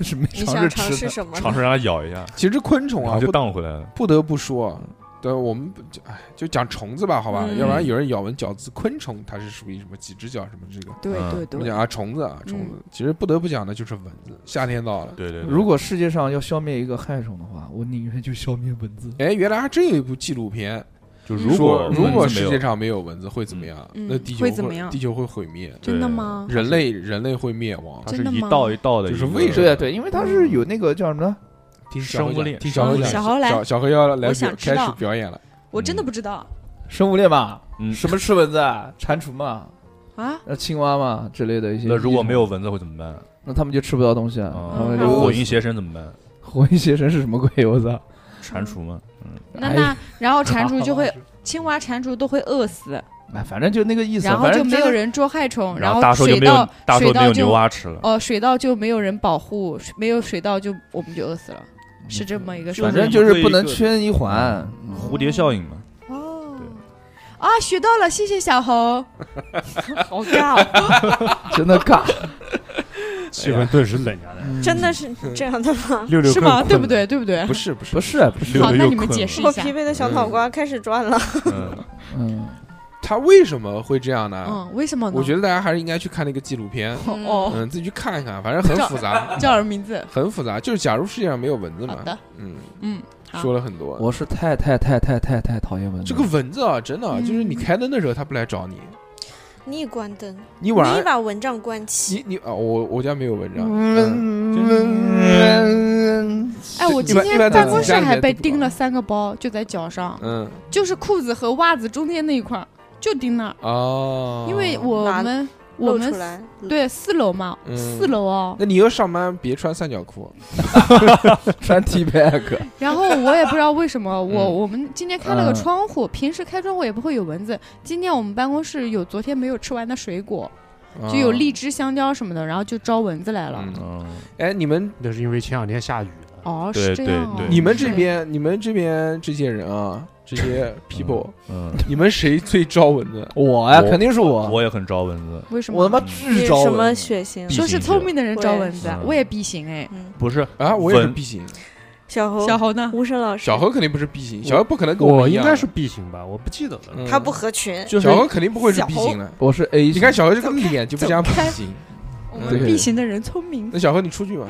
[SPEAKER 6] 是没
[SPEAKER 7] 你
[SPEAKER 6] 尝
[SPEAKER 7] 想
[SPEAKER 6] 试
[SPEAKER 7] 尝
[SPEAKER 6] 吃
[SPEAKER 7] 试
[SPEAKER 6] 的。
[SPEAKER 7] 什么呢？
[SPEAKER 5] 尝试让它咬一下，
[SPEAKER 2] 其实昆虫
[SPEAKER 5] 然
[SPEAKER 2] 啊，
[SPEAKER 5] 后
[SPEAKER 2] 不
[SPEAKER 5] 就荡回来了。
[SPEAKER 2] 不得不说啊，对，我们不就哎，就讲虫子吧，好吧，
[SPEAKER 7] 嗯
[SPEAKER 2] 要不然有人咬文嚼字，昆虫它是属于什么几只脚什么这个，
[SPEAKER 3] 对
[SPEAKER 5] 嗯
[SPEAKER 3] 对嗯
[SPEAKER 2] 我们
[SPEAKER 3] 对，
[SPEAKER 2] 讲啊虫子啊虫子，其实不得不讲的就是蚊子，夏天到了。
[SPEAKER 5] 对对，对
[SPEAKER 6] 如果世界上要消灭一个害虫的话，我宁愿就消灭蚊子。
[SPEAKER 2] 哎，原来还真有一部纪录片，
[SPEAKER 5] 就
[SPEAKER 3] 嗯
[SPEAKER 5] 如
[SPEAKER 2] 说
[SPEAKER 5] 果
[SPEAKER 2] 如果
[SPEAKER 5] 蚊子没
[SPEAKER 2] 世
[SPEAKER 5] 有
[SPEAKER 2] 界上没有蚊子会怎么样？
[SPEAKER 3] 嗯
[SPEAKER 2] 那地球
[SPEAKER 3] 会怎么样
[SPEAKER 2] 地球会毁灭，
[SPEAKER 3] 真的
[SPEAKER 5] 对
[SPEAKER 3] 吗？
[SPEAKER 2] 人类人类会灭亡
[SPEAKER 5] 它。
[SPEAKER 3] 真
[SPEAKER 5] 是
[SPEAKER 3] 的
[SPEAKER 5] 一
[SPEAKER 3] 吗
[SPEAKER 5] 道一道的一
[SPEAKER 2] 就
[SPEAKER 5] 个，嗯
[SPEAKER 2] 是为什
[SPEAKER 6] 对
[SPEAKER 2] 么
[SPEAKER 6] 啊对，因为它是有那个叫什么呢？
[SPEAKER 2] 听小
[SPEAKER 5] 生
[SPEAKER 2] 何
[SPEAKER 5] 物
[SPEAKER 2] 讲
[SPEAKER 5] 链
[SPEAKER 2] 听小何
[SPEAKER 5] 生物
[SPEAKER 2] 讲，
[SPEAKER 5] 链
[SPEAKER 3] 小猴来
[SPEAKER 2] 小小何要来
[SPEAKER 3] 我
[SPEAKER 2] 表
[SPEAKER 3] 想
[SPEAKER 2] 开
[SPEAKER 3] 知道
[SPEAKER 2] 始表 演了。
[SPEAKER 3] 我真的不知道
[SPEAKER 6] 生物链嘛，
[SPEAKER 5] 嗯
[SPEAKER 6] 什么吃蚊子啊，蟾蜍嘛，
[SPEAKER 3] 啊。
[SPEAKER 6] 呃，青蛙嘛之类的一些。
[SPEAKER 5] 那如果没有，蚊子会怎么办？
[SPEAKER 6] 那他们就吃不到东
[SPEAKER 2] 嗯
[SPEAKER 6] 西啊，他
[SPEAKER 5] 啊
[SPEAKER 6] 们，
[SPEAKER 3] 那
[SPEAKER 5] 那
[SPEAKER 6] 就
[SPEAKER 5] 火云邪神怎么办？
[SPEAKER 6] 火云邪神是什么鬼？我操！
[SPEAKER 5] 蟾蜍吗？
[SPEAKER 3] 那
[SPEAKER 6] 哎
[SPEAKER 3] 那然后蟾蜍就会，青蛙、蟾蜍都会饿死，
[SPEAKER 6] 哎，反正就那个意思，
[SPEAKER 3] 然后
[SPEAKER 6] 反
[SPEAKER 3] 就
[SPEAKER 6] 正
[SPEAKER 3] 没
[SPEAKER 6] 是
[SPEAKER 3] 有人捉害虫，
[SPEAKER 5] 然后
[SPEAKER 3] 哦后
[SPEAKER 5] 大寿就
[SPEAKER 3] 水
[SPEAKER 5] 没有
[SPEAKER 3] 稻
[SPEAKER 5] 大寿
[SPEAKER 3] 水
[SPEAKER 5] 没有
[SPEAKER 3] 稻
[SPEAKER 5] 牛
[SPEAKER 3] 就
[SPEAKER 5] 蛙吃了。
[SPEAKER 3] 哦水稻就没有人保护，没有水稻就我们就饿死了，是这么一个事
[SPEAKER 5] 就
[SPEAKER 3] 儿。
[SPEAKER 6] 反正就是不能缺一环。
[SPEAKER 5] 蝴蝶效 应嘛，
[SPEAKER 3] 哦
[SPEAKER 5] 对。
[SPEAKER 3] 啊，学到了，谢谢小猴，好尬哦，
[SPEAKER 6] 真的尬。
[SPEAKER 5] 哎
[SPEAKER 4] 气氛顿时冷下来，
[SPEAKER 5] 嗯
[SPEAKER 7] 真的是这样的吗？
[SPEAKER 4] 六六
[SPEAKER 3] 是
[SPEAKER 4] 更
[SPEAKER 3] 吗？
[SPEAKER 4] 困
[SPEAKER 3] 对不
[SPEAKER 4] 了？
[SPEAKER 3] 对？对不对？
[SPEAKER 2] 不是不是
[SPEAKER 6] 不，是不是
[SPEAKER 4] 六，
[SPEAKER 3] 好，
[SPEAKER 4] 六
[SPEAKER 3] 那
[SPEAKER 4] 又
[SPEAKER 3] 你们
[SPEAKER 4] 困
[SPEAKER 3] 解
[SPEAKER 4] 了
[SPEAKER 3] 释一
[SPEAKER 7] 我
[SPEAKER 3] 下
[SPEAKER 7] 疲。惫的小脑瓜开始转了，
[SPEAKER 5] 嗯，
[SPEAKER 6] 嗯，
[SPEAKER 2] 他为什么会这样呢？
[SPEAKER 3] 嗯，为什么呢？
[SPEAKER 2] 我觉得大家还是应该去看那个纪录片，
[SPEAKER 3] 哦，
[SPEAKER 2] 嗯，自己去看一看，反正很复杂，
[SPEAKER 3] 叫什么名字？
[SPEAKER 2] 很复杂。就是假如世界上没有蚊子
[SPEAKER 3] 好
[SPEAKER 2] 嘛，
[SPEAKER 3] 的，
[SPEAKER 2] 嗯，
[SPEAKER 3] 嗯，好
[SPEAKER 2] 说了很多。
[SPEAKER 6] 我是太太太太太太讨厌蚊子
[SPEAKER 2] 这
[SPEAKER 6] 了。
[SPEAKER 2] 个蚊子啊，真的啊
[SPEAKER 3] 嗯
[SPEAKER 2] 就是你开灯的时候它不来找你，
[SPEAKER 7] 你一关灯，
[SPEAKER 2] 你晚
[SPEAKER 7] 你
[SPEAKER 2] 上
[SPEAKER 7] 把蚊帐关起，
[SPEAKER 2] 你你啊，我我家没有蚊啊帐，
[SPEAKER 6] 嗯，
[SPEAKER 3] 哎，我
[SPEAKER 2] 一
[SPEAKER 3] 今
[SPEAKER 2] 般一
[SPEAKER 3] 天
[SPEAKER 2] 般
[SPEAKER 3] 办
[SPEAKER 2] 在
[SPEAKER 3] 公
[SPEAKER 2] 自
[SPEAKER 3] 室
[SPEAKER 2] 己家里
[SPEAKER 3] 还
[SPEAKER 2] 面
[SPEAKER 3] 被
[SPEAKER 2] 都不
[SPEAKER 3] 叮
[SPEAKER 2] 搞
[SPEAKER 3] 了三个包，就在脚上，
[SPEAKER 2] 嗯
[SPEAKER 3] 就是裤子和袜子中间那一块儿，就叮那儿。
[SPEAKER 2] 哦，
[SPEAKER 3] 因为我
[SPEAKER 7] 拿
[SPEAKER 3] 们我
[SPEAKER 7] 露出
[SPEAKER 3] 们
[SPEAKER 7] 来。
[SPEAKER 3] 对四楼嘛，
[SPEAKER 2] 嗯
[SPEAKER 3] 四楼哦。
[SPEAKER 2] 那你以后上班别穿三角裤，
[SPEAKER 6] 穿 T bag，
[SPEAKER 3] 然后我也不知道为什么，我
[SPEAKER 2] 嗯
[SPEAKER 3] 我们今天开了个
[SPEAKER 6] 嗯
[SPEAKER 3] 窗户，平时开窗户也不会有蚊子。今天我们办公室有昨天没有吃完的水果，就有
[SPEAKER 2] 力。
[SPEAKER 3] 荔枝、香蕉什么的，然后就招蚊子来
[SPEAKER 2] 哦
[SPEAKER 3] 了。
[SPEAKER 2] 啊嗯
[SPEAKER 5] 嗯
[SPEAKER 2] 哎，你们
[SPEAKER 4] 那是因为前两天下雨了，
[SPEAKER 3] 哦，
[SPEAKER 5] 对
[SPEAKER 3] 是这样
[SPEAKER 5] 对
[SPEAKER 3] 啊
[SPEAKER 5] 对
[SPEAKER 2] 你们这边，你们这边这些人啊，这些 people，
[SPEAKER 5] 嗯，
[SPEAKER 2] 你们谁最招蚊子？
[SPEAKER 6] 我呀，
[SPEAKER 5] 我
[SPEAKER 6] 肯定是我，
[SPEAKER 5] 我也很招蚊子，
[SPEAKER 3] 为什么？
[SPEAKER 6] 我他妈
[SPEAKER 5] 嗯
[SPEAKER 6] 巨招
[SPEAKER 7] 什么
[SPEAKER 6] 蚊子，
[SPEAKER 7] 血型？
[SPEAKER 5] B
[SPEAKER 3] 说是
[SPEAKER 5] 型
[SPEAKER 3] 聪明的人招
[SPEAKER 7] 对
[SPEAKER 3] 蚊子
[SPEAKER 5] 嗯，
[SPEAKER 3] 我也 B 型哎。
[SPEAKER 7] 嗯，
[SPEAKER 5] 不是
[SPEAKER 2] 啊，我也是
[SPEAKER 5] 蚊
[SPEAKER 2] B 型，
[SPEAKER 7] 小侯，
[SPEAKER 3] 小侯呢？
[SPEAKER 7] 吴声老师，
[SPEAKER 2] 小何肯定不是 B 型，小何不可能跟
[SPEAKER 4] 我
[SPEAKER 2] 们一
[SPEAKER 4] 应
[SPEAKER 2] 样，
[SPEAKER 4] 该是 B 型吧，我不记得了。
[SPEAKER 2] 嗯
[SPEAKER 7] 他不，合群，
[SPEAKER 5] 就是
[SPEAKER 2] 小何肯定不会是
[SPEAKER 7] 小
[SPEAKER 2] B
[SPEAKER 7] 猴
[SPEAKER 2] 型的。
[SPEAKER 6] 我是 A
[SPEAKER 2] 你
[SPEAKER 6] 型
[SPEAKER 2] 看小何这个脸就不像 B
[SPEAKER 3] 走开
[SPEAKER 2] 型。
[SPEAKER 3] 我
[SPEAKER 2] 对对
[SPEAKER 3] 们 B
[SPEAKER 2] 对
[SPEAKER 3] 型的人聪明。
[SPEAKER 2] 那小何你出去吧，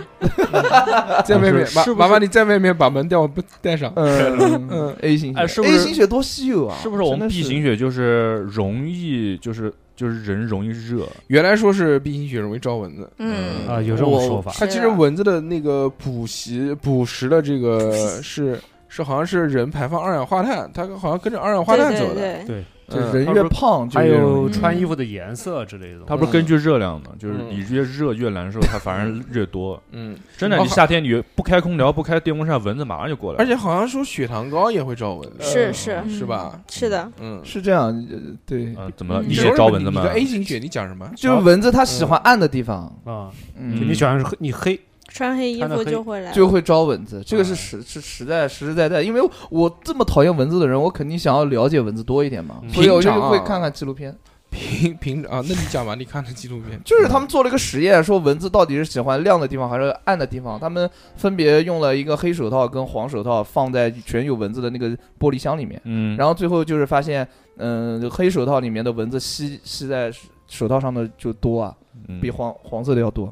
[SPEAKER 2] 在外面
[SPEAKER 5] 是
[SPEAKER 2] 麻
[SPEAKER 5] 是不是
[SPEAKER 2] 麻烦你在外面把门带我不带上。
[SPEAKER 6] 嗯
[SPEAKER 2] 嗯
[SPEAKER 6] 嗯 A 型血
[SPEAKER 5] 哎是不是
[SPEAKER 6] A 型血多稀有啊？
[SPEAKER 5] 是不是我
[SPEAKER 6] 真
[SPEAKER 5] 们
[SPEAKER 6] 的
[SPEAKER 5] B 型血就是容易就是就是人容易热，
[SPEAKER 2] 原来说是 B 型血容易招蚊子，
[SPEAKER 7] 嗯，
[SPEAKER 4] 啊，有这种说法。
[SPEAKER 2] 它其实蚊子的那个补习捕食的这个是是好像是人排放二氧化碳，它好像跟着二氧化
[SPEAKER 7] 对
[SPEAKER 2] 碳
[SPEAKER 7] 对
[SPEAKER 2] 走的。
[SPEAKER 7] 对，
[SPEAKER 4] 对，
[SPEAKER 6] 就
[SPEAKER 2] 嗯
[SPEAKER 6] 是人越胖就
[SPEAKER 4] 还
[SPEAKER 6] 越容
[SPEAKER 4] 有
[SPEAKER 6] 易
[SPEAKER 4] 穿衣服的颜色之类的东西。
[SPEAKER 5] 它不是根据热量的，就是
[SPEAKER 2] 嗯
[SPEAKER 5] 你越热越难受，它反而越多。
[SPEAKER 2] 嗯，
[SPEAKER 5] 真的，
[SPEAKER 2] 哦
[SPEAKER 5] 你夏天你不开空调不开电风扇，蚊子马上就过来
[SPEAKER 2] 而
[SPEAKER 5] 了。
[SPEAKER 2] 且好像说血糖高也会招蚊子，
[SPEAKER 7] 是是
[SPEAKER 2] 嗯是吧？
[SPEAKER 7] 是的，
[SPEAKER 2] 嗯，
[SPEAKER 6] 是这样，呃对，
[SPEAKER 5] 嗯，怎么了？
[SPEAKER 3] 嗯
[SPEAKER 5] 你
[SPEAKER 2] 说
[SPEAKER 5] 也
[SPEAKER 2] 什
[SPEAKER 5] 招
[SPEAKER 2] 么
[SPEAKER 5] 蚊子
[SPEAKER 2] 你哎
[SPEAKER 5] 吗
[SPEAKER 2] 你？个 A 型血，你讲什么？
[SPEAKER 6] 就是蚊子它喜
[SPEAKER 5] 嗯
[SPEAKER 6] 欢暗的地方，
[SPEAKER 4] 啊，就
[SPEAKER 6] 嗯
[SPEAKER 4] 你，喜欢是黑你黑，
[SPEAKER 7] 穿黑衣服就会来，
[SPEAKER 6] 就会招蚊子，这个
[SPEAKER 5] 嗯
[SPEAKER 6] 是实是实在实实在在，因为我这么讨厌蚊子的人，我肯定想要了解蚊子多一点嘛，
[SPEAKER 4] 嗯
[SPEAKER 6] 所以我就
[SPEAKER 2] 平常啊
[SPEAKER 6] 会看看纪录片。
[SPEAKER 2] 平平啊，那你讲吧，你看的纪录 片
[SPEAKER 6] 就是他们做了一个实验，说蚊子到底是喜欢亮的地方还是暗的地方。他们分别用了一个黑手套跟黄手套放在全有蚊子的那个玻璃箱里面，
[SPEAKER 5] 嗯，
[SPEAKER 6] 然后最后就是发现，嗯、黑手套里面的蚊子吸吸在手套上的就多啊，
[SPEAKER 5] 嗯
[SPEAKER 6] 比黄黄色的要多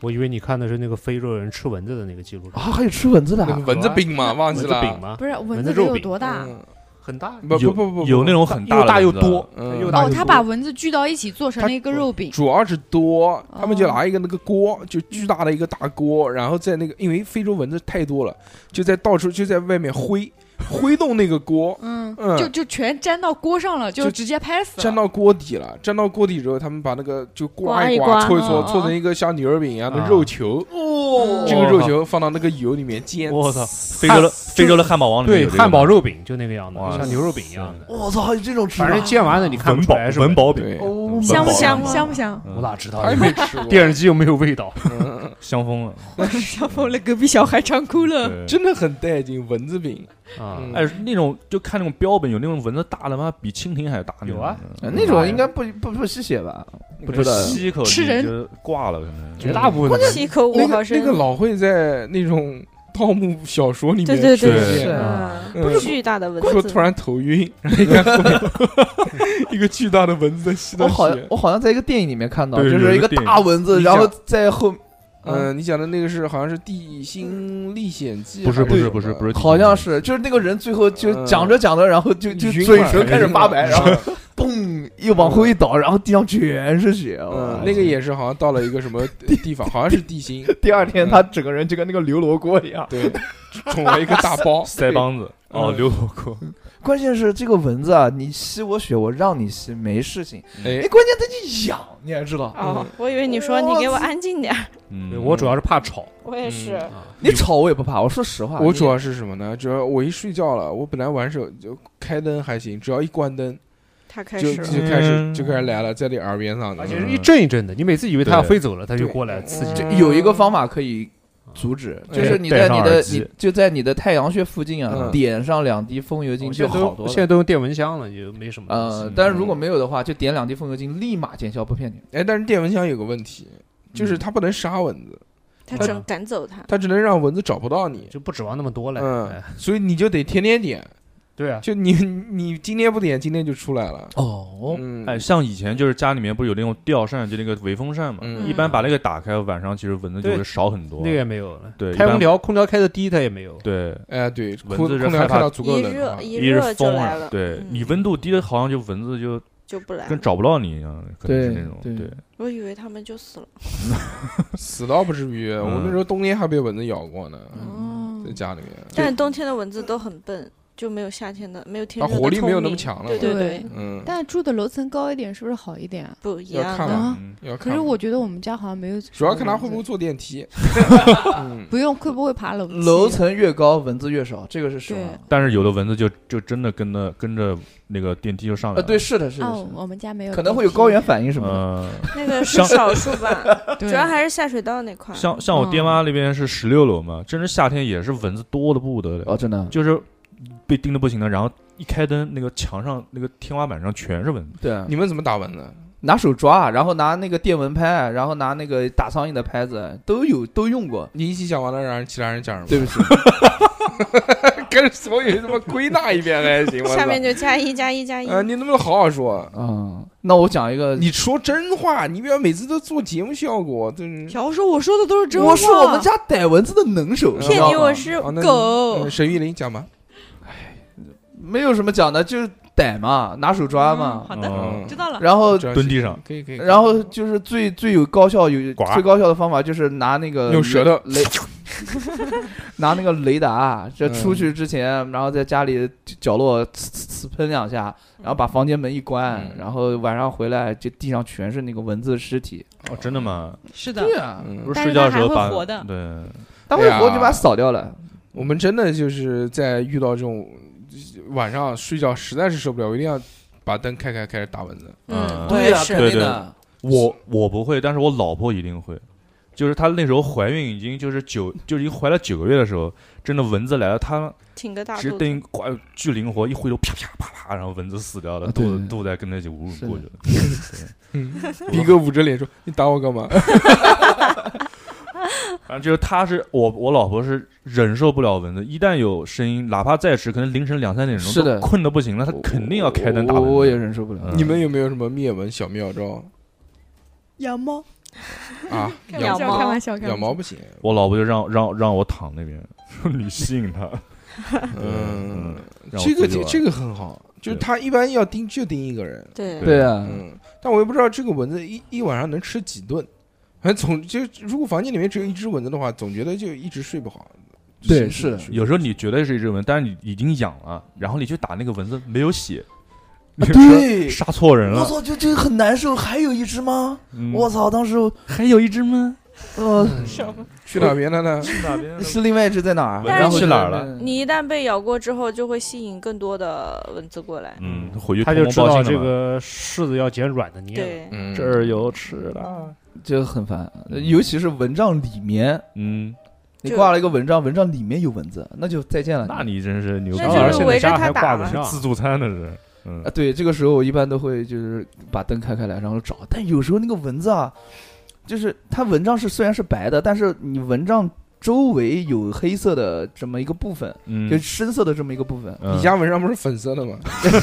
[SPEAKER 4] 我以为你看的是那个非洲人吃蚊子的那个记录片
[SPEAKER 6] 啊。还有吃蚊子的啊、
[SPEAKER 2] 那个蚊子饼 嘛，忘
[SPEAKER 4] 蚊
[SPEAKER 2] 记
[SPEAKER 4] 子
[SPEAKER 2] 了。啊
[SPEAKER 4] 饼吗？
[SPEAKER 3] 不是蚊
[SPEAKER 4] 蚊
[SPEAKER 3] 子
[SPEAKER 4] 子
[SPEAKER 3] 得
[SPEAKER 4] 肉
[SPEAKER 3] 有
[SPEAKER 4] 饼
[SPEAKER 3] 多大？
[SPEAKER 2] 嗯
[SPEAKER 4] 很大，
[SPEAKER 2] 不不不不，
[SPEAKER 5] 有
[SPEAKER 2] 不
[SPEAKER 5] 那种很大
[SPEAKER 4] 又大
[SPEAKER 5] 的
[SPEAKER 4] 又
[SPEAKER 5] 蚊子
[SPEAKER 4] 多，
[SPEAKER 2] 嗯
[SPEAKER 4] 又大
[SPEAKER 3] 哦
[SPEAKER 4] 又，
[SPEAKER 3] 他
[SPEAKER 4] 多
[SPEAKER 3] 把蚊子聚到一起做成
[SPEAKER 2] 它
[SPEAKER 3] 了一个肉饼。
[SPEAKER 2] 主要是多，他们就
[SPEAKER 3] 哦
[SPEAKER 2] 拿一个那个锅，就巨大的一个大锅，然后在那个，因为非洲蚊子太多了，就在到处就在外面挥 挥动那个锅，
[SPEAKER 3] 嗯
[SPEAKER 2] 嗯，
[SPEAKER 3] 就就全粘到锅上了，
[SPEAKER 2] 就
[SPEAKER 3] 就直接拍死
[SPEAKER 2] 粘
[SPEAKER 3] 了。
[SPEAKER 2] 到锅底了，粘到锅底之后，他们把那个就刮
[SPEAKER 7] 刮一
[SPEAKER 2] 刮，
[SPEAKER 7] 刮
[SPEAKER 2] 搓一搓，
[SPEAKER 3] 嗯嗯
[SPEAKER 2] 搓成一个像牛肉饼一样的
[SPEAKER 4] 啊
[SPEAKER 2] 肉球，
[SPEAKER 6] 哦
[SPEAKER 2] 这个肉球放到那个油里面煎，
[SPEAKER 5] 我操，非洲的非洲的汉堡王里面
[SPEAKER 4] 对
[SPEAKER 5] 有这个
[SPEAKER 4] 汉堡肉饼就那个样子，
[SPEAKER 5] 哇
[SPEAKER 4] 像牛肉饼一样的。
[SPEAKER 6] 我操，还有这种吃
[SPEAKER 4] 反正
[SPEAKER 6] 的。
[SPEAKER 4] 见完了你看不
[SPEAKER 5] 文
[SPEAKER 4] 出
[SPEAKER 5] 堡
[SPEAKER 4] 来是
[SPEAKER 5] 文
[SPEAKER 4] 堡，
[SPEAKER 5] 堡饼，
[SPEAKER 2] 对，
[SPEAKER 6] 哦
[SPEAKER 5] 嗯
[SPEAKER 7] 香不香
[SPEAKER 3] 香香不 香？
[SPEAKER 5] 嗯
[SPEAKER 4] 我哪知道
[SPEAKER 2] 他也？ 没吃过，
[SPEAKER 4] 电视机又没有味道，
[SPEAKER 2] 嗯
[SPEAKER 5] 香疯了。
[SPEAKER 3] 小疯了，隔壁小孩馋哭了。
[SPEAKER 5] 对
[SPEAKER 2] 真的很带劲，蚊子饼，
[SPEAKER 4] 啊，
[SPEAKER 2] 嗯
[SPEAKER 5] 哎，那种就看那种标本，有那种蚊子大的妈比蜻蜓还大那种
[SPEAKER 4] 有啊
[SPEAKER 6] 呃
[SPEAKER 5] 嗯
[SPEAKER 6] 那种应该不不不吸血吧？不知道
[SPEAKER 5] 吸一口
[SPEAKER 3] 吃人
[SPEAKER 5] 你就挂了，可能
[SPEAKER 4] 绝大部分的
[SPEAKER 7] 吸一口
[SPEAKER 2] 那
[SPEAKER 7] 五毫
[SPEAKER 2] 个
[SPEAKER 7] 升，
[SPEAKER 2] 那个老会在那种盗墓小说里面
[SPEAKER 7] 对对
[SPEAKER 2] 出
[SPEAKER 7] 对
[SPEAKER 5] 对
[SPEAKER 2] 现
[SPEAKER 6] 是
[SPEAKER 7] 嗯，
[SPEAKER 2] 嗯不是
[SPEAKER 7] 巨大的蚊
[SPEAKER 2] 说
[SPEAKER 7] 子，
[SPEAKER 2] 突然头晕，然后一看后面 一个巨大的蚊子在吸到
[SPEAKER 6] 我好像
[SPEAKER 2] 血。
[SPEAKER 6] 我好像在一个电影里面看到，
[SPEAKER 5] 对
[SPEAKER 6] 就
[SPEAKER 5] 有
[SPEAKER 6] 是
[SPEAKER 5] 一
[SPEAKER 6] 一
[SPEAKER 5] 个
[SPEAKER 6] 个
[SPEAKER 5] 电影
[SPEAKER 6] 大蚊子，
[SPEAKER 2] 你
[SPEAKER 6] 然后
[SPEAKER 2] 讲
[SPEAKER 6] 在后，
[SPEAKER 2] 嗯、你讲的那个是好像是《地心历险记》
[SPEAKER 5] 不是
[SPEAKER 2] 还
[SPEAKER 5] 不是
[SPEAKER 2] 什么
[SPEAKER 5] 不是不是，，
[SPEAKER 6] 好像是就是那个人最后就
[SPEAKER 2] 嗯
[SPEAKER 6] 讲着讲着，然后就就
[SPEAKER 2] 晕
[SPEAKER 6] 嘴
[SPEAKER 2] 了
[SPEAKER 6] 唇开始
[SPEAKER 2] 晕
[SPEAKER 6] 发
[SPEAKER 2] 了
[SPEAKER 6] 白，然后嘣一往后一倒，然后地上全是血。哇
[SPEAKER 2] 嗯，那个也是好像到了一个什么地方，好像是地心，
[SPEAKER 6] 第二天他整个人就跟那个刘罗锅一样。
[SPEAKER 2] 对，肿了一个大包
[SPEAKER 5] 嗯腮帮子哦，
[SPEAKER 2] 嗯
[SPEAKER 5] 刘火锅，
[SPEAKER 6] 关键是这个蚊子啊，你吸我血，我让你吸没事情，
[SPEAKER 2] 哎
[SPEAKER 6] 哎，，关键它就痒，你还知道？
[SPEAKER 3] 啊
[SPEAKER 2] 嗯
[SPEAKER 7] 哦，我以为你说你给我安静点儿，
[SPEAKER 5] 嗯
[SPEAKER 4] 对我主要是怕吵，
[SPEAKER 7] 我也是，
[SPEAKER 4] 啊
[SPEAKER 6] 你吵我也不怕，我说实话，
[SPEAKER 2] 嗯我
[SPEAKER 6] 你
[SPEAKER 2] 主要是什么呢？主要我一睡觉了，我本来玩手就开灯还行，只要一关灯
[SPEAKER 7] 他开
[SPEAKER 2] 就
[SPEAKER 7] 始了
[SPEAKER 2] 就开始
[SPEAKER 5] 嗯
[SPEAKER 2] 就开始来了，在你耳边
[SPEAKER 5] 啊
[SPEAKER 2] 上，
[SPEAKER 4] 而且是一阵一阵的，你每次以为它要
[SPEAKER 5] 对
[SPEAKER 4] 飞走了，它就
[SPEAKER 2] 对
[SPEAKER 4] 过
[SPEAKER 7] 嗯
[SPEAKER 4] 来刺激
[SPEAKER 6] 这有一个方法可以阻止，
[SPEAKER 2] 哎
[SPEAKER 6] 就是你
[SPEAKER 4] 戴
[SPEAKER 6] 在
[SPEAKER 4] 上
[SPEAKER 6] 你
[SPEAKER 4] 耳
[SPEAKER 6] 的
[SPEAKER 4] 机
[SPEAKER 6] 你就在你的太阳穴附近啊
[SPEAKER 2] 嗯，
[SPEAKER 6] 点上两滴风油精
[SPEAKER 4] 我
[SPEAKER 6] 就
[SPEAKER 4] 现在
[SPEAKER 6] 好
[SPEAKER 4] 都
[SPEAKER 6] 多
[SPEAKER 4] 现在
[SPEAKER 6] 了。
[SPEAKER 4] 都用电蚊香了，也没什么东西。
[SPEAKER 6] 呃，但是如果没有的话，就点两滴风油精，立马见效，不骗你。
[SPEAKER 2] 哎，但是电蚊香有个问题，就是它不能杀蚊子，
[SPEAKER 7] 他
[SPEAKER 4] 嗯
[SPEAKER 7] 整赶走他，
[SPEAKER 2] 它只能让蚊子找不到你，
[SPEAKER 4] 就不指望那么多了。
[SPEAKER 2] 嗯
[SPEAKER 4] 哎，
[SPEAKER 2] 所以你就得天天点，
[SPEAKER 4] 对啊，
[SPEAKER 2] 就你你今天不点，今天就出来了。
[SPEAKER 6] 哦，
[SPEAKER 2] 嗯，
[SPEAKER 5] 哎，像以前就是家里面不是有那种吊扇，就那个微风扇嘛，
[SPEAKER 2] 嗯
[SPEAKER 5] 一般把那个打开，晚上其实蚊子就会少很多。
[SPEAKER 4] 那个也没有了。
[SPEAKER 5] 对一
[SPEAKER 4] 开
[SPEAKER 5] 般
[SPEAKER 4] 空调，空调开的低，它也没有。
[SPEAKER 5] 对，
[SPEAKER 2] 哎，对，
[SPEAKER 5] 蚊
[SPEAKER 2] 空
[SPEAKER 5] 子是
[SPEAKER 2] 空调
[SPEAKER 5] 害怕
[SPEAKER 2] 开到足够
[SPEAKER 7] 一
[SPEAKER 2] 冷的
[SPEAKER 7] 热
[SPEAKER 2] 话，
[SPEAKER 7] 一
[SPEAKER 5] 一是
[SPEAKER 7] 热就
[SPEAKER 5] 风
[SPEAKER 7] 来
[SPEAKER 5] 啊
[SPEAKER 7] 了，
[SPEAKER 5] 对
[SPEAKER 7] 嗯
[SPEAKER 5] 你温度低的，好像就蚊子就
[SPEAKER 7] 就不来
[SPEAKER 5] 跟
[SPEAKER 7] 了，
[SPEAKER 5] 找不到你一样，可能是那种
[SPEAKER 6] 对
[SPEAKER 5] 对
[SPEAKER 6] 对。
[SPEAKER 7] 我以为他们就死了，
[SPEAKER 2] 死倒不至于。
[SPEAKER 5] 嗯
[SPEAKER 2] 我那时候冬天还被蚊子咬过呢，
[SPEAKER 3] 哦
[SPEAKER 7] 嗯
[SPEAKER 2] 在家里面。
[SPEAKER 7] 但是冬天的蚊子都很笨，就没有夏天的没有天
[SPEAKER 2] 啊
[SPEAKER 7] 热的
[SPEAKER 2] 活力没有那
[SPEAKER 7] 聪
[SPEAKER 2] 么
[SPEAKER 7] 明
[SPEAKER 2] 强了
[SPEAKER 7] 对对
[SPEAKER 3] 对
[SPEAKER 7] 对，
[SPEAKER 2] 嗯，
[SPEAKER 3] 但住的楼层高一点是不是好一点啊？
[SPEAKER 7] 不一
[SPEAKER 2] 要
[SPEAKER 7] 样
[SPEAKER 2] 看
[SPEAKER 7] 的。
[SPEAKER 2] 吧
[SPEAKER 5] 嗯
[SPEAKER 2] 要看
[SPEAKER 3] 可是我觉得我们家好像没有，
[SPEAKER 2] 主要看他会不会坐电 梯。嗯，
[SPEAKER 3] 不用会不会爬楼梯
[SPEAKER 6] 楼层越高，蚊子越少，这个是实话。
[SPEAKER 3] 对
[SPEAKER 5] 但是有的蚊子就就真的跟着跟着那个电梯就上来
[SPEAKER 6] 呃，
[SPEAKER 5] 了。
[SPEAKER 6] 对，是的，是的，
[SPEAKER 3] 哦
[SPEAKER 6] 是，的
[SPEAKER 3] 我们家没有，
[SPEAKER 6] 可能会有高原，反应什么的。
[SPEAKER 5] 呃，
[SPEAKER 7] 那个是
[SPEAKER 5] 像
[SPEAKER 7] 少数吧，
[SPEAKER 3] 主
[SPEAKER 7] 主要 还是下水道那块儿。
[SPEAKER 5] 像像我爹妈那边是十六楼嘛，真是夏天也是蚊子多的不得了，
[SPEAKER 6] 哦，真的，
[SPEAKER 5] 就是被叮的不行了，然后一开灯，那个墙上那个天花板上全是蚊子。
[SPEAKER 6] 对啊，
[SPEAKER 2] 你们怎么打蚊子？
[SPEAKER 6] 拿手抓，然后拿那个电蚊拍，然后拿那个打苍蝇的拍子，都有都用过。
[SPEAKER 2] 你一起讲完了，让其他人讲什么？
[SPEAKER 6] 对不 起，
[SPEAKER 2] 跟所有人他妈归纳一遍 还行。我操
[SPEAKER 7] 下面就加一加一加一，
[SPEAKER 2] 呃，你能不能好好说？
[SPEAKER 6] 嗯，那我讲一个，
[SPEAKER 2] 你说真话，你不要每次都做节目效果，真是。
[SPEAKER 3] 小说我说的都是真话，嗯
[SPEAKER 6] 我是我们家逮蚊子的能手，
[SPEAKER 2] 骗
[SPEAKER 6] 知
[SPEAKER 7] 骗
[SPEAKER 6] 道
[SPEAKER 7] 你
[SPEAKER 6] 吗
[SPEAKER 7] 我是
[SPEAKER 2] 嗯哦那你
[SPEAKER 7] 狗
[SPEAKER 2] 嗯。沈玉琳讲吧。
[SPEAKER 6] 没有什么讲的，就是逮嘛，拿手抓嘛，
[SPEAKER 3] 好的，
[SPEAKER 5] 嗯，
[SPEAKER 3] 知道了。
[SPEAKER 6] 然后
[SPEAKER 2] 只要
[SPEAKER 5] 蹲地上，
[SPEAKER 2] 可以可以。
[SPEAKER 6] 然后就是最最有高效有
[SPEAKER 5] 呱
[SPEAKER 6] 最高效的方法就是拿那个
[SPEAKER 2] 用舌头
[SPEAKER 6] 雷，拿那个雷达，啊这
[SPEAKER 2] 嗯
[SPEAKER 6] 出去之前，然后在家里角落呲呲呲喷两下，然后把房间门一关，
[SPEAKER 2] 嗯
[SPEAKER 6] 然后晚上回来就地上全是那个蚊子的尸体。
[SPEAKER 5] 哦，真的吗？
[SPEAKER 3] 是的，
[SPEAKER 6] 对啊，
[SPEAKER 2] 嗯
[SPEAKER 5] 不是
[SPEAKER 3] 但是
[SPEAKER 5] 睡觉的时候
[SPEAKER 3] 它还
[SPEAKER 5] 把
[SPEAKER 3] 会活的
[SPEAKER 5] 对，
[SPEAKER 6] 它
[SPEAKER 2] 哎
[SPEAKER 6] 会
[SPEAKER 2] 呀
[SPEAKER 6] 活就把它扫掉了。
[SPEAKER 2] 我们真的就是在遇到这种晚上睡觉实在是受不了，我一定要把灯开开，开始打蚊 子。
[SPEAKER 5] 嗯
[SPEAKER 7] 我也
[SPEAKER 6] 呀，
[SPEAKER 7] 是
[SPEAKER 6] 肯定
[SPEAKER 5] 对
[SPEAKER 6] 的。
[SPEAKER 5] 我我不会，但是我老婆一定会。就是她那时候怀孕已经就是九，就已经怀了九个月的时候，真的蚊子来了，她
[SPEAKER 7] 挺个大
[SPEAKER 5] 直
[SPEAKER 7] 肚子。
[SPEAKER 5] 瞪呱巨灵活，一挥手啪啪啪啪，然后蚊子死掉了，
[SPEAKER 6] 啊对
[SPEAKER 5] 肚子
[SPEAKER 6] 对
[SPEAKER 5] 肚子还跟着一起呜
[SPEAKER 6] 是
[SPEAKER 5] 噜过 去了。
[SPEAKER 2] 逼哥捂着脸说：“你打我干
[SPEAKER 6] 嗯
[SPEAKER 2] 嘛
[SPEAKER 5] 反正就是她是我我老婆是忍受不了蚊子，一旦有声音，哪怕再迟，可能凌晨两三点钟，
[SPEAKER 6] 是的
[SPEAKER 5] 都困得不行了，她肯定要开灯打
[SPEAKER 6] 我
[SPEAKER 5] 蚊子。
[SPEAKER 6] 我也忍受不了。
[SPEAKER 5] 嗯？”
[SPEAKER 2] 你们有没有什么灭蚊小妙招
[SPEAKER 3] 养猫，
[SPEAKER 2] 啊？
[SPEAKER 7] 开
[SPEAKER 2] 养
[SPEAKER 3] 开
[SPEAKER 7] 玩笑
[SPEAKER 2] 猫
[SPEAKER 3] 玩笑，开玩
[SPEAKER 2] 养
[SPEAKER 3] 笑。
[SPEAKER 2] 猫不行，
[SPEAKER 5] 我老婆就让让让我躺 那边，说你吸引她。
[SPEAKER 2] 嗯，
[SPEAKER 5] 让我
[SPEAKER 2] 这个
[SPEAKER 5] 自己
[SPEAKER 2] 这
[SPEAKER 5] 玩
[SPEAKER 2] 这个很好，就是
[SPEAKER 5] 对
[SPEAKER 2] 他一般要盯就盯一个人，
[SPEAKER 7] 对，
[SPEAKER 6] 对啊，
[SPEAKER 2] 嗯，但我也不知道这个蚊子一一晚上能吃几顿，反正总就如果房间里面只有一只蚊子的话，总觉得就一直睡不好。
[SPEAKER 6] 对
[SPEAKER 2] 心情
[SPEAKER 6] 是的
[SPEAKER 2] 睡不
[SPEAKER 5] 有时候你觉得是一只蚊，但是你已经痒了，然后你去打那个蚊子没有血，你
[SPEAKER 6] 啊对
[SPEAKER 5] 杀错人
[SPEAKER 6] 我
[SPEAKER 5] 了。
[SPEAKER 6] 操，就就很难受。还有一只吗？
[SPEAKER 5] 嗯
[SPEAKER 6] 我操，当时我
[SPEAKER 5] 还有一只吗？
[SPEAKER 6] 呃，
[SPEAKER 2] 去哪边了呢？
[SPEAKER 5] 去哪边了？
[SPEAKER 6] 是另外一只在 哪儿？啊
[SPEAKER 5] 蚊
[SPEAKER 7] 子
[SPEAKER 6] 然后
[SPEAKER 5] 哎去哪儿
[SPEAKER 6] 就
[SPEAKER 5] 了？
[SPEAKER 7] 你一旦被咬过之后，就会吸引更多的蚊子过来。
[SPEAKER 5] 嗯，回去
[SPEAKER 4] 他就
[SPEAKER 5] 通
[SPEAKER 4] 知
[SPEAKER 5] 风报
[SPEAKER 4] 道
[SPEAKER 5] 信
[SPEAKER 4] 这
[SPEAKER 5] 了嘛
[SPEAKER 4] 个柿子要捡软的捏了。
[SPEAKER 7] 对，
[SPEAKER 2] 嗯，
[SPEAKER 5] 有吃的。啊
[SPEAKER 6] 就很烦，尤其是蚊帐里面，
[SPEAKER 5] 嗯，
[SPEAKER 6] 你
[SPEAKER 7] 就
[SPEAKER 6] 挂了一个蚊帐，蚊帐里面有蚊子，那就再见了。
[SPEAKER 5] 那你真是牛逼啊
[SPEAKER 7] 那
[SPEAKER 4] 然后而
[SPEAKER 7] 就是
[SPEAKER 4] 且
[SPEAKER 7] 围
[SPEAKER 4] 在
[SPEAKER 7] 着
[SPEAKER 4] 家
[SPEAKER 7] 他
[SPEAKER 4] 还
[SPEAKER 7] 打
[SPEAKER 4] 挂
[SPEAKER 7] 嘛
[SPEAKER 4] 不上，
[SPEAKER 5] 自助餐的是，嗯
[SPEAKER 6] 啊，，对，这个时候我一般都会就是把灯开开来，然后找。但有时候那个蚊子啊，就是它蚊帐是虽然是白的，但是你蚊帐周围有黑色的这么一个部分，
[SPEAKER 5] 嗯
[SPEAKER 6] 就深色的这么一个 部分，
[SPEAKER 5] 嗯
[SPEAKER 2] 你家蚊帐不是粉色的吗？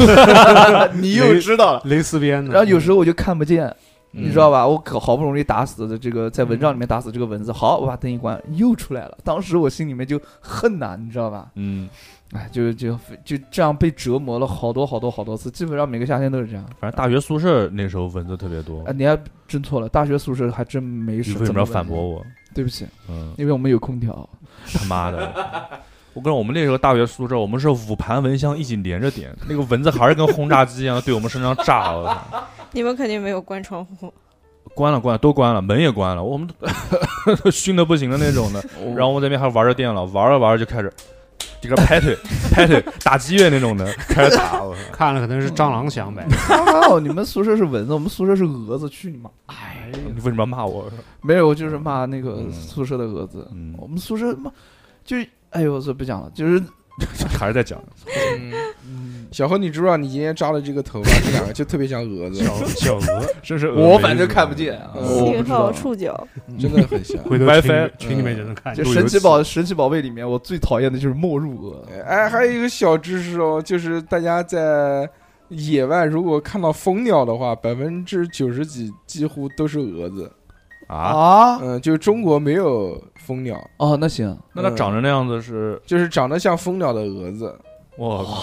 [SPEAKER 6] 啊你又知道了。
[SPEAKER 4] 蕾丝边的。
[SPEAKER 6] 然后有时候我就看不见，
[SPEAKER 5] 嗯
[SPEAKER 6] 你知道吧？我可好不容易打死的这个在蚊帐里面打死这个蚊子，好，我把灯一关，又出来了。当时我心里面就恨呐、你知道吧？
[SPEAKER 5] 嗯，
[SPEAKER 6] 哎，就就就这样被折磨了好多好多好多次，基本上每个夏天都是这样。
[SPEAKER 5] 反正大学宿舍那时候蚊子特别多
[SPEAKER 6] 啊，。你还真错了，大学宿舍还真没
[SPEAKER 5] 你
[SPEAKER 6] 什么。
[SPEAKER 5] 为什么要反驳？我？
[SPEAKER 6] 对不起，
[SPEAKER 5] 嗯，
[SPEAKER 6] 因为我们有空调。
[SPEAKER 5] 他妈的！我跟你说我们那时候大学宿舍，我们是五盘蚊香一起连着点，那个蚊子还是跟轰炸机一样对我们身上炸。我 操！
[SPEAKER 7] 你们肯定没有关窗户。
[SPEAKER 5] 关了关了都关了，门也关了，我们都 熏的不行的那种 的。
[SPEAKER 6] 哦
[SPEAKER 5] 然后我们这边还玩着电脑，玩着玩着就开始这个拍腿 拍腿打击乐那种的，开始打我。
[SPEAKER 4] 看了可能是蟑螂想呗。
[SPEAKER 6] 还哦好你们宿舍是蚊子，我们宿舍是蛾子。去你妈！
[SPEAKER 4] 哎，
[SPEAKER 5] 你为什么要骂我？
[SPEAKER 6] 没有，我就是骂那个
[SPEAKER 5] 嗯
[SPEAKER 6] 宿舍的蛾子。
[SPEAKER 5] 嗯
[SPEAKER 6] 我，们宿舍妈就是，哎呦，我说不讲了，就是
[SPEAKER 5] 还是在 讲
[SPEAKER 2] 嗯， 小何，你知不知道你今天扎的这个头发，这两个就特别像蛾子，
[SPEAKER 4] 小小鹅，
[SPEAKER 5] 真是
[SPEAKER 6] 我反正看不见啊，
[SPEAKER 2] 嗯
[SPEAKER 6] 我不知道。
[SPEAKER 7] 角，
[SPEAKER 4] 嗯
[SPEAKER 2] 真的很像。
[SPEAKER 4] 回头
[SPEAKER 5] WiFi，
[SPEAKER 4] 群里
[SPEAKER 5] 嗯
[SPEAKER 4] 群里面就能看
[SPEAKER 6] 就
[SPEAKER 4] 见。
[SPEAKER 6] 神奇宝神奇宝贝里面，我最讨厌的就是没入蛾。
[SPEAKER 2] 哎，还有一个小知识哦，就是大家在野外如果看到蜂鸟的话，百分之九十几几乎都是蛾子。
[SPEAKER 5] 啊。
[SPEAKER 6] 啊！
[SPEAKER 2] 嗯，就是中国没有蜂鸟，
[SPEAKER 6] 哦，那行，
[SPEAKER 5] 那它长成那样子是，
[SPEAKER 2] 就是长得像
[SPEAKER 6] 啊
[SPEAKER 2] 蜂鸟的蛾子。
[SPEAKER 5] 我靠，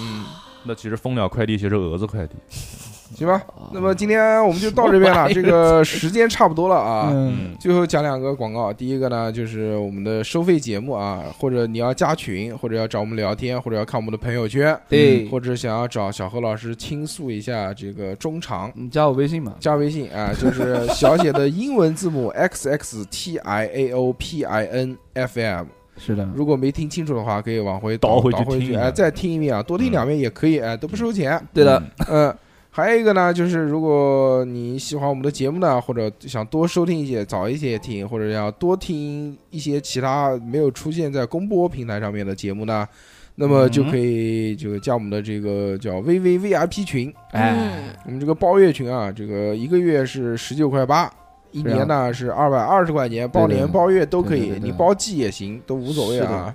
[SPEAKER 2] 嗯，
[SPEAKER 5] 那其实蜂鸟快递其实是蛾子快递，
[SPEAKER 2] 行吧，
[SPEAKER 6] 啊
[SPEAKER 2] 那么今天我们就到这边了，这个时间差不多了啊。
[SPEAKER 6] 嗯，
[SPEAKER 5] 嗯，
[SPEAKER 2] 最后讲两个广告，第一个呢就是我们的收费节目啊，或者你要加群，或者要找我们聊天，或者要看我们的朋友圈，
[SPEAKER 6] 对，
[SPEAKER 2] 或者想要找小何老师倾诉一下这个中场，
[SPEAKER 6] 你加我微信嘛，
[SPEAKER 2] 加微信啊，就是小写的英文字母 x x t i a o p i n f m。
[SPEAKER 6] 是的，
[SPEAKER 2] 如果没听清楚的话，可以往回
[SPEAKER 5] 倒回
[SPEAKER 2] 回
[SPEAKER 5] 去听一下嗯
[SPEAKER 2] 哎，再听一遍啊，多听两遍也可以，哎，都不收 钱。
[SPEAKER 6] 对的，
[SPEAKER 2] 嗯，还有一个呢，就是如果你喜欢我们的节目呢，或者想多收听一些、早一些听，或者要多听一些其他没有出现在公播平台上面的节目呢，那么
[SPEAKER 5] 嗯
[SPEAKER 2] 就可以这个加我们的这个叫 VVVIP 群，
[SPEAKER 6] 哎，
[SPEAKER 7] 嗯，
[SPEAKER 2] 我们这个包月群啊，这个一个月是十九块八。一
[SPEAKER 6] 非常
[SPEAKER 2] 年呢是二百二十块钱，包年
[SPEAKER 6] 啊对
[SPEAKER 2] 包月都可以
[SPEAKER 6] 对，对对
[SPEAKER 2] 你包季也行，都无所谓
[SPEAKER 6] 是
[SPEAKER 2] 啊
[SPEAKER 6] 的。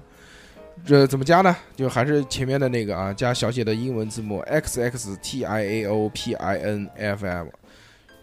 [SPEAKER 2] 这怎么加呢？就还是前面的那个啊，加小写的英文字母 x x t i a o p i n f m。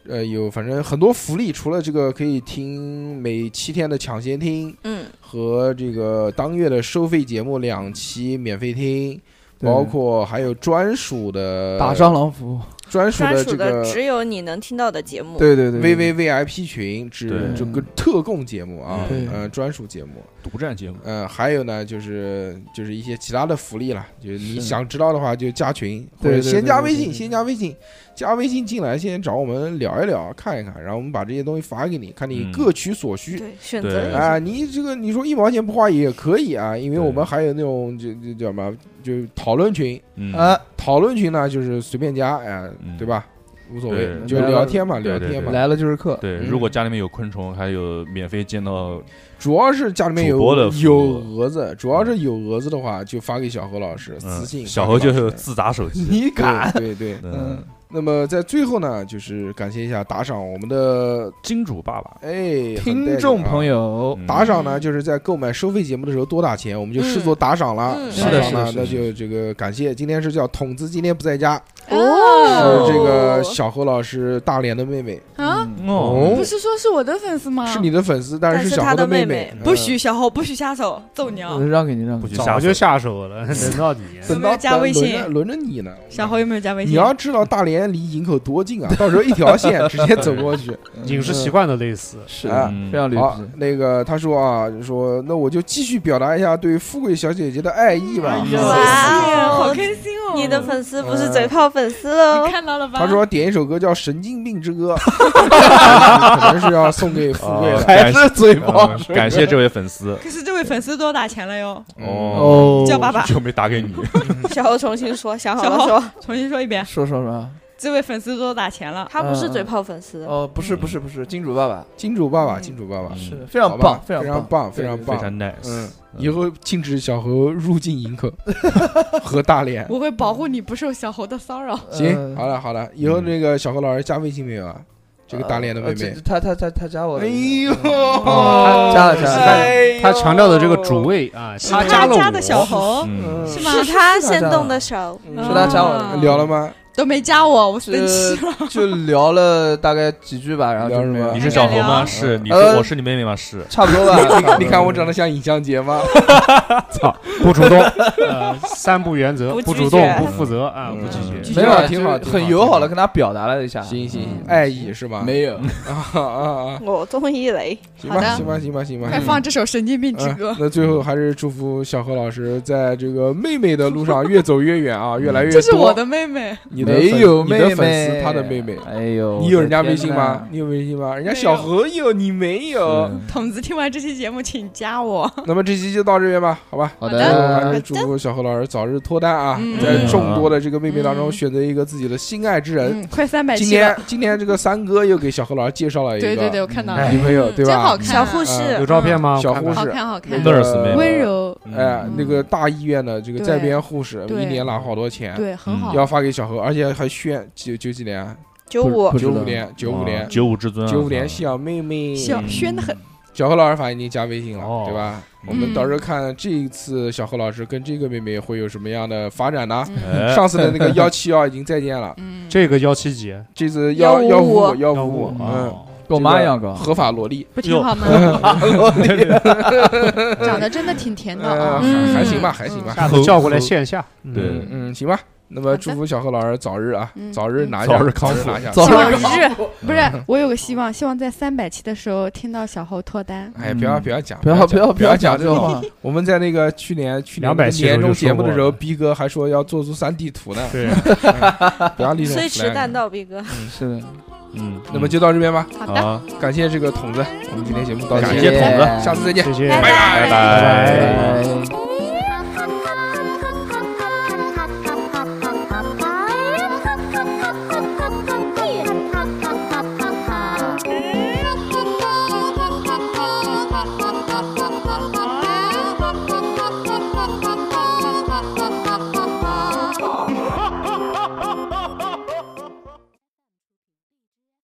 [SPEAKER 2] 呃，有反正很多福利，除了这个可以听每七天的抢先听
[SPEAKER 7] 嗯，
[SPEAKER 2] 和这个当月的收费节目两期免费听，
[SPEAKER 6] 对
[SPEAKER 2] 包括还有专属的
[SPEAKER 6] 打蟑螂服务，
[SPEAKER 2] 专属
[SPEAKER 7] 专
[SPEAKER 2] 的
[SPEAKER 7] 属
[SPEAKER 2] 这
[SPEAKER 7] 的
[SPEAKER 2] 个
[SPEAKER 7] 只有你能听到的节目，
[SPEAKER 6] 对对对
[SPEAKER 2] V
[SPEAKER 6] 对
[SPEAKER 2] V V I P 群，只
[SPEAKER 5] 对
[SPEAKER 2] 这个特供节目啊，
[SPEAKER 6] 嗯对
[SPEAKER 2] 呃，专属节目，
[SPEAKER 5] 独占节目，
[SPEAKER 2] 呃，还有呢，就是就是一些其他的福利了，就是你
[SPEAKER 6] 是
[SPEAKER 2] 想知道的话就加群，或
[SPEAKER 6] 对
[SPEAKER 2] 者
[SPEAKER 6] 对
[SPEAKER 2] 先
[SPEAKER 6] 对
[SPEAKER 2] 加
[SPEAKER 6] 对
[SPEAKER 2] 微
[SPEAKER 6] 对
[SPEAKER 2] 信，
[SPEAKER 6] 对
[SPEAKER 2] 先加微信，加微信进来，先找我们聊一聊，看一看，然后我们把这些东西发给你，看你
[SPEAKER 5] 嗯
[SPEAKER 2] 各取所需。
[SPEAKER 7] 对，选择
[SPEAKER 5] 对
[SPEAKER 7] 一
[SPEAKER 2] 啊，
[SPEAKER 7] 下，
[SPEAKER 2] 你这个你说一毛钱不花也可以啊，因为我
[SPEAKER 5] 对
[SPEAKER 2] 们还有那种就就叫什么，就讨论群，
[SPEAKER 5] 嗯，
[SPEAKER 6] 啊，
[SPEAKER 2] 讨论群呢就是随便加，哎、
[SPEAKER 5] 嗯
[SPEAKER 2] 对吧？无所谓，
[SPEAKER 5] 对
[SPEAKER 2] 就聊天嘛，聊
[SPEAKER 5] 对对
[SPEAKER 2] 天嘛。
[SPEAKER 6] 来了就是客，
[SPEAKER 5] 对，
[SPEAKER 2] 嗯
[SPEAKER 5] 如果家里面有昆虫，还有免费见到，
[SPEAKER 2] 主要是家里面有
[SPEAKER 5] 主播的服务
[SPEAKER 2] 有蛾子，主要是有蛾子的话，就发给小何老师、私信发给老
[SPEAKER 5] 嗯，
[SPEAKER 2] 师。
[SPEAKER 5] 小何就自砸手机，
[SPEAKER 6] 你敢？
[SPEAKER 2] 对对对。
[SPEAKER 5] 嗯，
[SPEAKER 2] 那么在最后呢，就是感谢一下打赏我们的
[SPEAKER 5] 金主爸爸，
[SPEAKER 2] 哎
[SPEAKER 6] 听众朋
[SPEAKER 2] 友。
[SPEAKER 6] 友，
[SPEAKER 5] 嗯
[SPEAKER 2] 打赏呢，就是在购买收费节目的时候多打钱，我们就视作打赏了。
[SPEAKER 7] 嗯
[SPEAKER 2] 打
[SPEAKER 6] 是的
[SPEAKER 2] 赏呢，
[SPEAKER 6] 是
[SPEAKER 2] 那
[SPEAKER 6] 的
[SPEAKER 2] 就这个感谢。今天是叫筒子，今天不在家，
[SPEAKER 3] 哦
[SPEAKER 2] 是这个小何老师大连的妹妹，
[SPEAKER 3] 啊，
[SPEAKER 6] 嗯
[SPEAKER 5] 哦，
[SPEAKER 3] 不是说是我的粉丝吗？
[SPEAKER 2] 是你的粉丝，但是
[SPEAKER 7] 但是
[SPEAKER 2] 小
[SPEAKER 7] 他
[SPEAKER 2] 何
[SPEAKER 7] 的
[SPEAKER 2] 妹
[SPEAKER 7] 妹
[SPEAKER 2] 妹
[SPEAKER 7] 妹，
[SPEAKER 2] 嗯
[SPEAKER 9] 不许小号，不许下手，揍你啊！
[SPEAKER 6] 我让给你，让
[SPEAKER 5] 不
[SPEAKER 6] 给
[SPEAKER 5] 许
[SPEAKER 6] 你，
[SPEAKER 5] 下
[SPEAKER 4] 早
[SPEAKER 5] 手
[SPEAKER 4] 就下手了，轮到你。
[SPEAKER 9] 有
[SPEAKER 2] 等
[SPEAKER 9] 没有
[SPEAKER 2] 到
[SPEAKER 9] 加微信
[SPEAKER 2] 轮着轮着你呢。
[SPEAKER 9] 小号有没有加微
[SPEAKER 2] 你
[SPEAKER 9] 信？
[SPEAKER 2] 要知道大连离营口多近啊，到时候一条 线直接走过去。
[SPEAKER 4] 饮食习惯的类似，
[SPEAKER 6] 是
[SPEAKER 2] 啊
[SPEAKER 6] 的，
[SPEAKER 5] 嗯
[SPEAKER 6] 非常理
[SPEAKER 2] 好
[SPEAKER 6] 智，，
[SPEAKER 2] 那个他说啊，就说那我就继续表达一下对富贵小姐姐的爱意吧。
[SPEAKER 4] 哎呦
[SPEAKER 7] 哇哦
[SPEAKER 9] 好开心哦！
[SPEAKER 7] 你的粉丝不是嘴炮粉丝喽
[SPEAKER 9] 你？看到了吧？
[SPEAKER 2] 他说点一首歌叫《神经病之 歌》，可能是要送给富贵
[SPEAKER 5] 哦
[SPEAKER 2] 的。
[SPEAKER 5] 感谢
[SPEAKER 6] 嘴
[SPEAKER 5] 嗯感谢这位粉丝，
[SPEAKER 9] 可是这位粉丝多打钱了哟！
[SPEAKER 2] 嗯
[SPEAKER 5] 哦，
[SPEAKER 6] 哦，
[SPEAKER 9] 叫爸爸，
[SPEAKER 5] 就没打给你，
[SPEAKER 7] 小侯重新说，想好了
[SPEAKER 9] 小侯
[SPEAKER 7] 说，
[SPEAKER 9] 重新说一遍，
[SPEAKER 6] 说说说，
[SPEAKER 9] 这位粉丝多打钱了。
[SPEAKER 7] 他不是嘴炮粉丝，
[SPEAKER 6] 哦，不是不是不是，金主爸爸
[SPEAKER 2] 金主爸爸，金主爸爸，
[SPEAKER 5] 嗯
[SPEAKER 6] 是非常
[SPEAKER 2] 好吧
[SPEAKER 6] 棒，
[SPEAKER 2] 非
[SPEAKER 6] 常
[SPEAKER 2] 棒，非
[SPEAKER 6] 对
[SPEAKER 2] 常
[SPEAKER 6] 对
[SPEAKER 5] 非
[SPEAKER 2] 棒，
[SPEAKER 5] 常 nice，
[SPEAKER 2] 嗯，以后禁止小何入境营 口和大连。
[SPEAKER 9] 我会保护你不受小猴的骚扰。
[SPEAKER 2] 行，
[SPEAKER 6] 呃
[SPEAKER 2] 好了好了，以后
[SPEAKER 5] 嗯
[SPEAKER 2] 那个小何老师加微信没有啊？这个大连的妹
[SPEAKER 6] 呃这
[SPEAKER 2] 妹
[SPEAKER 6] 这，他他他他加我的，
[SPEAKER 2] 哎呦，
[SPEAKER 4] 哦
[SPEAKER 6] 加了加了
[SPEAKER 4] 哎他强调的这个主谓啊，
[SPEAKER 9] 是
[SPEAKER 4] 他
[SPEAKER 9] 他
[SPEAKER 4] 了呃
[SPEAKER 9] 家的小
[SPEAKER 4] 我，
[SPEAKER 9] 猴，
[SPEAKER 5] 嗯，
[SPEAKER 6] 嗯
[SPEAKER 9] 是吗？
[SPEAKER 7] 是他先动的手，
[SPEAKER 6] 是他加我的
[SPEAKER 9] 啊
[SPEAKER 2] 聊了吗？
[SPEAKER 9] 都没加我，我生
[SPEAKER 6] 是
[SPEAKER 9] 气了。
[SPEAKER 6] 就聊了大概几句吧，啊然后
[SPEAKER 2] 聊
[SPEAKER 6] 就
[SPEAKER 2] 什
[SPEAKER 6] 没
[SPEAKER 2] 么。
[SPEAKER 6] 有
[SPEAKER 5] 你是小猴吗？
[SPEAKER 9] 嗯
[SPEAKER 5] 是，你
[SPEAKER 6] 呃
[SPEAKER 5] 是我是你妹妹吗？是，
[SPEAKER 6] 差不多吧
[SPEAKER 2] 你看我长得像尹相杰吗？
[SPEAKER 4] 不主动，呃，三不原则，
[SPEAKER 7] 不
[SPEAKER 4] 不
[SPEAKER 7] 拒
[SPEAKER 4] 主动
[SPEAKER 7] 绝，
[SPEAKER 4] 不负责啊，不
[SPEAKER 5] 嗯
[SPEAKER 4] 拒绝。
[SPEAKER 6] 没有
[SPEAKER 2] 啊
[SPEAKER 6] 啊，
[SPEAKER 2] 挺好
[SPEAKER 6] 就
[SPEAKER 2] 挺
[SPEAKER 6] 是
[SPEAKER 2] 好
[SPEAKER 6] 很友好的
[SPEAKER 2] 挺
[SPEAKER 6] 跟他表达了一下。
[SPEAKER 2] 行行行
[SPEAKER 9] 嗯，
[SPEAKER 2] 爱意是吧？
[SPEAKER 6] 没有，
[SPEAKER 2] 啊啊啊！
[SPEAKER 7] 我中意嘞。
[SPEAKER 2] 行
[SPEAKER 9] 好
[SPEAKER 2] 吧
[SPEAKER 9] 的
[SPEAKER 2] 行吧行吧行吧，
[SPEAKER 9] 快放这首《神经病之
[SPEAKER 2] 嗯
[SPEAKER 9] 歌》，
[SPEAKER 2] 那最后还是祝福小何老师在这个妹妹的路上越走越远啊，越来越
[SPEAKER 9] 这是我
[SPEAKER 2] 多。
[SPEAKER 9] 的妹妹。
[SPEAKER 2] 你的
[SPEAKER 6] 嗯没
[SPEAKER 2] 粉
[SPEAKER 6] 有
[SPEAKER 2] 你
[SPEAKER 6] 妹
[SPEAKER 2] 的
[SPEAKER 6] 妹，
[SPEAKER 2] 粉丝，他的妹妹。
[SPEAKER 6] 哎呦，
[SPEAKER 2] 你有人家
[SPEAKER 6] 我的
[SPEAKER 2] 微
[SPEAKER 6] 天
[SPEAKER 2] 信
[SPEAKER 6] 哪
[SPEAKER 2] 吗？？你有微信吗？人家小何有，你没有。
[SPEAKER 6] 嗯
[SPEAKER 9] 筒子听完这期节目，请加我。
[SPEAKER 2] 那么这期就到这边吧，好吧。
[SPEAKER 6] 好
[SPEAKER 2] 最后
[SPEAKER 6] 的，
[SPEAKER 2] 还是祝福小何老师早日脱单啊，
[SPEAKER 9] 嗯
[SPEAKER 2] 在众多的这个妹妹当中
[SPEAKER 9] 嗯
[SPEAKER 2] 选择一个自己的心爱之人。
[SPEAKER 9] 嗯，快三百
[SPEAKER 2] 今
[SPEAKER 9] 期了
[SPEAKER 2] 天。今天这个三哥又给小何老师介绍了一个
[SPEAKER 9] 对对对，我看到了
[SPEAKER 4] 哎，
[SPEAKER 2] 女朋友，对吧？
[SPEAKER 9] 真好看，
[SPEAKER 7] 小护
[SPEAKER 2] 啊
[SPEAKER 7] 士
[SPEAKER 4] 有照片吗？
[SPEAKER 2] 小
[SPEAKER 4] 我看看
[SPEAKER 2] 护
[SPEAKER 9] 好
[SPEAKER 2] 士
[SPEAKER 9] 看好看，
[SPEAKER 2] 那个
[SPEAKER 5] Nurse 妹妹
[SPEAKER 9] 温柔，
[SPEAKER 5] 嗯
[SPEAKER 9] 嗯
[SPEAKER 2] 哎，那个大医院的这个
[SPEAKER 9] 对
[SPEAKER 2] 在编护士，
[SPEAKER 9] 对
[SPEAKER 2] 一年拿好多钱，
[SPEAKER 9] 对，很好。
[SPEAKER 2] 嗯要发给小何，而且还炫九九几年啊，
[SPEAKER 7] 九五
[SPEAKER 6] 不知
[SPEAKER 2] 九
[SPEAKER 6] 道
[SPEAKER 2] 五年，九五年，
[SPEAKER 5] 九五至尊啊，
[SPEAKER 2] 九五年小妹妹，
[SPEAKER 9] 小宣的很，
[SPEAKER 2] 小何老师反正已经加微信了，
[SPEAKER 4] 哦
[SPEAKER 2] 对吧？我们到时
[SPEAKER 9] 嗯
[SPEAKER 2] 候看这一次小何老师跟这个妹妹会有什么样的发展呢？
[SPEAKER 9] 嗯
[SPEAKER 5] 哎
[SPEAKER 2] 上次的那个幺七幺已经再见了，
[SPEAKER 9] 嗯，
[SPEAKER 4] 这个幺七几，
[SPEAKER 2] 这次幺幺五
[SPEAKER 7] 155
[SPEAKER 2] 幺
[SPEAKER 4] 幺
[SPEAKER 2] 五五，嗯，
[SPEAKER 4] 啊，
[SPEAKER 6] 跟我妈一样高。
[SPEAKER 2] 合法萝莉，
[SPEAKER 9] 不挺好吗？长得真的挺甜的
[SPEAKER 2] 呃，
[SPEAKER 9] 啊，
[SPEAKER 2] 还
[SPEAKER 9] 嗯
[SPEAKER 2] 呃
[SPEAKER 3] 啊
[SPEAKER 2] 还行吧，还行吧。
[SPEAKER 4] 下次叫过来线下，嗯
[SPEAKER 5] 对
[SPEAKER 2] 嗯嗯，行吧，那
[SPEAKER 3] 好
[SPEAKER 2] 么
[SPEAKER 3] 的
[SPEAKER 2] 祝福小何老师早日啊，
[SPEAKER 3] 嗯
[SPEAKER 2] 早日
[SPEAKER 3] 嗯
[SPEAKER 2] 拿下，
[SPEAKER 5] 早日康复
[SPEAKER 2] 拿下，
[SPEAKER 6] 早
[SPEAKER 3] 希望
[SPEAKER 6] 日
[SPEAKER 3] 日不是，我有个希望，希望在三百期的时候听到小侯脱单。
[SPEAKER 2] 哎，不要
[SPEAKER 6] 嗯
[SPEAKER 2] 不要讲，
[SPEAKER 6] 不要不
[SPEAKER 2] 讲
[SPEAKER 6] 要
[SPEAKER 2] 不要
[SPEAKER 6] 讲
[SPEAKER 2] 这
[SPEAKER 6] 这种
[SPEAKER 2] 种。
[SPEAKER 6] 话，
[SPEAKER 2] 我们在那个去年去年
[SPEAKER 4] 200期
[SPEAKER 2] 年终
[SPEAKER 4] 的时
[SPEAKER 2] 节
[SPEAKER 4] 候就说
[SPEAKER 2] 目的时
[SPEAKER 4] 过
[SPEAKER 2] 候，
[SPEAKER 4] 了
[SPEAKER 2] 逼哥还说要做出三地 图呢，
[SPEAKER 4] 对，
[SPEAKER 2] 不要立这种
[SPEAKER 7] 虽
[SPEAKER 2] flag。
[SPEAKER 7] 迟但到，逼哥。
[SPEAKER 6] 是的，
[SPEAKER 5] 嗯，
[SPEAKER 2] 那么就到这边吧，
[SPEAKER 5] 好的，
[SPEAKER 2] 感谢这个筒子，我们今天节目到这
[SPEAKER 5] 感
[SPEAKER 2] 里，
[SPEAKER 5] 谢筒子
[SPEAKER 2] 下次再见。
[SPEAKER 4] 谢谢，
[SPEAKER 5] 拜
[SPEAKER 4] 拜
[SPEAKER 5] 拜。
[SPEAKER 6] 拜拜。
[SPEAKER 1] Thank you.